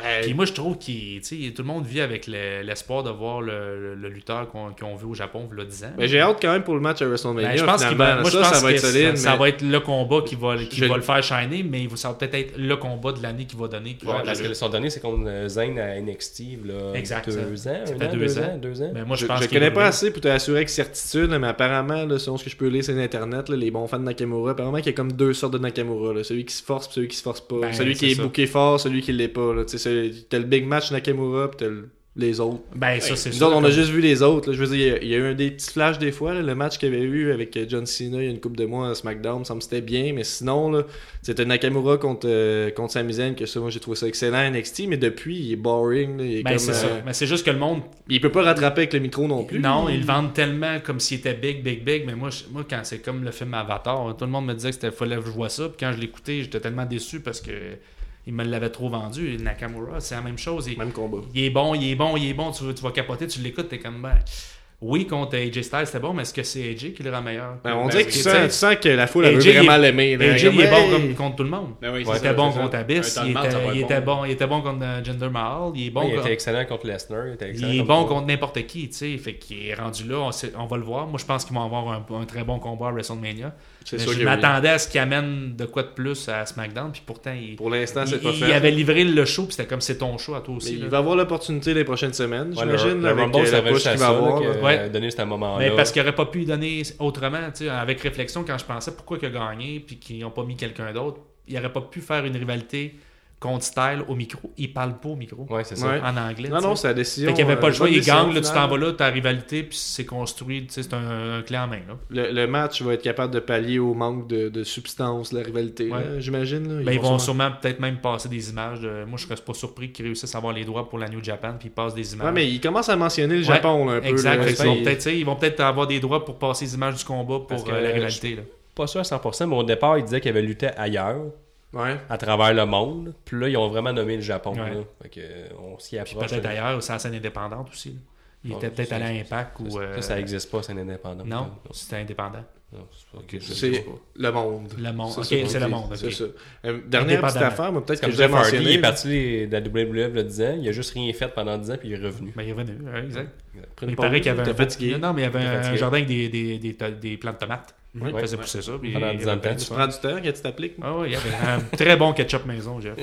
[SPEAKER 3] Ben,
[SPEAKER 4] Puis moi, je trouve que tout le monde vit avec le- l'espoir de voir le, le lutteur qu'on qu'on vu au Japon vous le 10 ans.
[SPEAKER 3] Ben, j'ai hâte quand même pour le match à WrestleMania.
[SPEAKER 4] Ben, je pense qu'il
[SPEAKER 3] finalement,
[SPEAKER 4] va,
[SPEAKER 3] là.
[SPEAKER 4] moi, je
[SPEAKER 3] ça,
[SPEAKER 4] pense
[SPEAKER 3] ça va être
[SPEAKER 4] que
[SPEAKER 3] solide.
[SPEAKER 4] ça, ça
[SPEAKER 3] mais-
[SPEAKER 4] va être le combat qui va, qui
[SPEAKER 3] Je-
[SPEAKER 4] va le faire shiner, mais il va- ça va peut-être être le combat de l'année qui va donner. qui va-
[SPEAKER 5] Ouais, parce que son dernier, c'est contre euh, Zayn à NXT, là,
[SPEAKER 4] Exact, ça.
[SPEAKER 5] deux ans,
[SPEAKER 4] Ça
[SPEAKER 5] un
[SPEAKER 4] fait
[SPEAKER 5] an,
[SPEAKER 4] deux
[SPEAKER 5] deux
[SPEAKER 4] ans.
[SPEAKER 5] ans, deux ans.
[SPEAKER 4] Ben, moi, je,
[SPEAKER 3] Je,
[SPEAKER 4] pense
[SPEAKER 3] je
[SPEAKER 4] qu'il
[SPEAKER 3] connais
[SPEAKER 4] va
[SPEAKER 3] pas
[SPEAKER 4] le-
[SPEAKER 3] assez pour t'assurer avec certitude, là, mais apparemment, là, selon ce que je peux lire sur Internet, là, les bons fans de Nakamura, apparemment qu'il y a comme deux sortes de Nakamura. là. celui qui se force et celui qui se force pas.
[SPEAKER 4] Ben,
[SPEAKER 3] celui qui
[SPEAKER 4] c'est
[SPEAKER 3] est
[SPEAKER 4] ça.
[SPEAKER 3] booké fort, celui qui l'est pas. là. Tu sais, c'est- T'as le big match Nakamura, puis t'as le- les autres.
[SPEAKER 4] Ben, ça, c'est
[SPEAKER 3] Nous
[SPEAKER 4] sûr,
[SPEAKER 3] autres, on a
[SPEAKER 4] comme-
[SPEAKER 3] juste vu les autres. là. Je veux dire, il y a- il y, a eu un des petits flashs des fois. là. le match qu'il y avait eu avec euh, John Cena il y a une coupe de mois à SmackDown, ça me c'était bien. Mais sinon, là, c'était Nakamura contre, euh, contre Sami Zayn, que ça, moi j'ai trouvé ça excellent à NXT. Mais depuis, il est boring. là. il, est
[SPEAKER 4] Ben,
[SPEAKER 3] comme,
[SPEAKER 4] c'est ça.
[SPEAKER 3] euh,
[SPEAKER 4] Mais c'est juste que le monde
[SPEAKER 3] il peut pas rattraper avec le micro non plus.
[SPEAKER 4] Non, ils le vendent tellement comme s'il était big, big, big. Mais moi, je- moi quand c'est comme le film Avatar, tout le monde me disait que c'était fallait que je vois ça. Puis quand je l'écoutais, j'étais tellement déçu parce que il me l'avait trop vendu. Et Nakamura, c'est la même chose. Il,
[SPEAKER 3] Même combat.
[SPEAKER 4] il est bon, il est bon, il est bon. Tu, vas- tu vas capoter, tu l'écoutes, t'es comme ben. Oui, contre AJ Styles, c'était bon, mais est-ce que c'est AJ qui le rend meilleur
[SPEAKER 3] Ben, on
[SPEAKER 6] Ben,
[SPEAKER 3] dirait
[SPEAKER 6] oui.
[SPEAKER 3] que
[SPEAKER 4] Tu
[SPEAKER 3] tu sens,
[SPEAKER 4] sais,
[SPEAKER 3] tu sens que la foule elle
[SPEAKER 4] AJ,
[SPEAKER 3] veut vraiment
[SPEAKER 4] il est-
[SPEAKER 3] l'aimer. là.
[SPEAKER 4] AJ, il est
[SPEAKER 3] Hey!
[SPEAKER 4] bon comme contre tout le monde.
[SPEAKER 6] Ben oui, c'est
[SPEAKER 4] il
[SPEAKER 6] ça,
[SPEAKER 4] était bon
[SPEAKER 6] c'est ça.
[SPEAKER 4] contre Abyss,
[SPEAKER 6] Un
[SPEAKER 4] il
[SPEAKER 6] temps de
[SPEAKER 4] était,
[SPEAKER 6] match, ça va
[SPEAKER 4] il
[SPEAKER 6] être
[SPEAKER 4] était
[SPEAKER 6] bon.
[SPEAKER 4] bon, il était bon contre euh, Jinder Mahal, il est bon
[SPEAKER 5] Ouais, il
[SPEAKER 4] contre-
[SPEAKER 5] était excellent contre Lesnar, il était excellent
[SPEAKER 4] Il est
[SPEAKER 5] contre-
[SPEAKER 4] bon contre n'importe qui, tu sais. Fait qu'il est rendu là, on, sait- on va le voir. Moi, je pense qu'ils vont avoir un, un très bon combat à WrestleMania.
[SPEAKER 3] C'est
[SPEAKER 4] Mais
[SPEAKER 3] sûr
[SPEAKER 4] je
[SPEAKER 3] que oui.
[SPEAKER 4] m'attendais à ce qu'il amène de quoi de plus à SmackDown, puis pourtant, il,
[SPEAKER 3] Pour l'instant,
[SPEAKER 4] il-
[SPEAKER 3] c'est pas
[SPEAKER 4] il
[SPEAKER 3] fait.
[SPEAKER 4] avait livré le show, puis c'était comme c'est ton show à toi
[SPEAKER 3] Mais
[SPEAKER 4] aussi. là.
[SPEAKER 3] il va avoir l'opportunité les prochaines semaines,
[SPEAKER 5] Ouais,
[SPEAKER 3] j'imagine, là,
[SPEAKER 5] le
[SPEAKER 3] avec
[SPEAKER 5] Rumble,
[SPEAKER 3] euh,
[SPEAKER 5] ça
[SPEAKER 3] la
[SPEAKER 5] va
[SPEAKER 3] push
[SPEAKER 5] juste à
[SPEAKER 3] qu'il va
[SPEAKER 5] ça,
[SPEAKER 3] avoir.
[SPEAKER 5] là,
[SPEAKER 3] là.
[SPEAKER 5] que,
[SPEAKER 4] Ouais.
[SPEAKER 5] euh, donner ce
[SPEAKER 4] Mais
[SPEAKER 5] moment-là.
[SPEAKER 4] parce qu'il aurait pas pu y donner autrement, tu sais, avec réflexion, quand je pensais pourquoi il a gagné, puis qu'ils n'ont pas mis quelqu'un d'autre, il aurait pas pu faire une rivalité contre Style au micro. Il parle pas au micro.
[SPEAKER 5] Ouais, c'est ça.
[SPEAKER 3] Ouais.
[SPEAKER 4] En anglais.
[SPEAKER 3] Non,
[SPEAKER 4] tu sais.
[SPEAKER 3] non, c'est la décision.
[SPEAKER 4] Fait qu'il n'y avait pas
[SPEAKER 3] euh,
[SPEAKER 4] le choix,
[SPEAKER 3] bonne
[SPEAKER 4] il
[SPEAKER 3] décision
[SPEAKER 4] gagne, là, tu
[SPEAKER 3] finale.
[SPEAKER 4] t'en vas là, ta rivalité, puis c'est construit, tu sais, c'est un, un clé en main. Là.
[SPEAKER 3] le, le match va être capable de pallier au manque de, de substance, de la rivalité,
[SPEAKER 4] Ouais.
[SPEAKER 3] là, j'imagine. là.
[SPEAKER 4] Ben, ils vont,
[SPEAKER 3] sûrement-
[SPEAKER 4] sûrement peut-être même passer des images. de- Moi, je serais pas surpris qu'ils réussissent à avoir les droits pour la New Japan puis ils passent des images.
[SPEAKER 3] Ouais, mais ils commencent à mentionner le
[SPEAKER 4] Ouais,
[SPEAKER 3] Japon là, un peu.
[SPEAKER 4] exact.
[SPEAKER 3] là.
[SPEAKER 4] Fait qu'ils vont
[SPEAKER 3] C'est-
[SPEAKER 4] peut-être, tu sais, ils vont peut-être avoir des droits pour passer les images du combat
[SPEAKER 5] Parce
[SPEAKER 4] pour
[SPEAKER 5] que
[SPEAKER 4] euh, la
[SPEAKER 5] je-
[SPEAKER 4] rivalité. là.
[SPEAKER 5] Pas sûr à 100%, mais au départ, il disait qu'il avait lutté ailleurs,
[SPEAKER 3] Ouais.
[SPEAKER 5] à travers le monde. Puis là, ils ont vraiment nommé le Japon.
[SPEAKER 4] Ouais.
[SPEAKER 5] là. Fait que, euh, on s'y
[SPEAKER 4] Puis
[SPEAKER 5] approche.
[SPEAKER 4] peut-être
[SPEAKER 5] là.
[SPEAKER 4] ailleurs, c'est la scène indépendante aussi. là. Ils
[SPEAKER 5] Ouais,
[SPEAKER 4] étaient peut-être
[SPEAKER 5] ça,
[SPEAKER 4] allés à
[SPEAKER 5] ça,
[SPEAKER 4] Impact ou.
[SPEAKER 5] Ça,
[SPEAKER 4] euh,
[SPEAKER 5] ça n'existe pas, c'est un indépendant.
[SPEAKER 4] Non, c'était indépendant.
[SPEAKER 5] Non, c'est pas- je- je-
[SPEAKER 3] C'est le monde.
[SPEAKER 4] Le monde.
[SPEAKER 3] Ça,
[SPEAKER 4] Ok,
[SPEAKER 3] bon,
[SPEAKER 4] c'est le monde,
[SPEAKER 3] C'est
[SPEAKER 4] ok.
[SPEAKER 3] ça. Euh, dernière petite
[SPEAKER 4] Indépendamment.
[SPEAKER 3] affaire, moi, peut-être que
[SPEAKER 5] Comme
[SPEAKER 3] je vais
[SPEAKER 5] Jeff Hardy,
[SPEAKER 3] mentionner.
[SPEAKER 5] il est parti de la WWE le 10 ans, il a juste rien fait pendant 10 ans, puis il est revenu.
[SPEAKER 4] Ben, il est revenu, ouais, exact.
[SPEAKER 3] Après une
[SPEAKER 4] il paraît
[SPEAKER 3] pause,
[SPEAKER 4] qu'il y avait
[SPEAKER 3] t'es
[SPEAKER 4] un.
[SPEAKER 3] fatigué.
[SPEAKER 4] Non, mais il y avait
[SPEAKER 5] T'es
[SPEAKER 4] un
[SPEAKER 5] fatigué.
[SPEAKER 4] jardin avec des, des, des, to- des plants de tomates.
[SPEAKER 3] Ouais.
[SPEAKER 4] il faisait pousser ça. puis
[SPEAKER 5] Pendant
[SPEAKER 4] il y
[SPEAKER 5] 10 ans
[SPEAKER 4] avait
[SPEAKER 5] de
[SPEAKER 4] plein
[SPEAKER 5] temps.
[SPEAKER 4] de
[SPEAKER 3] Tu
[SPEAKER 4] soins.
[SPEAKER 3] prends du temps quand tu t'appliques.
[SPEAKER 4] Ah ouais, il y avait un très bon ketchup maison, Jeff.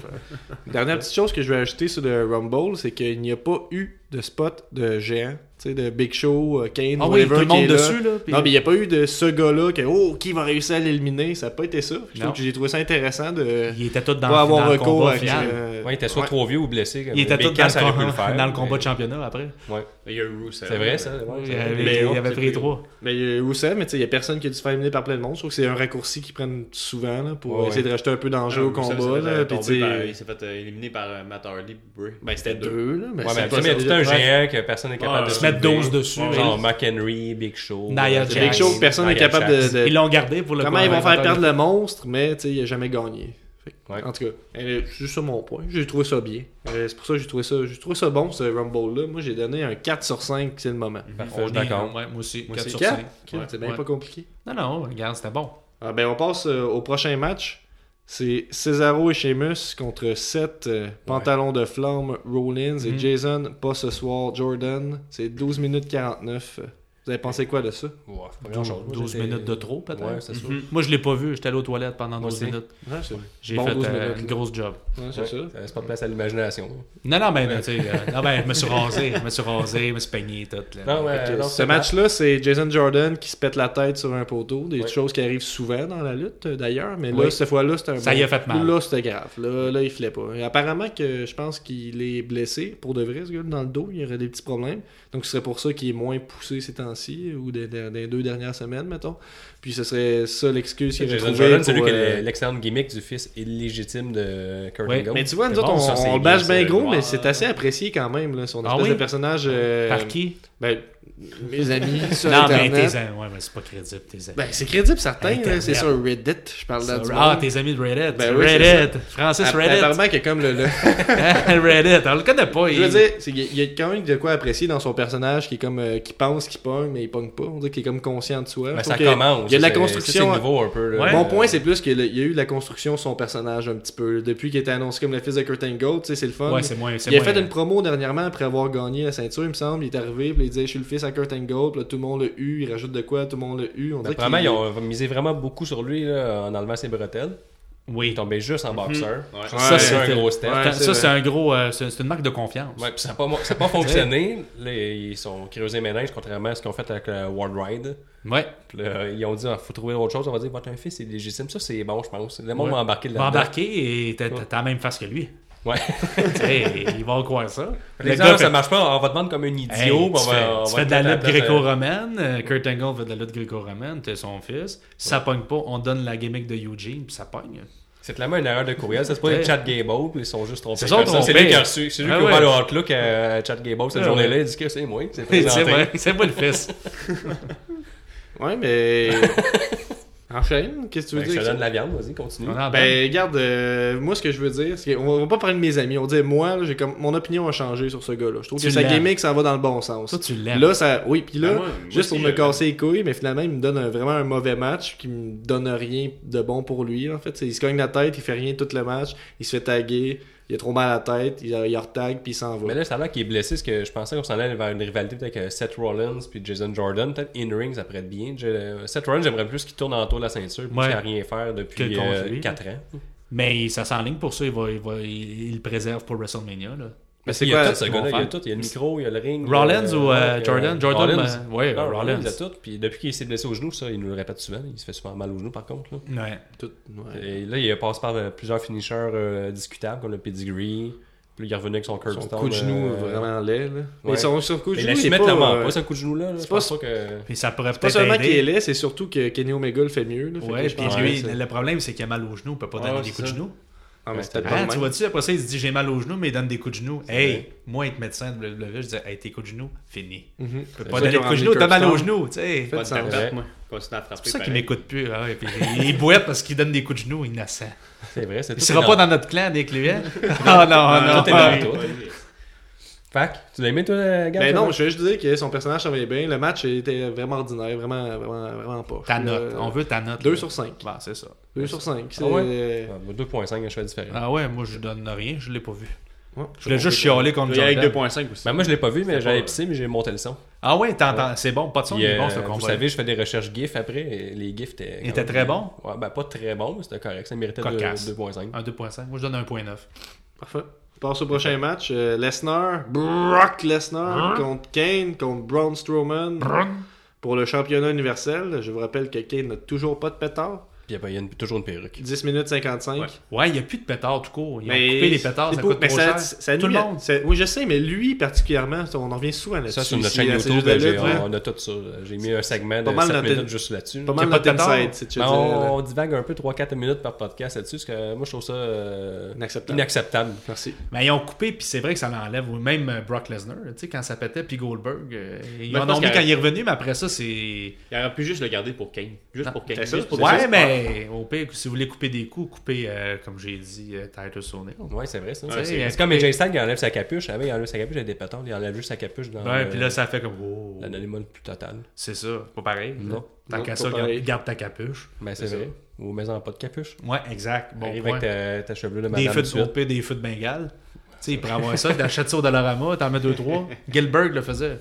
[SPEAKER 3] Dernière petite chose que je vais ajouter sur le Rumble, c'est qu'il n'y a pas eu de spots de géants, tu sais, de Big Show, euh, Kane,
[SPEAKER 4] Ah oui,
[SPEAKER 3] whatever
[SPEAKER 4] tout le
[SPEAKER 3] qui est
[SPEAKER 4] monde
[SPEAKER 3] là.
[SPEAKER 4] dessus, là. puis-
[SPEAKER 3] Non, mais il n'y a pas eu de ce gars-là que oh qui va réussir à l'éliminer, ça n'a pas été ça. Je
[SPEAKER 4] Non.
[SPEAKER 3] trouve que j'ai trouvé ça intéressant de
[SPEAKER 4] il était tout dans,
[SPEAKER 3] pas avoir
[SPEAKER 4] dans le
[SPEAKER 3] recours
[SPEAKER 4] combat
[SPEAKER 3] à
[SPEAKER 4] final.
[SPEAKER 3] euh,
[SPEAKER 5] Ouais, il était soit
[SPEAKER 3] ouais.
[SPEAKER 5] trop vieux ou blessé.
[SPEAKER 4] Il était
[SPEAKER 5] mais
[SPEAKER 4] tout dans,
[SPEAKER 5] quand ça
[SPEAKER 4] le,
[SPEAKER 5] aurait pu
[SPEAKER 4] com-
[SPEAKER 5] faire,
[SPEAKER 4] dans le combat
[SPEAKER 5] mais-
[SPEAKER 4] de championnat après.
[SPEAKER 5] Ouais.
[SPEAKER 6] Il y a eu Rusev. euh,
[SPEAKER 5] C'est vrai, ça. ouais,
[SPEAKER 4] Il
[SPEAKER 5] c'est vrai.
[SPEAKER 4] avait,
[SPEAKER 3] Mais
[SPEAKER 4] il
[SPEAKER 3] on
[SPEAKER 4] avait
[SPEAKER 3] s'est
[SPEAKER 4] pris
[SPEAKER 3] pris-
[SPEAKER 4] trois.
[SPEAKER 3] Mais il y a eu Oussem, mais tu sais, il n'y a personne qui a dû se faire éliminer par plein de monde. Je trouve que c'est un raccourci qu'ils prennent souvent là, pour
[SPEAKER 5] Ouais,
[SPEAKER 3] essayer de rajouter un peu d'enjeu au combat. là, puis tu sais,
[SPEAKER 6] euh, Il s'est fait euh, éliminer par euh, Matt Hardy.
[SPEAKER 3] ben, c'était deux. Là, mais
[SPEAKER 5] Ouais,
[SPEAKER 3] c'est
[SPEAKER 5] mais après
[SPEAKER 3] pas
[SPEAKER 5] ça, il y a
[SPEAKER 3] ça.
[SPEAKER 5] tout un
[SPEAKER 3] Ouais.
[SPEAKER 5] géant que personne n'est capable
[SPEAKER 6] Ouais,
[SPEAKER 5] de
[SPEAKER 6] se
[SPEAKER 4] mettre
[SPEAKER 5] soulever.
[SPEAKER 4] 12 dessus.
[SPEAKER 5] Genre McHenry, Big Show.
[SPEAKER 4] Nia
[SPEAKER 5] euh,
[SPEAKER 4] Jax.
[SPEAKER 3] C'est quelque chose que personne n'est
[SPEAKER 5] Nia
[SPEAKER 3] capable de.
[SPEAKER 5] Jax.
[SPEAKER 3] de-
[SPEAKER 4] Ils l'ont gardé pour le
[SPEAKER 3] Comment
[SPEAKER 4] combat
[SPEAKER 3] ils vont faire
[SPEAKER 4] amateur.
[SPEAKER 3] perdre le monstre, mais tu sais, il n'a jamais gagné. Fait que,
[SPEAKER 5] Ouais.
[SPEAKER 3] En tout cas, euh, c'est juste ça mon point. J'ai trouvé ça bien. Euh, c'est pour ça que j'ai trouvé ça, j'ai trouvé ça bon, ce Rumble-là. Moi, j'ai donné un 4 sur 5, c'est le moment.
[SPEAKER 5] Parfait,
[SPEAKER 4] On
[SPEAKER 5] je
[SPEAKER 4] est-
[SPEAKER 5] suis d'accord.
[SPEAKER 4] ouais, moi aussi,
[SPEAKER 3] Moi,
[SPEAKER 4] 4
[SPEAKER 3] c'est
[SPEAKER 4] sur
[SPEAKER 3] quatre.
[SPEAKER 4] 5.
[SPEAKER 3] Ok, c'est bien
[SPEAKER 4] ouais.
[SPEAKER 3] pas compliqué.
[SPEAKER 4] Non, non, regarde, c'était bon.
[SPEAKER 3] Ah, ben, on passe euh, au prochain match. C'est Cesaro et Sheamus contre 7 pantalons de flamme, Rollins et
[SPEAKER 4] Mhm.
[SPEAKER 3] Jason, pas ce soir, Jordan. C'est 12 minutes 49. Vous avez pensé quoi de ça?
[SPEAKER 5] Ouais, c'est pas
[SPEAKER 4] Dou-
[SPEAKER 5] grand-chose. Moi,
[SPEAKER 4] 12
[SPEAKER 5] j'étais-
[SPEAKER 4] minutes de hein. Mhm. trop, peut-être.
[SPEAKER 5] Ouais, c'est sûr.
[SPEAKER 4] Moi, je l'ai pas vu. J'étais allé aux toilettes pendant
[SPEAKER 5] Moi
[SPEAKER 4] 12
[SPEAKER 5] aussi.
[SPEAKER 4] minutes.
[SPEAKER 3] Ouais, c'est
[SPEAKER 4] J'ai
[SPEAKER 3] Bon,
[SPEAKER 4] fait
[SPEAKER 3] 12
[SPEAKER 4] euh,
[SPEAKER 3] minutes,
[SPEAKER 4] une
[SPEAKER 3] là.
[SPEAKER 4] grosse job.
[SPEAKER 5] Ouais,
[SPEAKER 3] ça.
[SPEAKER 5] ça laisse Euh, pas de place à l'imagination.
[SPEAKER 4] Non, non, mais, tu sais, euh, non, ben, je
[SPEAKER 3] (laughs)
[SPEAKER 4] me suis rasé. Je me suis rasé, je me suis peigné, tout. là.
[SPEAKER 5] Non, mais
[SPEAKER 3] Fait que
[SPEAKER 5] Euh, non,
[SPEAKER 3] ce
[SPEAKER 5] c'est mal.
[SPEAKER 3] match-là, c'est Jason Jordan qui se pète la tête sur un poteau, des
[SPEAKER 5] Ouais.
[SPEAKER 3] choses qui arrivent souvent dans la lutte euh, d'ailleurs, mais là,
[SPEAKER 5] Oui.
[SPEAKER 3] cette fois-là, c'était un
[SPEAKER 4] Ça y a fait mal.
[SPEAKER 3] Là, c'était grave. Là, là, il filait pas. Et apparemment que je pense qu'il est blessé pour de vrai, ce gars dans le dos, il y aurait des petits problèmes. Donc ce serait pour ça qu'il est moins poussé ces temps-ci ou des, des- des deux dernières semaines, mettons. Puis ce serait ça l'excuse qu'il aurait
[SPEAKER 5] Jason
[SPEAKER 3] trouvé
[SPEAKER 5] Jordan, c'est
[SPEAKER 3] pour,
[SPEAKER 5] lui qui
[SPEAKER 3] euh,
[SPEAKER 5] a l'excellente gimmick du fils illégitime de Kurt
[SPEAKER 4] Ouais,
[SPEAKER 5] Angle.
[SPEAKER 3] Mais tu vois, nous
[SPEAKER 4] C'est
[SPEAKER 3] autres,
[SPEAKER 4] bon,
[SPEAKER 3] on,
[SPEAKER 4] ça, c'est
[SPEAKER 3] on le
[SPEAKER 4] bien,
[SPEAKER 3] bâche bien
[SPEAKER 6] c'est
[SPEAKER 3] gros,
[SPEAKER 6] noir.
[SPEAKER 3] mais c'est assez apprécié quand même, là, son
[SPEAKER 4] Ah
[SPEAKER 3] espèce
[SPEAKER 4] oui?
[SPEAKER 3] de personnage. euh,
[SPEAKER 4] Par qui
[SPEAKER 3] Ben, mes amis sur
[SPEAKER 4] Non, mais
[SPEAKER 3] Internet.
[SPEAKER 4] tes amis. Ouais, mais c'est pas crédible, tes amis.
[SPEAKER 3] Ben, c'est crédible, certain.
[SPEAKER 4] Internet.
[SPEAKER 3] là. C'est sur Reddit, je parle là du
[SPEAKER 4] ah,
[SPEAKER 3] monde.
[SPEAKER 4] tes amis de Reddit.
[SPEAKER 3] Ben oui, c'est Ah,
[SPEAKER 4] Reddit. Francis
[SPEAKER 3] App-
[SPEAKER 4] Reddit.
[SPEAKER 3] Apparemment que comme le... (laughs) le-
[SPEAKER 4] (laughs) Reddit. On le connaît pas.
[SPEAKER 3] je
[SPEAKER 4] il-
[SPEAKER 3] veux dire, c'est- il y a- il y a quand même de quoi apprécier dans son personnage qui est comme... euh, qui pense qu'il pogne, mais il pogne pas. On dirait qu'il est comme conscient de soi. Je
[SPEAKER 5] Ben,
[SPEAKER 3] trouve
[SPEAKER 5] ça
[SPEAKER 3] que
[SPEAKER 5] commence.
[SPEAKER 3] Il y a de la
[SPEAKER 5] c'est-
[SPEAKER 3] construction.
[SPEAKER 5] C'est nouveau un peu. là.
[SPEAKER 4] Ouais.
[SPEAKER 3] Mon point, c'est plus qu'il y a il y a eu de la construction de son personnage un petit peu. Depuis qu'il était annoncé comme le fils de Kurt Angle, tu sais, c'est euh, le fun.
[SPEAKER 4] Ouais, c'est moins. c'est
[SPEAKER 3] Il a
[SPEAKER 4] moins-
[SPEAKER 3] fait une promo dernièrement après avoir gagné la ceinture, il me semble. Il est arrivé, puis il disait Je suis le fils à Kurt Angle. Puis là, tout le monde l'a eu. Il rajoute de quoi Tout le monde l'a eu. On dirait
[SPEAKER 5] Apparemment,
[SPEAKER 3] qu'il-
[SPEAKER 5] Ben, ils ont misé vraiment beaucoup sur lui là, en enlevant ses bretelles. Il est
[SPEAKER 4] euh, Oui.
[SPEAKER 5] tombé juste en boxeur.
[SPEAKER 6] Ouais.
[SPEAKER 5] Ça,
[SPEAKER 4] Ouais,
[SPEAKER 5] c'est
[SPEAKER 4] c'était-
[SPEAKER 5] un gros step.
[SPEAKER 3] Ouais, c'est
[SPEAKER 4] Ça, c'est
[SPEAKER 3] vrai.
[SPEAKER 4] un gros. euh, C'est c'est une marque de confiance.
[SPEAKER 5] Ouais, puis ça n'a pas, ça a pas fonctionné. Là, ils sont creusés ménage, contrairement à ce qu'ils ont fait avec euh, World Ride.
[SPEAKER 4] Ouais.
[SPEAKER 5] Puis là, ils ont dit, ah, faut trouver autre chose. On va dire, votre un fils, c'est légitime. Ça, c'est bon, je pense. Le monde
[SPEAKER 4] Ouais.
[SPEAKER 5] va embarquer
[SPEAKER 4] Va
[SPEAKER 5] là-dedans.
[SPEAKER 4] embarquer et t'as t'as- t'as la même face que lui. (laughs)
[SPEAKER 5] Ouais.
[SPEAKER 4] Tu sais, il va croire ça.
[SPEAKER 5] Les
[SPEAKER 4] Le
[SPEAKER 5] gens,
[SPEAKER 4] gars
[SPEAKER 5] ça
[SPEAKER 4] fait-
[SPEAKER 5] marche pas. On va te vendre comme un idiot.
[SPEAKER 4] Hey,
[SPEAKER 5] on
[SPEAKER 4] tu
[SPEAKER 5] va-
[SPEAKER 4] fais,
[SPEAKER 5] on
[SPEAKER 4] tu
[SPEAKER 5] va
[SPEAKER 4] fais
[SPEAKER 5] te
[SPEAKER 4] de la
[SPEAKER 5] mettre à
[SPEAKER 4] lutte
[SPEAKER 5] place de-
[SPEAKER 4] gréco-romaine. euh, Kurt Angle fait de la lutte gréco-romaine. T'es son fils. Si ça pogne pas, on donne la gimmick de Eugene, puis ça pogne.
[SPEAKER 5] C'est clairement une erreur de courriel. Ça, C'est pas
[SPEAKER 4] Ouais.
[SPEAKER 5] les Chad Gable, puis ils sont juste trompés.
[SPEAKER 4] Ils sont
[SPEAKER 5] comme ça. C'est
[SPEAKER 4] trompés.
[SPEAKER 5] lui qui a reçu. C'est lui
[SPEAKER 4] Ah
[SPEAKER 5] qui a ouvert
[SPEAKER 4] ouais.
[SPEAKER 5] le Outlook à Chad Gable cette
[SPEAKER 4] Ah
[SPEAKER 5] journée-là.
[SPEAKER 4] ouais.
[SPEAKER 5] Il dit que c'est moi. (laughs)
[SPEAKER 4] (laughs)
[SPEAKER 5] C'est
[SPEAKER 4] C'est
[SPEAKER 5] présenté.
[SPEAKER 4] vrai, c'est pas le
[SPEAKER 5] (laughs)
[SPEAKER 4] fils.
[SPEAKER 3] Ouais, mais. Enchaîne, qu'est-ce que tu veux
[SPEAKER 5] Ben, je
[SPEAKER 3] dire? avec
[SPEAKER 5] te
[SPEAKER 3] ça?
[SPEAKER 5] donne de la viande, vas-y, continue.
[SPEAKER 4] On en donne.
[SPEAKER 3] Ben, regarde, euh, moi, ce que je veux dire, c'est qu'on va- on va pas parler de mes amis. On dit, moi, là, j'ai comme, mon opinion a changé sur ce gars-là. Je trouve
[SPEAKER 4] Tu
[SPEAKER 3] que sa
[SPEAKER 4] l'aimes.
[SPEAKER 3] gimmick, ça va dans le bon sens.
[SPEAKER 4] Toi, tu l'aimes.
[SPEAKER 3] Là, ça. Oui, puis là,
[SPEAKER 6] Ben, moi- moi
[SPEAKER 3] juste pour
[SPEAKER 6] aussi,
[SPEAKER 3] me
[SPEAKER 6] je-
[SPEAKER 3] casser les couilles, mais finalement, il me donne un- vraiment un mauvais match qui me donne rien de bon pour lui, en fait. C'est- Il se cogne la tête, il fait rien tout le match, il se fait taguer, il a trop mal à la tête, il, il retag, puis il s'en va.
[SPEAKER 5] Mais là, ça a l'air qu'il est blessé, parce que je pensais qu'on s'en allait vers une rivalité peut-être avec euh, Seth Rollins puis Jason Jordan. Peut-être in-ring, ça pourrait être bien. Je- euh, Seth Rollins, j'aimerais plus qu'il tourne en tour de la ceinture, puis
[SPEAKER 4] Ouais.
[SPEAKER 5] qu'il a rien faire depuis
[SPEAKER 4] Que contre lui,
[SPEAKER 5] 4 ans.
[SPEAKER 4] Mais ça s'enligne pour ça. Il, va, il, va- il- il le préserve pour WrestleMania. Là.
[SPEAKER 3] Mais
[SPEAKER 5] il y a tout, ce gars-là. Il y a tout. Il y a le micro, il y a le ring.
[SPEAKER 4] Rollins
[SPEAKER 5] il y a-
[SPEAKER 4] ou euh,
[SPEAKER 5] ouais,
[SPEAKER 4] Jordan
[SPEAKER 5] euh,
[SPEAKER 4] Jordan,
[SPEAKER 5] Rollins.
[SPEAKER 4] ben, ouais,
[SPEAKER 5] Non,
[SPEAKER 4] Rollins.
[SPEAKER 5] Rollins, il y a tout. Puis depuis qu'il s'est blessé au genou, ça, il nous le répète souvent. Il se fait souvent mal au genou, par contre. là.
[SPEAKER 4] Ouais.
[SPEAKER 3] Tout, ouais.
[SPEAKER 5] Et là, il passe par euh, plusieurs finishers euh, discutables, comme le pedigree. Puis il est revenu avec son curve
[SPEAKER 3] Son coup de genou vraiment laid, là. Mais
[SPEAKER 5] euh, ouais.
[SPEAKER 3] son, son coup de
[SPEAKER 5] Mais
[SPEAKER 3] genou,
[SPEAKER 5] la
[SPEAKER 3] il est
[SPEAKER 5] chimette,
[SPEAKER 3] pas,
[SPEAKER 5] la ment
[SPEAKER 3] euh,
[SPEAKER 5] pas, ce coup de genou-là. là. Je
[SPEAKER 3] c'est pas-
[SPEAKER 5] pense
[SPEAKER 3] (laughs)
[SPEAKER 5] pas que.
[SPEAKER 4] Puis ça pourrait
[SPEAKER 3] Pas
[SPEAKER 4] peut-être
[SPEAKER 3] seulement qu'il est
[SPEAKER 4] aider.
[SPEAKER 3] laid, c'est surtout que Kenny Omega le fait mieux. Là, Fait que
[SPEAKER 4] Ouais,
[SPEAKER 3] je
[SPEAKER 4] puis
[SPEAKER 3] pense
[SPEAKER 4] lui,
[SPEAKER 3] que c'est-
[SPEAKER 4] le problème, c'est qu'il a mal au genou. Il peut pas
[SPEAKER 6] Ouais,
[SPEAKER 4] donner des
[SPEAKER 6] c'est
[SPEAKER 4] coups de
[SPEAKER 6] ça.
[SPEAKER 4] genou.
[SPEAKER 3] Ah, mais c'était
[SPEAKER 5] Ouais,
[SPEAKER 3] pas
[SPEAKER 4] Hein,
[SPEAKER 3] le
[SPEAKER 4] tu
[SPEAKER 3] même.
[SPEAKER 4] vois-tu, après ça, il se dit j'ai mal au genou, mais il donne des coups de genou. Hey,
[SPEAKER 5] vrai.
[SPEAKER 4] moi, être médecin de WWE, je disais hey, tes coups de genou, fini.
[SPEAKER 3] Mhm.
[SPEAKER 4] Je peux
[SPEAKER 3] C'est
[SPEAKER 4] pas
[SPEAKER 3] ça
[SPEAKER 4] donner
[SPEAKER 3] qui
[SPEAKER 4] de
[SPEAKER 3] a
[SPEAKER 4] coups de
[SPEAKER 3] ramené
[SPEAKER 4] genou, t'as mal au
[SPEAKER 3] Kirkland.
[SPEAKER 4] genou, tu sais.
[SPEAKER 3] Fait
[SPEAKER 6] Pas de
[SPEAKER 3] ça.
[SPEAKER 5] Ouais.
[SPEAKER 6] tapette, moi. Continue à frapper.
[SPEAKER 4] C'est pour ça qu'il
[SPEAKER 6] pareil.
[SPEAKER 4] m'écoute plus. ah ouais, puis il, il boite parce qu'il donne des coups de genou innocents.
[SPEAKER 5] C'est vrai, c'est
[SPEAKER 4] Il
[SPEAKER 5] tout
[SPEAKER 4] sera
[SPEAKER 5] est
[SPEAKER 4] pas dans notre clan, Nick, lui. hein? Ah non, non.
[SPEAKER 5] tout est dans
[SPEAKER 4] Ouais.
[SPEAKER 5] tout. Fac, tu l'as aimé, toi, la garde,
[SPEAKER 3] Mais
[SPEAKER 5] toi,
[SPEAKER 3] Ben non,
[SPEAKER 5] là?
[SPEAKER 3] je veux juste dire que son personnage ça va bien. Le match était vraiment ordinaire, vraiment, vraiment, vraiment pas.
[SPEAKER 4] Ta note. On veut ta note.
[SPEAKER 3] 2
[SPEAKER 4] là.
[SPEAKER 3] sur 5.
[SPEAKER 4] Bah, c'est ça.
[SPEAKER 3] 2 sur 5. C'est
[SPEAKER 5] Ah ouais?
[SPEAKER 3] euh,
[SPEAKER 5] Ah, 2.5, je fais différent.
[SPEAKER 4] Ah ouais, moi, je donne rien, je l'ai pas vu.
[SPEAKER 3] ouais.
[SPEAKER 4] Je voulais juste chialer
[SPEAKER 6] Il
[SPEAKER 4] contre
[SPEAKER 6] y a avec
[SPEAKER 4] Jordan.
[SPEAKER 6] 2.5 aussi.
[SPEAKER 5] Ben, moi, je l'ai pas vu, mais
[SPEAKER 6] C'est
[SPEAKER 5] j'avais
[SPEAKER 6] pas-
[SPEAKER 5] pissé, mais j'ai monté le son.
[SPEAKER 4] Ah ouais, t'entends. C'est bon, pas de son,
[SPEAKER 5] Puis,
[SPEAKER 4] il est bon,
[SPEAKER 5] euh,
[SPEAKER 4] ce
[SPEAKER 5] vous
[SPEAKER 4] combat.
[SPEAKER 5] savez, je fais des recherches GIF après. et Les GIFs étaient.
[SPEAKER 4] Il était très bon?
[SPEAKER 5] Ouais, ben, pas très bon, mais c'était correct. Ça méritait de-
[SPEAKER 4] Cocasse. Ah.
[SPEAKER 5] 2.5.
[SPEAKER 4] Un 2.5. Moi, je donne un 1.9.
[SPEAKER 3] Parfait. On passe au prochain match. euh, Lesnar, Brock
[SPEAKER 5] Hein?
[SPEAKER 3] Lesnar contre Kane, contre Braun Strowman. Pour le championnat universel, je vous rappelle que Kane n'a toujours pas de pétard.
[SPEAKER 5] Puis il y a une- toujours une perruque.
[SPEAKER 3] 10 minutes 55.
[SPEAKER 5] Ouais.
[SPEAKER 4] Ouais, il n'y a plus de pétards tout court. Ils ont coupé les pétards,
[SPEAKER 3] c'est
[SPEAKER 4] ça
[SPEAKER 3] pas-
[SPEAKER 4] coûte
[SPEAKER 3] mais
[SPEAKER 4] trop
[SPEAKER 3] ça-
[SPEAKER 4] cher.
[SPEAKER 3] ça
[SPEAKER 4] tout le
[SPEAKER 3] nuit à-
[SPEAKER 4] monde.
[SPEAKER 3] ça- oui, je sais, mais lui particulièrement, on en revient souvent là-dessus.
[SPEAKER 5] Ça, sur notre
[SPEAKER 3] ici,
[SPEAKER 5] chaîne
[SPEAKER 3] à
[SPEAKER 5] YouTube, ben,
[SPEAKER 3] Ces Jeux de la
[SPEAKER 5] j'ai-
[SPEAKER 3] lutte,
[SPEAKER 5] on,
[SPEAKER 3] là.
[SPEAKER 5] on a tout ça. là. J'ai mis un segment
[SPEAKER 3] Pas
[SPEAKER 5] de
[SPEAKER 3] mal
[SPEAKER 5] 7
[SPEAKER 3] notre-
[SPEAKER 5] minutes juste là-dessus.
[SPEAKER 3] Pas
[SPEAKER 5] là.
[SPEAKER 3] mal
[SPEAKER 4] pas de
[SPEAKER 3] notre
[SPEAKER 4] pétard.
[SPEAKER 3] inside, si tu veux
[SPEAKER 5] Ben,
[SPEAKER 3] dire, là.
[SPEAKER 5] on, on divague un peu 3-4 minutes par podcast là-dessus, parce que moi, je trouve ça euh,
[SPEAKER 3] Inacceptable.
[SPEAKER 5] inacceptable.
[SPEAKER 3] Merci.
[SPEAKER 4] Mais Ben, ils ont coupé, puis c'est vrai que ça l'enlève. Ou Même euh, Brock Lesnar, tu sais, quand ça pétait, puis Goldberg. euh, ils
[SPEAKER 6] Ben,
[SPEAKER 4] en
[SPEAKER 6] parce
[SPEAKER 4] ont mis
[SPEAKER 6] que-
[SPEAKER 4] quand il est revenu, mais après ça, c'est.
[SPEAKER 6] Il aurait pu juste le garder pour Kane. Juste pour Kane.
[SPEAKER 3] Ah, c'est ça,
[SPEAKER 6] Juste pour
[SPEAKER 3] c'est ça.
[SPEAKER 4] Ouais, mais au pire, si vous voulez couper des coups, coupez, euh, comme j'ai dit, euh, Titus O'Neill.
[SPEAKER 5] Ouais, c'est vrai ça.
[SPEAKER 4] Ouais,
[SPEAKER 5] c'est
[SPEAKER 4] c'est-
[SPEAKER 5] c'est comme AJ Styles qui enlève sa capuche. Ah, ben, il enlève sa capuche, il a des pétards, il enlève juste sa capuche dans
[SPEAKER 4] Ouais,
[SPEAKER 5] le-
[SPEAKER 4] puis là, ça fait comme. Oh,
[SPEAKER 5] l'anonymat le plus total.
[SPEAKER 4] c'est ça, pas pareil.
[SPEAKER 5] Non.
[SPEAKER 4] Tant
[SPEAKER 3] Non,
[SPEAKER 4] qu'à
[SPEAKER 3] pas
[SPEAKER 4] ça,
[SPEAKER 3] pareil.
[SPEAKER 4] garde, garde ta capuche.
[SPEAKER 5] Ben, c'est
[SPEAKER 3] C'est
[SPEAKER 5] vrai. Ou mets-en pas de capuche.
[SPEAKER 4] Ouais, exact. Bon,
[SPEAKER 5] Arrive
[SPEAKER 4] point.
[SPEAKER 5] avec ta, ta chevelure de
[SPEAKER 4] Des
[SPEAKER 5] madame
[SPEAKER 4] feux
[SPEAKER 5] tout
[SPEAKER 4] de
[SPEAKER 5] de suite.
[SPEAKER 4] OP, des feux de Bengale. Tu sais, il pourrait avoir ça, t'achètes ça au Dollarama, t'en mets deux, trois. Gilbert le faisait.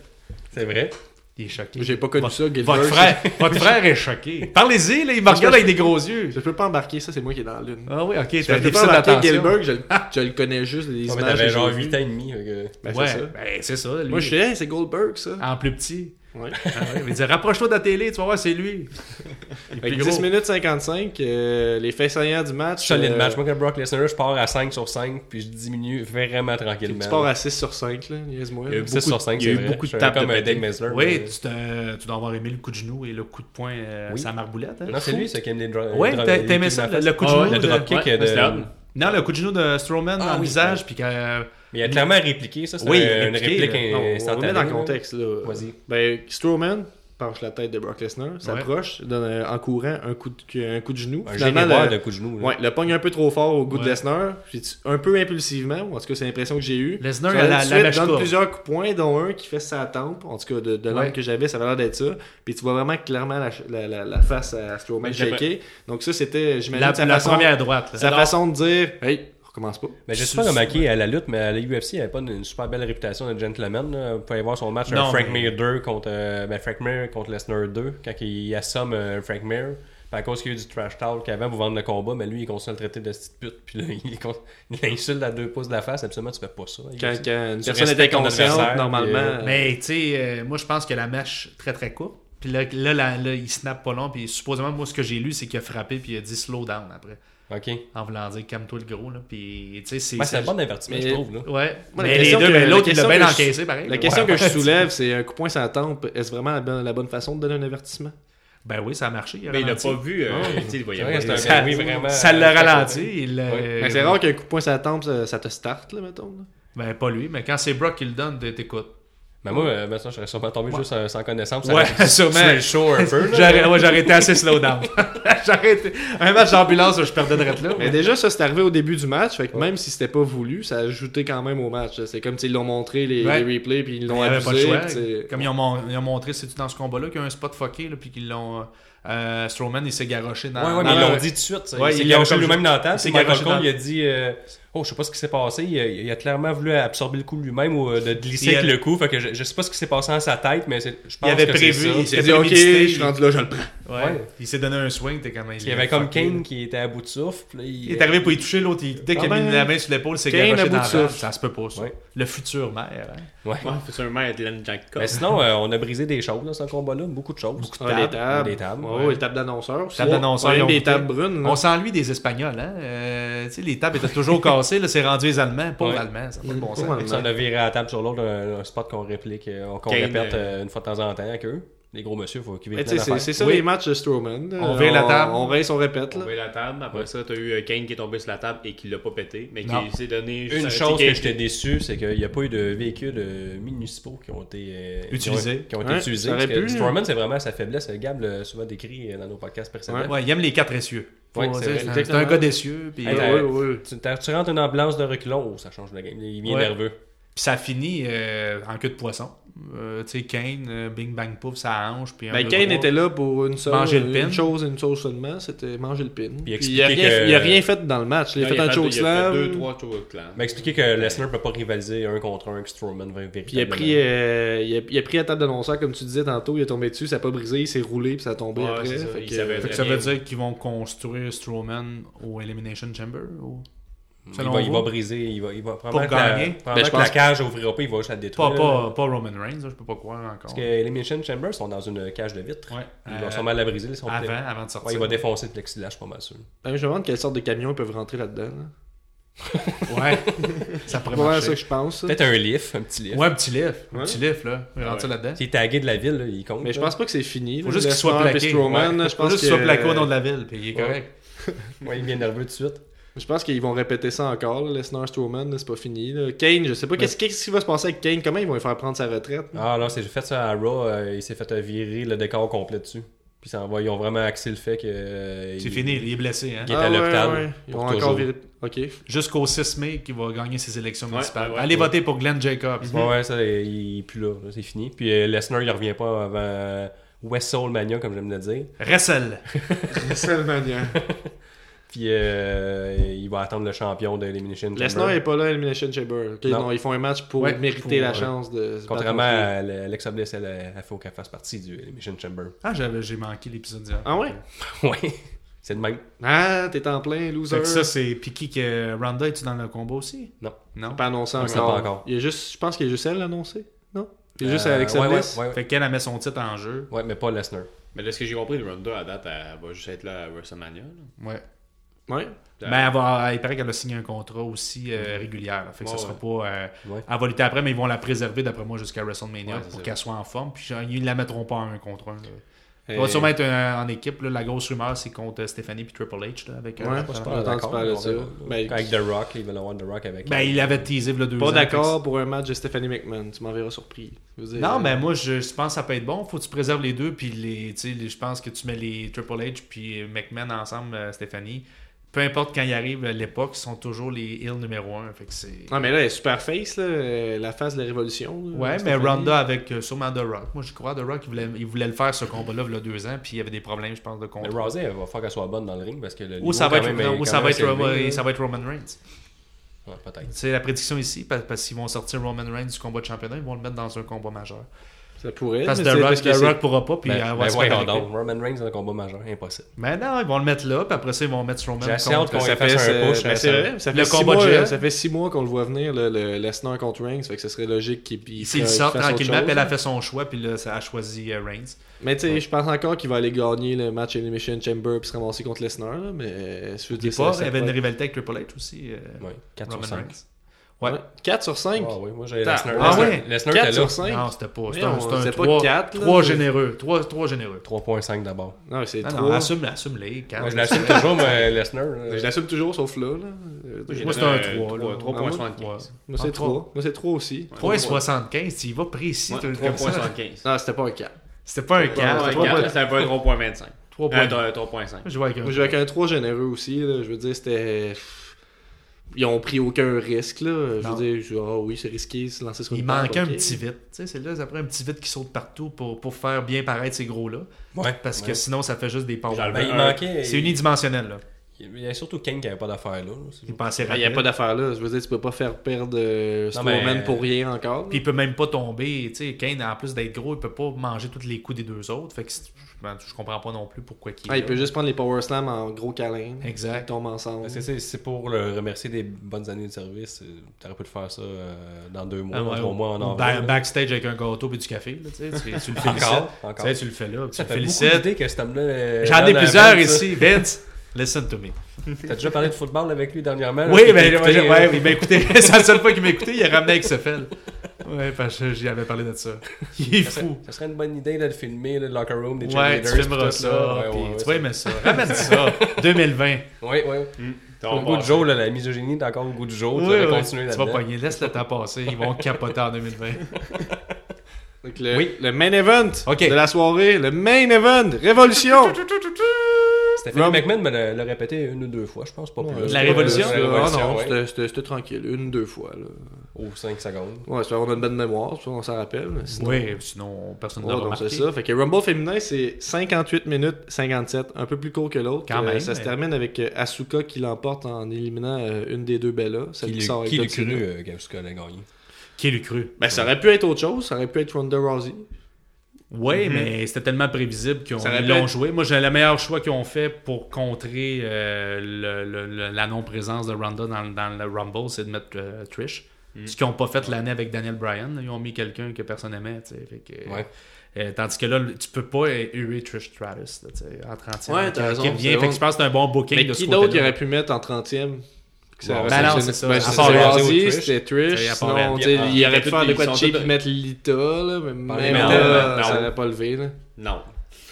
[SPEAKER 5] C'est vrai.
[SPEAKER 4] Il est choqué.
[SPEAKER 3] J'ai pas connu
[SPEAKER 4] Votre-
[SPEAKER 3] ça, Gilbert.
[SPEAKER 4] Votre frère, votre frère est choqué. Parlez-y, là, il me
[SPEAKER 3] Parce que
[SPEAKER 4] regarde
[SPEAKER 3] je-
[SPEAKER 4] avec des gros yeux.
[SPEAKER 3] Je peux pas embarquer, ça, c'est moi qui est dans la lune.
[SPEAKER 4] Ah oui, ok,
[SPEAKER 3] Je
[SPEAKER 4] t'as
[SPEAKER 3] peux
[SPEAKER 4] des
[SPEAKER 3] pas
[SPEAKER 4] fils
[SPEAKER 3] embarquer
[SPEAKER 4] d'attention.
[SPEAKER 3] Gilbert, je, je le (laughs) connais juste, les
[SPEAKER 5] Ouais, mais
[SPEAKER 3] images.
[SPEAKER 5] t'avais
[SPEAKER 3] que
[SPEAKER 5] genre
[SPEAKER 3] j'ai vues.
[SPEAKER 5] 8 ans et demi. fait que-
[SPEAKER 3] Ben, c'est
[SPEAKER 4] ouais,
[SPEAKER 3] ça.
[SPEAKER 4] ben, c'est ça, lui.
[SPEAKER 3] Moi, je suis, hey, c'est Goldberg, ça.
[SPEAKER 4] En plus petit.
[SPEAKER 3] Ouais.
[SPEAKER 4] Ah ouais, il dit, rapproche-toi de la télé, tu vas voir, c'est lui. Il
[SPEAKER 3] Fait
[SPEAKER 4] est plus
[SPEAKER 3] que
[SPEAKER 4] gros.
[SPEAKER 3] 10 minutes 55, euh, les faits saillants du match.
[SPEAKER 5] Solide
[SPEAKER 3] euh,
[SPEAKER 5] match. Moi, quand Brock Lesnar, je pars à 5 sur 5, puis je diminue vraiment tranquillement.
[SPEAKER 3] Tu pars à 6 sur 5, là, niaise-moi.
[SPEAKER 6] Il y a eu
[SPEAKER 5] 6 sur 5,
[SPEAKER 6] il y a
[SPEAKER 5] c'est
[SPEAKER 6] eu
[SPEAKER 5] vrai.
[SPEAKER 6] beaucoup de
[SPEAKER 5] Je suis
[SPEAKER 6] tapes
[SPEAKER 5] comme
[SPEAKER 6] de
[SPEAKER 5] un
[SPEAKER 6] pété.
[SPEAKER 5] Dave Mesler.
[SPEAKER 4] Oui,
[SPEAKER 5] mais-
[SPEAKER 4] tu, t'as- tu dois avoir aimé le coup de genou et le coup de poing, euh,
[SPEAKER 5] euh, Oui.
[SPEAKER 4] ça marboulette. Hein?
[SPEAKER 5] Non, c'est lui, ce qui aime les drops.
[SPEAKER 4] Ouais, t'as- t'aimais ça, le- le coup de genou
[SPEAKER 5] Le
[SPEAKER 4] de-
[SPEAKER 5] dropkick
[SPEAKER 6] ouais, c'était
[SPEAKER 5] de.
[SPEAKER 6] hot.
[SPEAKER 4] Non, le coup de genou de Strowman
[SPEAKER 5] Ah
[SPEAKER 4] dans le
[SPEAKER 5] oui,
[SPEAKER 4] visage, puis que. euh,
[SPEAKER 5] Mais il a clairement répliqué, ça. C'est
[SPEAKER 4] Oui,
[SPEAKER 5] un- une
[SPEAKER 4] répliqué,
[SPEAKER 5] réplique
[SPEAKER 3] Non,
[SPEAKER 4] là.
[SPEAKER 3] on va
[SPEAKER 5] instantanée.
[SPEAKER 3] remettre
[SPEAKER 5] là.
[SPEAKER 3] en contexte, là.
[SPEAKER 5] Vas-y.
[SPEAKER 3] Ben, Strowman penche la tête de Brock Lesnar, s'approche, donne euh, en courant un coup de, un coup de genou.
[SPEAKER 5] Un
[SPEAKER 3] Finalement, le-
[SPEAKER 5] généraire de coup de genou. là.
[SPEAKER 3] Ouais, le pogne un peu trop fort au goût de
[SPEAKER 4] Ouais.
[SPEAKER 3] Lesnar, puis tu- un peu impulsivement, ou en tout cas c'est l'impression que j'ai eue.
[SPEAKER 4] Lesnar,
[SPEAKER 3] Ça
[SPEAKER 4] il a
[SPEAKER 3] va
[SPEAKER 4] la-
[SPEAKER 3] tout de
[SPEAKER 4] la
[SPEAKER 3] suite,
[SPEAKER 4] mèche
[SPEAKER 3] donne
[SPEAKER 4] courte.
[SPEAKER 3] plusieurs coups de poing, dont un qui fait sa tempe, en tout cas de, de l'angle
[SPEAKER 4] Ouais.
[SPEAKER 3] que j'avais, ça avait l'air d'être ça. Puis tu vois vraiment clairement la, ch- la- la- la face à Strowman
[SPEAKER 6] Mais j'ai
[SPEAKER 3] shaker. Donc ça c'était, euh,
[SPEAKER 4] La,
[SPEAKER 3] j'imagine, sa,
[SPEAKER 4] la
[SPEAKER 3] façon,
[SPEAKER 4] première droite. là.
[SPEAKER 3] sa
[SPEAKER 4] Alors,
[SPEAKER 3] façon de dire « Hey, recommence pas
[SPEAKER 5] Mais j'ai pas remarqué à la lutte, mais à la UFC, il avait pas une une super belle réputation de gentleman. là. Vous pouvez voir son match,
[SPEAKER 4] Non,
[SPEAKER 5] un Frank
[SPEAKER 4] mais-
[SPEAKER 5] Mir 2 contre, euh, ben, Frank Mir contre Lesnar 2, quand il assomme euh, Frank Mir. Puis à cause qu'il y a eu du trash talk avant pour vendre le combat, mais lui, il continue à le traiter de petite pute. Puis là, (laughs) il, con- il l'insulte à deux pouces de la face. Absolument, tu fais pas ça. »
[SPEAKER 3] Quand,
[SPEAKER 5] UFC.
[SPEAKER 3] quand une
[SPEAKER 5] Tu
[SPEAKER 3] personne était
[SPEAKER 5] respectes ton adversaire,
[SPEAKER 3] consciente,
[SPEAKER 5] puis,
[SPEAKER 3] normalement...
[SPEAKER 5] euh,
[SPEAKER 4] Mais tu sais, euh, moi je pense que la mèche très très courte. Puis là, là, là, là, il snap pas long. Puis supposément, moi ce que j'ai lu, c'est qu'il a frappé puis il a dit slow down après.
[SPEAKER 5] OK.
[SPEAKER 4] En voulant dire calme-toi le gros. Là. Puis tu sais, c'est.
[SPEAKER 5] Ben, c'est un
[SPEAKER 4] c'est-
[SPEAKER 5] bon avertissement,
[SPEAKER 3] Mais-
[SPEAKER 5] je trouve. Là.
[SPEAKER 4] Ouais.
[SPEAKER 3] Moi, la
[SPEAKER 4] mais les
[SPEAKER 3] question
[SPEAKER 4] deux,
[SPEAKER 3] que-
[SPEAKER 4] mais
[SPEAKER 3] la
[SPEAKER 4] l'autre, il l'a
[SPEAKER 3] question
[SPEAKER 4] bien
[SPEAKER 3] que je-
[SPEAKER 4] encaissé pareil.
[SPEAKER 3] La
[SPEAKER 4] là.
[SPEAKER 3] question
[SPEAKER 4] Ouais.
[SPEAKER 3] que je soulève, c'est un coup de poing sans tempe, est-ce vraiment la, bonne- la bonne façon de donner un avertissement?
[SPEAKER 4] (laughs) Ben oui, ça a marché.
[SPEAKER 6] Mais il l'a
[SPEAKER 4] ralenti.
[SPEAKER 6] pas vu.
[SPEAKER 3] Ah,
[SPEAKER 6] euh, tu sais, il voyait
[SPEAKER 5] C'est vrai,
[SPEAKER 6] pas.
[SPEAKER 5] c'est un-
[SPEAKER 4] Ça-
[SPEAKER 5] oui, vraiment,
[SPEAKER 4] Ça
[SPEAKER 5] euh,
[SPEAKER 4] l'a
[SPEAKER 5] ça
[SPEAKER 4] ralenti. il euh, l'a-
[SPEAKER 3] Fait que Ben, c'est rare qu'un coup de poing sans tempe, ça, ça te starte, là, mettons. là.
[SPEAKER 4] Ben pas lui, mais quand c'est Brock qui le donne, t'écoutes.
[SPEAKER 5] Mais moi, euh, maintenant, je serais sûrement tombé juste euh, sans connaissance.
[SPEAKER 4] Ouais,
[SPEAKER 5] ça-
[SPEAKER 4] sûrement.
[SPEAKER 5] sur le show un peu. là.
[SPEAKER 4] J'aurais ouais, j'aurais été assez slow down. (laughs) J'aurais été- Un match d'ambulance, je perdais de rette là.
[SPEAKER 3] Mais déjà, ça, c'est arrivé au début du match. Fait que même si c'était pas voulu, ça ajoutait quand même au match. là. C'est comme s'ils l'ont montré, les,
[SPEAKER 4] Ouais.
[SPEAKER 3] les replays, puis ils
[SPEAKER 4] Il
[SPEAKER 3] l'ont
[SPEAKER 4] n'y avait
[SPEAKER 3] abusé.
[SPEAKER 4] pas le choix.
[SPEAKER 3] puis c'est-
[SPEAKER 4] Comme ils ont, mon- ils ont montré, c'est-tu dans ce combat-là qu'il y a un spot fucké, là, puis qu'ils l'ont. euh, Strowman, il s'est garoché dans.
[SPEAKER 5] Ouais, ouais,
[SPEAKER 4] dans
[SPEAKER 5] mais ils
[SPEAKER 4] le-
[SPEAKER 5] l'ont dit tout de suite. ça.
[SPEAKER 4] Ouais,
[SPEAKER 5] il s'est
[SPEAKER 4] ils
[SPEAKER 5] garoché
[SPEAKER 4] l'ont comme-
[SPEAKER 5] lui-même dans la table.
[SPEAKER 4] il s'est
[SPEAKER 5] Puis Michael
[SPEAKER 4] garoché
[SPEAKER 5] Cole,
[SPEAKER 4] dans-
[SPEAKER 5] il a dit euh, Oh, je sais pas ce qui s'est passé. Il a, il a clairement voulu absorber le coup lui-même ou euh, de glisser
[SPEAKER 4] Il
[SPEAKER 5] avec
[SPEAKER 4] a-
[SPEAKER 5] le coup. Fait que je, je sais pas ce qui s'est passé dans sa tête, mais c'est- je pense
[SPEAKER 4] Il avait
[SPEAKER 5] que c'est
[SPEAKER 4] prévu,
[SPEAKER 5] ça.
[SPEAKER 4] il
[SPEAKER 3] Il a
[SPEAKER 4] s'est
[SPEAKER 3] dit, ok, je suis rendu là, je le prends.
[SPEAKER 4] Ouais. Il s'est donné un swing, t'es quand même.
[SPEAKER 5] Il y avait comme Kane qui était à bout de souffle. puis là, il-
[SPEAKER 4] Il est arrivé pour y toucher, l'autre, il- dès qu'il
[SPEAKER 3] Ah
[SPEAKER 4] a mis
[SPEAKER 3] ben,
[SPEAKER 4] la main sur l'épaule, il s'est
[SPEAKER 3] Kane à
[SPEAKER 4] garoché
[SPEAKER 3] bout
[SPEAKER 4] dans
[SPEAKER 3] de
[SPEAKER 4] la rage.
[SPEAKER 3] souffle.
[SPEAKER 4] Ça se peut pas, ça.
[SPEAKER 5] Ouais.
[SPEAKER 4] Le futur maire. hein.
[SPEAKER 5] Ouais.
[SPEAKER 6] Ouais, c'est un maire de Len Jack
[SPEAKER 5] Mais sinon, euh, on a brisé des choses dans ce combat-là. Beaucoup de choses.
[SPEAKER 4] Beaucoup de
[SPEAKER 3] Ouais, les tables.
[SPEAKER 5] Des tables,
[SPEAKER 3] Ouais,
[SPEAKER 5] ouais.
[SPEAKER 3] ouais, les tables d'annonceurs. aussi.
[SPEAKER 4] Tables d'annonceurs,
[SPEAKER 3] Ouais,
[SPEAKER 4] ils ont
[SPEAKER 3] des
[SPEAKER 4] goûté.
[SPEAKER 3] tables brunes. là.
[SPEAKER 4] On s'ennuie des Espagnols, hein. Euh, tu sais, les tables étaient toujours cassées, là, c'est rendu les Allemands, pas
[SPEAKER 5] Ouais.
[SPEAKER 4] les Allemands, ça n'a pas de bon
[SPEAKER 3] Pas
[SPEAKER 4] sens.
[SPEAKER 3] mal,
[SPEAKER 5] Puis ça, on a viré à la table sur l'autre un, un spot qu'on réplique, euh, qu'on
[SPEAKER 6] Kane,
[SPEAKER 5] répète
[SPEAKER 6] euh,
[SPEAKER 5] euh, une fois de temps en temps avec eux. Les gros monsieur, faut qu'ils
[SPEAKER 3] Mais
[SPEAKER 5] viennent
[SPEAKER 3] tu sais, c'est c'est ça
[SPEAKER 4] Oui.
[SPEAKER 3] les matchs de Strowman.
[SPEAKER 4] On
[SPEAKER 3] Euh,
[SPEAKER 4] vire la table.
[SPEAKER 3] On race, on répète. là.
[SPEAKER 6] tombé la table. Après ça, t'as eu euh, Kane qui est tombé sur la table et qui l'a pas pété. Mais
[SPEAKER 4] Non.
[SPEAKER 6] qui s'est donné. juste
[SPEAKER 5] Une
[SPEAKER 6] un
[SPEAKER 5] chose
[SPEAKER 6] ticket.
[SPEAKER 5] que j'étais déçu, c'est qu'il n'y a pas eu de véhicules euh, municipaux qui ont été euh,
[SPEAKER 4] Utilisés.
[SPEAKER 5] Qui ont, qui ont été
[SPEAKER 3] Ouais,
[SPEAKER 5] utilisés.
[SPEAKER 3] ça
[SPEAKER 5] Parce
[SPEAKER 3] aurait
[SPEAKER 5] que
[SPEAKER 3] pu.
[SPEAKER 4] hein.
[SPEAKER 5] Strowman, c'est vraiment sa faiblesse. euh, Gab l'a souvent décrit euh, dans nos podcasts précédents.
[SPEAKER 4] Ouais, il aime les quatre essieux. Faut
[SPEAKER 5] Ouais,
[SPEAKER 4] dire,
[SPEAKER 5] c'est
[SPEAKER 4] c'est
[SPEAKER 5] vrai,
[SPEAKER 4] un- c'est un,
[SPEAKER 3] exactement.
[SPEAKER 4] gars d'essieux, puis
[SPEAKER 5] Hey,
[SPEAKER 4] euh,
[SPEAKER 5] t'as-
[SPEAKER 3] Ouais, ouais, ouais.
[SPEAKER 5] Tu, t'as- tu rentres une ambulance de reculons, oh, ça change la game. Il vient
[SPEAKER 4] Ouais.
[SPEAKER 5] nerveux.
[SPEAKER 4] puis ça finit euh, en queue de poisson. Euh, tu sais, Kane, euh, Bing Bang Pouf, ça hanche, puis un,
[SPEAKER 3] Ben,
[SPEAKER 4] deux,
[SPEAKER 3] Kane
[SPEAKER 4] trois.
[SPEAKER 3] était là pour une seule
[SPEAKER 4] Manger le pin.
[SPEAKER 3] une chose et une chose seulement, c'était manger le pin. Puis il
[SPEAKER 5] expliquer
[SPEAKER 3] a, rien,
[SPEAKER 5] que-
[SPEAKER 3] il a rien fait dans le match. Il a
[SPEAKER 6] Non,
[SPEAKER 3] fait un
[SPEAKER 6] fait-
[SPEAKER 3] chokeslam.
[SPEAKER 6] Il a fait 2-3 chokeslam.
[SPEAKER 5] Mais expliquer que Lesnar ne peut pas rivaliser un contre un avec Strowman vra-
[SPEAKER 3] Puis il a
[SPEAKER 5] véritablement.
[SPEAKER 3] pris, euh, il a, il a pris la table d'annonceur, comme tu disais tantôt, il est tombé dessus, ça n'a pas brisé, il s'est roulé, puis ça a tombé
[SPEAKER 6] Ouais,
[SPEAKER 3] après.
[SPEAKER 6] c'est ça,
[SPEAKER 3] Fait
[SPEAKER 6] il
[SPEAKER 3] que- euh,
[SPEAKER 6] savait
[SPEAKER 4] Fait que ça veut dire qu'ils vont construire Strowman au Elimination Chamber ou...
[SPEAKER 5] Il
[SPEAKER 4] Selon
[SPEAKER 5] va, il
[SPEAKER 4] vous?
[SPEAKER 5] va briser, il va, il va probablement
[SPEAKER 4] Pour
[SPEAKER 5] que la-
[SPEAKER 4] gagner?
[SPEAKER 5] probablement
[SPEAKER 6] Ben, je
[SPEAKER 5] que la
[SPEAKER 6] pense-
[SPEAKER 5] cage ouvrira pas, il va juste la
[SPEAKER 4] Pas,
[SPEAKER 5] détruire. là.
[SPEAKER 4] pas, pas Roman Reigns, là, je peux pas croire encore.
[SPEAKER 5] Parce que Elimination Chamber sont dans une cage de vitre.
[SPEAKER 4] Ouais.
[SPEAKER 5] Ils
[SPEAKER 4] Euh,
[SPEAKER 5] vont sûrement la briser. Ils sont
[SPEAKER 4] avant,
[SPEAKER 5] peut-être-
[SPEAKER 4] avant de sortir.
[SPEAKER 5] Ouais, il va défoncer le plexiglas, je suis pas mal sûr.
[SPEAKER 3] Ben, je me demande quelle sorte de camions ils peuvent rentrer là-dedans. là.
[SPEAKER 4] Ouais. (laughs) ça pourrait
[SPEAKER 3] C'est pas mal
[SPEAKER 4] marcher.
[SPEAKER 3] ça que je pense. ça.
[SPEAKER 5] Peut-être un lift, un petit lift.
[SPEAKER 4] Ouais, un petit lift. Un
[SPEAKER 3] Ouais.
[SPEAKER 4] petit lift, là. Il rentre ça là-dedans.
[SPEAKER 5] S'il est tagué de la ville, là, il compte.
[SPEAKER 3] Mais je
[SPEAKER 5] là.
[SPEAKER 3] pense pas que c'est fini.
[SPEAKER 4] Faut
[SPEAKER 3] là.
[SPEAKER 4] juste qu'il soit
[SPEAKER 3] Lesnar puis
[SPEAKER 4] plaqué,
[SPEAKER 3] Strowman,
[SPEAKER 4] ouais.
[SPEAKER 3] là, je
[SPEAKER 4] Faut
[SPEAKER 3] pense
[SPEAKER 4] juste
[SPEAKER 3] que-
[SPEAKER 4] qu'il soit plaqué au nom de la ville, puis il est
[SPEAKER 5] Ouais.
[SPEAKER 4] correct.
[SPEAKER 5] Ouais, il vient nerveux tout de suite.
[SPEAKER 3] euh, Je pense qu'ils vont répéter ça encore. là. Lesnar, Strowman, là, c'est pas fini. là. Kane, je sais pas. Qu'est-ce qu'est-ce qui va se passer avec Kane Comment ils vont lui faire prendre sa retraite là?
[SPEAKER 5] Ah non, c'est j'ai fait ça à Raw, euh, il s'est fait euh, virer le décor complet dessus. Puis ça en va, ils ont vraiment axé le fait que. euh,
[SPEAKER 4] C'est
[SPEAKER 5] il-
[SPEAKER 4] fini, il est blessé. Hein?
[SPEAKER 5] Il est à l'hôpital
[SPEAKER 3] Ah, Ils
[SPEAKER 5] pour
[SPEAKER 3] vont
[SPEAKER 5] toujours.
[SPEAKER 3] encore virer.
[SPEAKER 4] (laughs)
[SPEAKER 3] Ok.
[SPEAKER 4] Jusqu'au 6 mai, qui va gagner ses élections municipales.
[SPEAKER 6] ouais, ouais,
[SPEAKER 4] Allez
[SPEAKER 6] ouais.
[SPEAKER 4] voter pour Glenn Jacobs.
[SPEAKER 5] Ouais, ouais, ça, il, il est plus là, là, c'est fini. Puis euh, Lesnar, il revient pas avant euh, West Soul Mania, comme j'aime le dire.
[SPEAKER 4] Wrestle.
[SPEAKER 3] Seulement.
[SPEAKER 5] Puis euh, il va attendre le champion de l'Elimination Chamber.
[SPEAKER 3] Lesnar est pas là à Elimination Chamber. Ok,
[SPEAKER 5] Non.
[SPEAKER 3] non, ils font un match pour
[SPEAKER 4] Ouais,
[SPEAKER 3] mériter
[SPEAKER 4] pour,
[SPEAKER 3] la
[SPEAKER 4] euh,
[SPEAKER 3] chance de. se
[SPEAKER 5] Contrairement
[SPEAKER 3] battre
[SPEAKER 5] à l- Alexa Bliss, elle, elle faut qu'elle fasse partie du Elimination Chamber. (laughs)
[SPEAKER 4] Ah, j'avais- j'ai manqué l'épisode d'hier.
[SPEAKER 3] contre lui. Ah ouais
[SPEAKER 5] ouais, c'est le même.
[SPEAKER 3] Ah, t'es en plein, loser.
[SPEAKER 4] Fait que ça, c'est Piki que Ronda, est-tu dans le combo aussi?
[SPEAKER 5] Non.
[SPEAKER 4] Non.
[SPEAKER 3] Pas annoncé
[SPEAKER 5] Non, c'est
[SPEAKER 3] encore.
[SPEAKER 5] pas encore.
[SPEAKER 3] Il y a juste, je pense qu'il y a juste elle annoncée. Non Il y a juste
[SPEAKER 5] Euh,
[SPEAKER 3] Alexa
[SPEAKER 5] ouais, ouais,
[SPEAKER 3] Bliss.
[SPEAKER 5] Ouais, ouais,
[SPEAKER 4] Fait qu'elle, elle met son titre en jeu.
[SPEAKER 5] Ouais, mais pas Lesnar.
[SPEAKER 6] Mais de ce que j'ai compris, le Ronda, à date, elle va juste être là à WrestleMania. là.
[SPEAKER 4] Ouais.
[SPEAKER 3] Ouais.
[SPEAKER 4] Mais elle va, euh, il paraît qu'elle a signé un contrat aussi euh, régulier. là. Fait que ça
[SPEAKER 6] Euh, Ouais,
[SPEAKER 4] sera pas. euh,
[SPEAKER 5] Ouais.
[SPEAKER 4] Elle va lutter après, mais ils vont la préserver, d'après moi, jusqu'à WrestleMania
[SPEAKER 6] Ouais, c'est
[SPEAKER 4] pour
[SPEAKER 6] ça.
[SPEAKER 4] qu'elle soit en forme. Puis genre, ils la mettront pas en un contre un. là. Ça
[SPEAKER 3] Et-
[SPEAKER 4] va sûrement être euh, en équipe. là. La grosse rumeur, c'est contre euh, Stéphanie puis Triple H. là, avec, euh,
[SPEAKER 3] Ouais.
[SPEAKER 4] Triple H.
[SPEAKER 3] Pas entendu
[SPEAKER 5] D'accord,
[SPEAKER 3] parler de
[SPEAKER 5] on verra.
[SPEAKER 3] ça. Mais-
[SPEAKER 5] Avec The Rock, ils veulent avoir The Rock avec.
[SPEAKER 4] Ben, il avait teasé le deux ans,
[SPEAKER 3] Pas
[SPEAKER 4] fait que
[SPEAKER 3] d'accord pour un match de Stephanie McMahon. Tu m'enverras surpris. Je veux
[SPEAKER 4] c'est-
[SPEAKER 3] dire,
[SPEAKER 4] Non,
[SPEAKER 3] euh,
[SPEAKER 4] mais moi, je, je pense que ça peut être bon. Faut que tu préserves les deux. Puis les, tu sais, les- je pense que tu mets les Triple H puis McMahon ensemble, euh, Stéphanie. Peu importe quand ils arrivent, à l'époque, ils sont toujours les heels numéro un. Fait que c'est.
[SPEAKER 3] Non, mais là, elle est super face, là, euh, la face de la révolution. là,
[SPEAKER 4] Ouais, mais
[SPEAKER 3] Stephanie.
[SPEAKER 4] Ronda avec euh, sûrement The Rock. Moi, je crois The Rock, il voulait, il voulait le faire ce combat-là il y a deux ans, puis il y avait des problèmes, je pense, de
[SPEAKER 5] Mais
[SPEAKER 4] contrat.
[SPEAKER 5] Rousey, elle va faire qu'elle soit bonne dans le ring parce que le.
[SPEAKER 4] Ou
[SPEAKER 5] niveau
[SPEAKER 4] ça va
[SPEAKER 5] quand
[SPEAKER 4] être,
[SPEAKER 5] même est-
[SPEAKER 4] ou
[SPEAKER 5] quand
[SPEAKER 4] ça va
[SPEAKER 5] même
[SPEAKER 4] être,
[SPEAKER 5] assez élevé,
[SPEAKER 4] Ro-
[SPEAKER 5] là.
[SPEAKER 4] ça va être Roman Reigns.
[SPEAKER 5] Ouais, peut-être.
[SPEAKER 4] C'est la prédiction ici, pa- parce qu'ils vont sortir Roman Reigns du combat de championnat, ils vont le mettre dans un combat majeur.
[SPEAKER 3] Ça pourrait.
[SPEAKER 4] Parce que
[SPEAKER 3] mais c'est-
[SPEAKER 4] The Rock,
[SPEAKER 3] parce que
[SPEAKER 4] The
[SPEAKER 3] c'est-
[SPEAKER 4] Rock pourra pas, puis euh,
[SPEAKER 5] Ben,
[SPEAKER 4] elle
[SPEAKER 5] ben
[SPEAKER 4] va se faire
[SPEAKER 5] voyons
[SPEAKER 4] arrêter.
[SPEAKER 5] donc. Roman Reigns dans un combat majeur, impossible.
[SPEAKER 4] Mais non, ils vont le mettre là, puis après ça, ils vont mettre sur Roman
[SPEAKER 5] J'ai assez
[SPEAKER 4] contre-
[SPEAKER 5] hâte qu'on
[SPEAKER 3] ça
[SPEAKER 5] lui
[SPEAKER 3] fait,
[SPEAKER 5] fasse un
[SPEAKER 3] euh,
[SPEAKER 5] push.
[SPEAKER 3] mais
[SPEAKER 4] ben,
[SPEAKER 5] euh,
[SPEAKER 3] c'est
[SPEAKER 5] ça-
[SPEAKER 3] vrai, ça fait,
[SPEAKER 4] Le
[SPEAKER 3] six
[SPEAKER 4] combat de
[SPEAKER 3] mois,
[SPEAKER 4] géant.
[SPEAKER 3] euh, ça fait six mois qu'on le voit venir, le, le Lesnar contre Reigns. Fait que ce serait logique qu'il il
[SPEAKER 4] S'il
[SPEAKER 3] fasse-
[SPEAKER 4] sort
[SPEAKER 3] fasse autre
[SPEAKER 4] tranquillement,
[SPEAKER 3] chose.
[SPEAKER 4] puis elle a fait son choix, puis là, ça a choisi euh, Reigns.
[SPEAKER 3] Mais tu sais, je pense encore qu'il va aller gagner le match Elimination Chamber puis se ramasser contre Lesnar. là, Mais euh, si je veux
[SPEAKER 4] Des
[SPEAKER 3] dire, ça-
[SPEAKER 4] fois,
[SPEAKER 3] ça
[SPEAKER 4] il y avait une
[SPEAKER 3] pourrait-
[SPEAKER 4] rivalité avec Triple H aussi, euh,
[SPEAKER 5] Ouais, 4
[SPEAKER 4] Roman
[SPEAKER 5] sur 5.
[SPEAKER 4] Reigns. Ouais.
[SPEAKER 3] Ouais. 4 sur 5.
[SPEAKER 5] Ah oui, moi j'ai
[SPEAKER 3] Ah,
[SPEAKER 5] Lesnar.
[SPEAKER 3] ah
[SPEAKER 5] Lesnar-
[SPEAKER 4] ouais.
[SPEAKER 5] Lesnar
[SPEAKER 3] 4
[SPEAKER 5] était là.
[SPEAKER 3] sur 5.
[SPEAKER 4] Non, c'était pas. C'était
[SPEAKER 3] Mais
[SPEAKER 4] un,
[SPEAKER 3] on-
[SPEAKER 4] c'était un
[SPEAKER 3] c'est pas
[SPEAKER 4] 3,
[SPEAKER 3] quatre, là, mais-
[SPEAKER 4] généreux. 3, généreux.
[SPEAKER 5] 3.5 d'abord.
[SPEAKER 3] Ah Non, c'est
[SPEAKER 4] Ah Non,
[SPEAKER 3] 3.
[SPEAKER 4] non, assume, assume les. Quand
[SPEAKER 5] Moi, je l'assume toujours, mais Lesnar.
[SPEAKER 3] Je
[SPEAKER 5] euh,
[SPEAKER 3] l'assume toujours, sauf là. là. Euh,
[SPEAKER 6] j'ai
[SPEAKER 3] Moi,
[SPEAKER 4] Moi, c'est un Ah,
[SPEAKER 6] Euh,
[SPEAKER 4] 3.
[SPEAKER 6] trois- 3.75.
[SPEAKER 3] c'est 3. Moi, c'est 3 aussi.
[SPEAKER 4] 3,75. Tu y vas précis.
[SPEAKER 6] Ouais,
[SPEAKER 4] tu le- comme ça.
[SPEAKER 6] 3.75.
[SPEAKER 3] Non, c'était pas un 4.
[SPEAKER 4] C'était pas un 4.
[SPEAKER 6] Ouais, quatre, Ça va être 3.25. Euh,
[SPEAKER 4] 3.5.
[SPEAKER 6] 3.5.
[SPEAKER 4] Je vois avec un.
[SPEAKER 3] Moi, j'ai avec un 3 généreux aussi. là. Je veux dire, c'était. Ils ont pris aucun risque. Là. Je
[SPEAKER 4] Non.
[SPEAKER 3] veux dire, je- ah oui, c'est risqué, se lancer sur une
[SPEAKER 4] Il
[SPEAKER 3] table,
[SPEAKER 4] manquait un
[SPEAKER 3] ok.
[SPEAKER 4] petit vite. Tu sais, c'est là, après un petit vite qui saute partout pour, pour faire bien paraître ces gros-là.
[SPEAKER 5] Ouais.
[SPEAKER 4] Parce que
[SPEAKER 5] ouais.
[SPEAKER 4] sinon, ça fait juste des ponts.
[SPEAKER 6] J'enlevais
[SPEAKER 5] Ben, il
[SPEAKER 6] un.
[SPEAKER 5] manquait.
[SPEAKER 4] C'est
[SPEAKER 5] il-
[SPEAKER 4] unidimensionnel. Là.
[SPEAKER 5] Il y a surtout Kane qui avait pas d'affaire là. c'est-
[SPEAKER 4] Il pensait
[SPEAKER 3] Ah, Il n'y a pas
[SPEAKER 4] rapide.
[SPEAKER 3] d'affaire là. Je veux dire, tu peux pas faire perdre euh,
[SPEAKER 5] Non,
[SPEAKER 3] Strowman
[SPEAKER 5] mais-
[SPEAKER 3] pour rien encore.
[SPEAKER 4] Puis il peut même pas tomber. Tu sais, Kane, en plus d'être gros, il peut pas manger tous les coups des deux autres. Fait que c'est- ben, je, je comprends pas non plus pourquoi qu'il
[SPEAKER 3] Ah,
[SPEAKER 4] est
[SPEAKER 3] il
[SPEAKER 4] là.
[SPEAKER 3] peut juste prendre les Power Slam en gros câlin. Ils
[SPEAKER 4] Exact.
[SPEAKER 3] tombent ensemble.
[SPEAKER 5] Parce que c'est- c'est pour le remercier des bonnes années de service. euh, T'aurais pu le faire ça euh, dans deux mois,
[SPEAKER 4] Ah ouais,
[SPEAKER 5] trois mois
[SPEAKER 4] ou ben,
[SPEAKER 5] en avril.
[SPEAKER 4] ba- backstage avec un gâteau et du café, là, tu, sais, tu, tu le félicites.
[SPEAKER 5] Encore,
[SPEAKER 4] Tu,
[SPEAKER 5] encore.
[SPEAKER 4] sais, tu le fais là, tu
[SPEAKER 5] Ça
[SPEAKER 4] le
[SPEAKER 5] fait beaucoup
[SPEAKER 4] félicites.
[SPEAKER 5] d'idées que cet homme-là. euh,
[SPEAKER 4] J'en ai
[SPEAKER 5] donne à
[SPEAKER 4] plusieurs
[SPEAKER 5] Vince.
[SPEAKER 4] ici, Vince. Listen to me.
[SPEAKER 5] T'as déjà parlé de football avec lui dernièrement. Ah, là,
[SPEAKER 4] Oui,
[SPEAKER 5] puis
[SPEAKER 4] mais
[SPEAKER 5] t'as
[SPEAKER 4] moi, j'ai-
[SPEAKER 5] écouté,
[SPEAKER 4] ouais,
[SPEAKER 5] euh,
[SPEAKER 4] il m'a écouté. (laughs) C'est la seule fois qu'il m'a écouté, il a ramené avec ce fel. Ouais, parce que j'y avais parlé de ça. Il est
[SPEAKER 5] ça serait-
[SPEAKER 4] fou.
[SPEAKER 5] Ça serait une bonne idée là, de filmer le locker room des
[SPEAKER 4] Ouais, tu
[SPEAKER 5] cheerleaders, puis
[SPEAKER 4] filmeras
[SPEAKER 5] tout,
[SPEAKER 4] ça,
[SPEAKER 5] là. Ouais,
[SPEAKER 4] puis
[SPEAKER 5] ouais, ouais,
[SPEAKER 4] tu vas aimer ça. Ramène ça,
[SPEAKER 5] (laughs)
[SPEAKER 4] 2020.
[SPEAKER 5] ça- Ouais, ouais.
[SPEAKER 6] T'as
[SPEAKER 5] Au goût de Joe, là, la misogynie est encore au goût du Joe.
[SPEAKER 4] Oui,
[SPEAKER 5] tu vas
[SPEAKER 4] oui,
[SPEAKER 5] continuer
[SPEAKER 4] Tu vas
[SPEAKER 5] là-dedans.
[SPEAKER 4] pogner, laisse le temps passer, ils vont capoter en 2020.
[SPEAKER 3] (laughs) Donc, le, le main event
[SPEAKER 4] Ok.
[SPEAKER 3] de la soirée, le main event,
[SPEAKER 4] (laughs)
[SPEAKER 3] Révolution.
[SPEAKER 5] Stephanie
[SPEAKER 3] Rob-
[SPEAKER 5] McMahon me l'a- l'a répété une ou deux fois, je pense. Pas plus.
[SPEAKER 4] La révolution?
[SPEAKER 5] La révolution,
[SPEAKER 3] Ah non,
[SPEAKER 5] ouais.
[SPEAKER 3] c'était- c'était c'était tranquille, une, deux fois. Là.
[SPEAKER 5] Aux 5 secondes.
[SPEAKER 3] Ouais, c'est- on a une bonne mémoire, ça, on s'en rappelle. mais sinon-
[SPEAKER 4] Oui, sinon personne ne
[SPEAKER 3] Ouais,
[SPEAKER 4] l'a
[SPEAKER 3] donc
[SPEAKER 4] remarqué.
[SPEAKER 3] c'est ça. Fait que Rumble féminin, c'est 58 minutes 57, un peu plus court que l'autre.
[SPEAKER 4] Quand
[SPEAKER 3] Euh,
[SPEAKER 4] même,
[SPEAKER 3] ça se
[SPEAKER 4] mais-
[SPEAKER 3] termine avec euh, Asuka qui l'emporte en éliminant euh, une des deux Bellas, celle
[SPEAKER 5] Qui
[SPEAKER 3] qui,
[SPEAKER 5] l'eût
[SPEAKER 3] sort avec
[SPEAKER 5] qui l'eût
[SPEAKER 3] Godzilla.
[SPEAKER 5] cru euh, qu'Asuka allait gagner
[SPEAKER 4] Qui l'eût cru?
[SPEAKER 3] Ben, ça aurait pu être autre chose, ça aurait pu être Ronda Rousey.
[SPEAKER 4] Oui, mais c'était tellement prévisible qu'ils
[SPEAKER 3] Ça
[SPEAKER 4] ont-
[SPEAKER 3] aurait
[SPEAKER 4] ils
[SPEAKER 3] pu
[SPEAKER 4] l'ont
[SPEAKER 3] être-
[SPEAKER 4] joué. Moi, j'ai le meilleur choix qu'ils ont fait pour contrer euh, le- le- le- la non-présence de Ronda dans, dans le Rumble, c'est de mettre euh, Trish.
[SPEAKER 3] Mhm.
[SPEAKER 4] Ce qu'ils n'ont pas fait l'année avec Daniel Bryan. Ils ont mis quelqu'un que personne n'aimait. tu sais, fait que-
[SPEAKER 5] Ouais.
[SPEAKER 4] Euh, tandis que là, le- tu peux pas euh, huer Trish Stratus là, tu sais, en 30
[SPEAKER 6] Ouais, t'as raison,
[SPEAKER 4] Qui
[SPEAKER 6] c'est
[SPEAKER 4] revient. Fait
[SPEAKER 6] bon.
[SPEAKER 4] que je pense que c'est un bon booking
[SPEAKER 3] Mais
[SPEAKER 4] de
[SPEAKER 3] qui
[SPEAKER 4] ce
[SPEAKER 3] d'autre il
[SPEAKER 4] côté-là.
[SPEAKER 3] aurait pu mettre en 30e que ça
[SPEAKER 5] Bon,
[SPEAKER 3] aurait
[SPEAKER 4] ben non,
[SPEAKER 3] fonctionné?
[SPEAKER 4] c'est ça.
[SPEAKER 3] Ben,
[SPEAKER 4] À
[SPEAKER 3] c'est
[SPEAKER 4] part
[SPEAKER 5] Razzie
[SPEAKER 3] Razzie,
[SPEAKER 5] ou
[SPEAKER 3] c'était Trish.
[SPEAKER 4] C'est à part
[SPEAKER 3] Sinon,
[SPEAKER 4] Razzie.
[SPEAKER 3] tu sais,
[SPEAKER 6] Ah,
[SPEAKER 3] il aurait pu
[SPEAKER 6] toutes
[SPEAKER 3] faire de
[SPEAKER 6] les-
[SPEAKER 3] quoi de
[SPEAKER 6] ils sont
[SPEAKER 3] cheap
[SPEAKER 6] toutes-
[SPEAKER 3] et mettre Lita, là, mais
[SPEAKER 5] Parlez-
[SPEAKER 3] même
[SPEAKER 5] Non,
[SPEAKER 3] là,
[SPEAKER 6] non.
[SPEAKER 3] ça n'aurait pas levé. Là.
[SPEAKER 6] Non.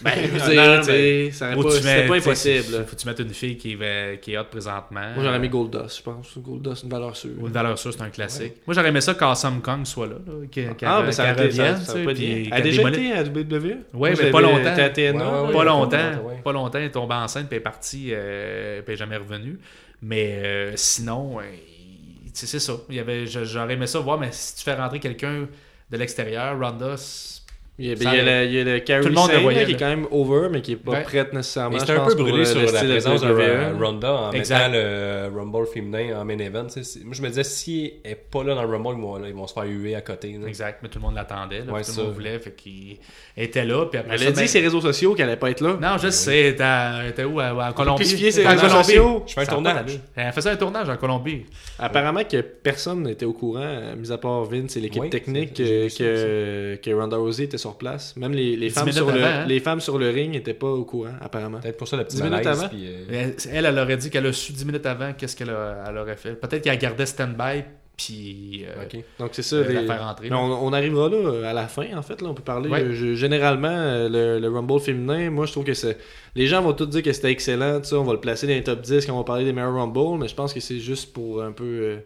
[SPEAKER 3] Ben, je veux
[SPEAKER 6] non,
[SPEAKER 3] dire,
[SPEAKER 6] non,
[SPEAKER 3] tu sais, ça aurait
[SPEAKER 4] Ou
[SPEAKER 3] pas-
[SPEAKER 4] tu
[SPEAKER 3] c'était
[SPEAKER 4] mets-
[SPEAKER 3] pas
[SPEAKER 4] tu sais,
[SPEAKER 3] impossible. là.
[SPEAKER 4] Faut que tu mettes une fille qui est, qui est hot présentement.
[SPEAKER 3] Moi, j'aurais mis Goldust, je pense. Goldust, une valeur sûre.
[SPEAKER 4] Ou une valeur sûre, c'est un classique. Moi, j'aurais aimé ça quand Sam Kong soit là. là qu'elle-
[SPEAKER 3] Ah, mais
[SPEAKER 4] qu'elle-
[SPEAKER 3] ça aurait
[SPEAKER 4] qu'elle
[SPEAKER 3] été- ça-
[SPEAKER 4] revienne,
[SPEAKER 3] ça
[SPEAKER 4] tu sais,
[SPEAKER 3] aurait pas
[SPEAKER 4] puis
[SPEAKER 3] été. Elle
[SPEAKER 4] qu'elle
[SPEAKER 3] a déjà
[SPEAKER 4] démolisse.
[SPEAKER 3] été à WWE
[SPEAKER 4] Ouais,
[SPEAKER 3] Moi, je
[SPEAKER 4] mais pas
[SPEAKER 3] l'avais-
[SPEAKER 4] longtemps.
[SPEAKER 3] elle était à TNA.
[SPEAKER 5] Ouais, ouais,
[SPEAKER 4] pas
[SPEAKER 5] ouais,
[SPEAKER 4] longtemps.
[SPEAKER 5] ouais, ouais.
[SPEAKER 4] Pas longtemps. Elle est tombée enceinte, puis elle est partie, euh, puis elle est jamais revenue. Mais euh, sinon, euh, il- tu sais, c'est ça. Il y avait, je- j'aurais aimé ça voir, mais si tu fais rentrer quelqu'un de l'extérieur, Ronda, c'est-
[SPEAKER 3] Il y a,
[SPEAKER 4] Ça
[SPEAKER 3] ben, il y a
[SPEAKER 4] aurait-
[SPEAKER 3] le, il y a le Carrie
[SPEAKER 4] Tout le monde
[SPEAKER 3] Sane,
[SPEAKER 4] le voyait,
[SPEAKER 3] là, qui est
[SPEAKER 4] là.
[SPEAKER 3] quand même over, mais qui est pas
[SPEAKER 4] Ouais.
[SPEAKER 3] prête
[SPEAKER 4] Ah,
[SPEAKER 3] nécessairement.
[SPEAKER 5] Mais
[SPEAKER 3] je
[SPEAKER 5] c'était un
[SPEAKER 3] pense,
[SPEAKER 5] peu
[SPEAKER 3] pour
[SPEAKER 5] brûlé
[SPEAKER 4] euh,
[SPEAKER 3] le-
[SPEAKER 5] sur
[SPEAKER 3] le
[SPEAKER 5] la
[SPEAKER 3] style
[SPEAKER 5] présence de
[SPEAKER 3] WWE.
[SPEAKER 5] Ra- Ronda en
[SPEAKER 4] Exact.
[SPEAKER 5] mettant le euh, Rumble féminin en main event. tu sais, c'est- Moi, je me disais, si elle n'est pas là dans le Rumble, ils vont, ils vont se faire huer à côté. là.
[SPEAKER 4] exact. Mais tout le monde l'attendait. là,
[SPEAKER 5] Ouais,
[SPEAKER 4] tout
[SPEAKER 5] ça.
[SPEAKER 4] le monde voulait. Fait qu'il était là. Puis après
[SPEAKER 3] Elle
[SPEAKER 4] ça,
[SPEAKER 3] a dit Ben
[SPEAKER 4] ben-
[SPEAKER 3] ses réseaux sociaux qu'elle allait pas être là.
[SPEAKER 4] Non, je sais. elle était à- elle était où à- À, Colombie.
[SPEAKER 3] Puisquier, ses
[SPEAKER 4] Elle était en
[SPEAKER 3] réseaux
[SPEAKER 4] Colombie.
[SPEAKER 3] sociaux.
[SPEAKER 5] Je fais un
[SPEAKER 4] Ça a pas
[SPEAKER 5] tournage.
[SPEAKER 4] d'allure. Elle faisait un tournage en Colombie.
[SPEAKER 3] Apparemment que personne n'était au courant, euh, mis à part Vince et l'équipe
[SPEAKER 5] Oui,
[SPEAKER 3] technique,
[SPEAKER 5] c'est- j'ai
[SPEAKER 3] euh,
[SPEAKER 5] vu ça
[SPEAKER 3] que, que Ronda Rousey était sur place. Même les, les
[SPEAKER 4] Dix
[SPEAKER 3] femmes,
[SPEAKER 4] minutes
[SPEAKER 3] sur le,
[SPEAKER 4] avant, hein.
[SPEAKER 3] les femmes sur le ring n'étaient pas au courant, apparemment.
[SPEAKER 5] Peut-être pour ça, le petit
[SPEAKER 3] Dix minutes
[SPEAKER 5] malaise.
[SPEAKER 3] avant.
[SPEAKER 5] puis, euh,
[SPEAKER 4] Elle, elle elle aurait dit qu'elle a su 10 minutes avant qu'est-ce qu'elle a- elle aurait fait. Peut-être qu'elle gardait stand-by, puis euh,
[SPEAKER 5] ok.
[SPEAKER 3] Donc c'est ça.
[SPEAKER 4] euh,
[SPEAKER 3] les-
[SPEAKER 4] la faire entrer.
[SPEAKER 3] Mais on, on arrivera là euh, à la fin, en fait. Là, on peut parler.
[SPEAKER 4] Ouais.
[SPEAKER 3] euh, je- généralement, euh, le, le Rumble féminin, moi, je trouve que c'est. Les gens vont tous dire que c'était excellent. tu sais, On va le placer dans les top 10 quand on va parler des meilleurs Rumble, mais je pense que c'est juste pour un peu. euh,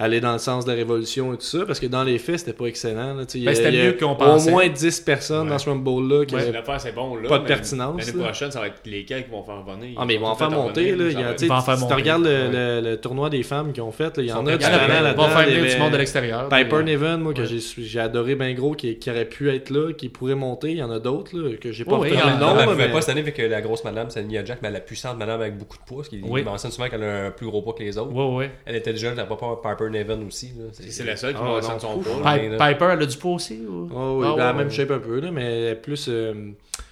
[SPEAKER 3] aller dans le sens de la révolution et tout ça, parce que dans les faits, c'était pas excellent. là, tu sais, il y a-
[SPEAKER 4] Ben, c'était
[SPEAKER 3] il y a
[SPEAKER 4] mieux qu'on
[SPEAKER 3] Au
[SPEAKER 4] pensait.
[SPEAKER 3] moins 10 personnes dans ce Rumble-là qui
[SPEAKER 6] Ouais,
[SPEAKER 3] avaient
[SPEAKER 6] l'affaire, c'est bon, là.
[SPEAKER 3] Pas de
[SPEAKER 6] mais
[SPEAKER 3] pertinence,
[SPEAKER 6] L'année
[SPEAKER 3] là.
[SPEAKER 6] prochaine, ça va être lesquels qui vont faire revenir.
[SPEAKER 3] Ah, mais ils vont en
[SPEAKER 6] tout
[SPEAKER 3] faire
[SPEAKER 6] revenir,
[SPEAKER 3] monter. Là.
[SPEAKER 6] ça
[SPEAKER 3] Il y
[SPEAKER 6] va
[SPEAKER 3] a,
[SPEAKER 6] être-
[SPEAKER 3] tu sais,
[SPEAKER 4] Ils vont en faire
[SPEAKER 3] si tu
[SPEAKER 4] monter.
[SPEAKER 3] regardes le, le- le tournoi des femmes qu'ils ont fait, là, il y en a du
[SPEAKER 4] Il y en avait-
[SPEAKER 3] talent
[SPEAKER 4] ils vont
[SPEAKER 3] là-dedans.
[SPEAKER 4] faire venir
[SPEAKER 3] Il y
[SPEAKER 4] du
[SPEAKER 3] avait
[SPEAKER 4] monde de l'extérieur. puis,
[SPEAKER 3] Piper
[SPEAKER 4] euh,
[SPEAKER 3] Niven, moi, que
[SPEAKER 4] ouais.
[SPEAKER 3] j'ai su- j'ai adoré ben gros, qui, qui aurait pu être là, qui pourrait monter. Il y en a d'autres là, que j'ai pas
[SPEAKER 4] Oh, oui,
[SPEAKER 3] retenu
[SPEAKER 4] il y en
[SPEAKER 3] le
[SPEAKER 4] a-
[SPEAKER 3] nom.
[SPEAKER 5] elle
[SPEAKER 3] là,
[SPEAKER 5] pouvait
[SPEAKER 3] mais-
[SPEAKER 5] pas cette année, fait que euh, la grosse madame, c'est Nia Jack, mais la puissante madame avec beaucoup de poids, parce qu'il
[SPEAKER 4] Oui.
[SPEAKER 5] il mentionne souvent qu'elle a un plus gros poids que les autres.
[SPEAKER 4] euh, Ouais, ouais.
[SPEAKER 5] Elle était déjà, elle n'a pas peur Piper Neven aussi. là.
[SPEAKER 6] C'est la seule qui
[SPEAKER 3] Ah,
[SPEAKER 6] va
[SPEAKER 3] non,
[SPEAKER 6] ressentir son
[SPEAKER 3] ouf.
[SPEAKER 4] (laughs)
[SPEAKER 6] poids. là.
[SPEAKER 5] Ouais.
[SPEAKER 4] Pi- Piper, elle a du poids aussi ou-
[SPEAKER 3] Ah oui,
[SPEAKER 4] Ah,
[SPEAKER 3] ben, la
[SPEAKER 4] ouais,
[SPEAKER 3] même
[SPEAKER 4] ouais.
[SPEAKER 3] shape un peu, là, mais elle est plus, euh,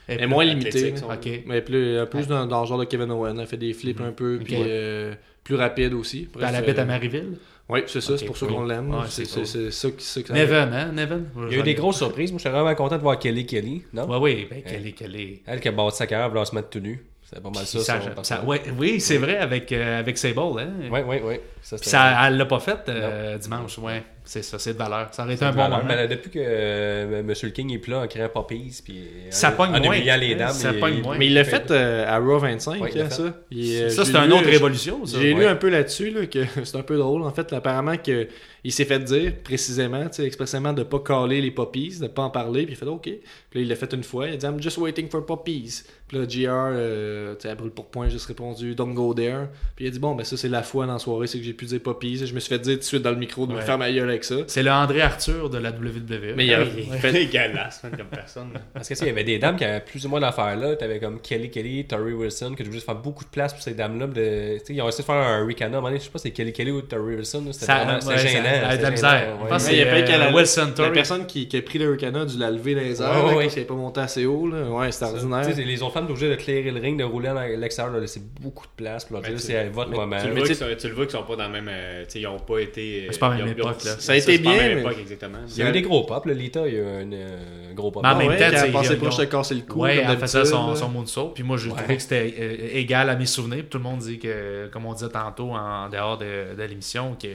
[SPEAKER 4] Elle
[SPEAKER 3] elle
[SPEAKER 4] est
[SPEAKER 3] est moins
[SPEAKER 6] plus
[SPEAKER 3] limitée.
[SPEAKER 6] athlétique,
[SPEAKER 3] là.
[SPEAKER 6] son-
[SPEAKER 4] Ok. Puis
[SPEAKER 3] Mais plus, euh, plus dans, dans le genre de Kevin Owen. Elle fait des flips un peu, puis
[SPEAKER 4] Mhm. Ok.
[SPEAKER 3] euh, plus rapide aussi. Bref,
[SPEAKER 4] Elle habite à
[SPEAKER 3] euh,
[SPEAKER 4] Maryville.
[SPEAKER 3] Oui, c'est ça, c'est pour ça
[SPEAKER 4] cool.
[SPEAKER 3] qu'on l'aime.
[SPEAKER 4] Ouais,
[SPEAKER 3] c'est
[SPEAKER 4] c'est cool.
[SPEAKER 3] c'est- c'est ça qui ça que ça-
[SPEAKER 4] Neven, hein, Neven.
[SPEAKER 5] Il y a eu des grosses surprises. Moi, j'étais vraiment content de voir Kelly Kelly. Non?
[SPEAKER 4] Ouais, oui, ben, qu'elle est, qu'elle est.
[SPEAKER 5] Elle qui a bâti sa carrière, elle se mettre tout nu. C'est pas mal ça.
[SPEAKER 4] Ça-
[SPEAKER 5] son
[SPEAKER 4] ça-
[SPEAKER 5] personnage.
[SPEAKER 4] ouais, oui, c'est vrai, avec, euh, avec Sable. Hein.
[SPEAKER 5] Ouais, ouais, ouais. Ça,
[SPEAKER 4] Puis
[SPEAKER 5] c'était-
[SPEAKER 4] ça, elle l'a pas faite euh, dimanche. Ouais, c'est ça, c'est de valeur. Ça aurait été un Ah, bon
[SPEAKER 5] Alors,
[SPEAKER 4] moment.
[SPEAKER 5] mais là, depuis que euh, M. le King est plus là en créant Poppies, puis euh,
[SPEAKER 4] Ça
[SPEAKER 5] en-
[SPEAKER 4] pogne
[SPEAKER 5] en
[SPEAKER 4] moins.
[SPEAKER 5] humiliant les dames.
[SPEAKER 4] Ça
[SPEAKER 5] il-
[SPEAKER 4] pogne
[SPEAKER 5] il-
[SPEAKER 4] moins.
[SPEAKER 3] Mais il l'a fait euh, à Raw 25,
[SPEAKER 5] Ouais, il l'a
[SPEAKER 3] hein,
[SPEAKER 5] fait.
[SPEAKER 3] ça. Il, euh,
[SPEAKER 4] ça,
[SPEAKER 3] j'ai
[SPEAKER 4] c'est une
[SPEAKER 3] lu,
[SPEAKER 4] autre
[SPEAKER 3] j'ai-
[SPEAKER 4] révolution. ça.
[SPEAKER 3] J'ai lu
[SPEAKER 5] ouais.
[SPEAKER 3] un peu là-dessus là, que (laughs) c'est un peu drôle. En fait, apparemment que il s'est fait dire précisément, tu sais, expressément de pas caler les poppies, de pas en parler. Puis il a fait OK. Puis là, il l'a fait une fois. Il a dit I'm just waiting for poppies. Puis là, GR, euh, tu sais, à brûle pour point, juste répondu Don't go there. Puis il a dit Bon, ben ça, c'est la fois dans la soirée, c'est que j'ai pu dire poppies. Et je me suis fait dire tout de suite dans le micro de me
[SPEAKER 4] Ouais.
[SPEAKER 3] faire ma gueule avec ça.
[SPEAKER 4] C'est le André Arthur de la E. WWE.
[SPEAKER 3] Mais il a
[SPEAKER 6] C'est
[SPEAKER 3] fait.
[SPEAKER 6] dégueulasse, man, comme personne.
[SPEAKER 5] Parce que, tu sais, il y avait des dames qui avaient plus ou moins d'affaires là. T'avais comme Kelly Kelly, Tori Wilson, qui devaient juste faire beaucoup de place pour ces dames-là. de- Tu sais, ils ont essayé de faire un Ricana. à un moment donné, Je sais pas si c'est Kelly Kelly ou Tori Wilson. là, C'était
[SPEAKER 4] Ça-
[SPEAKER 5] vraiment- c'était
[SPEAKER 4] ouais, ça-
[SPEAKER 5] gênant.
[SPEAKER 4] elle a de
[SPEAKER 5] c'était
[SPEAKER 4] la misère.
[SPEAKER 5] gênant,
[SPEAKER 4] Je
[SPEAKER 5] ouais.
[SPEAKER 4] pense
[SPEAKER 3] Ouais,
[SPEAKER 4] que
[SPEAKER 3] il y a
[SPEAKER 4] c'est,
[SPEAKER 3] pas qu'à la-
[SPEAKER 4] euh, Wilson
[SPEAKER 3] La
[SPEAKER 4] Torrey.
[SPEAKER 3] personne qui, qui a pris le Hurricane a dû la lever dans les airs,
[SPEAKER 5] Ouais,
[SPEAKER 3] là,
[SPEAKER 5] ouais.
[SPEAKER 3] qui s'est pas monté assez haut. Là. Ouais, c'est ordinaire.
[SPEAKER 5] Tu sais, les autres femmes sont obligées de clairer le ring, de rouler à l'extérieur, de laisser beaucoup de place pour leur
[SPEAKER 6] Mais
[SPEAKER 5] dire
[SPEAKER 6] tu-
[SPEAKER 5] c'est votre moment.
[SPEAKER 6] Tu le
[SPEAKER 3] Mais
[SPEAKER 6] vois
[SPEAKER 3] tu-
[SPEAKER 6] qu'ils sont- tu le vois qu'ils sont pas dans le même. euh, tu sais, ils ont pas été. euh,
[SPEAKER 4] C'est pas la même
[SPEAKER 6] ils ont- ils ont-
[SPEAKER 4] époque, là.
[SPEAKER 6] c'est
[SPEAKER 3] Ça a été
[SPEAKER 6] c'est pas la
[SPEAKER 3] bien,
[SPEAKER 6] même
[SPEAKER 3] mais-
[SPEAKER 6] époque, exactement.
[SPEAKER 5] Il y a eu des gros pop, là. Lita, il y a eu un euh, gros pop.
[SPEAKER 4] Mais en
[SPEAKER 3] Ah
[SPEAKER 4] même
[SPEAKER 3] ouais,
[SPEAKER 4] temps,
[SPEAKER 3] quand
[SPEAKER 4] tu sais,
[SPEAKER 3] elle passait
[SPEAKER 4] ils ont-
[SPEAKER 3] proche de casser le cou.
[SPEAKER 4] Ouais,
[SPEAKER 3] comme
[SPEAKER 4] elle faisait son,
[SPEAKER 3] d'habitude,
[SPEAKER 4] son
[SPEAKER 3] là.
[SPEAKER 4] moonsault. Puis moi, je
[SPEAKER 5] Ouais.
[SPEAKER 4] trouvais que c'était euh, égal à mes souvenirs. Puis tout le monde dit que, comme on disait tantôt en dehors de, de l'émission, que-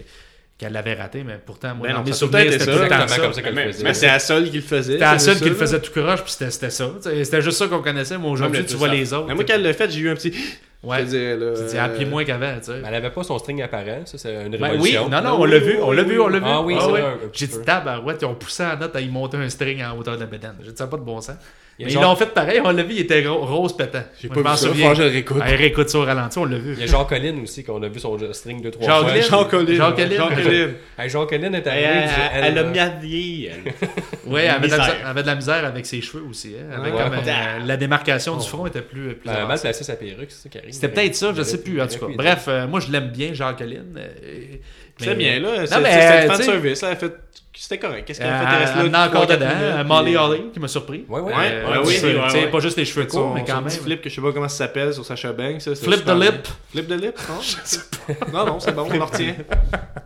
[SPEAKER 4] qu'elle l'avait raté. Mais pourtant, moi,
[SPEAKER 3] Ben
[SPEAKER 4] dans
[SPEAKER 3] non,
[SPEAKER 4] mes
[SPEAKER 3] ça a
[SPEAKER 4] souvenirs,
[SPEAKER 3] tout le temps
[SPEAKER 4] c'était
[SPEAKER 3] été
[SPEAKER 4] tout le
[SPEAKER 3] ça,
[SPEAKER 4] temps
[SPEAKER 5] exactement
[SPEAKER 4] ça.
[SPEAKER 5] comme ça qu'elle
[SPEAKER 6] Mais-
[SPEAKER 5] le faisait.
[SPEAKER 3] Mais c'est la seule qui le faisait.
[SPEAKER 4] C'était la
[SPEAKER 3] c'est
[SPEAKER 4] seule
[SPEAKER 3] ça,
[SPEAKER 4] qui le
[SPEAKER 3] là.
[SPEAKER 4] faisait tout croche, puis c'était c'était ça. Tu sais, C'était juste ça qu'on connaissait. Moi, aujourd'hui,
[SPEAKER 6] Comme le
[SPEAKER 4] tu vois
[SPEAKER 6] tout
[SPEAKER 4] les autres.
[SPEAKER 3] Mais moi, quand elle l'a fait, j'ai eu un petit.
[SPEAKER 4] Ouais.
[SPEAKER 3] Je
[SPEAKER 4] Tu
[SPEAKER 3] dirais, là.
[SPEAKER 4] dis, ah,
[SPEAKER 3] euh,
[SPEAKER 4] appuie moins qu'avant, tu sais.
[SPEAKER 5] Mais Elle avait pas son string apparent, ça c'est une
[SPEAKER 4] Ben oui,
[SPEAKER 5] révolution.
[SPEAKER 4] non, non, on l'a vu, on l'a vu, on l'a vu.
[SPEAKER 5] Ah oui, c'est
[SPEAKER 4] ouais.
[SPEAKER 5] vrai, un petit
[SPEAKER 4] J'ai dit
[SPEAKER 5] peu.
[SPEAKER 4] tabarouette, ils ont poussé en note à y monter un string en hauteur de la bédane. J'ai dit ça a pas de bon sens.
[SPEAKER 5] Il y a
[SPEAKER 4] Mais ils
[SPEAKER 5] genre-
[SPEAKER 4] l'ont fait pareil, on l'a vu, il était ro- rose pétant.
[SPEAKER 3] J'ai
[SPEAKER 4] Moi,
[SPEAKER 3] pas
[SPEAKER 4] je m'en
[SPEAKER 3] vu ça.
[SPEAKER 4] souviens.
[SPEAKER 3] Faut que je le réécoute.
[SPEAKER 4] Ah, réécoute ça au ralenti, on l'a vu.
[SPEAKER 5] Il y a Jean Collin aussi qu'on a vu son string deux trois
[SPEAKER 4] Jean
[SPEAKER 5] fois.
[SPEAKER 4] Collin.
[SPEAKER 3] Jean Collin.
[SPEAKER 4] Jean Collin.
[SPEAKER 5] Hey, Jean Collin est
[SPEAKER 6] Elle,
[SPEAKER 5] arrivé. il disait,
[SPEAKER 6] elle, elle a
[SPEAKER 5] euh,
[SPEAKER 6] mis à vieillir.
[SPEAKER 3] (laughs)
[SPEAKER 4] Ouais, elle avait, de la
[SPEAKER 6] Misère.
[SPEAKER 4] misère- elle avait de la misère avec ses cheveux aussi. hein. Avec
[SPEAKER 5] Ouais.
[SPEAKER 4] comme, euh, la démarcation du front était plus. plus
[SPEAKER 5] elle a
[SPEAKER 4] avancée.
[SPEAKER 5] mal placé sa perruque, c'est ça qui arrive.
[SPEAKER 4] C'était peut-être ça, je sais plus en tout cas. Bref, euh, moi je l'aime bien, Jacqueline. euh, mais-
[SPEAKER 3] C'est bien, là.
[SPEAKER 4] Non,
[SPEAKER 3] C'est
[SPEAKER 4] mais,
[SPEAKER 3] c'est
[SPEAKER 4] euh,
[SPEAKER 3] fan
[SPEAKER 4] tu sais,
[SPEAKER 3] service. là, Elle a fait C'était correct. Qu'est-ce
[SPEAKER 4] Euh,
[SPEAKER 3] qu'elle a fait? Elle reste là
[SPEAKER 4] amenant encore
[SPEAKER 3] trois, quatre
[SPEAKER 4] dedans.
[SPEAKER 3] minutes,
[SPEAKER 4] euh,
[SPEAKER 3] puis-
[SPEAKER 4] Molly Holly, qui m'a surpris.
[SPEAKER 5] Ouais, ouais.
[SPEAKER 3] Ouais,
[SPEAKER 5] Euh,
[SPEAKER 3] ouais, Ah oui,
[SPEAKER 4] Tu sais,
[SPEAKER 3] ouais,
[SPEAKER 4] tu sais,
[SPEAKER 3] ouais.
[SPEAKER 4] Pas juste les cheveux courts,
[SPEAKER 3] Son-
[SPEAKER 4] mais quand
[SPEAKER 3] son
[SPEAKER 4] même.
[SPEAKER 3] petit flip que je sais pas comment ça s'appelle sur Sacha Banks. ça, c'est
[SPEAKER 4] Flip
[SPEAKER 3] super
[SPEAKER 4] the
[SPEAKER 3] bien.
[SPEAKER 4] lip.
[SPEAKER 3] Flip the lip, (laughs) non?
[SPEAKER 4] (laughs)
[SPEAKER 3] non, non, c'est bon, on le retient.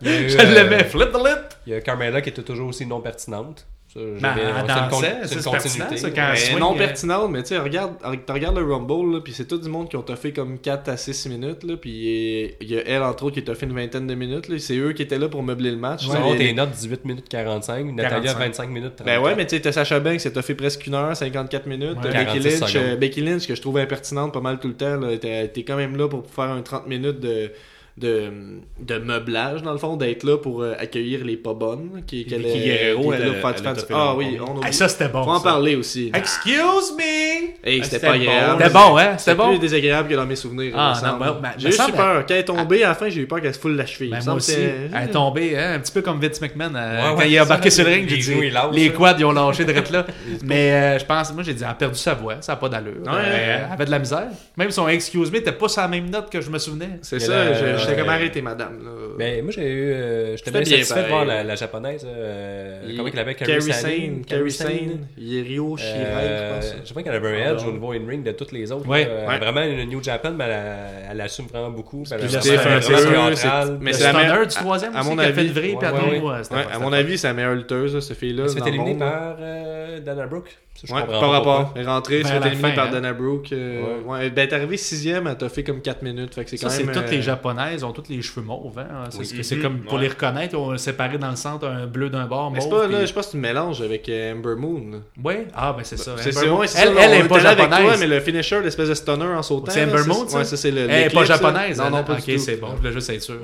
[SPEAKER 5] il y a eu,
[SPEAKER 4] Je
[SPEAKER 5] euh,
[SPEAKER 4] l'aimais. Flip the lip.
[SPEAKER 5] Il y a Carmela qui était toujours aussi non pertinente. Ça,
[SPEAKER 4] Ben,
[SPEAKER 5] j'avais-
[SPEAKER 4] elle
[SPEAKER 5] c'est une con-
[SPEAKER 4] dansait, ça, (laughs)
[SPEAKER 5] une
[SPEAKER 4] c'est pertinent,
[SPEAKER 5] continuité.
[SPEAKER 4] ça, quand-
[SPEAKER 3] Mais
[SPEAKER 4] swing,
[SPEAKER 3] non
[SPEAKER 4] euh,
[SPEAKER 3] pertinente, mais tu sais, regarde, tu regardes le Rumble, là, puis c'est tout du monde qui ont toffé comme 4 à 6 minutes, là, puis il y a elle, entre autres, qui a toffé une vingtaine de minutes, là, c'est eux qui étaient là pour meubler le match.
[SPEAKER 5] Ils
[SPEAKER 3] Ils
[SPEAKER 5] ont
[SPEAKER 3] ont-
[SPEAKER 5] tes notes 18 minutes 45, Natalia
[SPEAKER 4] 45.
[SPEAKER 5] 25 minutes 30.
[SPEAKER 3] Ben ouais, mais tu sais, t'as Sacha Banks, qui a toffé presque une heure, 54 minutes.
[SPEAKER 5] Ouais.
[SPEAKER 3] Euh,
[SPEAKER 5] 46
[SPEAKER 3] Becky, Lynch,
[SPEAKER 5] secondes.
[SPEAKER 3] euh, Becky Lynch, que je trouve impertinente pas mal tout le temps, là, t'es t'es quand même là pour faire un 30 minutes de, de, de meublage, dans le fond, d'être là pour euh, accueillir les pas bonnes. Qui, qu'elle-
[SPEAKER 6] Vicky Guerrero,
[SPEAKER 3] qui était
[SPEAKER 6] elle
[SPEAKER 3] là
[SPEAKER 6] a-
[SPEAKER 3] pour faire du
[SPEAKER 6] elle a
[SPEAKER 3] fan-
[SPEAKER 6] toffé
[SPEAKER 3] Ah
[SPEAKER 6] le
[SPEAKER 3] oui,
[SPEAKER 6] premier.
[SPEAKER 3] on
[SPEAKER 4] Hey,
[SPEAKER 3] oublie.
[SPEAKER 4] ça, c'était bon.
[SPEAKER 3] Faut en
[SPEAKER 4] ça.
[SPEAKER 3] parler aussi.
[SPEAKER 4] Excuse me.
[SPEAKER 3] Hey,
[SPEAKER 6] Ah,
[SPEAKER 3] c'était
[SPEAKER 6] c'était
[SPEAKER 3] pas
[SPEAKER 6] bon,
[SPEAKER 3] agréable.
[SPEAKER 4] C'était bon, hein? C'était
[SPEAKER 3] plus
[SPEAKER 4] bon.
[SPEAKER 3] désagréable que dans mes souvenirs.
[SPEAKER 4] Ah,
[SPEAKER 3] il me semble.
[SPEAKER 4] non, ben, ben,
[SPEAKER 3] j'ai
[SPEAKER 4] me
[SPEAKER 3] eu super
[SPEAKER 4] semble-
[SPEAKER 3] peur. Quand elle est tombée, à la fin, j'ai eu peur qu'elle se foule la cheville.
[SPEAKER 4] Ben,
[SPEAKER 3] Il me
[SPEAKER 4] moi
[SPEAKER 3] semble
[SPEAKER 4] aussi,
[SPEAKER 3] que c'est-
[SPEAKER 4] elle est tombée, hein, un petit peu comme Vince McMahon. euh,
[SPEAKER 5] Ouais, ouais,
[SPEAKER 4] quand il
[SPEAKER 5] c'est
[SPEAKER 4] a embarqué
[SPEAKER 5] ça,
[SPEAKER 4] sur le
[SPEAKER 5] les-
[SPEAKER 4] ring, j'ai
[SPEAKER 5] les
[SPEAKER 4] dit,
[SPEAKER 5] genoux, ils lâchent,
[SPEAKER 4] les
[SPEAKER 5] là.
[SPEAKER 4] quads, ils ont lâché de là. Mais euh, je pense, moi, j'ai dit, elle a perdu sa voix, ça n'a pas d'allure.
[SPEAKER 3] ouais.
[SPEAKER 4] Euh, elle avait de la misère. Même son Excuse Me n'était pas sur la même note que je me souvenais.
[SPEAKER 3] C'est
[SPEAKER 5] Il y a
[SPEAKER 3] ça,
[SPEAKER 5] la-
[SPEAKER 3] je- j'étais
[SPEAKER 5] ouais.
[SPEAKER 4] euh,
[SPEAKER 3] comme arrêté, madame. là.
[SPEAKER 5] Ben, moi, j'ai eu. euh,
[SPEAKER 3] C'était
[SPEAKER 5] J'étais bien
[SPEAKER 3] bien
[SPEAKER 5] satisfait de voir
[SPEAKER 3] pareil.
[SPEAKER 5] la, la japonaise. euh,
[SPEAKER 3] Il-
[SPEAKER 5] comment elle l'appelle
[SPEAKER 3] Carrie Sane, Carrie Sane, Yerio Shirai,
[SPEAKER 5] Euh,
[SPEAKER 3] je pense.
[SPEAKER 5] je sais pas qu'elle avait un edge au niveau in-ring de toutes les autres.
[SPEAKER 4] Ouais,
[SPEAKER 5] là. Euh,
[SPEAKER 3] Ah ouais.
[SPEAKER 5] Vraiment une New Japan, mais elle, a- elle assume vraiment beaucoup. puis Elle a
[SPEAKER 3] Puis le
[SPEAKER 5] vraiment
[SPEAKER 3] stiff un
[SPEAKER 5] un
[SPEAKER 3] peu,
[SPEAKER 5] théâtral.
[SPEAKER 3] c'est- mais
[SPEAKER 4] Le
[SPEAKER 3] c'est la
[SPEAKER 4] standard
[SPEAKER 3] meilleure-
[SPEAKER 4] du troisième
[SPEAKER 3] à- à
[SPEAKER 4] aussi,
[SPEAKER 3] mon
[SPEAKER 4] qu'elle fait
[SPEAKER 3] avis-
[SPEAKER 4] de vrai,
[SPEAKER 5] Ouais,
[SPEAKER 4] puis elle
[SPEAKER 5] ouais,
[SPEAKER 4] tombe,
[SPEAKER 5] ouais.
[SPEAKER 4] ouais, euh, c'était
[SPEAKER 3] Ouais,
[SPEAKER 4] pas-
[SPEAKER 3] à
[SPEAKER 4] c'était
[SPEAKER 3] mon
[SPEAKER 4] pas-
[SPEAKER 3] avis, c'est la meilleure lutteuse, là, ce fille-là.
[SPEAKER 5] Elle se
[SPEAKER 3] dans
[SPEAKER 5] fait
[SPEAKER 3] le
[SPEAKER 5] éliminer
[SPEAKER 3] monde, là.
[SPEAKER 5] par euh, Dana Brooke. Ça, je
[SPEAKER 3] Ouais,
[SPEAKER 5] comprends
[SPEAKER 3] par
[SPEAKER 5] pas
[SPEAKER 3] rapport.
[SPEAKER 5] pourquoi.
[SPEAKER 3] Elle est rentrée, elle
[SPEAKER 4] Ben,
[SPEAKER 3] se
[SPEAKER 4] à la
[SPEAKER 3] fait éliminer
[SPEAKER 4] fin,
[SPEAKER 3] par
[SPEAKER 4] hein.
[SPEAKER 3] Dana Brooke. euh, ouais, ben, elle est arrivée sixième, elle t'a fait comme 4 minutes. Fait que c'est
[SPEAKER 4] Ça,
[SPEAKER 3] quand
[SPEAKER 4] c'est
[SPEAKER 3] même.
[SPEAKER 4] toutes
[SPEAKER 3] euh, Mhm.
[SPEAKER 4] les japonaises ont toutes les cheveux mauves. Hein? C'est
[SPEAKER 5] Oui.
[SPEAKER 4] ce que c'est comme pour les reconnaître, on séparé dans le centre un bleu d'un bord,
[SPEAKER 3] Mais
[SPEAKER 4] mauve.
[SPEAKER 3] c'est pas, là,
[SPEAKER 4] puis-
[SPEAKER 3] je pense que tu mélanges avec euh, Amber Moon. là.
[SPEAKER 4] Ouais, ah ben c'est ça.
[SPEAKER 3] Bah, C'est
[SPEAKER 4] Amber
[SPEAKER 3] c'est-
[SPEAKER 4] Moon.
[SPEAKER 3] ouais, c'est ça,
[SPEAKER 4] elle,
[SPEAKER 3] là,
[SPEAKER 4] elle
[SPEAKER 3] on
[SPEAKER 4] est pas
[SPEAKER 3] était là avec
[SPEAKER 4] japonaise.
[SPEAKER 3] toi, mais le finisher, l'espèce de stunner en sautant.
[SPEAKER 4] C'est
[SPEAKER 3] là,
[SPEAKER 4] Amber Moon, ça?
[SPEAKER 3] Ouais, ça, c'est le.
[SPEAKER 4] Elle est pas
[SPEAKER 3] l'éclipse, là.
[SPEAKER 4] japonaise.
[SPEAKER 3] Non,
[SPEAKER 4] elle,
[SPEAKER 3] non, pas
[SPEAKER 4] Ok,
[SPEAKER 3] du tout.
[SPEAKER 4] c'est bon, je voulais juste
[SPEAKER 3] (laughs)
[SPEAKER 4] être sûr.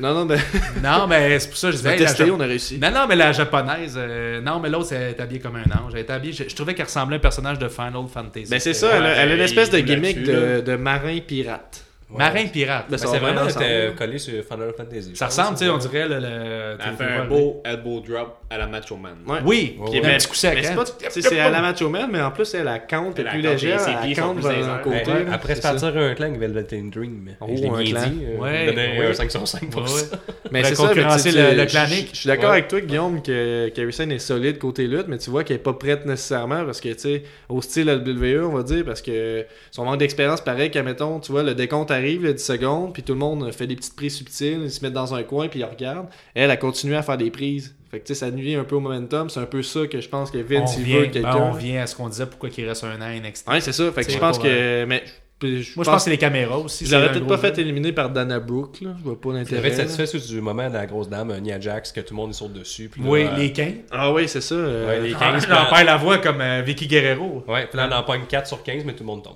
[SPEAKER 3] Non, non, ben.
[SPEAKER 4] Non, mais c'est pour ça que je
[SPEAKER 3] on a
[SPEAKER 4] disais. la
[SPEAKER 3] testé,
[SPEAKER 4] Ja-
[SPEAKER 3] on a réussi.
[SPEAKER 4] Non, non, mais la japonaise. euh, non, mais l'autre, elle est habillée comme un ange. Elle est habillée. Je, je trouvais qu'elle ressemblait à un personnage de Final Fantasy.
[SPEAKER 3] Ben, c'est ça, elle a- elle a une
[SPEAKER 6] Ouais,
[SPEAKER 3] espèce de
[SPEAKER 6] il joue
[SPEAKER 3] gimmick
[SPEAKER 6] là-dessus,
[SPEAKER 3] de de marin pirate.
[SPEAKER 4] Marin pirate.
[SPEAKER 3] Ben,
[SPEAKER 5] Mais
[SPEAKER 3] ça
[SPEAKER 5] C'est
[SPEAKER 3] va bien
[SPEAKER 5] vraiment
[SPEAKER 3] ensemble.
[SPEAKER 5] été collé sur Final Fantasy.
[SPEAKER 4] ça ressemble, tu sais, on dirait le. le-
[SPEAKER 6] Elle
[SPEAKER 4] tu
[SPEAKER 6] fait
[SPEAKER 4] vois,
[SPEAKER 6] un
[SPEAKER 4] le-
[SPEAKER 6] beau elbow drop à la Macho Man.
[SPEAKER 3] Ouais. (laughs)
[SPEAKER 4] Oui,
[SPEAKER 5] Ouais,
[SPEAKER 4] qui
[SPEAKER 5] ouais.
[SPEAKER 4] un petit coup sec.
[SPEAKER 3] Mais c'est
[SPEAKER 4] hein.
[SPEAKER 3] pas- tu sais, c'est à la macho man, mais en plus, elle la compte, elle est
[SPEAKER 6] Elle
[SPEAKER 3] plus
[SPEAKER 6] la compte,
[SPEAKER 3] légère,
[SPEAKER 6] ses
[SPEAKER 3] elle
[SPEAKER 6] pieds
[SPEAKER 3] compte
[SPEAKER 6] sont plus
[SPEAKER 3] vers un
[SPEAKER 6] légers.
[SPEAKER 3] côté.
[SPEAKER 5] Hey,
[SPEAKER 3] là.
[SPEAKER 5] après se
[SPEAKER 3] C'est ça.
[SPEAKER 5] partir un clan Velvet in Dream.
[SPEAKER 3] Oh,
[SPEAKER 5] je l'ai
[SPEAKER 3] un
[SPEAKER 5] bien
[SPEAKER 3] clan.
[SPEAKER 5] dit, euh,
[SPEAKER 4] Ouais,
[SPEAKER 5] je vais donner
[SPEAKER 4] ouais.
[SPEAKER 5] un 5 sur 5 pour
[SPEAKER 4] Ouais,
[SPEAKER 5] ça.
[SPEAKER 4] ouais.
[SPEAKER 3] Mais
[SPEAKER 4] Pour
[SPEAKER 3] c'est ça, mais
[SPEAKER 4] concurrencer
[SPEAKER 3] tu- tu-
[SPEAKER 4] le- le
[SPEAKER 3] je-
[SPEAKER 4] clanique.
[SPEAKER 3] Je suis d'accord
[SPEAKER 5] Ouais.
[SPEAKER 3] avec toi, Guillaume, que Kerry Sane est solide côté lutte, mais tu vois qu'elle est pas prête nécessairement parce que, tu sais, au style WWE, on va dire, parce que son manque d'expérience, pareil qu'à, mettons, tu vois, le décompte arrive, le 10 secondes, puis tout le monde fait des petites prises subtiles, ils se mettent dans un coin, puis ils regardent. Elle, elle continue à faire des prises. Fait que, tu sais, ça nuit un peu au momentum. C'est un peu ça que je pense que
[SPEAKER 4] On
[SPEAKER 3] Vince, il veut
[SPEAKER 4] revient, ben, on
[SPEAKER 3] quelqu'un.
[SPEAKER 4] revient à ce qu'on disait, pourquoi qu'il reste un an NXT.
[SPEAKER 3] Ouais, c'est ça. Fait que
[SPEAKER 4] C'est
[SPEAKER 3] je pense
[SPEAKER 4] pas,
[SPEAKER 3] que. Mais, je- je
[SPEAKER 4] Moi, je pense que c'est les caméras aussi.
[SPEAKER 3] Ils
[SPEAKER 4] c'est
[SPEAKER 3] l'auraient
[SPEAKER 4] un
[SPEAKER 3] peut-être
[SPEAKER 4] gros
[SPEAKER 3] pas fait
[SPEAKER 4] jeu.
[SPEAKER 3] éliminer par Dana Brooke, là. Je vois pas
[SPEAKER 5] Il devait être
[SPEAKER 3] l'intérêt.
[SPEAKER 5] satisfait surtout du moment de la grosse dame, euh, Nia Jax, que tout le monde y saute dessus. puis là,
[SPEAKER 4] Oui,
[SPEAKER 5] euh,
[SPEAKER 4] les 15.
[SPEAKER 3] Ah oui, c'est ça. euh,
[SPEAKER 5] Ouais, les
[SPEAKER 4] Ah,
[SPEAKER 5] 15.
[SPEAKER 4] je leur perds la voix comme euh, Vicky Guerrero.
[SPEAKER 5] Ouais, puis là, on en pogne 4 sur 15, mais tout le monde tombe.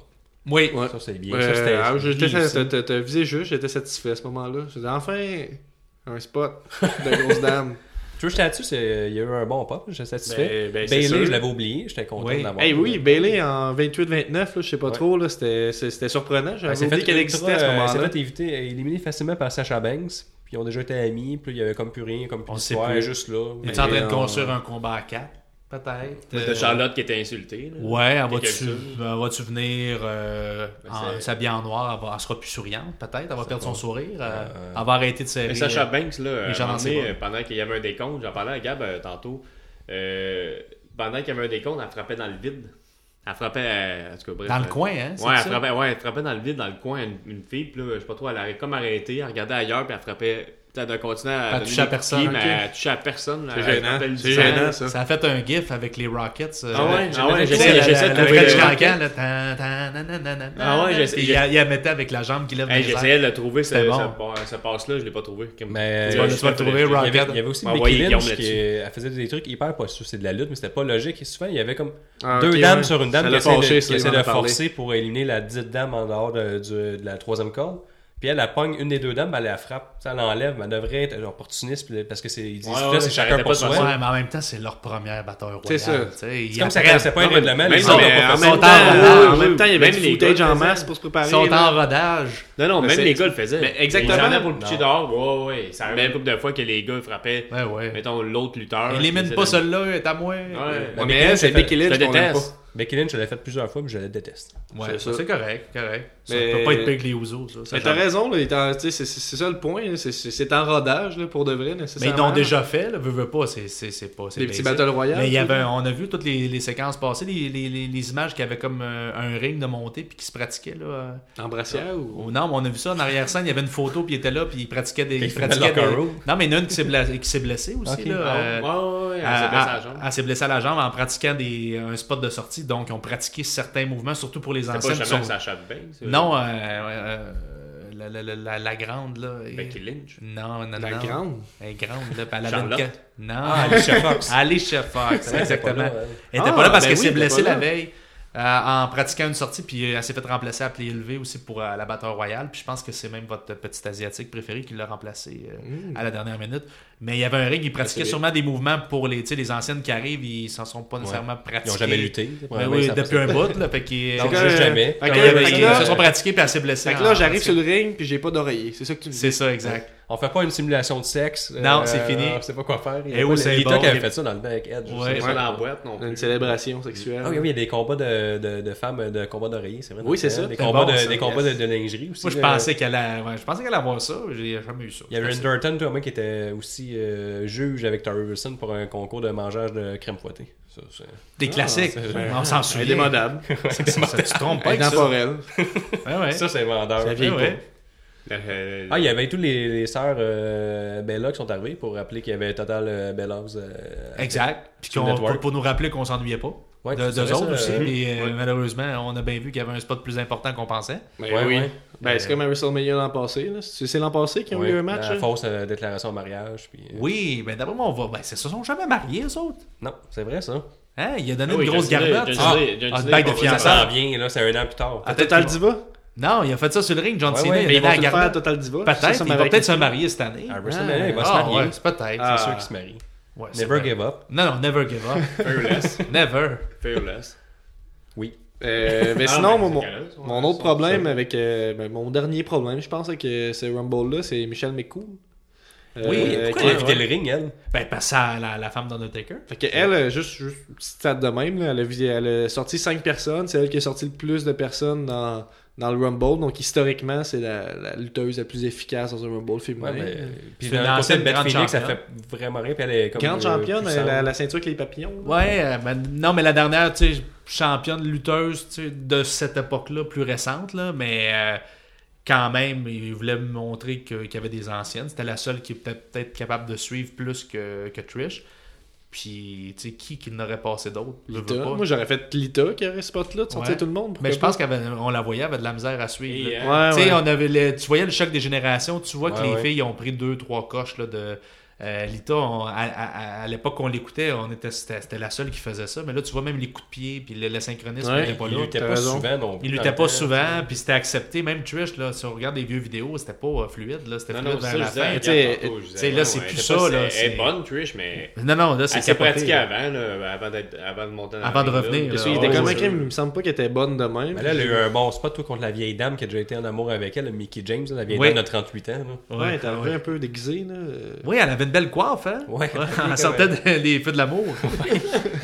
[SPEAKER 4] Oui.
[SPEAKER 3] Ouais.
[SPEAKER 5] Ça, c'est bien.
[SPEAKER 3] Euh,
[SPEAKER 5] ça, c'était-
[SPEAKER 3] ah, j'étais-
[SPEAKER 5] bien,
[SPEAKER 3] t'as-
[SPEAKER 5] ça.
[SPEAKER 3] t'as- T'as visé juste, j'étais satisfait à ce moment-là. J'ai dit enfin un
[SPEAKER 5] (laughs)
[SPEAKER 3] spot de grosse dame.
[SPEAKER 5] Tu veux, j'étais là-dessus, c'est- il y a eu un bon pop, j'étais satisfait.
[SPEAKER 3] Ben, ben, c'est
[SPEAKER 5] Bailey,
[SPEAKER 3] sûr.
[SPEAKER 5] je l'avais oublié, j'étais content
[SPEAKER 4] Oui.
[SPEAKER 5] de l'avoir.
[SPEAKER 3] hey oui, Bailey en 28-29, là, je sais pas
[SPEAKER 5] Ouais.
[SPEAKER 3] trop, là, c'était c'est- c'était surprenant.
[SPEAKER 5] Elle
[SPEAKER 3] J'avais
[SPEAKER 5] s'est
[SPEAKER 3] oublié
[SPEAKER 5] fait,
[SPEAKER 3] qu'elle
[SPEAKER 5] ultra,
[SPEAKER 3] existait à ce
[SPEAKER 5] euh, elle s'est
[SPEAKER 3] moment-là.
[SPEAKER 5] fait éviter, éliminer facilement par Sacha Banks. Puis ils ont déjà été amis, puis il y avait comme plus rien, comme plus
[SPEAKER 4] On sait
[SPEAKER 5] d'histoire,
[SPEAKER 4] plus.
[SPEAKER 5] juste là. euh,
[SPEAKER 4] Il est en
[SPEAKER 6] euh,
[SPEAKER 4] train de
[SPEAKER 3] on-
[SPEAKER 4] construire un combat à 4, peut-être.
[SPEAKER 6] De
[SPEAKER 4] Euh,
[SPEAKER 6] Charlotte qui était insultée. là.
[SPEAKER 4] Ouais, elle
[SPEAKER 6] Quelque
[SPEAKER 4] va-tu
[SPEAKER 6] chose.
[SPEAKER 4] elle va-tu venir euh,
[SPEAKER 6] Ben,
[SPEAKER 4] en-
[SPEAKER 6] c'est-
[SPEAKER 4] s'habiller en noir, elle, va- elle sera plus souriante peut-être, elle va perdre son sourire, euh,
[SPEAKER 5] euh,
[SPEAKER 4] elle va arrêter de serrer. euh,
[SPEAKER 6] Mais Sacha Banks, là, à un
[SPEAKER 4] j'en
[SPEAKER 6] moment
[SPEAKER 4] sais
[SPEAKER 6] donné,
[SPEAKER 4] pas.
[SPEAKER 6] euh, pendant qu'il y avait un décompte, j'en parlais à Gab euh, tantôt, euh, pendant qu'il y avait un décompte, elle frappait dans le vide. Elle frappait, euh, en tout cas, bref,
[SPEAKER 4] Dans le
[SPEAKER 6] euh,
[SPEAKER 4] coin, hein, c'est
[SPEAKER 6] Ouais elle,
[SPEAKER 4] ça?
[SPEAKER 6] frappait, ouais, elle frappait dans le vide, dans le coin, une, une fille, puis là, je sais pas trop, elle a comme arrêté, elle regardait ailleurs, puis elle frappait peut-être d'un continent à
[SPEAKER 4] Elle
[SPEAKER 6] donner
[SPEAKER 4] touchait
[SPEAKER 6] des
[SPEAKER 4] à
[SPEAKER 6] coups de
[SPEAKER 4] personne,
[SPEAKER 6] pied,
[SPEAKER 4] ok.
[SPEAKER 6] mais elle touchait à personne.
[SPEAKER 3] C'est
[SPEAKER 6] elle
[SPEAKER 3] gênant.
[SPEAKER 6] frappait le
[SPEAKER 3] C'est
[SPEAKER 6] sang.
[SPEAKER 3] gênant, ça.
[SPEAKER 4] ça. a fait un gif avec les Rockets. euh,
[SPEAKER 6] Ah ouais, ah ouais,
[SPEAKER 4] tu sais,
[SPEAKER 6] j'essaie-
[SPEAKER 4] la-
[SPEAKER 6] j'essaie
[SPEAKER 4] la-
[SPEAKER 6] de
[SPEAKER 4] la
[SPEAKER 6] trouver
[SPEAKER 4] French
[SPEAKER 6] le-
[SPEAKER 4] Cancan, là, tan, tan, nan, nan, nan, nan,
[SPEAKER 6] Ah ouais,
[SPEAKER 4] nan,
[SPEAKER 6] j'essaie-
[SPEAKER 4] puis Il la- il la mettait avec la jambe qui lève
[SPEAKER 6] Hey,
[SPEAKER 4] dans les airs.
[SPEAKER 6] J'essayais de le trouver, ce,
[SPEAKER 4] C'était
[SPEAKER 6] ce-
[SPEAKER 4] bon. euh,
[SPEAKER 6] ce passe-là, je l'ai pas trouvé. Comme-
[SPEAKER 5] Mais-
[SPEAKER 6] Tu
[SPEAKER 5] Tu vas-
[SPEAKER 6] je
[SPEAKER 4] tu vas le
[SPEAKER 6] sais pas,
[SPEAKER 4] trouver,
[SPEAKER 6] je-
[SPEAKER 5] Il y, avait,
[SPEAKER 4] Rocket.
[SPEAKER 5] il y avait aussi
[SPEAKER 6] On va
[SPEAKER 5] Becky
[SPEAKER 6] envoyer
[SPEAKER 5] Lynch
[SPEAKER 6] Guillaume
[SPEAKER 5] qui
[SPEAKER 6] là-dessus.
[SPEAKER 5] euh, elle faisait des trucs hyper pas sûrs, c'est de la lutte, mais c'était pas logique. Et souvent, il y avait comme
[SPEAKER 3] Ah,
[SPEAKER 5] deux
[SPEAKER 3] ok,
[SPEAKER 5] dames
[SPEAKER 3] ouais.
[SPEAKER 5] sur une dame
[SPEAKER 3] Ça
[SPEAKER 5] qui
[SPEAKER 3] l'a
[SPEAKER 5] essaie de,
[SPEAKER 3] fâché,
[SPEAKER 5] qui
[SPEAKER 3] ça,
[SPEAKER 5] essaie
[SPEAKER 3] il en
[SPEAKER 5] de
[SPEAKER 3] a parlé.
[SPEAKER 5] forcer pour éliminer la dite dame en dehors de, du- de la troisième corde. Puis elle, elle pogne une des deux dames, elle la frappe, ça l'enlève, mais elle devrait être opportuniste puis- parce que c'est ils disent
[SPEAKER 6] Ouais,
[SPEAKER 5] là,
[SPEAKER 6] ouais,
[SPEAKER 5] c'est
[SPEAKER 6] ça
[SPEAKER 5] chacun
[SPEAKER 6] arrêtait
[SPEAKER 5] pour
[SPEAKER 6] pas de
[SPEAKER 5] soi.
[SPEAKER 6] faire
[SPEAKER 4] Ouais, mais en même temps, c'est leur première bataille royale.
[SPEAKER 3] C'est ça.
[SPEAKER 5] C'est comme ça, c'est pas un
[SPEAKER 6] Non, mais-
[SPEAKER 5] règlement.
[SPEAKER 6] mais
[SPEAKER 5] les
[SPEAKER 6] non,
[SPEAKER 5] autres
[SPEAKER 6] mais
[SPEAKER 5] ont pas
[SPEAKER 6] en
[SPEAKER 5] fait
[SPEAKER 6] même
[SPEAKER 5] ça.
[SPEAKER 3] En
[SPEAKER 4] temps,
[SPEAKER 3] même temps, Ah, en
[SPEAKER 6] Ah, oui,
[SPEAKER 3] même temps, il y avait
[SPEAKER 6] même
[SPEAKER 3] du
[SPEAKER 6] les
[SPEAKER 3] footage
[SPEAKER 6] gars
[SPEAKER 3] en
[SPEAKER 6] faisaient.
[SPEAKER 3] masse pour se préparer.
[SPEAKER 4] Ils sont
[SPEAKER 3] là.
[SPEAKER 4] en rodage.
[SPEAKER 6] Non, non,
[SPEAKER 3] Mais
[SPEAKER 6] même
[SPEAKER 3] c'est-
[SPEAKER 6] les gars le faisaient.
[SPEAKER 3] Mais exactement.
[SPEAKER 6] Ils en avaient pour le pitcher
[SPEAKER 5] Non.
[SPEAKER 6] dehors. Ouais, ouais, ouais. Ça arrivait une couple de fois que les gars frappaient,
[SPEAKER 4] Ouais, ouais.
[SPEAKER 6] mettons, l'autre lutteur.
[SPEAKER 4] Élimine
[SPEAKER 6] Ils
[SPEAKER 4] pas
[SPEAKER 6] faisaient-
[SPEAKER 4] celui-là, est à moi.
[SPEAKER 6] Ouais.
[SPEAKER 3] Ouais, mais elle, c'est Becky
[SPEAKER 6] Je
[SPEAKER 3] Lynch
[SPEAKER 6] te
[SPEAKER 3] qu'on aime
[SPEAKER 6] déteste.
[SPEAKER 3] pas.
[SPEAKER 5] Becky Lynch, je l'ai fait plusieurs fois, mais je la déteste.
[SPEAKER 4] Ouais,
[SPEAKER 3] ça.
[SPEAKER 4] ça, c'est correct, correct. Ça
[SPEAKER 3] Mais-
[SPEAKER 4] peut pas être Big Ouzos, ça. ça
[SPEAKER 3] Mais t'as
[SPEAKER 4] j'arrive.
[SPEAKER 3] raison, là, il est en- tu sais, c'est c'est- c'est ça le point, là, c'est- c'est c'est en rodage là, pour de vrai
[SPEAKER 4] Mais
[SPEAKER 3] nécessairement.
[SPEAKER 4] ils l'ont déjà fait, là, veux, veux pas, c'est c'est- c'est pas... c'est
[SPEAKER 3] Les petits
[SPEAKER 4] basic.
[SPEAKER 3] Battle Royale.
[SPEAKER 4] Mais il y
[SPEAKER 3] tu
[SPEAKER 4] avait, on a vu toutes les, les séquences passées, les, les- les- les images qui avaient comme euh, un ring de montée puis qui se pratiquait là. euh,
[SPEAKER 3] sais. En brassière ou.
[SPEAKER 4] Oh, non, mais on a vu ça en arrière-scène. Il y avait une photo, puis il était là, puis il pratiquait des.
[SPEAKER 5] Fait
[SPEAKER 4] Il
[SPEAKER 5] qu'il faisait
[SPEAKER 4] pratiquait
[SPEAKER 5] le
[SPEAKER 4] des...
[SPEAKER 5] locker room.
[SPEAKER 4] Non, mais il y en a une qui s'est blessée, qui s'est blessée aussi.
[SPEAKER 5] Ok.
[SPEAKER 4] Là,
[SPEAKER 5] Ah,
[SPEAKER 4] euh,
[SPEAKER 6] ouais, ouais,
[SPEAKER 4] elle-
[SPEAKER 6] elle s'est blessée à la
[SPEAKER 4] elle-
[SPEAKER 6] jambe.
[SPEAKER 4] elle s'est blessée à la jambe en pratiquant des, un spot de sortie. Donc, ils ont pratiqué certains mouvements, surtout pour les
[SPEAKER 6] C'est
[SPEAKER 4] anciens.
[SPEAKER 6] pas
[SPEAKER 4] qui
[SPEAKER 6] jamais
[SPEAKER 4] sont-
[SPEAKER 6] Sacha Banks. c'est-
[SPEAKER 4] Non, euh, euh, euh, la, la- la- la- la grande, là. et-
[SPEAKER 6] Becky Lynch.
[SPEAKER 4] Non, non,
[SPEAKER 3] La
[SPEAKER 4] non.
[SPEAKER 3] grande.
[SPEAKER 4] Elle est grande, là. puis Elle avait une...
[SPEAKER 6] Charlotte.
[SPEAKER 4] ca- Non,
[SPEAKER 5] Alicia
[SPEAKER 4] (laughs)
[SPEAKER 5] Fox.
[SPEAKER 4] Alicia Fox,
[SPEAKER 5] Elle était pas
[SPEAKER 4] exactement.
[SPEAKER 5] là, elle.
[SPEAKER 4] Elle était
[SPEAKER 3] Ah,
[SPEAKER 4] pas là parce
[SPEAKER 3] ben oui,
[SPEAKER 4] qu'elle s'est
[SPEAKER 3] elle était
[SPEAKER 4] blessée
[SPEAKER 3] pas
[SPEAKER 4] la
[SPEAKER 3] là.
[SPEAKER 4] veille euh, en pratiquant une sortie, puis euh, elle s'est fait remplacer à pied levé aussi pour euh, la batteur royale. Puis je pense que c'est même votre petit asiatique préféré qui l'a remplacé euh,
[SPEAKER 3] Mm.
[SPEAKER 4] à la dernière minute. Mais il y avait un ring, il pratiquait
[SPEAKER 3] c'est
[SPEAKER 4] sûrement des mouvements pour les, tu sais, les anciennes qui arrivent, ils s'en sont pas nécessairement pratiqués.
[SPEAKER 5] Ils ont jamais lutté. c'est
[SPEAKER 4] Ben
[SPEAKER 5] probablement
[SPEAKER 4] oui,
[SPEAKER 5] ça,
[SPEAKER 4] depuis
[SPEAKER 5] ça.
[SPEAKER 4] un bout, là. Fait qu'ils
[SPEAKER 5] Donc,
[SPEAKER 4] euh,
[SPEAKER 5] juste jamais.
[SPEAKER 3] Fait que-
[SPEAKER 4] ils avaient-
[SPEAKER 3] fait que
[SPEAKER 4] ils se
[SPEAKER 3] là-
[SPEAKER 4] sont pratiqués, puis elle s'est blessée.
[SPEAKER 3] fait Ah, que
[SPEAKER 4] en-
[SPEAKER 3] là, j'arrive sur le ring puis j'ai pas d'oreiller. C'est ça que tu me dis.
[SPEAKER 4] C'est ça, exact.
[SPEAKER 5] On fait pas une simulation de sexe. euh,
[SPEAKER 4] Non, c'est fini.
[SPEAKER 5] On sait pas quoi faire. Il y
[SPEAKER 4] Et
[SPEAKER 5] a
[SPEAKER 4] où
[SPEAKER 5] pas
[SPEAKER 4] c'est
[SPEAKER 5] Lita
[SPEAKER 4] bon,
[SPEAKER 5] qui avait
[SPEAKER 4] il-
[SPEAKER 5] fait ça dans le bain avec Edge.
[SPEAKER 4] Ouais.
[SPEAKER 5] C'est
[SPEAKER 6] C'est
[SPEAKER 5] ça.
[SPEAKER 6] pas dans la boîte non
[SPEAKER 3] Une
[SPEAKER 6] plus.
[SPEAKER 3] célébration
[SPEAKER 5] Ah oui,
[SPEAKER 3] sexuelle.
[SPEAKER 5] oui, il y a des combats de, de, de femmes, euh, de combats d'oreiller, c'est vrai.
[SPEAKER 3] Oui, c'est ça.
[SPEAKER 5] Des
[SPEAKER 4] C'est
[SPEAKER 5] combats,
[SPEAKER 4] bon,
[SPEAKER 5] de,
[SPEAKER 4] ça,
[SPEAKER 5] des
[SPEAKER 4] yes.
[SPEAKER 5] combats de, de lingerie aussi.
[SPEAKER 4] Moi, je
[SPEAKER 5] là.
[SPEAKER 4] pensais qu'elle allait, ouais, je pensais qu'elle allait avoir ça, j'ai jamais eu ça.
[SPEAKER 5] euh, Il y avait Renderton, toi, qui était aussi euh, juge avec Tara Wilson pour un concours de mangeage de crème fouettée. Ça, c'est-
[SPEAKER 4] Des classiques, Ben,
[SPEAKER 5] c'est-
[SPEAKER 4] on s'en souvient. (laughs)
[SPEAKER 5] (laughs)
[SPEAKER 3] Indémodable.
[SPEAKER 4] Ça, ça, tu te trompes pas avec ça.
[SPEAKER 3] Intemporel.
[SPEAKER 4] Ouais, ouais.
[SPEAKER 5] ça, c'est vendeur.
[SPEAKER 4] Ça vieillit
[SPEAKER 5] Ouais.
[SPEAKER 4] pas.
[SPEAKER 6] Le- le-
[SPEAKER 5] Ah, il y avait tous les, les sœurs euh, Bella qui sont arrivées pour rappeler qu'il y avait Total euh, Bellas. euh,
[SPEAKER 4] Exact. Puis
[SPEAKER 5] Sur
[SPEAKER 4] qu'on-
[SPEAKER 5] Network.
[SPEAKER 4] pour, pour nous rappeler qu'on s'ennuyait pas.
[SPEAKER 5] Ouais,
[SPEAKER 4] de,
[SPEAKER 5] c'est
[SPEAKER 4] d'eux
[SPEAKER 5] vrai,
[SPEAKER 4] autres aussi.
[SPEAKER 5] ça, euh,
[SPEAKER 4] mais euh, malheureusement, on a bien vu qu'il y avait un spot plus important qu'on pensait.
[SPEAKER 3] Ben
[SPEAKER 5] Ouais,
[SPEAKER 3] oui.
[SPEAKER 5] ouais.
[SPEAKER 3] Ben, c'est comme à WrestleMania l'an passé. là. C'est c'est l'an passé qu'ils ont
[SPEAKER 5] ouais,
[SPEAKER 3] eu un match.
[SPEAKER 5] La
[SPEAKER 3] hein?
[SPEAKER 5] fausse euh, déclaration en mariage. Puis, euh,
[SPEAKER 4] Oui, ben d'après moi, on va. Ben, c'est ça, ils sont jamais mariés, eux autres.
[SPEAKER 5] Non, c'est vrai, ça.
[SPEAKER 4] Hein? Il a donné
[SPEAKER 6] Ah oui,
[SPEAKER 4] une grosse
[SPEAKER 6] John Cena,
[SPEAKER 4] garnotte.
[SPEAKER 6] John
[SPEAKER 4] Ah,
[SPEAKER 6] Cena, John
[SPEAKER 4] ah, une
[SPEAKER 6] Cena,
[SPEAKER 4] bague de
[SPEAKER 6] on va- ça
[SPEAKER 5] Ça s'en
[SPEAKER 4] fiançailles.
[SPEAKER 5] vient, là, c'est un an plus tard.
[SPEAKER 3] À Total Diva.
[SPEAKER 4] Non, il a fait ça sur le ring, John
[SPEAKER 5] Ouais,
[SPEAKER 4] Cena.
[SPEAKER 5] ouais,
[SPEAKER 4] il
[SPEAKER 5] mais
[SPEAKER 4] a
[SPEAKER 3] Ils
[SPEAKER 4] donné
[SPEAKER 3] vont
[SPEAKER 4] la
[SPEAKER 3] tout faire à
[SPEAKER 4] garnotte.
[SPEAKER 3] Total Diva. Ça,
[SPEAKER 4] Peut-être,
[SPEAKER 3] ça
[SPEAKER 4] il va
[SPEAKER 3] m'avait-
[SPEAKER 4] peut-être se marier cette année.
[SPEAKER 5] À WrestleMania, il va se
[SPEAKER 4] Ah,
[SPEAKER 5] marier.
[SPEAKER 4] ouais, c'est peut-être.
[SPEAKER 5] C'est
[SPEAKER 3] Ah.
[SPEAKER 5] sûr qu'il se marie.
[SPEAKER 4] Ouais, c'est
[SPEAKER 5] Never
[SPEAKER 4] vrai.
[SPEAKER 5] give up.
[SPEAKER 4] Non, non, never give up.
[SPEAKER 6] Fearless.
[SPEAKER 4] (laughs) never.
[SPEAKER 6] Fearless.
[SPEAKER 5] Oui.
[SPEAKER 3] Euh, mais
[SPEAKER 6] Ah,
[SPEAKER 3] sinon,
[SPEAKER 6] ben,
[SPEAKER 3] mon,
[SPEAKER 6] ces
[SPEAKER 3] mon-
[SPEAKER 6] gars-là sont-
[SPEAKER 3] mon autre
[SPEAKER 6] sont-
[SPEAKER 3] problème avec. euh, ben, mon dernier problème, je pense, avec euh, ce Rumble-là, c'est Michel McCool. Euh,
[SPEAKER 4] Oui,
[SPEAKER 3] euh,
[SPEAKER 5] Pourquoi
[SPEAKER 3] qui-
[SPEAKER 5] elle a évité le ring, elle
[SPEAKER 4] Ben, parce que la, la femme d'Undertaker.
[SPEAKER 3] Fait que elle, euh, juste, juste une petite stat de même, là, elle, a, vi- elle a sorti 5 personnes, c'est elle qui a sorti le plus de personnes dans, dans le Rumble, donc historiquement, c'est la, la lutteuse la plus efficace dans un Rumble féminin.
[SPEAKER 5] Ouais, ben, mais- Puis
[SPEAKER 4] C'est
[SPEAKER 5] dans
[SPEAKER 4] une ancienne
[SPEAKER 5] le concept de Beth
[SPEAKER 4] grande
[SPEAKER 5] Phoenix, ça fait
[SPEAKER 4] championne.
[SPEAKER 5] vraiment rien. Puis elle est comme.
[SPEAKER 3] Grande
[SPEAKER 5] euh,
[SPEAKER 3] championne, elle a
[SPEAKER 5] puissante.
[SPEAKER 3] la, la ceinture avec les papillons. là.
[SPEAKER 4] Ouais, euh, ben, non, mais la dernière, tu sais, championne lutteuse tu sais, de cette époque-là, plus récente, là, mais euh, quand même, il voulait me montrer que- qu'il y avait des anciennes. C'était la seule qui était peut-être capable de suivre plus que, que Trish. Puis, tu sais, qui, qui n'aurait passé d'autres Je veux
[SPEAKER 3] Lita.
[SPEAKER 4] pas.
[SPEAKER 3] Moi, j'aurais fait Lita qui aurait ce spot-là, de sortir
[SPEAKER 4] Ouais.
[SPEAKER 3] tout le monde.
[SPEAKER 4] Mais je
[SPEAKER 3] pourquoi
[SPEAKER 4] pense qu'on la voyait, elle avait de la misère à suivre.
[SPEAKER 6] Et,
[SPEAKER 4] là.
[SPEAKER 6] euh,
[SPEAKER 3] pas.
[SPEAKER 4] Tu
[SPEAKER 3] Ouais,
[SPEAKER 4] sais,
[SPEAKER 3] ouais.
[SPEAKER 4] on avait le- tu voyais le choc des générations. Tu vois que
[SPEAKER 5] Ouais,
[SPEAKER 4] les
[SPEAKER 5] ouais.
[SPEAKER 4] filles ont pris deux, trois coches là, de euh, Lita. on- à à- à- à l'époque qu'on l'écoutait, on était c'était c'était la seule qui faisait ça. Mais là, tu vois même les coups de pied, puis le, le synchronisme,
[SPEAKER 3] Ouais.
[SPEAKER 4] il était pas
[SPEAKER 5] Il
[SPEAKER 4] là.
[SPEAKER 5] luttait
[SPEAKER 3] t'as
[SPEAKER 5] pas
[SPEAKER 3] raison.
[SPEAKER 5] souvent non plus.
[SPEAKER 4] Il
[SPEAKER 5] dans
[SPEAKER 4] luttait
[SPEAKER 5] le
[SPEAKER 4] pas
[SPEAKER 5] temps.
[SPEAKER 4] souvent, puis c'était accepté. Même Trish, là, si on regarde des vieux vidéos, c'était pas euh, fluide. là, C'était
[SPEAKER 6] Non,
[SPEAKER 4] fluide
[SPEAKER 6] non,
[SPEAKER 4] vers
[SPEAKER 6] ça, je
[SPEAKER 4] la
[SPEAKER 6] disais,
[SPEAKER 4] fin.
[SPEAKER 6] regarde
[SPEAKER 3] t'sais,
[SPEAKER 6] tantôt, je disais,
[SPEAKER 4] t'sais, là,
[SPEAKER 6] ouais,
[SPEAKER 4] c'est
[SPEAKER 6] ouais,
[SPEAKER 4] plus
[SPEAKER 6] je sais
[SPEAKER 4] ça,
[SPEAKER 6] pas si
[SPEAKER 4] là,
[SPEAKER 6] Elle
[SPEAKER 4] c'est-
[SPEAKER 6] est bonne, Trish, mais.
[SPEAKER 4] Non, non, là, c'est
[SPEAKER 6] Elle s'est
[SPEAKER 4] capoté,
[SPEAKER 6] pratiquée
[SPEAKER 4] là.
[SPEAKER 6] avant, là, avant, d'être- avant de monter dans
[SPEAKER 4] Avant de
[SPEAKER 6] la ring, là.
[SPEAKER 4] revenir,
[SPEAKER 3] Parce
[SPEAKER 4] là,
[SPEAKER 3] qu'il était
[SPEAKER 4] ouais,
[SPEAKER 3] comme
[SPEAKER 4] ouais.
[SPEAKER 3] un crime, il me semble pas qu'elle était bonne de même.
[SPEAKER 5] Mais là, elle a eu un bon spot, toi, contre la vieille dame qui a déjà été en amour avec elle, Mickey James, là, la vieille
[SPEAKER 4] Ouais.
[SPEAKER 5] dame de 38 ans.
[SPEAKER 3] Ouais,
[SPEAKER 5] là.
[SPEAKER 4] Ouais,
[SPEAKER 3] t'as
[SPEAKER 4] ouais.
[SPEAKER 3] un peu déguisé, là. euh,
[SPEAKER 4] Oui, elle avait une belle coiffe, hein?
[SPEAKER 5] Ouais.
[SPEAKER 4] (laughs) Elle sortait de- (laughs) des feux de l'amour.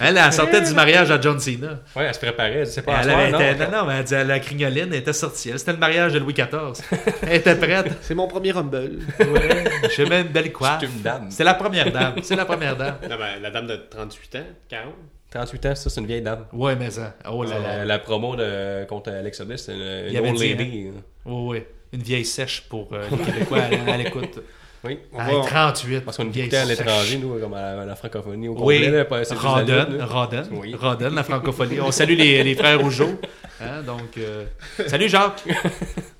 [SPEAKER 4] elle, elle sortait du mariage à John Cena.
[SPEAKER 5] Ouais, elle se préparait, elle disait pas à
[SPEAKER 4] Elle
[SPEAKER 5] soir,
[SPEAKER 4] avait
[SPEAKER 5] non.
[SPEAKER 4] été- non, non, mais elle disait la crignoline elle était sortie. Elle, C'était le mariage de Louis XIV. Elle était prête.
[SPEAKER 3] C'est mon premier Rumble.
[SPEAKER 4] Ouais. J'ai même une belle coiffe.
[SPEAKER 5] C'est une dame.
[SPEAKER 4] C'est la première dame. C'est la première dame.
[SPEAKER 6] Non, mais la dame de 38 ans, 40.
[SPEAKER 5] 38 ans, ça, c'est une vieille dame.
[SPEAKER 4] Ouais, mais ça. Oh là
[SPEAKER 5] La,
[SPEAKER 4] là.
[SPEAKER 5] la promo de, contre Alex Bliss, c'est une,
[SPEAKER 4] Il
[SPEAKER 5] une
[SPEAKER 4] avait
[SPEAKER 5] old
[SPEAKER 4] dit, hein.
[SPEAKER 5] lady. là.
[SPEAKER 4] Ouais, ouais. Une vieille sèche pour euh, les Québécois à, à l'écoute.
[SPEAKER 5] Oui.
[SPEAKER 4] Ah,
[SPEAKER 3] va-
[SPEAKER 4] 38.
[SPEAKER 5] Parce qu'on
[SPEAKER 4] une vieille
[SPEAKER 5] écoutait à
[SPEAKER 4] sèche.
[SPEAKER 5] l'étranger, nous, comme à, à la francophonie au
[SPEAKER 4] Oui,
[SPEAKER 5] complet. là, pas- c'est juste la lutte,
[SPEAKER 4] Rodden,
[SPEAKER 5] là.
[SPEAKER 4] Rodden,
[SPEAKER 5] Oui.
[SPEAKER 4] Rodden, la francophonie. On salue les, les frères Rougeau. Hein, donc, euh, salut Jacques.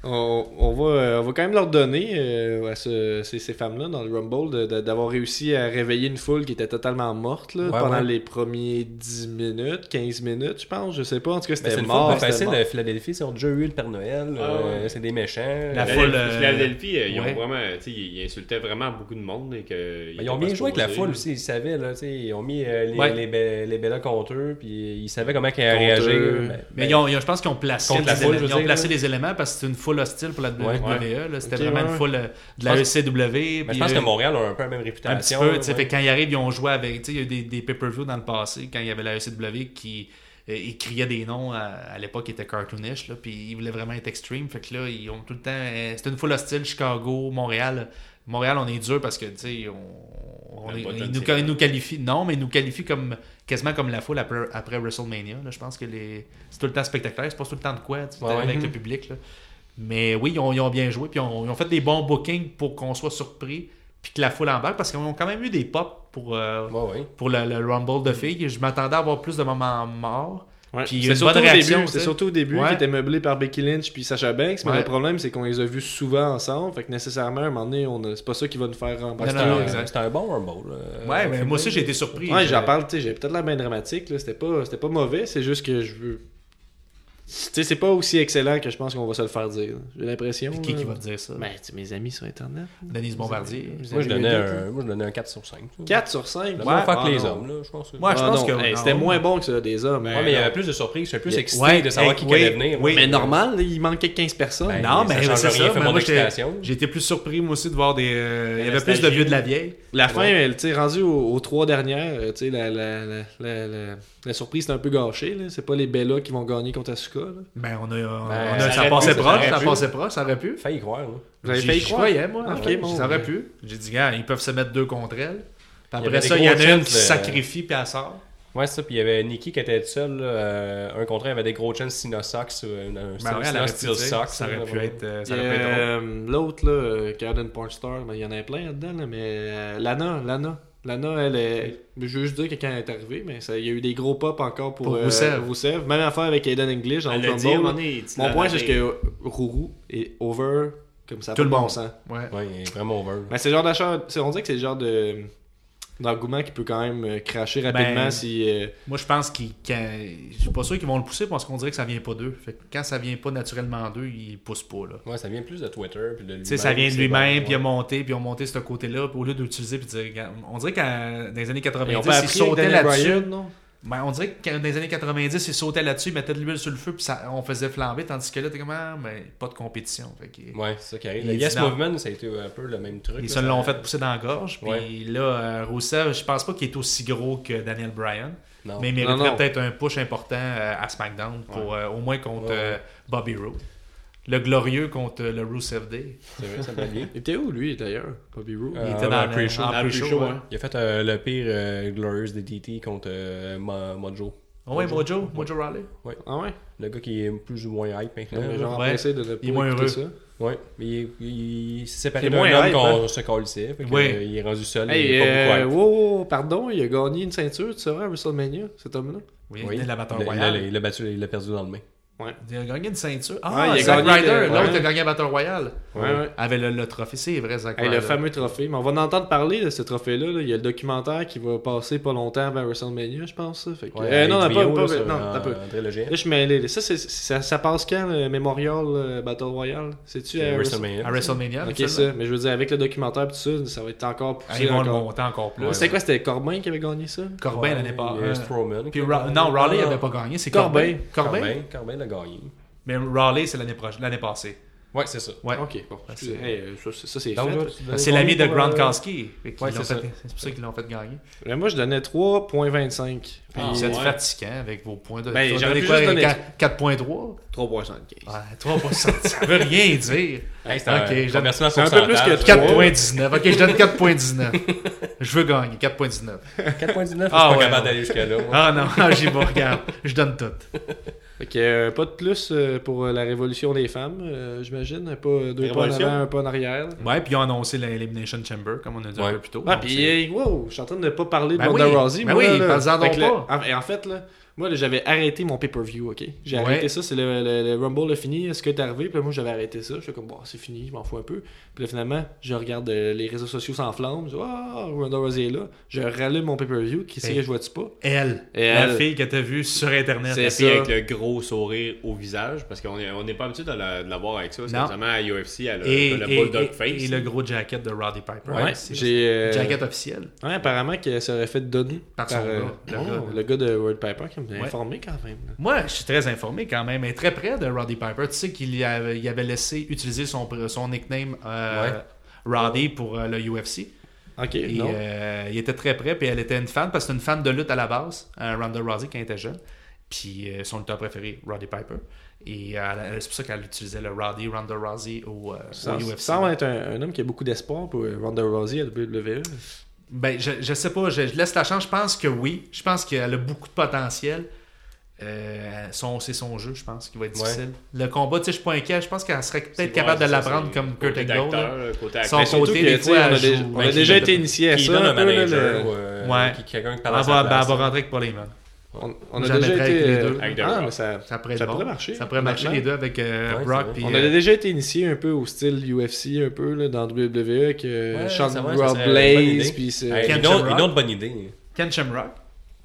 [SPEAKER 3] On, on va, euh, on va quand même leur donner euh, à ce- ces, ces femmes-là dans le Rumble de- de- d'avoir réussi à réveiller une foule qui était totalement morte là,
[SPEAKER 5] Ouais,
[SPEAKER 3] pendant
[SPEAKER 5] ouais.
[SPEAKER 3] les premiers 10 minutes, 15 minutes, je pense. Je sais pas. En tout cas,
[SPEAKER 5] Ben,
[SPEAKER 3] c'était
[SPEAKER 5] c'est une
[SPEAKER 3] mort.
[SPEAKER 5] foule
[SPEAKER 3] c'était
[SPEAKER 5] facile,
[SPEAKER 3] mort.
[SPEAKER 4] euh,
[SPEAKER 5] le Philadelphie, ils ont déjà eu le Père Noël,
[SPEAKER 6] Ah,
[SPEAKER 5] euh,
[SPEAKER 6] ouais.
[SPEAKER 5] c'est des méchants.
[SPEAKER 4] La
[SPEAKER 5] Ben,
[SPEAKER 4] foule,
[SPEAKER 6] Phila-
[SPEAKER 4] euh,
[SPEAKER 6] Philadelphie, euh, ils
[SPEAKER 4] ouais.
[SPEAKER 6] ont vraiment, tu sais, ils ils insultaient vraiment beaucoup de monde et que.
[SPEAKER 5] ils ont bien joué avec la foule aussi, ils savaient, là, tu sais, ils ont mis euh, les,
[SPEAKER 4] Ouais.
[SPEAKER 5] les, Be- les Bella contre eux, puis ils savaient comment qu'elle
[SPEAKER 3] Contre
[SPEAKER 5] réagir.
[SPEAKER 3] eux.
[SPEAKER 5] Ben,
[SPEAKER 4] Mais
[SPEAKER 5] ben,
[SPEAKER 4] ils ont, ils ont- je pense qu'ils ont placé,
[SPEAKER 5] Contre la
[SPEAKER 4] les,
[SPEAKER 5] foule,
[SPEAKER 4] éléments-
[SPEAKER 5] je veux
[SPEAKER 4] ils ont
[SPEAKER 5] dire,
[SPEAKER 4] placé
[SPEAKER 5] là.
[SPEAKER 4] les éléments parce que c'est une foule hostile pour la WWE. là. C'était
[SPEAKER 3] Ok,
[SPEAKER 4] vraiment
[SPEAKER 3] ouais,
[SPEAKER 4] une
[SPEAKER 3] ouais.
[SPEAKER 4] foule euh, de
[SPEAKER 5] Je
[SPEAKER 4] la
[SPEAKER 5] pense-
[SPEAKER 4] ECW.
[SPEAKER 5] ben,
[SPEAKER 4] puis,
[SPEAKER 5] je pense
[SPEAKER 4] euh,
[SPEAKER 5] que Montréal a un peu la même
[SPEAKER 4] un petit
[SPEAKER 5] réputation.
[SPEAKER 4] peu, tu sais,
[SPEAKER 5] ouais.
[SPEAKER 4] fait que quand ils arrivent, ils ont joué avec. tu sais, Il y a eu des, des pay-per-view dans le passé, quand il y avait la ECW E qui euh, il criait des noms à, à l'époque, il était cartoonish, là, puis il voulait vraiment être extreme. Fait que là, ils ont tout le temps. euh, C'était une foule hostile, Chicago, Montréal. Montréal, on est dur parce que, tu sais, on, on
[SPEAKER 5] Le
[SPEAKER 4] est-
[SPEAKER 5] bas de
[SPEAKER 4] ils, nous,
[SPEAKER 5] tirage.
[SPEAKER 4] ils nous qualifient. Non, mais ils nous qualifient comme, quasiment comme la foule après, après WrestleMania. là. Je pense que les, c'est tout le temps spectaculaire, c'est pas tout le temps de quoi, tu sais,
[SPEAKER 5] Ouais, ouais.
[SPEAKER 4] avec le public. là. Mais oui, ils ont, ils ont bien joué, puis ils ont- ils ont fait des bons bookings pour qu'on soit surpris, puis que la foule embarque, parce qu'ils ont quand même eu des pops pour, euh,
[SPEAKER 5] Ouais, ouais.
[SPEAKER 4] pour le, le Rumble de filles. Je m'attendais à avoir plus de moments morts.
[SPEAKER 3] Ouais.
[SPEAKER 4] Puis
[SPEAKER 3] C'est
[SPEAKER 4] une
[SPEAKER 3] surtout,
[SPEAKER 4] bonne
[SPEAKER 3] au
[SPEAKER 4] réaction,
[SPEAKER 3] début,
[SPEAKER 4] tu
[SPEAKER 3] c'est
[SPEAKER 4] sais.
[SPEAKER 3] surtout au début
[SPEAKER 4] Ouais.
[SPEAKER 3] qui était meublé par Becky Lynch puis Sacha Banks, mais
[SPEAKER 4] Ouais.
[SPEAKER 3] le problème c'est qu'on les a vus souvent ensemble, fait que nécessairement à un moment donné, on a- c'est pas ça qui va nous faire remplacer.
[SPEAKER 4] Non, non, non, exact.
[SPEAKER 5] C'était un bon Rumble. euh,
[SPEAKER 4] Ouais, mais
[SPEAKER 5] Frank
[SPEAKER 4] moi aussi,
[SPEAKER 5] Mir.
[SPEAKER 4] j'ai été surpris.
[SPEAKER 3] Ouais,
[SPEAKER 4] Je-
[SPEAKER 3] j'en parle, tu sais, j'ai peut-être l'air bien dramatique, là, c'était pas, c'était pas mauvais, c'est juste que je veux. Tu sais, c'est pas aussi excellent que je pense qu'on va se le faire dire. J'ai l'impression.
[SPEAKER 4] Puis Qui,
[SPEAKER 3] là.
[SPEAKER 4] qui va te dire ça?
[SPEAKER 3] Ben, tu sais, mes amis sur Internet.
[SPEAKER 4] Denise Bombardier.
[SPEAKER 3] Mes
[SPEAKER 5] Moi, je
[SPEAKER 3] amis
[SPEAKER 5] donnais
[SPEAKER 3] médiocres, là.
[SPEAKER 5] un, moi, je donnais un 4 sur 5.
[SPEAKER 3] 4 sur Ah, 5.
[SPEAKER 5] Le moins fort que les hommes, là, je pense. que-
[SPEAKER 4] Ah Ouais, Ben, euh, je pense que- non.
[SPEAKER 3] Ah, C'était moins bon que ça des hommes.
[SPEAKER 5] Ouais, mais euh, il y avait plus de surprises, j'étais plus
[SPEAKER 3] Ouais,
[SPEAKER 5] excité de savoir
[SPEAKER 4] hey,
[SPEAKER 5] qui
[SPEAKER 4] oui,
[SPEAKER 5] allait venir.
[SPEAKER 4] oui.
[SPEAKER 3] Mais normal, là, il manquait 15 personnes.
[SPEAKER 5] Ben,
[SPEAKER 4] Non,
[SPEAKER 5] ça
[SPEAKER 4] mais
[SPEAKER 5] change
[SPEAKER 4] c'est
[SPEAKER 5] rien,
[SPEAKER 4] ça.
[SPEAKER 5] fait
[SPEAKER 4] mais
[SPEAKER 5] mon
[SPEAKER 4] moi, j'étais-
[SPEAKER 5] excitation.
[SPEAKER 4] j'ai été plus surpris, moi aussi, de voir des. euh, il y
[SPEAKER 5] La
[SPEAKER 4] avait plus de
[SPEAKER 5] stagiaire.
[SPEAKER 4] vieux de la vieille.
[SPEAKER 3] La fin, elle, tu sais, rendue aux, aux trois dernières, euh, tu sais, la, la, la, la, la- la surprise est un peu gâchée. là. C'est pas les Bellas qui vont gagner contre Asuka. là.
[SPEAKER 4] Ben, on a. on
[SPEAKER 5] Ben,
[SPEAKER 4] a-
[SPEAKER 5] ça
[SPEAKER 4] ça
[SPEAKER 5] aurait
[SPEAKER 4] passait
[SPEAKER 5] pu, ça
[SPEAKER 4] proche,
[SPEAKER 5] aurait
[SPEAKER 4] ça
[SPEAKER 5] pu.
[SPEAKER 4] passait proche, ça aurait pu.
[SPEAKER 5] Failli y croire. là.
[SPEAKER 3] Vous avez
[SPEAKER 4] J'y-
[SPEAKER 3] failli
[SPEAKER 4] j'y
[SPEAKER 3] croire?
[SPEAKER 4] croyais, moi. en
[SPEAKER 3] Ok,
[SPEAKER 4] fait.
[SPEAKER 3] bon,
[SPEAKER 4] Ah, ça aurait
[SPEAKER 3] ouais.
[SPEAKER 4] pu. J'ai dit, gars, ils peuvent se mettre deux contre elle. Puis
[SPEAKER 5] avait
[SPEAKER 4] après
[SPEAKER 5] des
[SPEAKER 4] ça, il y en
[SPEAKER 5] gros
[SPEAKER 4] a une
[SPEAKER 5] chances
[SPEAKER 4] qui
[SPEAKER 5] de-
[SPEAKER 4] se sacrifie, puis elle sort.
[SPEAKER 5] Ouais, c'est ça. Puis il y avait Nikki qui était toute seule. là, euh, un contre un, il y avait des gros chances Sinosox ou un, un
[SPEAKER 4] Ben, ouais, elle
[SPEAKER 5] Sino-
[SPEAKER 4] aurait pu,
[SPEAKER 5] Steel
[SPEAKER 4] tu sais,
[SPEAKER 5] Sox.
[SPEAKER 4] Ça aurait pu être. euh, ça
[SPEAKER 3] Il y
[SPEAKER 4] aurait
[SPEAKER 3] a,
[SPEAKER 4] pu être drôle.
[SPEAKER 3] euh, L'autre, là, euh, Karen Pornstar, ben, il y en a plein là-dedans, là, mais euh, Lana, Lana. Lana, elle est. Je veux juste dire que quand elle est arrivée, mais ça- il y a eu des gros pop encore pour,
[SPEAKER 4] Pour
[SPEAKER 3] euh,
[SPEAKER 4] Rusev.
[SPEAKER 3] Rusev. Même affaire avec Aiden English dans
[SPEAKER 6] Elle
[SPEAKER 3] le
[SPEAKER 6] l'a dit, à un
[SPEAKER 3] Rumble,
[SPEAKER 6] moment
[SPEAKER 3] là.
[SPEAKER 6] donné, il dit
[SPEAKER 3] Mon
[SPEAKER 6] la
[SPEAKER 3] point,
[SPEAKER 6] vérité.
[SPEAKER 3] c'est que euh, Rourou est over comme ça. a
[SPEAKER 4] Tout
[SPEAKER 3] pas de
[SPEAKER 4] le monde.
[SPEAKER 3] sens.
[SPEAKER 4] Ouais.
[SPEAKER 5] Ouais, il est vraiment over.
[SPEAKER 3] Mais c'est le genre d'achat. c'est- On dirait que c'est le genre de d'engouement qui peut quand même euh, cracher
[SPEAKER 4] Ben,
[SPEAKER 3] rapidement si. euh,
[SPEAKER 4] Moi, je pense qu'ils. quand- Je suis pas sûr qu'ils vont le pousser parce qu'on dirait que ça vient pas d'eux. Fait que quand ça vient pas naturellement d'eux, ils poussent pas, là.
[SPEAKER 5] Ouais, ça vient plus de Twitter. Puis de lui-même.
[SPEAKER 4] Tu sais, ça vient de
[SPEAKER 5] Ben, c'est
[SPEAKER 4] lui-même,
[SPEAKER 5] bon,
[SPEAKER 4] puis il a
[SPEAKER 5] ouais.
[SPEAKER 4] monté, puis ils ont monté ce côté-là, puis au lieu d'utiliser, puis de dire, regarde, on dirait qu'en dans les années
[SPEAKER 3] ils ont pas
[SPEAKER 4] 90, ils
[SPEAKER 3] appris avec
[SPEAKER 4] sautaient
[SPEAKER 3] Daniel
[SPEAKER 4] là-dessus.
[SPEAKER 3] Bryan, non?
[SPEAKER 4] Ben, on dirait que dans les années 90, ils sautaient là-dessus, ils mettaient de l'huile sur le feu, puis ça, on faisait flamber, tandis que là, t'es comme, ah, mais pas de compétition. Fait que-
[SPEAKER 5] Ouais, c'est ça qui arrive.
[SPEAKER 4] Il
[SPEAKER 5] Le
[SPEAKER 4] est
[SPEAKER 5] Yes
[SPEAKER 4] énorme.
[SPEAKER 5] Movement, ça a été un peu le même truc.
[SPEAKER 4] Ils
[SPEAKER 5] là,
[SPEAKER 4] se
[SPEAKER 5] ça-
[SPEAKER 4] l'ont fait pousser dans la gorge, puis
[SPEAKER 5] Ouais.
[SPEAKER 4] là, euh, Rousseff, je pense pas qu'il est aussi gros que Daniel Bryan,
[SPEAKER 5] Non.
[SPEAKER 4] mais il
[SPEAKER 3] Non, non.
[SPEAKER 4] mériterait peut-être un push important euh, à SmackDown, pour, euh, au moins contre
[SPEAKER 5] Ouais,
[SPEAKER 4] euh,
[SPEAKER 5] ouais.
[SPEAKER 4] Bobby Roode. Le glorieux contre euh, le Rousseff Day.
[SPEAKER 5] C'est vrai, ça me bien.
[SPEAKER 3] Il était où lui d'ailleurs? Bobby Roode.
[SPEAKER 5] Euh,
[SPEAKER 4] était
[SPEAKER 5] ouais,
[SPEAKER 4] dans
[SPEAKER 5] un
[SPEAKER 4] le-
[SPEAKER 5] pre-show.
[SPEAKER 4] en
[SPEAKER 5] Un
[SPEAKER 4] pre-show,
[SPEAKER 5] pre-show,
[SPEAKER 4] ouais.
[SPEAKER 5] hein. Il a fait euh, le pire euh, Glorious des DT contre euh, Mo- Mojo.
[SPEAKER 4] Oh, ouais, Mojo, Mojo Raleigh.
[SPEAKER 3] Ah ouais?
[SPEAKER 5] Le gars qui est plus ou moins hype maintenant.
[SPEAKER 3] Les
[SPEAKER 5] là.
[SPEAKER 3] gens
[SPEAKER 4] euh, ouais.
[SPEAKER 3] pressés de ne
[SPEAKER 4] Il est moins
[SPEAKER 3] pas écouter ça.
[SPEAKER 5] Ouais, mais il, il, il s'est séparé
[SPEAKER 3] C'est
[SPEAKER 5] d'un
[SPEAKER 3] moins
[SPEAKER 5] homme
[SPEAKER 3] hype,
[SPEAKER 5] qu'on se colissait. Fait que,
[SPEAKER 4] hein. Ouais.
[SPEAKER 5] euh, Il est rendu seul. il
[SPEAKER 3] Hey,
[SPEAKER 5] est pas
[SPEAKER 3] euh,
[SPEAKER 5] beaucoup hype.
[SPEAKER 3] wow, wow, pardon, il a gagné une ceinture, tu saurais, à WrestleMania, cet homme-là.
[SPEAKER 4] Oui,
[SPEAKER 5] Oui.
[SPEAKER 4] il est la Battle
[SPEAKER 5] Il l'a- il l'a-
[SPEAKER 4] Royale.
[SPEAKER 5] il l'a battu, il l'a perdu dans le main.
[SPEAKER 4] Il a gagné une ceinture.
[SPEAKER 3] Ouais,
[SPEAKER 4] Ah,
[SPEAKER 3] il a
[SPEAKER 4] Zack
[SPEAKER 3] gagné
[SPEAKER 4] Ryder,
[SPEAKER 3] le-
[SPEAKER 4] l'autre
[SPEAKER 3] ouais.
[SPEAKER 4] a gagné la Battle Royale.
[SPEAKER 3] Ouais, ouais.
[SPEAKER 4] Avec le, le trophée, c'est vrai, Zack
[SPEAKER 3] Hey,
[SPEAKER 4] Ryder.
[SPEAKER 3] le fameux trophée, mais on va en entendre parler de ce trophée-là. là. Il y a le documentaire qui va passer pas longtemps avant WrestleMania, je pense. ça. Fait que- Euh, non, non, pas, pas- non, t'as peu. Là,
[SPEAKER 5] André Legère.
[SPEAKER 3] je suis mêlé. là. Ça, c'est- ça, ça passe quand, le Memorial euh, Battle Royale C'est-tu à WrestleMania
[SPEAKER 5] WrestleMania.
[SPEAKER 4] À WrestleMania.
[SPEAKER 3] Ok, ça. Mais je veux dire, avec le documentaire et tout ça, ça va être encore plus.
[SPEAKER 4] Ah, ils vont le
[SPEAKER 3] encore...
[SPEAKER 4] monter encore plus.
[SPEAKER 5] Ouais.
[SPEAKER 3] C'était quoi C'était Corbin qui avait gagné ça
[SPEAKER 4] Corbin l'année passée.
[SPEAKER 5] Il y a Strowman.
[SPEAKER 4] Puis
[SPEAKER 5] qui
[SPEAKER 4] Ra-
[SPEAKER 5] a-
[SPEAKER 4] non, Raleigh
[SPEAKER 5] Ah,
[SPEAKER 4] n'avait pas gagné, c'est
[SPEAKER 3] Corbin.
[SPEAKER 4] Corbin.
[SPEAKER 5] Corbin, Corbin l'a gagné.
[SPEAKER 4] Mais Raleigh, c'est l'année proche- l'année passée.
[SPEAKER 5] Ouais, c'est ça.
[SPEAKER 4] Ouais.
[SPEAKER 3] Ok, bon. excusez.
[SPEAKER 4] c'est-
[SPEAKER 3] Hey, euh, ça, c'est- ça, c'est
[SPEAKER 5] Donc,
[SPEAKER 3] fait.
[SPEAKER 5] là, tu donnais
[SPEAKER 4] C'est l'ami de
[SPEAKER 5] combien pour, euh,
[SPEAKER 4] Gronkowski. Fait qu'ils
[SPEAKER 5] Ouais,
[SPEAKER 4] l'ont
[SPEAKER 5] c'est
[SPEAKER 4] fait- C'est pour ça qu'ils l'ont fait gagner.
[SPEAKER 3] Mais Euh, moi, je donnais 3.25. Puis-
[SPEAKER 6] Ah,
[SPEAKER 4] Vous êtes
[SPEAKER 6] ouais.
[SPEAKER 4] fatigant avec vos points de.
[SPEAKER 3] Ben,
[SPEAKER 4] Vous
[SPEAKER 3] j'aurais
[SPEAKER 4] donnez
[SPEAKER 3] pu
[SPEAKER 4] quoi,
[SPEAKER 3] juste donner-
[SPEAKER 4] 4- 4.3
[SPEAKER 3] 3.75.
[SPEAKER 4] Ouais, 3%. ça veut rien dire.
[SPEAKER 5] Hey,
[SPEAKER 4] Ok,
[SPEAKER 5] c'est un
[SPEAKER 4] j'aime-
[SPEAKER 5] conversion en
[SPEAKER 3] c'est un peu plus que
[SPEAKER 5] pourcentage.
[SPEAKER 4] 4.19. Ok, je donne 4.19. Je veux gagner. 4.19.
[SPEAKER 5] 4.19,
[SPEAKER 4] Ah,
[SPEAKER 5] je suis pas
[SPEAKER 4] ouais,
[SPEAKER 5] capable
[SPEAKER 4] ouais.
[SPEAKER 5] d'aller jusque-là. moi.
[SPEAKER 4] Ah non, (laughs) ah, j'y vais, regarde. Je donne tout.
[SPEAKER 3] Fait que euh, pas de plus euh, pour euh, la révolution des femmes, euh, j'imagine. Pas euh, deux pas en
[SPEAKER 6] Révolution.
[SPEAKER 3] avant, un pas en arrière.
[SPEAKER 4] Ouais, puis ils ont annoncé l'Elimination Chamber, comme on a dit
[SPEAKER 5] Ouais.
[SPEAKER 4] un peu plus tôt.
[SPEAKER 3] Ah,
[SPEAKER 4] Donc,
[SPEAKER 3] puis,
[SPEAKER 4] c'est-
[SPEAKER 3] hey, wow, je suis en train de ne pas parler de
[SPEAKER 4] Ben
[SPEAKER 3] Ronda
[SPEAKER 4] oui,
[SPEAKER 3] Rousey.
[SPEAKER 4] ben
[SPEAKER 3] moi,
[SPEAKER 4] oui,
[SPEAKER 3] là.
[SPEAKER 4] parle-en
[SPEAKER 3] Fait
[SPEAKER 4] donc
[SPEAKER 3] que là,
[SPEAKER 4] pas.
[SPEAKER 3] en- Et en fait, là, moi, là, j'avais arrêté mon pay-per-view, OK? J'ai
[SPEAKER 4] Ouais.
[SPEAKER 3] arrêté ça, c'est le, le- le Rumble a fini, est-ce que t'es arrivé? Puis là, moi, j'avais arrêté ça. Je suis comme, bon, c'est fini, je m'en fous un peu. Puis là, finalement, je regarde euh, les réseaux sociaux s'enflamment. Je dis, ah, Ronda Rousey est là. Je rallume mon pay-per-view. Qui c'est
[SPEAKER 4] Hey.
[SPEAKER 3] que je vois-tu pas?
[SPEAKER 4] Elle,
[SPEAKER 3] Elle.
[SPEAKER 4] la fille que t'as vue sur Internet.
[SPEAKER 3] C'est
[SPEAKER 6] La
[SPEAKER 4] La
[SPEAKER 6] fille
[SPEAKER 3] ça.
[SPEAKER 6] avec le gros sourire au visage, parce qu'on n'est on n'est pas habitué de la, de la voir avec ça. C'est
[SPEAKER 4] Non.
[SPEAKER 6] notamment à UFC, elle a
[SPEAKER 4] Et,
[SPEAKER 6] elle a le
[SPEAKER 4] et-
[SPEAKER 6] bulldog
[SPEAKER 4] et-
[SPEAKER 6] face.
[SPEAKER 4] et le gros jacket de Roddy Piper.
[SPEAKER 3] Ouais,
[SPEAKER 4] c'est-
[SPEAKER 3] j'ai. euh,
[SPEAKER 4] Jacket officiel.
[SPEAKER 3] Ouais, apparemment qu'elle serait faite donner
[SPEAKER 4] Par
[SPEAKER 3] par,
[SPEAKER 4] son
[SPEAKER 3] euh,
[SPEAKER 4] gars, le
[SPEAKER 3] oh, le,
[SPEAKER 4] gars
[SPEAKER 3] gars,
[SPEAKER 4] de-
[SPEAKER 3] de World Piper qui m'a
[SPEAKER 4] Ouais.
[SPEAKER 3] informé quand même. là.
[SPEAKER 4] Moi, je suis très informé quand même. Elle est très près de Roddy Piper. Tu sais qu'il y avait, il avait laissé utiliser son, pr- son nickname euh,
[SPEAKER 5] Ouais.
[SPEAKER 4] Roddy pour euh, le UFC.
[SPEAKER 3] Ok,
[SPEAKER 4] Et
[SPEAKER 3] non.
[SPEAKER 4] euh, il était très près, puis elle était une fan, parce que c'était une fan de lutte à la base, euh, Ronda euh, Rousey, quand elle était jeune. Puis euh, son lutteur préféré, Roddy Piper. Et euh, elle- c'est pour ça qu'elle utilisait le Roddy, Ronda Rousey au, euh, au
[SPEAKER 3] Ça
[SPEAKER 4] UFC.
[SPEAKER 3] semble être un, un homme qui a beaucoup d'espoir pour euh, Ronda Rousey à E. WWE.
[SPEAKER 4] Ben, je, je sais pas, je, je laisse la chance. Je pense que oui. Je pense qu'elle a beaucoup de potentiel. Euh, son, c'est son jeu, je pense, qui va être
[SPEAKER 5] Ouais.
[SPEAKER 4] difficile. Le combat, tu sais, je suis pas inquiet. Je pense qu'elle serait
[SPEAKER 6] C'est
[SPEAKER 4] peut-être capable de
[SPEAKER 6] ouais, ça,
[SPEAKER 4] l'apprendre
[SPEAKER 6] c'est
[SPEAKER 4] comme Kurt
[SPEAKER 6] côté
[SPEAKER 4] Angle. là.
[SPEAKER 6] d'acteur, là, côté
[SPEAKER 4] Son
[SPEAKER 6] acteur.
[SPEAKER 4] côté, des
[SPEAKER 3] Ben, tu sais,
[SPEAKER 4] fois,
[SPEAKER 3] on
[SPEAKER 4] elle
[SPEAKER 3] a, déjà-
[SPEAKER 4] joue-
[SPEAKER 3] on
[SPEAKER 4] ben,
[SPEAKER 3] a
[SPEAKER 5] qui
[SPEAKER 3] déjà
[SPEAKER 5] donne-
[SPEAKER 3] été initié à
[SPEAKER 5] Qui
[SPEAKER 3] ça.
[SPEAKER 5] donne
[SPEAKER 3] un
[SPEAKER 5] un
[SPEAKER 3] peu, là,
[SPEAKER 5] manager
[SPEAKER 3] le-
[SPEAKER 5] ou euh,
[SPEAKER 4] Ouais.
[SPEAKER 5] qui- quelqu'un qui
[SPEAKER 4] Elle
[SPEAKER 5] parle
[SPEAKER 4] va,
[SPEAKER 5] à sa
[SPEAKER 4] ben, elle
[SPEAKER 5] place.
[SPEAKER 4] va rentrer avec Paul Heyman.
[SPEAKER 3] On, on a
[SPEAKER 4] J'en
[SPEAKER 3] déjà
[SPEAKER 4] mettrais avec
[SPEAKER 3] été.
[SPEAKER 4] les
[SPEAKER 3] euh,
[SPEAKER 4] deux.
[SPEAKER 6] Avec
[SPEAKER 3] ah,
[SPEAKER 6] deux.
[SPEAKER 3] mais ça,
[SPEAKER 4] Ça pourrait, être
[SPEAKER 3] ça
[SPEAKER 4] bon.
[SPEAKER 3] pourrait marcher.
[SPEAKER 4] Ça pourrait marcher
[SPEAKER 3] honnêtement.
[SPEAKER 4] les deux avec euh,
[SPEAKER 5] Ouais, c'est
[SPEAKER 4] Brock.
[SPEAKER 5] vrai.
[SPEAKER 4] puis,
[SPEAKER 3] On
[SPEAKER 4] euh,
[SPEAKER 3] a déjà été initié un peu au style UFC, un peu là, dans WWE, avec euh,
[SPEAKER 5] Ouais,
[SPEAKER 3] Sean
[SPEAKER 5] ça, ouais, ça
[SPEAKER 3] Rob
[SPEAKER 5] serait une bonne
[SPEAKER 3] Blaze.
[SPEAKER 5] idée.
[SPEAKER 3] Puis c'est-
[SPEAKER 5] Hey,
[SPEAKER 4] Ken
[SPEAKER 5] une, autre,
[SPEAKER 4] Shamrock.
[SPEAKER 5] une autre bonne idée.
[SPEAKER 4] Ken Shamrock,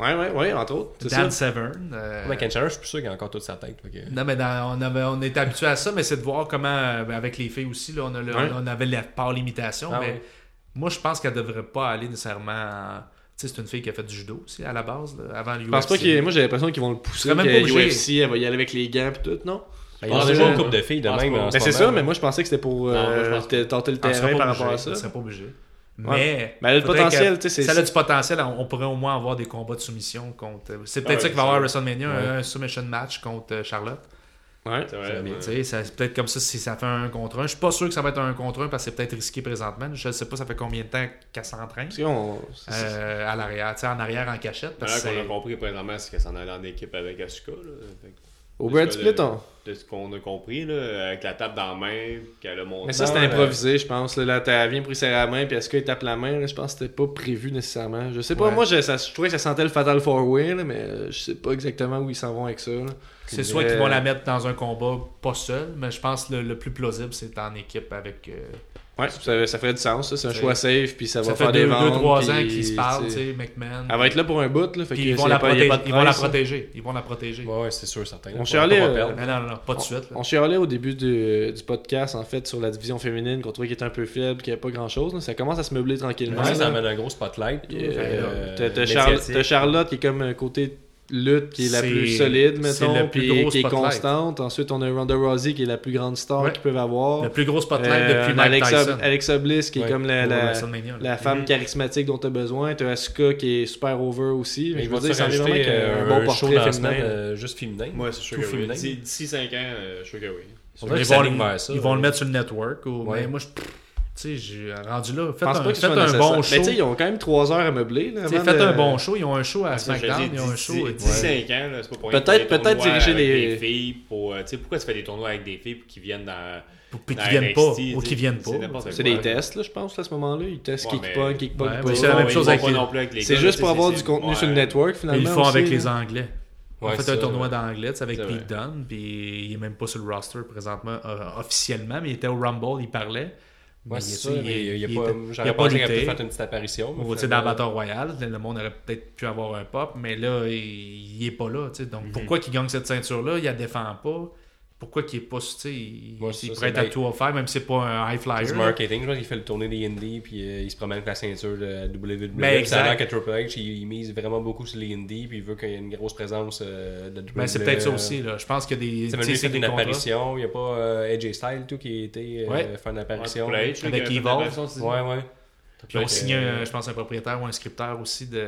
[SPEAKER 3] Ouais, ouais, ouais, entre autres. C'est ça.
[SPEAKER 4] Dan Severn. euh,
[SPEAKER 5] Ouais, Ken Shamrock, je suis plus sûr qu'il a encore toute sa tête. fait que-
[SPEAKER 4] Non, mais dans- on, avait, on était habitué à ça, mais c'est de voir comment, euh, ben, avec les filles aussi, là, on, a le-
[SPEAKER 3] Ouais.
[SPEAKER 4] on avait la part limitation.
[SPEAKER 5] Ah
[SPEAKER 4] mais
[SPEAKER 5] ouais.
[SPEAKER 4] moi, je pense qu'elle devrait pas aller nécessairement. en- Tu sais, c'est une fille qui a fait du judo aussi, à la base, là, avant l'UFC.
[SPEAKER 3] Je pense pas qu'il. Moi, j'ai l'impression qu'ils vont le pousser.
[SPEAKER 4] Serait même
[SPEAKER 3] que
[SPEAKER 4] pas obligé.
[SPEAKER 3] UFC, elle va y aller avec les gants et tout, non?
[SPEAKER 5] Ben, Il y a
[SPEAKER 3] Ah,
[SPEAKER 5] déjà
[SPEAKER 3] ouais.
[SPEAKER 5] une couple de filles de
[SPEAKER 6] Ah,
[SPEAKER 5] même.
[SPEAKER 6] c'est
[SPEAKER 5] en
[SPEAKER 3] Mais
[SPEAKER 5] ce
[SPEAKER 3] c'est
[SPEAKER 5] moment.
[SPEAKER 3] ça, mais moi, je pensais que c'était pour
[SPEAKER 6] Non, moi, je
[SPEAKER 3] euh,
[SPEAKER 6] pense
[SPEAKER 3] t- tenter le
[SPEAKER 4] Elle Ah, sera
[SPEAKER 3] terrain
[SPEAKER 4] pas
[SPEAKER 3] par rapport à
[SPEAKER 4] obligée,
[SPEAKER 3] ça.
[SPEAKER 4] elle sera pas obligée.
[SPEAKER 3] Ouais.
[SPEAKER 4] Mais,
[SPEAKER 3] Mais elle a le
[SPEAKER 4] faudrait
[SPEAKER 3] potentiel,
[SPEAKER 4] qu'elle-
[SPEAKER 3] tu sais, c'est-
[SPEAKER 4] Si elle a du potentiel, on, on pourrait au moins avoir des combats de soumission contre. C'est peut-être
[SPEAKER 6] Ah
[SPEAKER 4] ça
[SPEAKER 6] ouais,
[SPEAKER 4] qui va avoir à WrestleMania,
[SPEAKER 5] Ouais.
[SPEAKER 4] un, un submission match contre euh, Charlotte.
[SPEAKER 3] Ouais.
[SPEAKER 6] C'est vrai,
[SPEAKER 5] Ça va bien.
[SPEAKER 6] ouais.
[SPEAKER 4] Tu sais, ça- c'est peut-être comme ça si ça fait un contre un. Je suis pas sûr que ça va être un contre un parce que c'est peut-être risqué présentement. Je sais pas, ça fait combien de temps qu'elle s'entraîne.
[SPEAKER 3] Parce qu'on- c'est- c'est-
[SPEAKER 4] Euh, à l'arrière, tu sais, en arrière en cachette.
[SPEAKER 6] Mais là
[SPEAKER 4] Parce que
[SPEAKER 6] qu'on a
[SPEAKER 4] c'est-
[SPEAKER 6] compris présentement, c'est qu'elle s'en allait en équipe avec Asuka. Là. Fait que-
[SPEAKER 3] Au
[SPEAKER 6] de
[SPEAKER 3] Brad
[SPEAKER 6] ce que-
[SPEAKER 3] Split,
[SPEAKER 6] de-
[SPEAKER 3] on.
[SPEAKER 6] De ce qu'on a compris, là, avec la table dans la main, qu'elle a monté.
[SPEAKER 3] Mais ça, c'était
[SPEAKER 5] Non,
[SPEAKER 3] improvisé, je pense. Là, là t'as bien pris serrer la main, puis est-ce qu'elle tape la main? là, je pense que c'était pas prévu nécessairement. Je sais pas,
[SPEAKER 4] Ouais.
[SPEAKER 3] moi, je, ça- je trouvais que ça sentait le Fatal Four Way, là, mais euh, je sais pas exactement où ils s'en vont avec ça. là.
[SPEAKER 4] c'est soit
[SPEAKER 3] Euh,
[SPEAKER 4] qu'ils vont la mettre dans un combat pas seul, mais je pense que le, le plus plausible, c'est en équipe avec. euh,
[SPEAKER 3] Ouais, ça, ça ferait du sens, ça. C'est un
[SPEAKER 4] C'est-
[SPEAKER 3] choix safe, puis ça va
[SPEAKER 4] ça
[SPEAKER 3] faire
[SPEAKER 4] fait
[SPEAKER 3] des
[SPEAKER 4] deux,
[SPEAKER 3] ventes.
[SPEAKER 4] deux, trois ans
[SPEAKER 3] puis,
[SPEAKER 4] qu'ils se parlent, tu
[SPEAKER 3] tu sais.
[SPEAKER 4] sais, McMahon.
[SPEAKER 3] Elle va être là pour un bout, là. Fait
[SPEAKER 4] Puis
[SPEAKER 3] que
[SPEAKER 4] ils vont,
[SPEAKER 3] s'il y a
[SPEAKER 4] la
[SPEAKER 3] pas- il y a
[SPEAKER 4] protéger,
[SPEAKER 3] pas de
[SPEAKER 4] ils vont la
[SPEAKER 3] presse, hein. là.
[SPEAKER 4] protéger. Ils vont la protéger.
[SPEAKER 5] Ouais, ouais, c'est sûr, certain.
[SPEAKER 3] On
[SPEAKER 5] va
[SPEAKER 3] chialait,
[SPEAKER 5] pas
[SPEAKER 3] euh,
[SPEAKER 5] perdre.
[SPEAKER 4] Mais non, non, non, pas de suite. là.
[SPEAKER 3] On chialait au début de- du podcast, en fait, sur la division féminine, qu'on trouvait qu'elle était un peu faible, qu'il n'y avait pas grand-chose. là. Ça commence à se meubler tranquillement.
[SPEAKER 5] Ça, ça
[SPEAKER 3] là.
[SPEAKER 5] amène un gros spotlight. tout,
[SPEAKER 3] Euh,
[SPEAKER 5] euh,
[SPEAKER 3] t'as- t'as
[SPEAKER 5] médiatique.
[SPEAKER 3] Charl- t'as Charlotte qui est comme un côté lutte qui est la
[SPEAKER 4] C'est-
[SPEAKER 3] plus solide,
[SPEAKER 4] c'est
[SPEAKER 3] mettons,
[SPEAKER 4] le plus
[SPEAKER 3] puis
[SPEAKER 4] gros
[SPEAKER 3] qui est
[SPEAKER 4] spotlight.
[SPEAKER 3] constante. Ensuite, on a Ronda Rousey qui est la plus grande star
[SPEAKER 4] Ouais.
[SPEAKER 3] qu'ils peuvent avoir.
[SPEAKER 4] Le plus gros spotlight
[SPEAKER 3] Euh,
[SPEAKER 4] depuis
[SPEAKER 3] on a
[SPEAKER 4] Mike
[SPEAKER 3] Alexa,
[SPEAKER 4] Tyson.
[SPEAKER 3] Alexa Bliss qui est
[SPEAKER 5] Ouais,
[SPEAKER 3] comme
[SPEAKER 4] pour
[SPEAKER 3] la, la-
[SPEAKER 4] WrestleMania, là.
[SPEAKER 3] la femme charismatique dont tu as besoin. T'as Asuka qui est super over aussi. Mais
[SPEAKER 5] Ils
[SPEAKER 3] je
[SPEAKER 5] vont
[SPEAKER 3] veux dire,
[SPEAKER 5] se
[SPEAKER 3] ça en est vraiment
[SPEAKER 5] rajouter
[SPEAKER 3] qu'un-
[SPEAKER 5] euh,
[SPEAKER 3] un
[SPEAKER 5] un
[SPEAKER 3] bon
[SPEAKER 5] show
[SPEAKER 3] portrait
[SPEAKER 5] dans la semaine,
[SPEAKER 3] féminin.
[SPEAKER 5] euh, juste féminin.
[SPEAKER 6] Moi, c'est sûr
[SPEAKER 5] Tout
[SPEAKER 6] que oui.
[SPEAKER 5] féminin.
[SPEAKER 6] D'ici- D'ici 5 ans, euh, je suis sûr que oui.
[SPEAKER 5] On dirait
[SPEAKER 4] Ils
[SPEAKER 5] qu'ils
[SPEAKER 4] vont,
[SPEAKER 5] s'alignent vers ça.
[SPEAKER 4] ils vont le mettre sur le network. ou-
[SPEAKER 5] Ouais.
[SPEAKER 4] Mais moi, je. Tu sais, j'ai rendu là.
[SPEAKER 3] Je
[SPEAKER 4] Faites
[SPEAKER 3] pense
[SPEAKER 4] un,
[SPEAKER 3] pas que ce soit
[SPEAKER 4] faites un
[SPEAKER 3] nécessaire.
[SPEAKER 5] Ben,
[SPEAKER 4] bon
[SPEAKER 3] Mais
[SPEAKER 4] show.
[SPEAKER 3] tu sais, ils ont quand même 3 heures à meubler. là,
[SPEAKER 4] Tu sais,
[SPEAKER 3] avant
[SPEAKER 4] faites
[SPEAKER 3] de-
[SPEAKER 4] un bon show. Ils ont un show à
[SPEAKER 6] Ça, je
[SPEAKER 4] SmackDown.
[SPEAKER 6] dis,
[SPEAKER 4] Ils ont un
[SPEAKER 6] d'ici-
[SPEAKER 4] show. euh,
[SPEAKER 6] D'ici 5 ans, là, c'est pas pour rien
[SPEAKER 3] Peut-être-
[SPEAKER 6] qu'il y ait des
[SPEAKER 3] peut-être
[SPEAKER 6] tournois
[SPEAKER 3] diriger
[SPEAKER 6] avec
[SPEAKER 3] les-
[SPEAKER 6] des filles pour. euh, Tu sais, pourquoi tu fais des tournois avec des filles qui viennent dans.
[SPEAKER 4] Pour- Puis
[SPEAKER 6] dans
[SPEAKER 4] qu'ils viennent
[SPEAKER 6] NXT,
[SPEAKER 4] pas.
[SPEAKER 6] tu sais,
[SPEAKER 4] Ou qu'ils viennent pas.
[SPEAKER 6] C'est n'importe
[SPEAKER 3] C'est
[SPEAKER 6] quoi.
[SPEAKER 3] des tests, là, je pense, là, à ce moment-là. Ils testent
[SPEAKER 6] Ouais,
[SPEAKER 3] qui
[SPEAKER 6] mais-
[SPEAKER 3] punk, qui punk,
[SPEAKER 4] Ouais,
[SPEAKER 3] qui
[SPEAKER 4] mais
[SPEAKER 3] punk.
[SPEAKER 4] c'est la
[SPEAKER 6] Ils
[SPEAKER 4] même
[SPEAKER 6] vont
[SPEAKER 4] chose
[SPEAKER 6] pas
[SPEAKER 4] avec les-
[SPEAKER 6] non plus avec les
[SPEAKER 3] C'est
[SPEAKER 6] gars,
[SPEAKER 3] juste
[SPEAKER 6] là,
[SPEAKER 3] pour
[SPEAKER 6] tu sais,
[SPEAKER 3] avoir
[SPEAKER 6] c'est-
[SPEAKER 3] du contenu
[SPEAKER 6] ouais.
[SPEAKER 3] sur le network,
[SPEAKER 4] Mais
[SPEAKER 3] finalement.
[SPEAKER 4] Ils le font avec
[SPEAKER 3] aussi,
[SPEAKER 4] les
[SPEAKER 3] là.
[SPEAKER 4] Anglais.
[SPEAKER 5] Ouais,
[SPEAKER 4] on fait
[SPEAKER 5] ça,
[SPEAKER 4] un tournoi
[SPEAKER 5] ouais.
[SPEAKER 4] d'anglais tu sais, avec
[SPEAKER 6] C'est
[SPEAKER 4] Pete Dunne, puis il est même pas sur le roster présentement euh, officiellement, mais il était au Rumble, il parlait. Mais
[SPEAKER 5] Ouais,
[SPEAKER 4] tu
[SPEAKER 5] c'est
[SPEAKER 4] sais,
[SPEAKER 5] ça. mais Il n'y a
[SPEAKER 4] il
[SPEAKER 5] pas.
[SPEAKER 4] était- il a
[SPEAKER 5] J'aurais
[SPEAKER 4] pas
[SPEAKER 5] pensé qu'il aurait
[SPEAKER 4] lutté.
[SPEAKER 5] peut-être fait une petite apparition. mais
[SPEAKER 4] Ou, tu sais, dans
[SPEAKER 5] finalement-
[SPEAKER 4] Battle Royale, le monde aurait peut-être pu avoir un pop, mais là, il, il est pas là. tu sais. Donc,
[SPEAKER 5] Mhm.
[SPEAKER 4] pourquoi qu'il gagne cette ceinture-là Il la défend pas. Pourquoi qu'il est pas. tu sais, Il,
[SPEAKER 5] Ouais,
[SPEAKER 4] il
[SPEAKER 5] c'est ça,
[SPEAKER 4] pourrait
[SPEAKER 5] c'est
[SPEAKER 4] être à
[SPEAKER 5] bien-
[SPEAKER 4] tout offert, même si c'est pas un high flyer.
[SPEAKER 5] C'est du
[SPEAKER 4] là.
[SPEAKER 5] marketing, je pense qu'il fait le tournée des indies, puis euh, il se promène avec la ceinture de WWE.
[SPEAKER 4] Mais
[SPEAKER 5] Ça a l'air que
[SPEAKER 4] exact.
[SPEAKER 5] Triple H, il, il mise vraiment beaucoup sur les indies, puis il veut qu'il y ait une grosse présence euh, de WWE.
[SPEAKER 4] Ben, c'est peut-être ça aussi. Là. Je pense que des.
[SPEAKER 5] C'est
[SPEAKER 4] tu sais,
[SPEAKER 5] même
[SPEAKER 4] c'est
[SPEAKER 5] fait
[SPEAKER 4] des
[SPEAKER 5] une
[SPEAKER 4] contrats.
[SPEAKER 5] apparition, il n'y a pas euh, AJ Styles tout qui a été euh,
[SPEAKER 4] Ouais.
[SPEAKER 5] faire une
[SPEAKER 6] Ouais,
[SPEAKER 5] apparition.
[SPEAKER 6] Triple H, là,
[SPEAKER 4] Avec
[SPEAKER 6] qui a fait
[SPEAKER 4] Evolve.
[SPEAKER 6] la version, c'est-
[SPEAKER 5] Ouais, ouais.
[SPEAKER 4] Puis on
[SPEAKER 5] Fait que,
[SPEAKER 4] signait,
[SPEAKER 5] euh,
[SPEAKER 4] euh, je pense, un propriétaire ou un scripteur aussi de.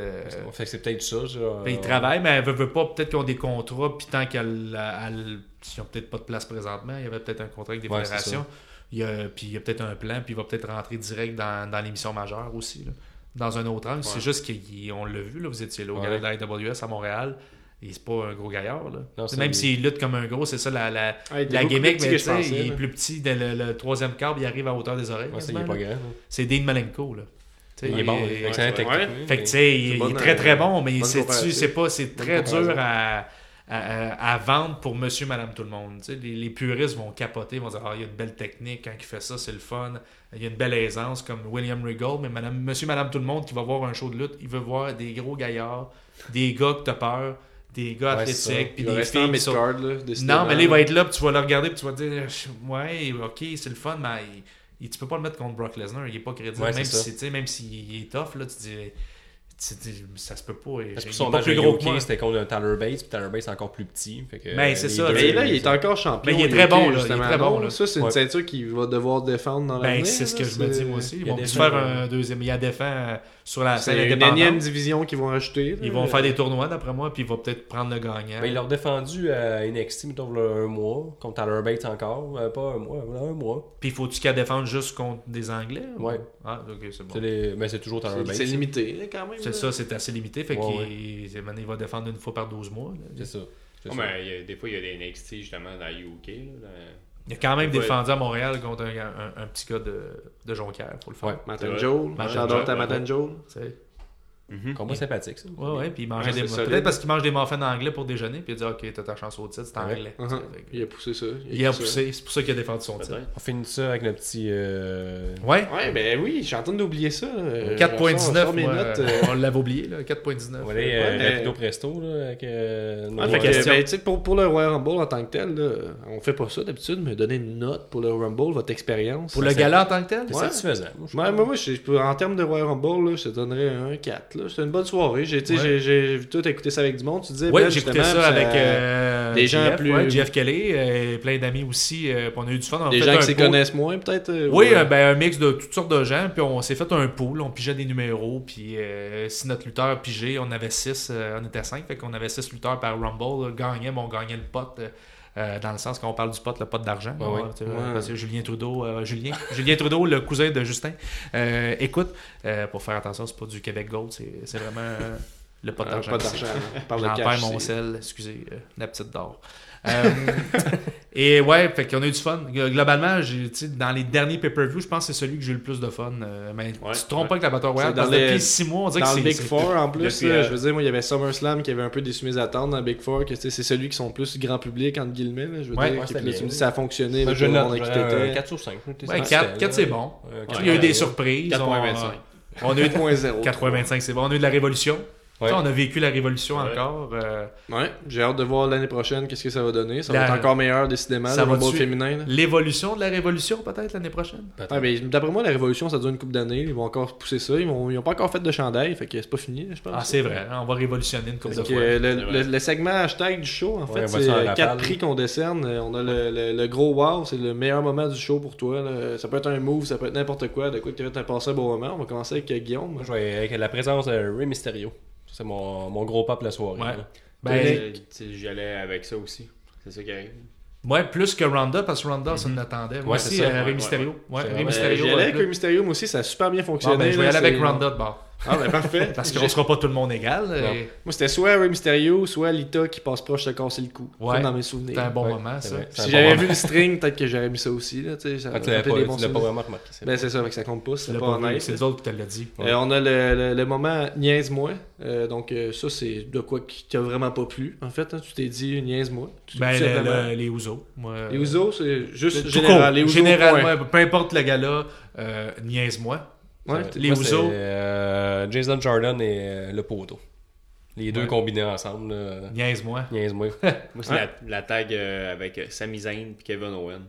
[SPEAKER 5] Fait que c'est peut-être ça. genre,
[SPEAKER 4] Ben, ils
[SPEAKER 5] euh,
[SPEAKER 4] travaillent, mais elle veut, veut pas. Peut-être qu'ils ont des contrats, puis tant qu'elle. elle- Ils n'ont peut-être pas de place présentement. Il y avait peut-être un contrat avec des
[SPEAKER 5] Ouais,
[SPEAKER 4] fédérations. Il y a- Puis il y a peut-être un plan, puis il va peut-être rentrer direct dans, dans l'émission majeure aussi, là, dans un autre angle. C'est juste qu'on l'a vu, là, vous étiez là au
[SPEAKER 5] Ouais.
[SPEAKER 4] gala de la AWS à Montréal. Et c'est pas un gros gaillard. Là.
[SPEAKER 5] Non, c'est-
[SPEAKER 4] Même s'il lutte comme un gros, c'est ça la, la,
[SPEAKER 3] Ouais, Ah, il était
[SPEAKER 4] la
[SPEAKER 3] beaucoup plus
[SPEAKER 4] gimmick.
[SPEAKER 3] petit
[SPEAKER 4] mais
[SPEAKER 3] que
[SPEAKER 4] tu
[SPEAKER 3] je
[SPEAKER 4] sais,
[SPEAKER 3] pensais,
[SPEAKER 4] il est
[SPEAKER 3] là.
[SPEAKER 4] plus petit dans le, le troisième quart, puis il arrive à hauteur des oreilles.
[SPEAKER 5] Ouais, ça, il
[SPEAKER 4] quasiment,
[SPEAKER 5] est pas
[SPEAKER 4] là.
[SPEAKER 5] grand. là.
[SPEAKER 4] c'est Dean Malenko. Là. Tu sais,
[SPEAKER 5] Il est bon, il est excellent
[SPEAKER 3] ouais.
[SPEAKER 5] techniquement,
[SPEAKER 4] fait que
[SPEAKER 5] mais-
[SPEAKER 4] tu sais, il,
[SPEAKER 3] C'est
[SPEAKER 4] il
[SPEAKER 3] bonne,
[SPEAKER 4] est très très
[SPEAKER 3] euh,
[SPEAKER 4] bon, mais
[SPEAKER 3] bonne
[SPEAKER 4] c'est
[SPEAKER 3] comparaison.
[SPEAKER 4] c'est pas, c'est
[SPEAKER 5] Bonne
[SPEAKER 4] très
[SPEAKER 5] comparaison.
[SPEAKER 4] dur à, à, à vendre pour Monsieur, Madame, tout le monde. Tu sais, les, les puristes vont capoter, vont dire ah il y a une belle technique quand il fait ça, c'est le fun. Il y a une belle aisance comme William Regal, mais Madame, Monsieur, Madame, tout le monde qui va voir un show de lutte, il veut voir des gros gaillards, des gars que t'as peur, des gars
[SPEAKER 5] Ouais, c'est ça.
[SPEAKER 4] athlétiques, puis
[SPEAKER 3] Il va
[SPEAKER 4] des
[SPEAKER 3] rester en
[SPEAKER 4] filles qui sont-
[SPEAKER 3] mid-card, là,
[SPEAKER 4] non,
[SPEAKER 3] décidément,
[SPEAKER 4] mais là, il va
[SPEAKER 3] là.
[SPEAKER 4] être là, puis tu vas le regarder, puis tu vas te dire, ouais, ok, c'est le fun, mais il- il- tu peux pas le mettre contre Brock Lesnar, il est pas crédible,
[SPEAKER 5] Ouais,
[SPEAKER 4] même
[SPEAKER 5] c'est
[SPEAKER 4] si
[SPEAKER 5] ça.
[SPEAKER 4] tu sais, même s'il est tough, là, tu te dis, tu c'est- ça se peut pas. et-
[SPEAKER 5] Parce que
[SPEAKER 4] il est
[SPEAKER 5] son
[SPEAKER 4] pas
[SPEAKER 5] match
[SPEAKER 4] plus
[SPEAKER 5] de
[SPEAKER 4] gros que
[SPEAKER 5] Yoki,
[SPEAKER 4] moi.
[SPEAKER 5] c'était contre un Tyler Bates, puis Tyler Bates est encore plus petit. Fait que,
[SPEAKER 4] Ben, c'est
[SPEAKER 5] les
[SPEAKER 4] ça,
[SPEAKER 5] deux-
[SPEAKER 3] Mais là, il est encore champion.
[SPEAKER 4] Mais il est très
[SPEAKER 3] UK,
[SPEAKER 4] bon, là, il est
[SPEAKER 3] justement.
[SPEAKER 4] très bon,
[SPEAKER 3] Non,
[SPEAKER 4] là.
[SPEAKER 3] Ça, c'est une
[SPEAKER 5] Ouais.
[SPEAKER 3] ceinture qu'il va devoir défendre dans
[SPEAKER 4] Ben,
[SPEAKER 3] l'avenir,
[SPEAKER 4] c'est ce que
[SPEAKER 3] là,
[SPEAKER 4] je me dis
[SPEAKER 3] c'est-
[SPEAKER 4] moi aussi. Ils
[SPEAKER 5] Il y a
[SPEAKER 4] vont
[SPEAKER 5] des-
[SPEAKER 4] se faire un deuxième. Il y a des fins euh, sur la scène
[SPEAKER 3] C'est une
[SPEAKER 4] indépendante.
[SPEAKER 3] énième division qu'ils vont rajouter. là.
[SPEAKER 4] Ils vont faire des tournois, d'après moi, puis il va peut-être prendre le gagnant.
[SPEAKER 5] Ben, il l'a redéfendu à NXT, mettons, voilà, un mois, contre Tyler Bates encore. Euh, pas un mois, voilà, un mois.
[SPEAKER 4] Puis faut-tu qu'elle défende juste contre des Anglais ou-
[SPEAKER 5] Ouais.
[SPEAKER 4] Ah, ok, c'est bon.
[SPEAKER 5] C'est les- Mais c'est toujours Tyler
[SPEAKER 3] C'est-
[SPEAKER 5] Bates.
[SPEAKER 3] C'est limité, là, quand même.
[SPEAKER 4] C'est
[SPEAKER 3] là.
[SPEAKER 4] ça, c'est assez limité. Fait
[SPEAKER 5] Ouais,
[SPEAKER 4] qu'il c'est- maintenant, il va défendre une fois par 12 mois. là.
[SPEAKER 5] C'est ça. C'est
[SPEAKER 6] Non,
[SPEAKER 5] ça.
[SPEAKER 6] mais il y a- des fois, il y a des NXT justement dans UK. Là, dans-
[SPEAKER 4] Il a quand même
[SPEAKER 6] Ouais.
[SPEAKER 4] défendu à Montréal contre un, un- un petit gars de, de Jonquière, pour le faire.
[SPEAKER 5] Ouais.
[SPEAKER 3] Mountain
[SPEAKER 6] Ouais.
[SPEAKER 3] Joe.
[SPEAKER 4] Mountain
[SPEAKER 3] J'adore ta
[SPEAKER 6] Joe,
[SPEAKER 3] Mountain Joe.
[SPEAKER 4] tu sais.
[SPEAKER 5] Combat sympathique, ça.
[SPEAKER 4] Ouais, ouais, puis il mangeait
[SPEAKER 3] Ouais,
[SPEAKER 4] des
[SPEAKER 3] c'est ça.
[SPEAKER 4] muffins. Peut-être parce qu'il mange des muffins en anglais pour déjeuner, puis il dit Ok, t'as ta chance au titre, c'est en
[SPEAKER 5] Ouais.
[SPEAKER 4] anglais.
[SPEAKER 3] Uh-huh.
[SPEAKER 4] Fait que-
[SPEAKER 3] Il a poussé ça.
[SPEAKER 4] Il a
[SPEAKER 3] poussé ça.
[SPEAKER 4] poussé, c'est pour ça qu'il a défendu son titre.
[SPEAKER 6] Peut-être.
[SPEAKER 5] On finit ça avec le petit. euh,
[SPEAKER 4] Ouais,
[SPEAKER 3] Ouais, ben oui, je suis en train d'oublier ça. là. Euh, Je ressors
[SPEAKER 4] 4.19,
[SPEAKER 3] mes
[SPEAKER 4] moi,
[SPEAKER 3] notes.
[SPEAKER 4] euh,
[SPEAKER 3] euh.
[SPEAKER 4] on l'avait oublié, là, 4.19.
[SPEAKER 5] On va aller euh,
[SPEAKER 3] Ouais, mais-
[SPEAKER 5] rapido presto, là, avec. euh, nos-
[SPEAKER 3] Ouais, fait que,
[SPEAKER 4] Ah, question.
[SPEAKER 3] ben, tu sais, pour, pour le Royal Rumble en tant que tel, là, on fait pas ça d'habitude, mais donner une note pour le Rumble, votre expérience.
[SPEAKER 4] Pour le gala en tant que tel
[SPEAKER 5] C'est
[SPEAKER 3] Ouais.
[SPEAKER 5] satisfaisant. moi, je
[SPEAKER 3] Ouais, moi, moi, je- je- en termes de Royal Rumble, là, je te donnerais un 4. là. C'était une bonne soirée. J'ai tu sais,
[SPEAKER 4] Ouais.
[SPEAKER 3] j'ai- j'ai vu tout écouté ça avec du monde. Tu disais,
[SPEAKER 4] Oui,
[SPEAKER 3] Ben,
[SPEAKER 4] j'ai écouté
[SPEAKER 3] justement,
[SPEAKER 4] ça avec euh,
[SPEAKER 3] des gens
[SPEAKER 4] JF,
[SPEAKER 3] plus-
[SPEAKER 4] ouais, JF Kelly euh, et plein d'amis aussi. euh, puis on a eu du fun. On a
[SPEAKER 3] des
[SPEAKER 4] fait
[SPEAKER 3] gens
[SPEAKER 4] un
[SPEAKER 3] qui s'y
[SPEAKER 4] pool.
[SPEAKER 3] connaissent moins, peut-être. euh,
[SPEAKER 4] Oui,
[SPEAKER 3] ouais.
[SPEAKER 4] euh, ben, un mix de toutes sortes de gens. Puis on s'est fait un pool. On pigeait des numéros. Puis euh, si notre lutteur pigeait, on avait six. euh, on était cinq. Fait qu'on avait six lutteurs par Rumble. là, Gagnait, mais on gagnait le pot. euh, euh, dans le sens qu'on parle du pot, le pot d'argent.
[SPEAKER 5] Ouais, ouais.
[SPEAKER 4] tu sais,
[SPEAKER 3] Ouais.
[SPEAKER 4] parce que Julien Trudeau, euh, Julien, (laughs) Julien Trudeau, le cousin de Justin. euh, écoute, euh, pour faire attention, c'est pas du Québec Gold, c'est c'est vraiment euh, le pot
[SPEAKER 3] Ah,
[SPEAKER 4] d'argent.
[SPEAKER 3] pas
[SPEAKER 4] qui
[SPEAKER 3] d'argent. On parle de
[SPEAKER 4] J'en
[SPEAKER 3] cash,
[SPEAKER 4] perds mon
[SPEAKER 3] c'est-
[SPEAKER 4] sel, excusez, euh, la petite d'or. Euh, (laughs) et ouais, fait qu'on a eu du fun. Globalement, j'ai, tu sais, dans les derniers pay-per-view, je pense que c'est celui que j'ai eu le plus de fun. Euh, mais
[SPEAKER 6] Ouais,
[SPEAKER 4] tu te trompes
[SPEAKER 6] ouais.
[SPEAKER 4] pas avec la Battle Royale
[SPEAKER 3] C'est
[SPEAKER 4] parce
[SPEAKER 3] dans
[SPEAKER 4] que
[SPEAKER 3] les-
[SPEAKER 4] depuis 6 mois, on dirait
[SPEAKER 3] Dans
[SPEAKER 4] que
[SPEAKER 3] le
[SPEAKER 4] c'est.
[SPEAKER 3] Big
[SPEAKER 4] c'est-
[SPEAKER 3] Four, en plus,
[SPEAKER 6] depuis,
[SPEAKER 3] là,
[SPEAKER 6] euh,
[SPEAKER 3] je veux dire, moi, il y avait SummerSlam qui avait un peu déçu mes attentes dans le Big Four, que tu sais, c'est celui qui sont le plus grand public, entre guillemets. là, je veux
[SPEAKER 4] Ouais,
[SPEAKER 3] dire,
[SPEAKER 5] ouais,
[SPEAKER 3] qui-
[SPEAKER 5] c'était
[SPEAKER 3] là, tu
[SPEAKER 5] bien.
[SPEAKER 3] me dis, ça a fonctionné. là,
[SPEAKER 5] Moi, je
[SPEAKER 3] tout le
[SPEAKER 5] note
[SPEAKER 3] monde a
[SPEAKER 5] j'aurais
[SPEAKER 3] quitté,
[SPEAKER 5] un
[SPEAKER 3] euh,
[SPEAKER 5] 4 sur 5.
[SPEAKER 4] Ouais, 4, 4 c'est bon.
[SPEAKER 5] Euh,
[SPEAKER 4] Il y a eu des surprises. on-
[SPEAKER 6] 4.25.
[SPEAKER 4] (laughs)
[SPEAKER 3] 4.0.
[SPEAKER 4] 4.25. 4.25, c'est bon. On a eu de la révolution.
[SPEAKER 5] Ouais.
[SPEAKER 4] Ça, on a vécu la révolution
[SPEAKER 6] Ouais.
[SPEAKER 4] encore. euh,
[SPEAKER 3] (laughs) Ouais, j'ai hâte de voir l'année prochaine qu'est-ce que ça va donner. Ça
[SPEAKER 4] La-
[SPEAKER 3] va être encore meilleur, décidément,
[SPEAKER 4] Ça
[SPEAKER 3] le
[SPEAKER 4] va
[SPEAKER 3] Rumble
[SPEAKER 4] dessus.
[SPEAKER 3] féminin. là.
[SPEAKER 4] L'évolution de la révolution, peut-être, l'année prochaine.
[SPEAKER 3] Ouais, mais D'après moi, la révolution, ça dure une couple d'années. Ils vont encore pousser ça. Ils n'ont pas encore fait de chandail, fait que c'est pas fini, je pense.
[SPEAKER 4] Ah, c'est vrai. On va révolutionner une couple
[SPEAKER 3] Fait
[SPEAKER 4] de
[SPEAKER 3] que
[SPEAKER 4] fois.
[SPEAKER 3] euh, le,
[SPEAKER 6] c'est vrai.
[SPEAKER 3] le- le segment hashtag du show, en
[SPEAKER 5] Ouais, on
[SPEAKER 3] fait,
[SPEAKER 5] va
[SPEAKER 3] c'est
[SPEAKER 5] ça à
[SPEAKER 3] euh,
[SPEAKER 5] la
[SPEAKER 3] quatre
[SPEAKER 5] balle.
[SPEAKER 3] prix qu'on décerne. Euh, On a le, le- le gros wow, c'est le meilleur moment du show pour toi. là. Ça peut être un move, ça peut être n'importe quoi, de quoi que tu as passé un bon moment. On va commencer avec euh, Guillaume.
[SPEAKER 5] Moi, je vais avec la présence de Ray Mysterio. Ça, C'est mon, mon gros pop la soirée.
[SPEAKER 4] Ouais.
[SPEAKER 5] là.
[SPEAKER 4] Ben,
[SPEAKER 6] Euh, tu sais, J'y allais avec ça aussi. C'est ça qui arrive.
[SPEAKER 4] Ouais, plus que Ronda, parce que Ronda, ça nous attendait. Moi
[SPEAKER 5] Ouais,
[SPEAKER 4] aussi,
[SPEAKER 5] c'est ça.
[SPEAKER 4] euh, Rey
[SPEAKER 6] Ouais,
[SPEAKER 4] Mysterio. Ouais,
[SPEAKER 5] C'est
[SPEAKER 4] Rey
[SPEAKER 5] vrai.
[SPEAKER 3] Euh,
[SPEAKER 4] Mysterio.
[SPEAKER 3] J'y
[SPEAKER 4] ouais,
[SPEAKER 3] allais avec
[SPEAKER 4] plus-
[SPEAKER 3] le Mysterio, moi aussi, ça a super bien
[SPEAKER 4] Bon,
[SPEAKER 3] fonctionné.
[SPEAKER 4] ben, je vais y
[SPEAKER 3] là,
[SPEAKER 4] aller avec
[SPEAKER 3] c'est-
[SPEAKER 4] Ronda de bord.
[SPEAKER 3] Ah, ben
[SPEAKER 4] (laughs)
[SPEAKER 3] parfait.
[SPEAKER 4] Parce qu'on sera pas tout le monde égal. et
[SPEAKER 3] Moi, c'était soit Ray Mysterio, soit Lita qui passe proche de casser le cou.
[SPEAKER 4] Ouais.
[SPEAKER 3] Ça, dans mes
[SPEAKER 4] C'était un
[SPEAKER 3] souvenirs.
[SPEAKER 4] bon
[SPEAKER 5] Ouais,
[SPEAKER 4] moment,
[SPEAKER 5] c'est
[SPEAKER 4] ça.
[SPEAKER 5] vrai. C'est un
[SPEAKER 3] Si
[SPEAKER 5] bon
[SPEAKER 3] j'avais
[SPEAKER 5] moment.
[SPEAKER 3] vu le string, peut-être que j'aurais mis ça aussi. Là, tu sais, ça
[SPEAKER 5] Ah, tu
[SPEAKER 3] me
[SPEAKER 4] Euh,
[SPEAKER 5] l'as
[SPEAKER 3] rappelait des bons
[SPEAKER 5] pas, tu l'as pas
[SPEAKER 3] souvenirs.
[SPEAKER 5] vraiment remarqué. c'est
[SPEAKER 3] Ben, c'est ça, fait que ça compte pas, c'est
[SPEAKER 4] Tu l'as
[SPEAKER 3] pas
[SPEAKER 4] pas vu,
[SPEAKER 3] honnête.
[SPEAKER 4] C'est nous autres qui te l'a dit.
[SPEAKER 5] Ouais.
[SPEAKER 3] Euh, on a le, le- le moment niaise-moi. Euh, donc, euh, ça, c'est de quoi qui t'a vraiment pas plu. En fait, hein. tu t'es dit niaise-moi. Tout-
[SPEAKER 4] Ben,
[SPEAKER 3] tout
[SPEAKER 4] le-
[SPEAKER 3] simplement.
[SPEAKER 4] le- les Ouzo.
[SPEAKER 3] Les Ouzo, c'est juste général.
[SPEAKER 4] Général,
[SPEAKER 3] Les Ouzo, point.
[SPEAKER 4] Généralement, peu importe le gars-là, euh, niaise-moi.
[SPEAKER 3] Ouais,
[SPEAKER 5] Moi,
[SPEAKER 3] t'es-
[SPEAKER 4] les
[SPEAKER 5] c'était,
[SPEAKER 4] Ouzo.
[SPEAKER 5] euh, Jason Jordan et euh, le poteau. Les deux
[SPEAKER 4] Ouais.
[SPEAKER 5] combinés ensemble. là.
[SPEAKER 4] Niaise-moi.
[SPEAKER 5] Niaise-moi. (laughs)
[SPEAKER 6] Moi, c'est la, la tag euh, avec euh, Sami Zayn et Kevin Owen.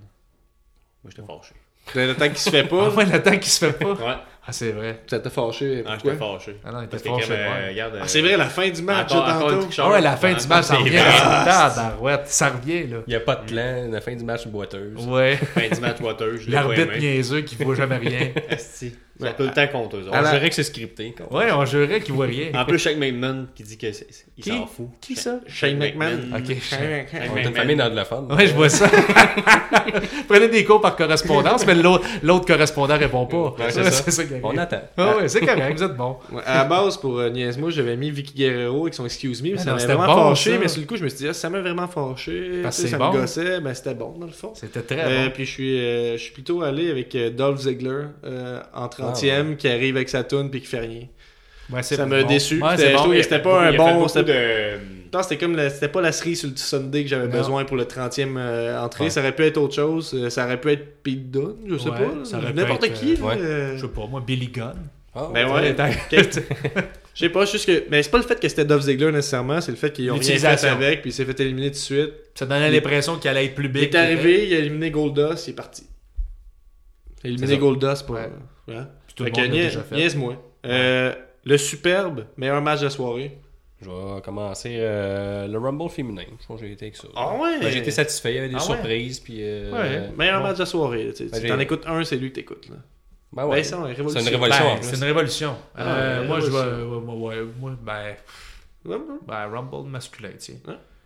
[SPEAKER 6] Moi, j'étais fâché.
[SPEAKER 3] (laughs) le le temps qu'il se fait
[SPEAKER 4] Ah,
[SPEAKER 3] pas,
[SPEAKER 4] ouais, l'attaque qui se fait pas.
[SPEAKER 6] Ouais,
[SPEAKER 4] Ah, c'est vrai.
[SPEAKER 3] ça t'a fâché.
[SPEAKER 6] Ah,
[SPEAKER 3] Pourquoi?
[SPEAKER 6] j'étais fâché.
[SPEAKER 4] Ah non, il était
[SPEAKER 6] Parce que,
[SPEAKER 4] fâché,
[SPEAKER 6] comme, euh,
[SPEAKER 4] ouais.
[SPEAKER 6] regarde,
[SPEAKER 3] Ah, c'est
[SPEAKER 6] (laughs)
[SPEAKER 3] vrai, la fin du match,
[SPEAKER 6] encore-
[SPEAKER 3] là,
[SPEAKER 6] encore
[SPEAKER 3] tantôt.
[SPEAKER 6] une triche-
[SPEAKER 4] Ah ouais, la fin du match, ça
[SPEAKER 6] C'est
[SPEAKER 4] revient. Ah,
[SPEAKER 6] vrai.
[SPEAKER 4] Tabarouette, ça revient, là.
[SPEAKER 5] Il n'y a pas de clan. La fin du match boiteuse.
[SPEAKER 4] Ouais.
[SPEAKER 6] Fin du match water, je l'ai pas
[SPEAKER 4] L'arbitre
[SPEAKER 6] aimé.
[SPEAKER 4] niaiseux qui voit jamais rien.
[SPEAKER 6] Esti. Ils sont tout le temps contre eux autres.
[SPEAKER 5] On
[SPEAKER 3] la-
[SPEAKER 5] dirait que c'est scripté. quoi.
[SPEAKER 4] Ouais, on jurait qu'il voit rien.
[SPEAKER 6] En plus, Shaq McMahon qui dit que c'est- c'est- il
[SPEAKER 4] Qui?
[SPEAKER 6] s'en fout.
[SPEAKER 4] Qui ça?
[SPEAKER 3] Shane McMahon.
[SPEAKER 4] Ok.
[SPEAKER 3] Shane
[SPEAKER 6] Shane
[SPEAKER 5] On est une
[SPEAKER 6] McMahon.
[SPEAKER 5] famille d'anglophones.
[SPEAKER 4] Ouais, je vois
[SPEAKER 3] (laughs)
[SPEAKER 4] ça. Prenez des cours par correspondance, mais l'autre l'autre correspondant répond pas.
[SPEAKER 5] Ouais, c'est
[SPEAKER 4] Ça,
[SPEAKER 5] ça.
[SPEAKER 4] c'est ça qui arrive.
[SPEAKER 5] On attend.
[SPEAKER 4] Ah ouais, c'est correct, vous êtes bon.
[SPEAKER 3] Ouais, à la base, pour euh, Niaise-moi, j'avais mis Vicky Guerrero avec son Excuse Me, mais
[SPEAKER 4] Ah
[SPEAKER 3] ça
[SPEAKER 4] non,
[SPEAKER 3] m'a
[SPEAKER 4] c'était
[SPEAKER 3] vraiment
[SPEAKER 4] bon,
[SPEAKER 3] fâché.
[SPEAKER 4] ça.
[SPEAKER 3] Mais sur le coup, je me suis dit, ah, ça m'a vraiment fâché.
[SPEAKER 4] Parce
[SPEAKER 3] tu sais, ça
[SPEAKER 4] que c'est bon.
[SPEAKER 3] me gossait, ben, c'était bon dans le fond.
[SPEAKER 4] C'était très
[SPEAKER 3] Euh,
[SPEAKER 4] bon.
[SPEAKER 3] Puis je suis, euh, je suis plutôt allé avec euh, Dolph Ziggler euh, en 30e qui arrive avec sa toune puis qui fait rien.
[SPEAKER 4] Ouais, Ah, c'est
[SPEAKER 3] ça m'a
[SPEAKER 4] bon.
[SPEAKER 3] déçu.
[SPEAKER 4] Ouais,
[SPEAKER 3] C'était-
[SPEAKER 4] c'est
[SPEAKER 3] je
[SPEAKER 4] bon.
[SPEAKER 3] trouve que c'était pas un
[SPEAKER 6] Il a fait
[SPEAKER 3] bon.
[SPEAKER 6] beaucoup
[SPEAKER 3] C'était
[SPEAKER 6] de-
[SPEAKER 3] je pense que c'était comme la- c'était pas la cerise sur le Sunday que j'avais
[SPEAKER 4] Non.
[SPEAKER 3] besoin pour le 30e euh, entrée.
[SPEAKER 5] Ouais.
[SPEAKER 3] Ça aurait pu être autre chose. Euh, Ça aurait pu être Pete Dunne, je sais
[SPEAKER 4] Ouais,
[SPEAKER 3] pas. là.
[SPEAKER 4] ça aurait pu
[SPEAKER 3] N'importe
[SPEAKER 4] être,
[SPEAKER 3] qui.
[SPEAKER 4] euh,
[SPEAKER 3] là.
[SPEAKER 5] ouais.
[SPEAKER 3] Euh,
[SPEAKER 4] Je sais pas, moi, Billy Gunn.
[SPEAKER 5] Ah,
[SPEAKER 3] Ben ouais. (laughs) Je sais pas, c'est juste que. Mais c'est pas le fait que c'était Dolph Ziggler nécessairement, c'est le fait qu'ils ont rien fait
[SPEAKER 4] L'utilisation.
[SPEAKER 3] avec, puis il s'est fait éliminer tout de suite.
[SPEAKER 4] Ça donnait l'impression qu'elle allait être plus
[SPEAKER 3] Il est
[SPEAKER 4] big.
[SPEAKER 3] arrivé, il a éliminé Goldust, il est parti. Il a
[SPEAKER 5] C'est
[SPEAKER 3] éliminé
[SPEAKER 5] ça.
[SPEAKER 3] Goldust pour.
[SPEAKER 4] Ouais.
[SPEAKER 3] Voilà.
[SPEAKER 4] Puis Tout le
[SPEAKER 3] Fait
[SPEAKER 4] monde
[SPEAKER 3] que
[SPEAKER 4] l'a
[SPEAKER 3] nia-
[SPEAKER 4] déjà fait.
[SPEAKER 3] niaise-moi. Euh, Le superbe, meilleur match de la soirée.
[SPEAKER 5] Je vais commencer euh, le Rumble féminin. Je pense que j'ai été avec ça.
[SPEAKER 3] Ah ouais?
[SPEAKER 5] Ben, j'ai été satisfait. Il y avait des
[SPEAKER 3] Ah ouais?
[SPEAKER 5] surprises. Puis, euh,
[SPEAKER 3] Ouais, meilleur match de la soirée. là, tu sais.
[SPEAKER 5] Ben,
[SPEAKER 3] tu
[SPEAKER 5] j'ai-
[SPEAKER 3] t'en écoutes un, c'est lui que t'écoutes. là.
[SPEAKER 5] ben ouais.
[SPEAKER 3] Ben, ça,
[SPEAKER 5] c'est
[SPEAKER 3] on est
[SPEAKER 5] une
[SPEAKER 3] révolution.
[SPEAKER 5] révolution. en
[SPEAKER 4] Ben,
[SPEAKER 5] plus.
[SPEAKER 4] c'est une révolution.
[SPEAKER 3] Ah,
[SPEAKER 4] Euh,
[SPEAKER 3] ouais,
[SPEAKER 4] moi, je vais.
[SPEAKER 3] révolution.
[SPEAKER 4] ouais, ouais, ouais, moi, ben,
[SPEAKER 3] Ouais, ouais.
[SPEAKER 4] ben, Rumble masculin, tiens.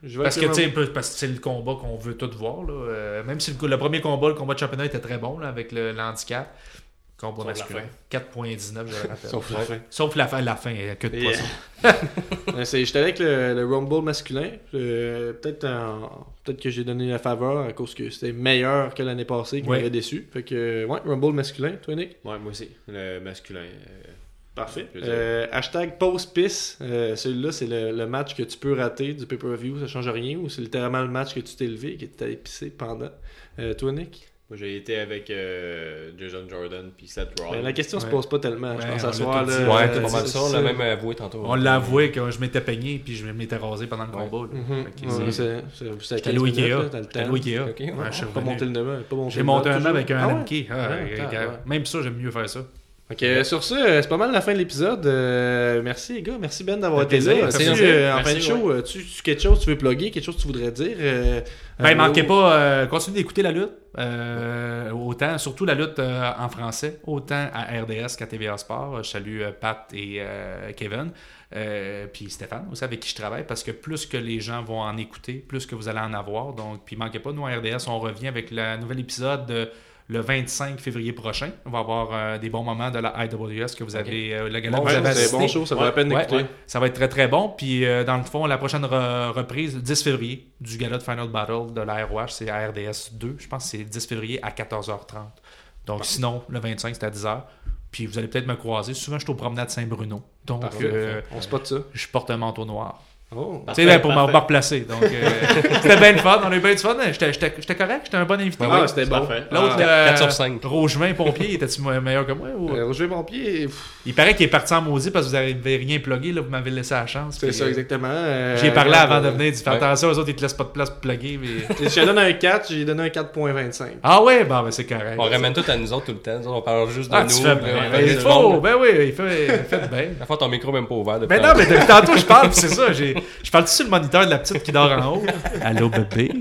[SPEAKER 3] Je vais
[SPEAKER 4] Parce que,
[SPEAKER 3] avec
[SPEAKER 4] tu
[SPEAKER 3] le
[SPEAKER 4] sais, peu- parce que c'est le combat qu'on veut tout voir. Là. Euh, même si le, le premier combat, le combat de championnat était très bon là, avec le, l'handicap. Combat masculin. 4.19, je le rappelle. Sauf,
[SPEAKER 5] Sauf la fin.
[SPEAKER 4] la fin, la fin, euh, que de
[SPEAKER 3] Yeah.
[SPEAKER 4] poisson.
[SPEAKER 3] Euh, c'est- J'étais avec le, le Rumble masculin. Euh, Peut-être en- peut-être que j'ai donné la faveur à cause que c'était meilleur que l'année passée, qui
[SPEAKER 4] Ouais.
[SPEAKER 3] m'avait déçu. Fait que, ouais, Rumble masculin, toi, Nick.
[SPEAKER 6] Ouais, moi aussi. Le masculin. euh,
[SPEAKER 3] Parfait. Euh,
[SPEAKER 6] Je veux dire.
[SPEAKER 3] hashtag pause pisse. Euh, Celui-là, c'est le, le match que tu peux rater du pay-per-view, ça change rien. Ou c'est littéralement le match que tu t'es levé et que tu t'es pissé pendant. Euh, toi, Nick
[SPEAKER 6] Moi, j'ai été avec euh, Jason Jordan puis Seth Rollins.
[SPEAKER 3] Ben, La question se
[SPEAKER 4] Ouais.
[SPEAKER 3] pose pas tellement, je
[SPEAKER 4] Ouais,
[SPEAKER 3] pense,
[SPEAKER 4] on
[SPEAKER 3] à
[SPEAKER 4] l'a
[SPEAKER 3] ce soir.
[SPEAKER 4] tout
[SPEAKER 3] là,
[SPEAKER 4] dit.
[SPEAKER 5] Ouais,
[SPEAKER 3] euh,
[SPEAKER 5] t'es pas mal
[SPEAKER 3] c'est-
[SPEAKER 5] ça. On l'a même avoué tantôt.
[SPEAKER 4] On l'avouait que je m'étais peigné puis je m'étais rasé pendant le
[SPEAKER 5] Ouais.
[SPEAKER 4] combat. là.
[SPEAKER 3] Mhm.
[SPEAKER 4] Fait que
[SPEAKER 3] Ouais,
[SPEAKER 4] c'est-
[SPEAKER 3] c'est- c'est- vous savez
[SPEAKER 4] J'étais allé au
[SPEAKER 3] 15 minutes, là,
[SPEAKER 4] Ikea.
[SPEAKER 3] t'as le
[SPEAKER 4] J'étais
[SPEAKER 3] temps.
[SPEAKER 4] allé au Ikea.
[SPEAKER 5] Ok, ouais.
[SPEAKER 4] Ouais, je suis
[SPEAKER 3] Pas
[SPEAKER 4] revenu.
[SPEAKER 3] monté le demain, pas monté
[SPEAKER 4] J'ai
[SPEAKER 3] le
[SPEAKER 4] monté
[SPEAKER 3] neuf,
[SPEAKER 4] un meuble avec un
[SPEAKER 3] toujours. Ah ouais?
[SPEAKER 4] Adam Key. Ah,
[SPEAKER 3] Ouais,
[SPEAKER 4] regarde.
[SPEAKER 3] attends, ouais.
[SPEAKER 4] Même ça, j'aime mieux faire ça.
[SPEAKER 3] Ok, euh, sur ce, euh, c'est pas mal la fin de l'épisode. Euh, merci les gars, merci Ben d'avoir
[SPEAKER 4] Ça fait
[SPEAKER 3] été
[SPEAKER 4] plaisir,
[SPEAKER 3] là.
[SPEAKER 4] ça
[SPEAKER 3] Tu,
[SPEAKER 4] fait
[SPEAKER 3] euh,
[SPEAKER 4] plaisir.
[SPEAKER 3] en fin de
[SPEAKER 4] Merci,
[SPEAKER 3] show, euh, tu, tu- quelque chose que tu veux plugger, quelque chose que tu voudrais dire. euh,
[SPEAKER 4] Ben,
[SPEAKER 3] euh,
[SPEAKER 4] manquez
[SPEAKER 3] ou-
[SPEAKER 4] pas, euh, continuez d'écouter la lutte. euh, autant, surtout la lutte euh, en français, autant à RDS qu'à TVA Sport. Euh, Je salue euh, Pat et euh, Kevin, euh, puis Stéphane aussi, avec qui je travaille, parce que plus que les gens vont en écouter, plus que vous allez en avoir. Donc, puis manquez pas, nous à RDS, on revient avec le nouvel épisode euh, le 25 février prochain. On va avoir euh, des bons moments de la IWS que vous avez, euh, le gala que
[SPEAKER 3] Bon,
[SPEAKER 4] vous avez
[SPEAKER 3] c'est
[SPEAKER 4] assisté.
[SPEAKER 3] bon show, ça vaut la peine
[SPEAKER 4] Ouais,
[SPEAKER 3] d'écouter.
[SPEAKER 4] ouais. Ça va être très très bon. Puis euh, dans le fond, la prochaine re- reprise, le 10 février, du gala de Final Battle de la ROH, c'est à RDS 2. Je pense que c'est le 10 février à 14h30. Donc sinon, le 25, c'est à 10h. Puis vous allez peut-être me croiser. Souvent, je suis au promenade Saint-Bruno. Donc
[SPEAKER 3] Parfait.
[SPEAKER 4] euh,
[SPEAKER 3] On se pote ça.
[SPEAKER 4] je porte un manteau noir.
[SPEAKER 3] Oh.
[SPEAKER 4] Tu sais, ben, pour me me replacer. Donc euh, (laughs) c'était bien le fun. On a eu bien du fun. J'étais- J'étais j'étais correct. J'étais un bon invité.
[SPEAKER 3] Ah, c'était bon.
[SPEAKER 6] parfait.
[SPEAKER 4] L'autre,
[SPEAKER 3] Ah.
[SPEAKER 4] euh,
[SPEAKER 5] 4 sur 5.
[SPEAKER 4] Rougevin, pompier, était-tu me- meilleur que moi? ou-
[SPEAKER 3] Euh, rejouer mon pied, pff,
[SPEAKER 4] Il paraît qu'il est parti en maudit parce que vous n'avez rien plugué, là, vous m'avez laissé la chance.
[SPEAKER 3] c'est
[SPEAKER 4] puis,
[SPEAKER 3] ça
[SPEAKER 4] euh,
[SPEAKER 3] exactement. Euh,
[SPEAKER 4] J'y ai parlé
[SPEAKER 3] regarde,
[SPEAKER 4] avant de
[SPEAKER 3] euh,
[SPEAKER 4] venir, dit fais
[SPEAKER 5] ouais.
[SPEAKER 4] attention, eux autres, ils te laissent pas de place pour plugger. Mais...
[SPEAKER 3] (laughs)
[SPEAKER 4] (laughs)
[SPEAKER 3] Je te donne un 4, j'ai donné un 4.25.
[SPEAKER 4] Ah ouais, bon, ben c'est correct.
[SPEAKER 5] On ramène tout à nous autres tout le temps. Nous autres, On parle juste de
[SPEAKER 4] Ah,
[SPEAKER 5] nous.
[SPEAKER 4] tu fais
[SPEAKER 5] là, on
[SPEAKER 4] bien.
[SPEAKER 5] ramène
[SPEAKER 4] Ben, il
[SPEAKER 5] tout le
[SPEAKER 4] faut,
[SPEAKER 5] monde.
[SPEAKER 4] ben oui, il fait, faites
[SPEAKER 5] (laughs)
[SPEAKER 4] bien.
[SPEAKER 5] La fois, ton micro même pas ouvert. depuis
[SPEAKER 4] Mais non,
[SPEAKER 5] tantôt.
[SPEAKER 4] mais depuis tantôt, je parle, puis c'est ça. j'ai- Je parle tout sur le moniteur de la petite qui dort en haut. Allô, bébé.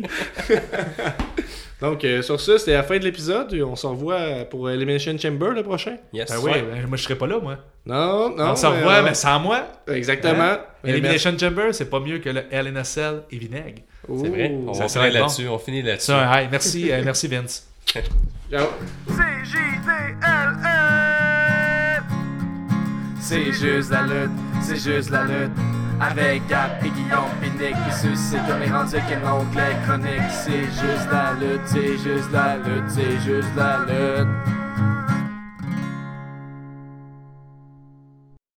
[SPEAKER 3] Donc, euh, sur ça, c'était la fin de l'épisode. Et On se revoit pour Elimination Chamber le prochain.
[SPEAKER 5] Yes.
[SPEAKER 4] Ben oui,
[SPEAKER 5] Ouais. Ah
[SPEAKER 4] ben, moi, je serais pas là, moi.
[SPEAKER 3] Non, non.
[SPEAKER 4] On se
[SPEAKER 3] euh,
[SPEAKER 4] revoit, mais sans moi.
[SPEAKER 3] Exactement.
[SPEAKER 5] Eh
[SPEAKER 4] Elimination Chamber, c'est pas mieux que le LNSL et Vinaigre.
[SPEAKER 5] C'est vrai. On
[SPEAKER 4] Ça
[SPEAKER 5] va
[SPEAKER 4] serait
[SPEAKER 5] finir là-dessus. On finit là-dessus.
[SPEAKER 4] C'est un high. Merci, euh, merci Vince.
[SPEAKER 3] Ciao.
[SPEAKER 1] CJDLL.
[SPEAKER 2] E. C'est juste la lutte, c'est juste la lutte. Avec Gap et Guillaume pis Nick pis Sus, c'est comme les rendus qui manquent les chroniques. C'est juste la lutte, c'est juste la lutte, c'est juste la lutte.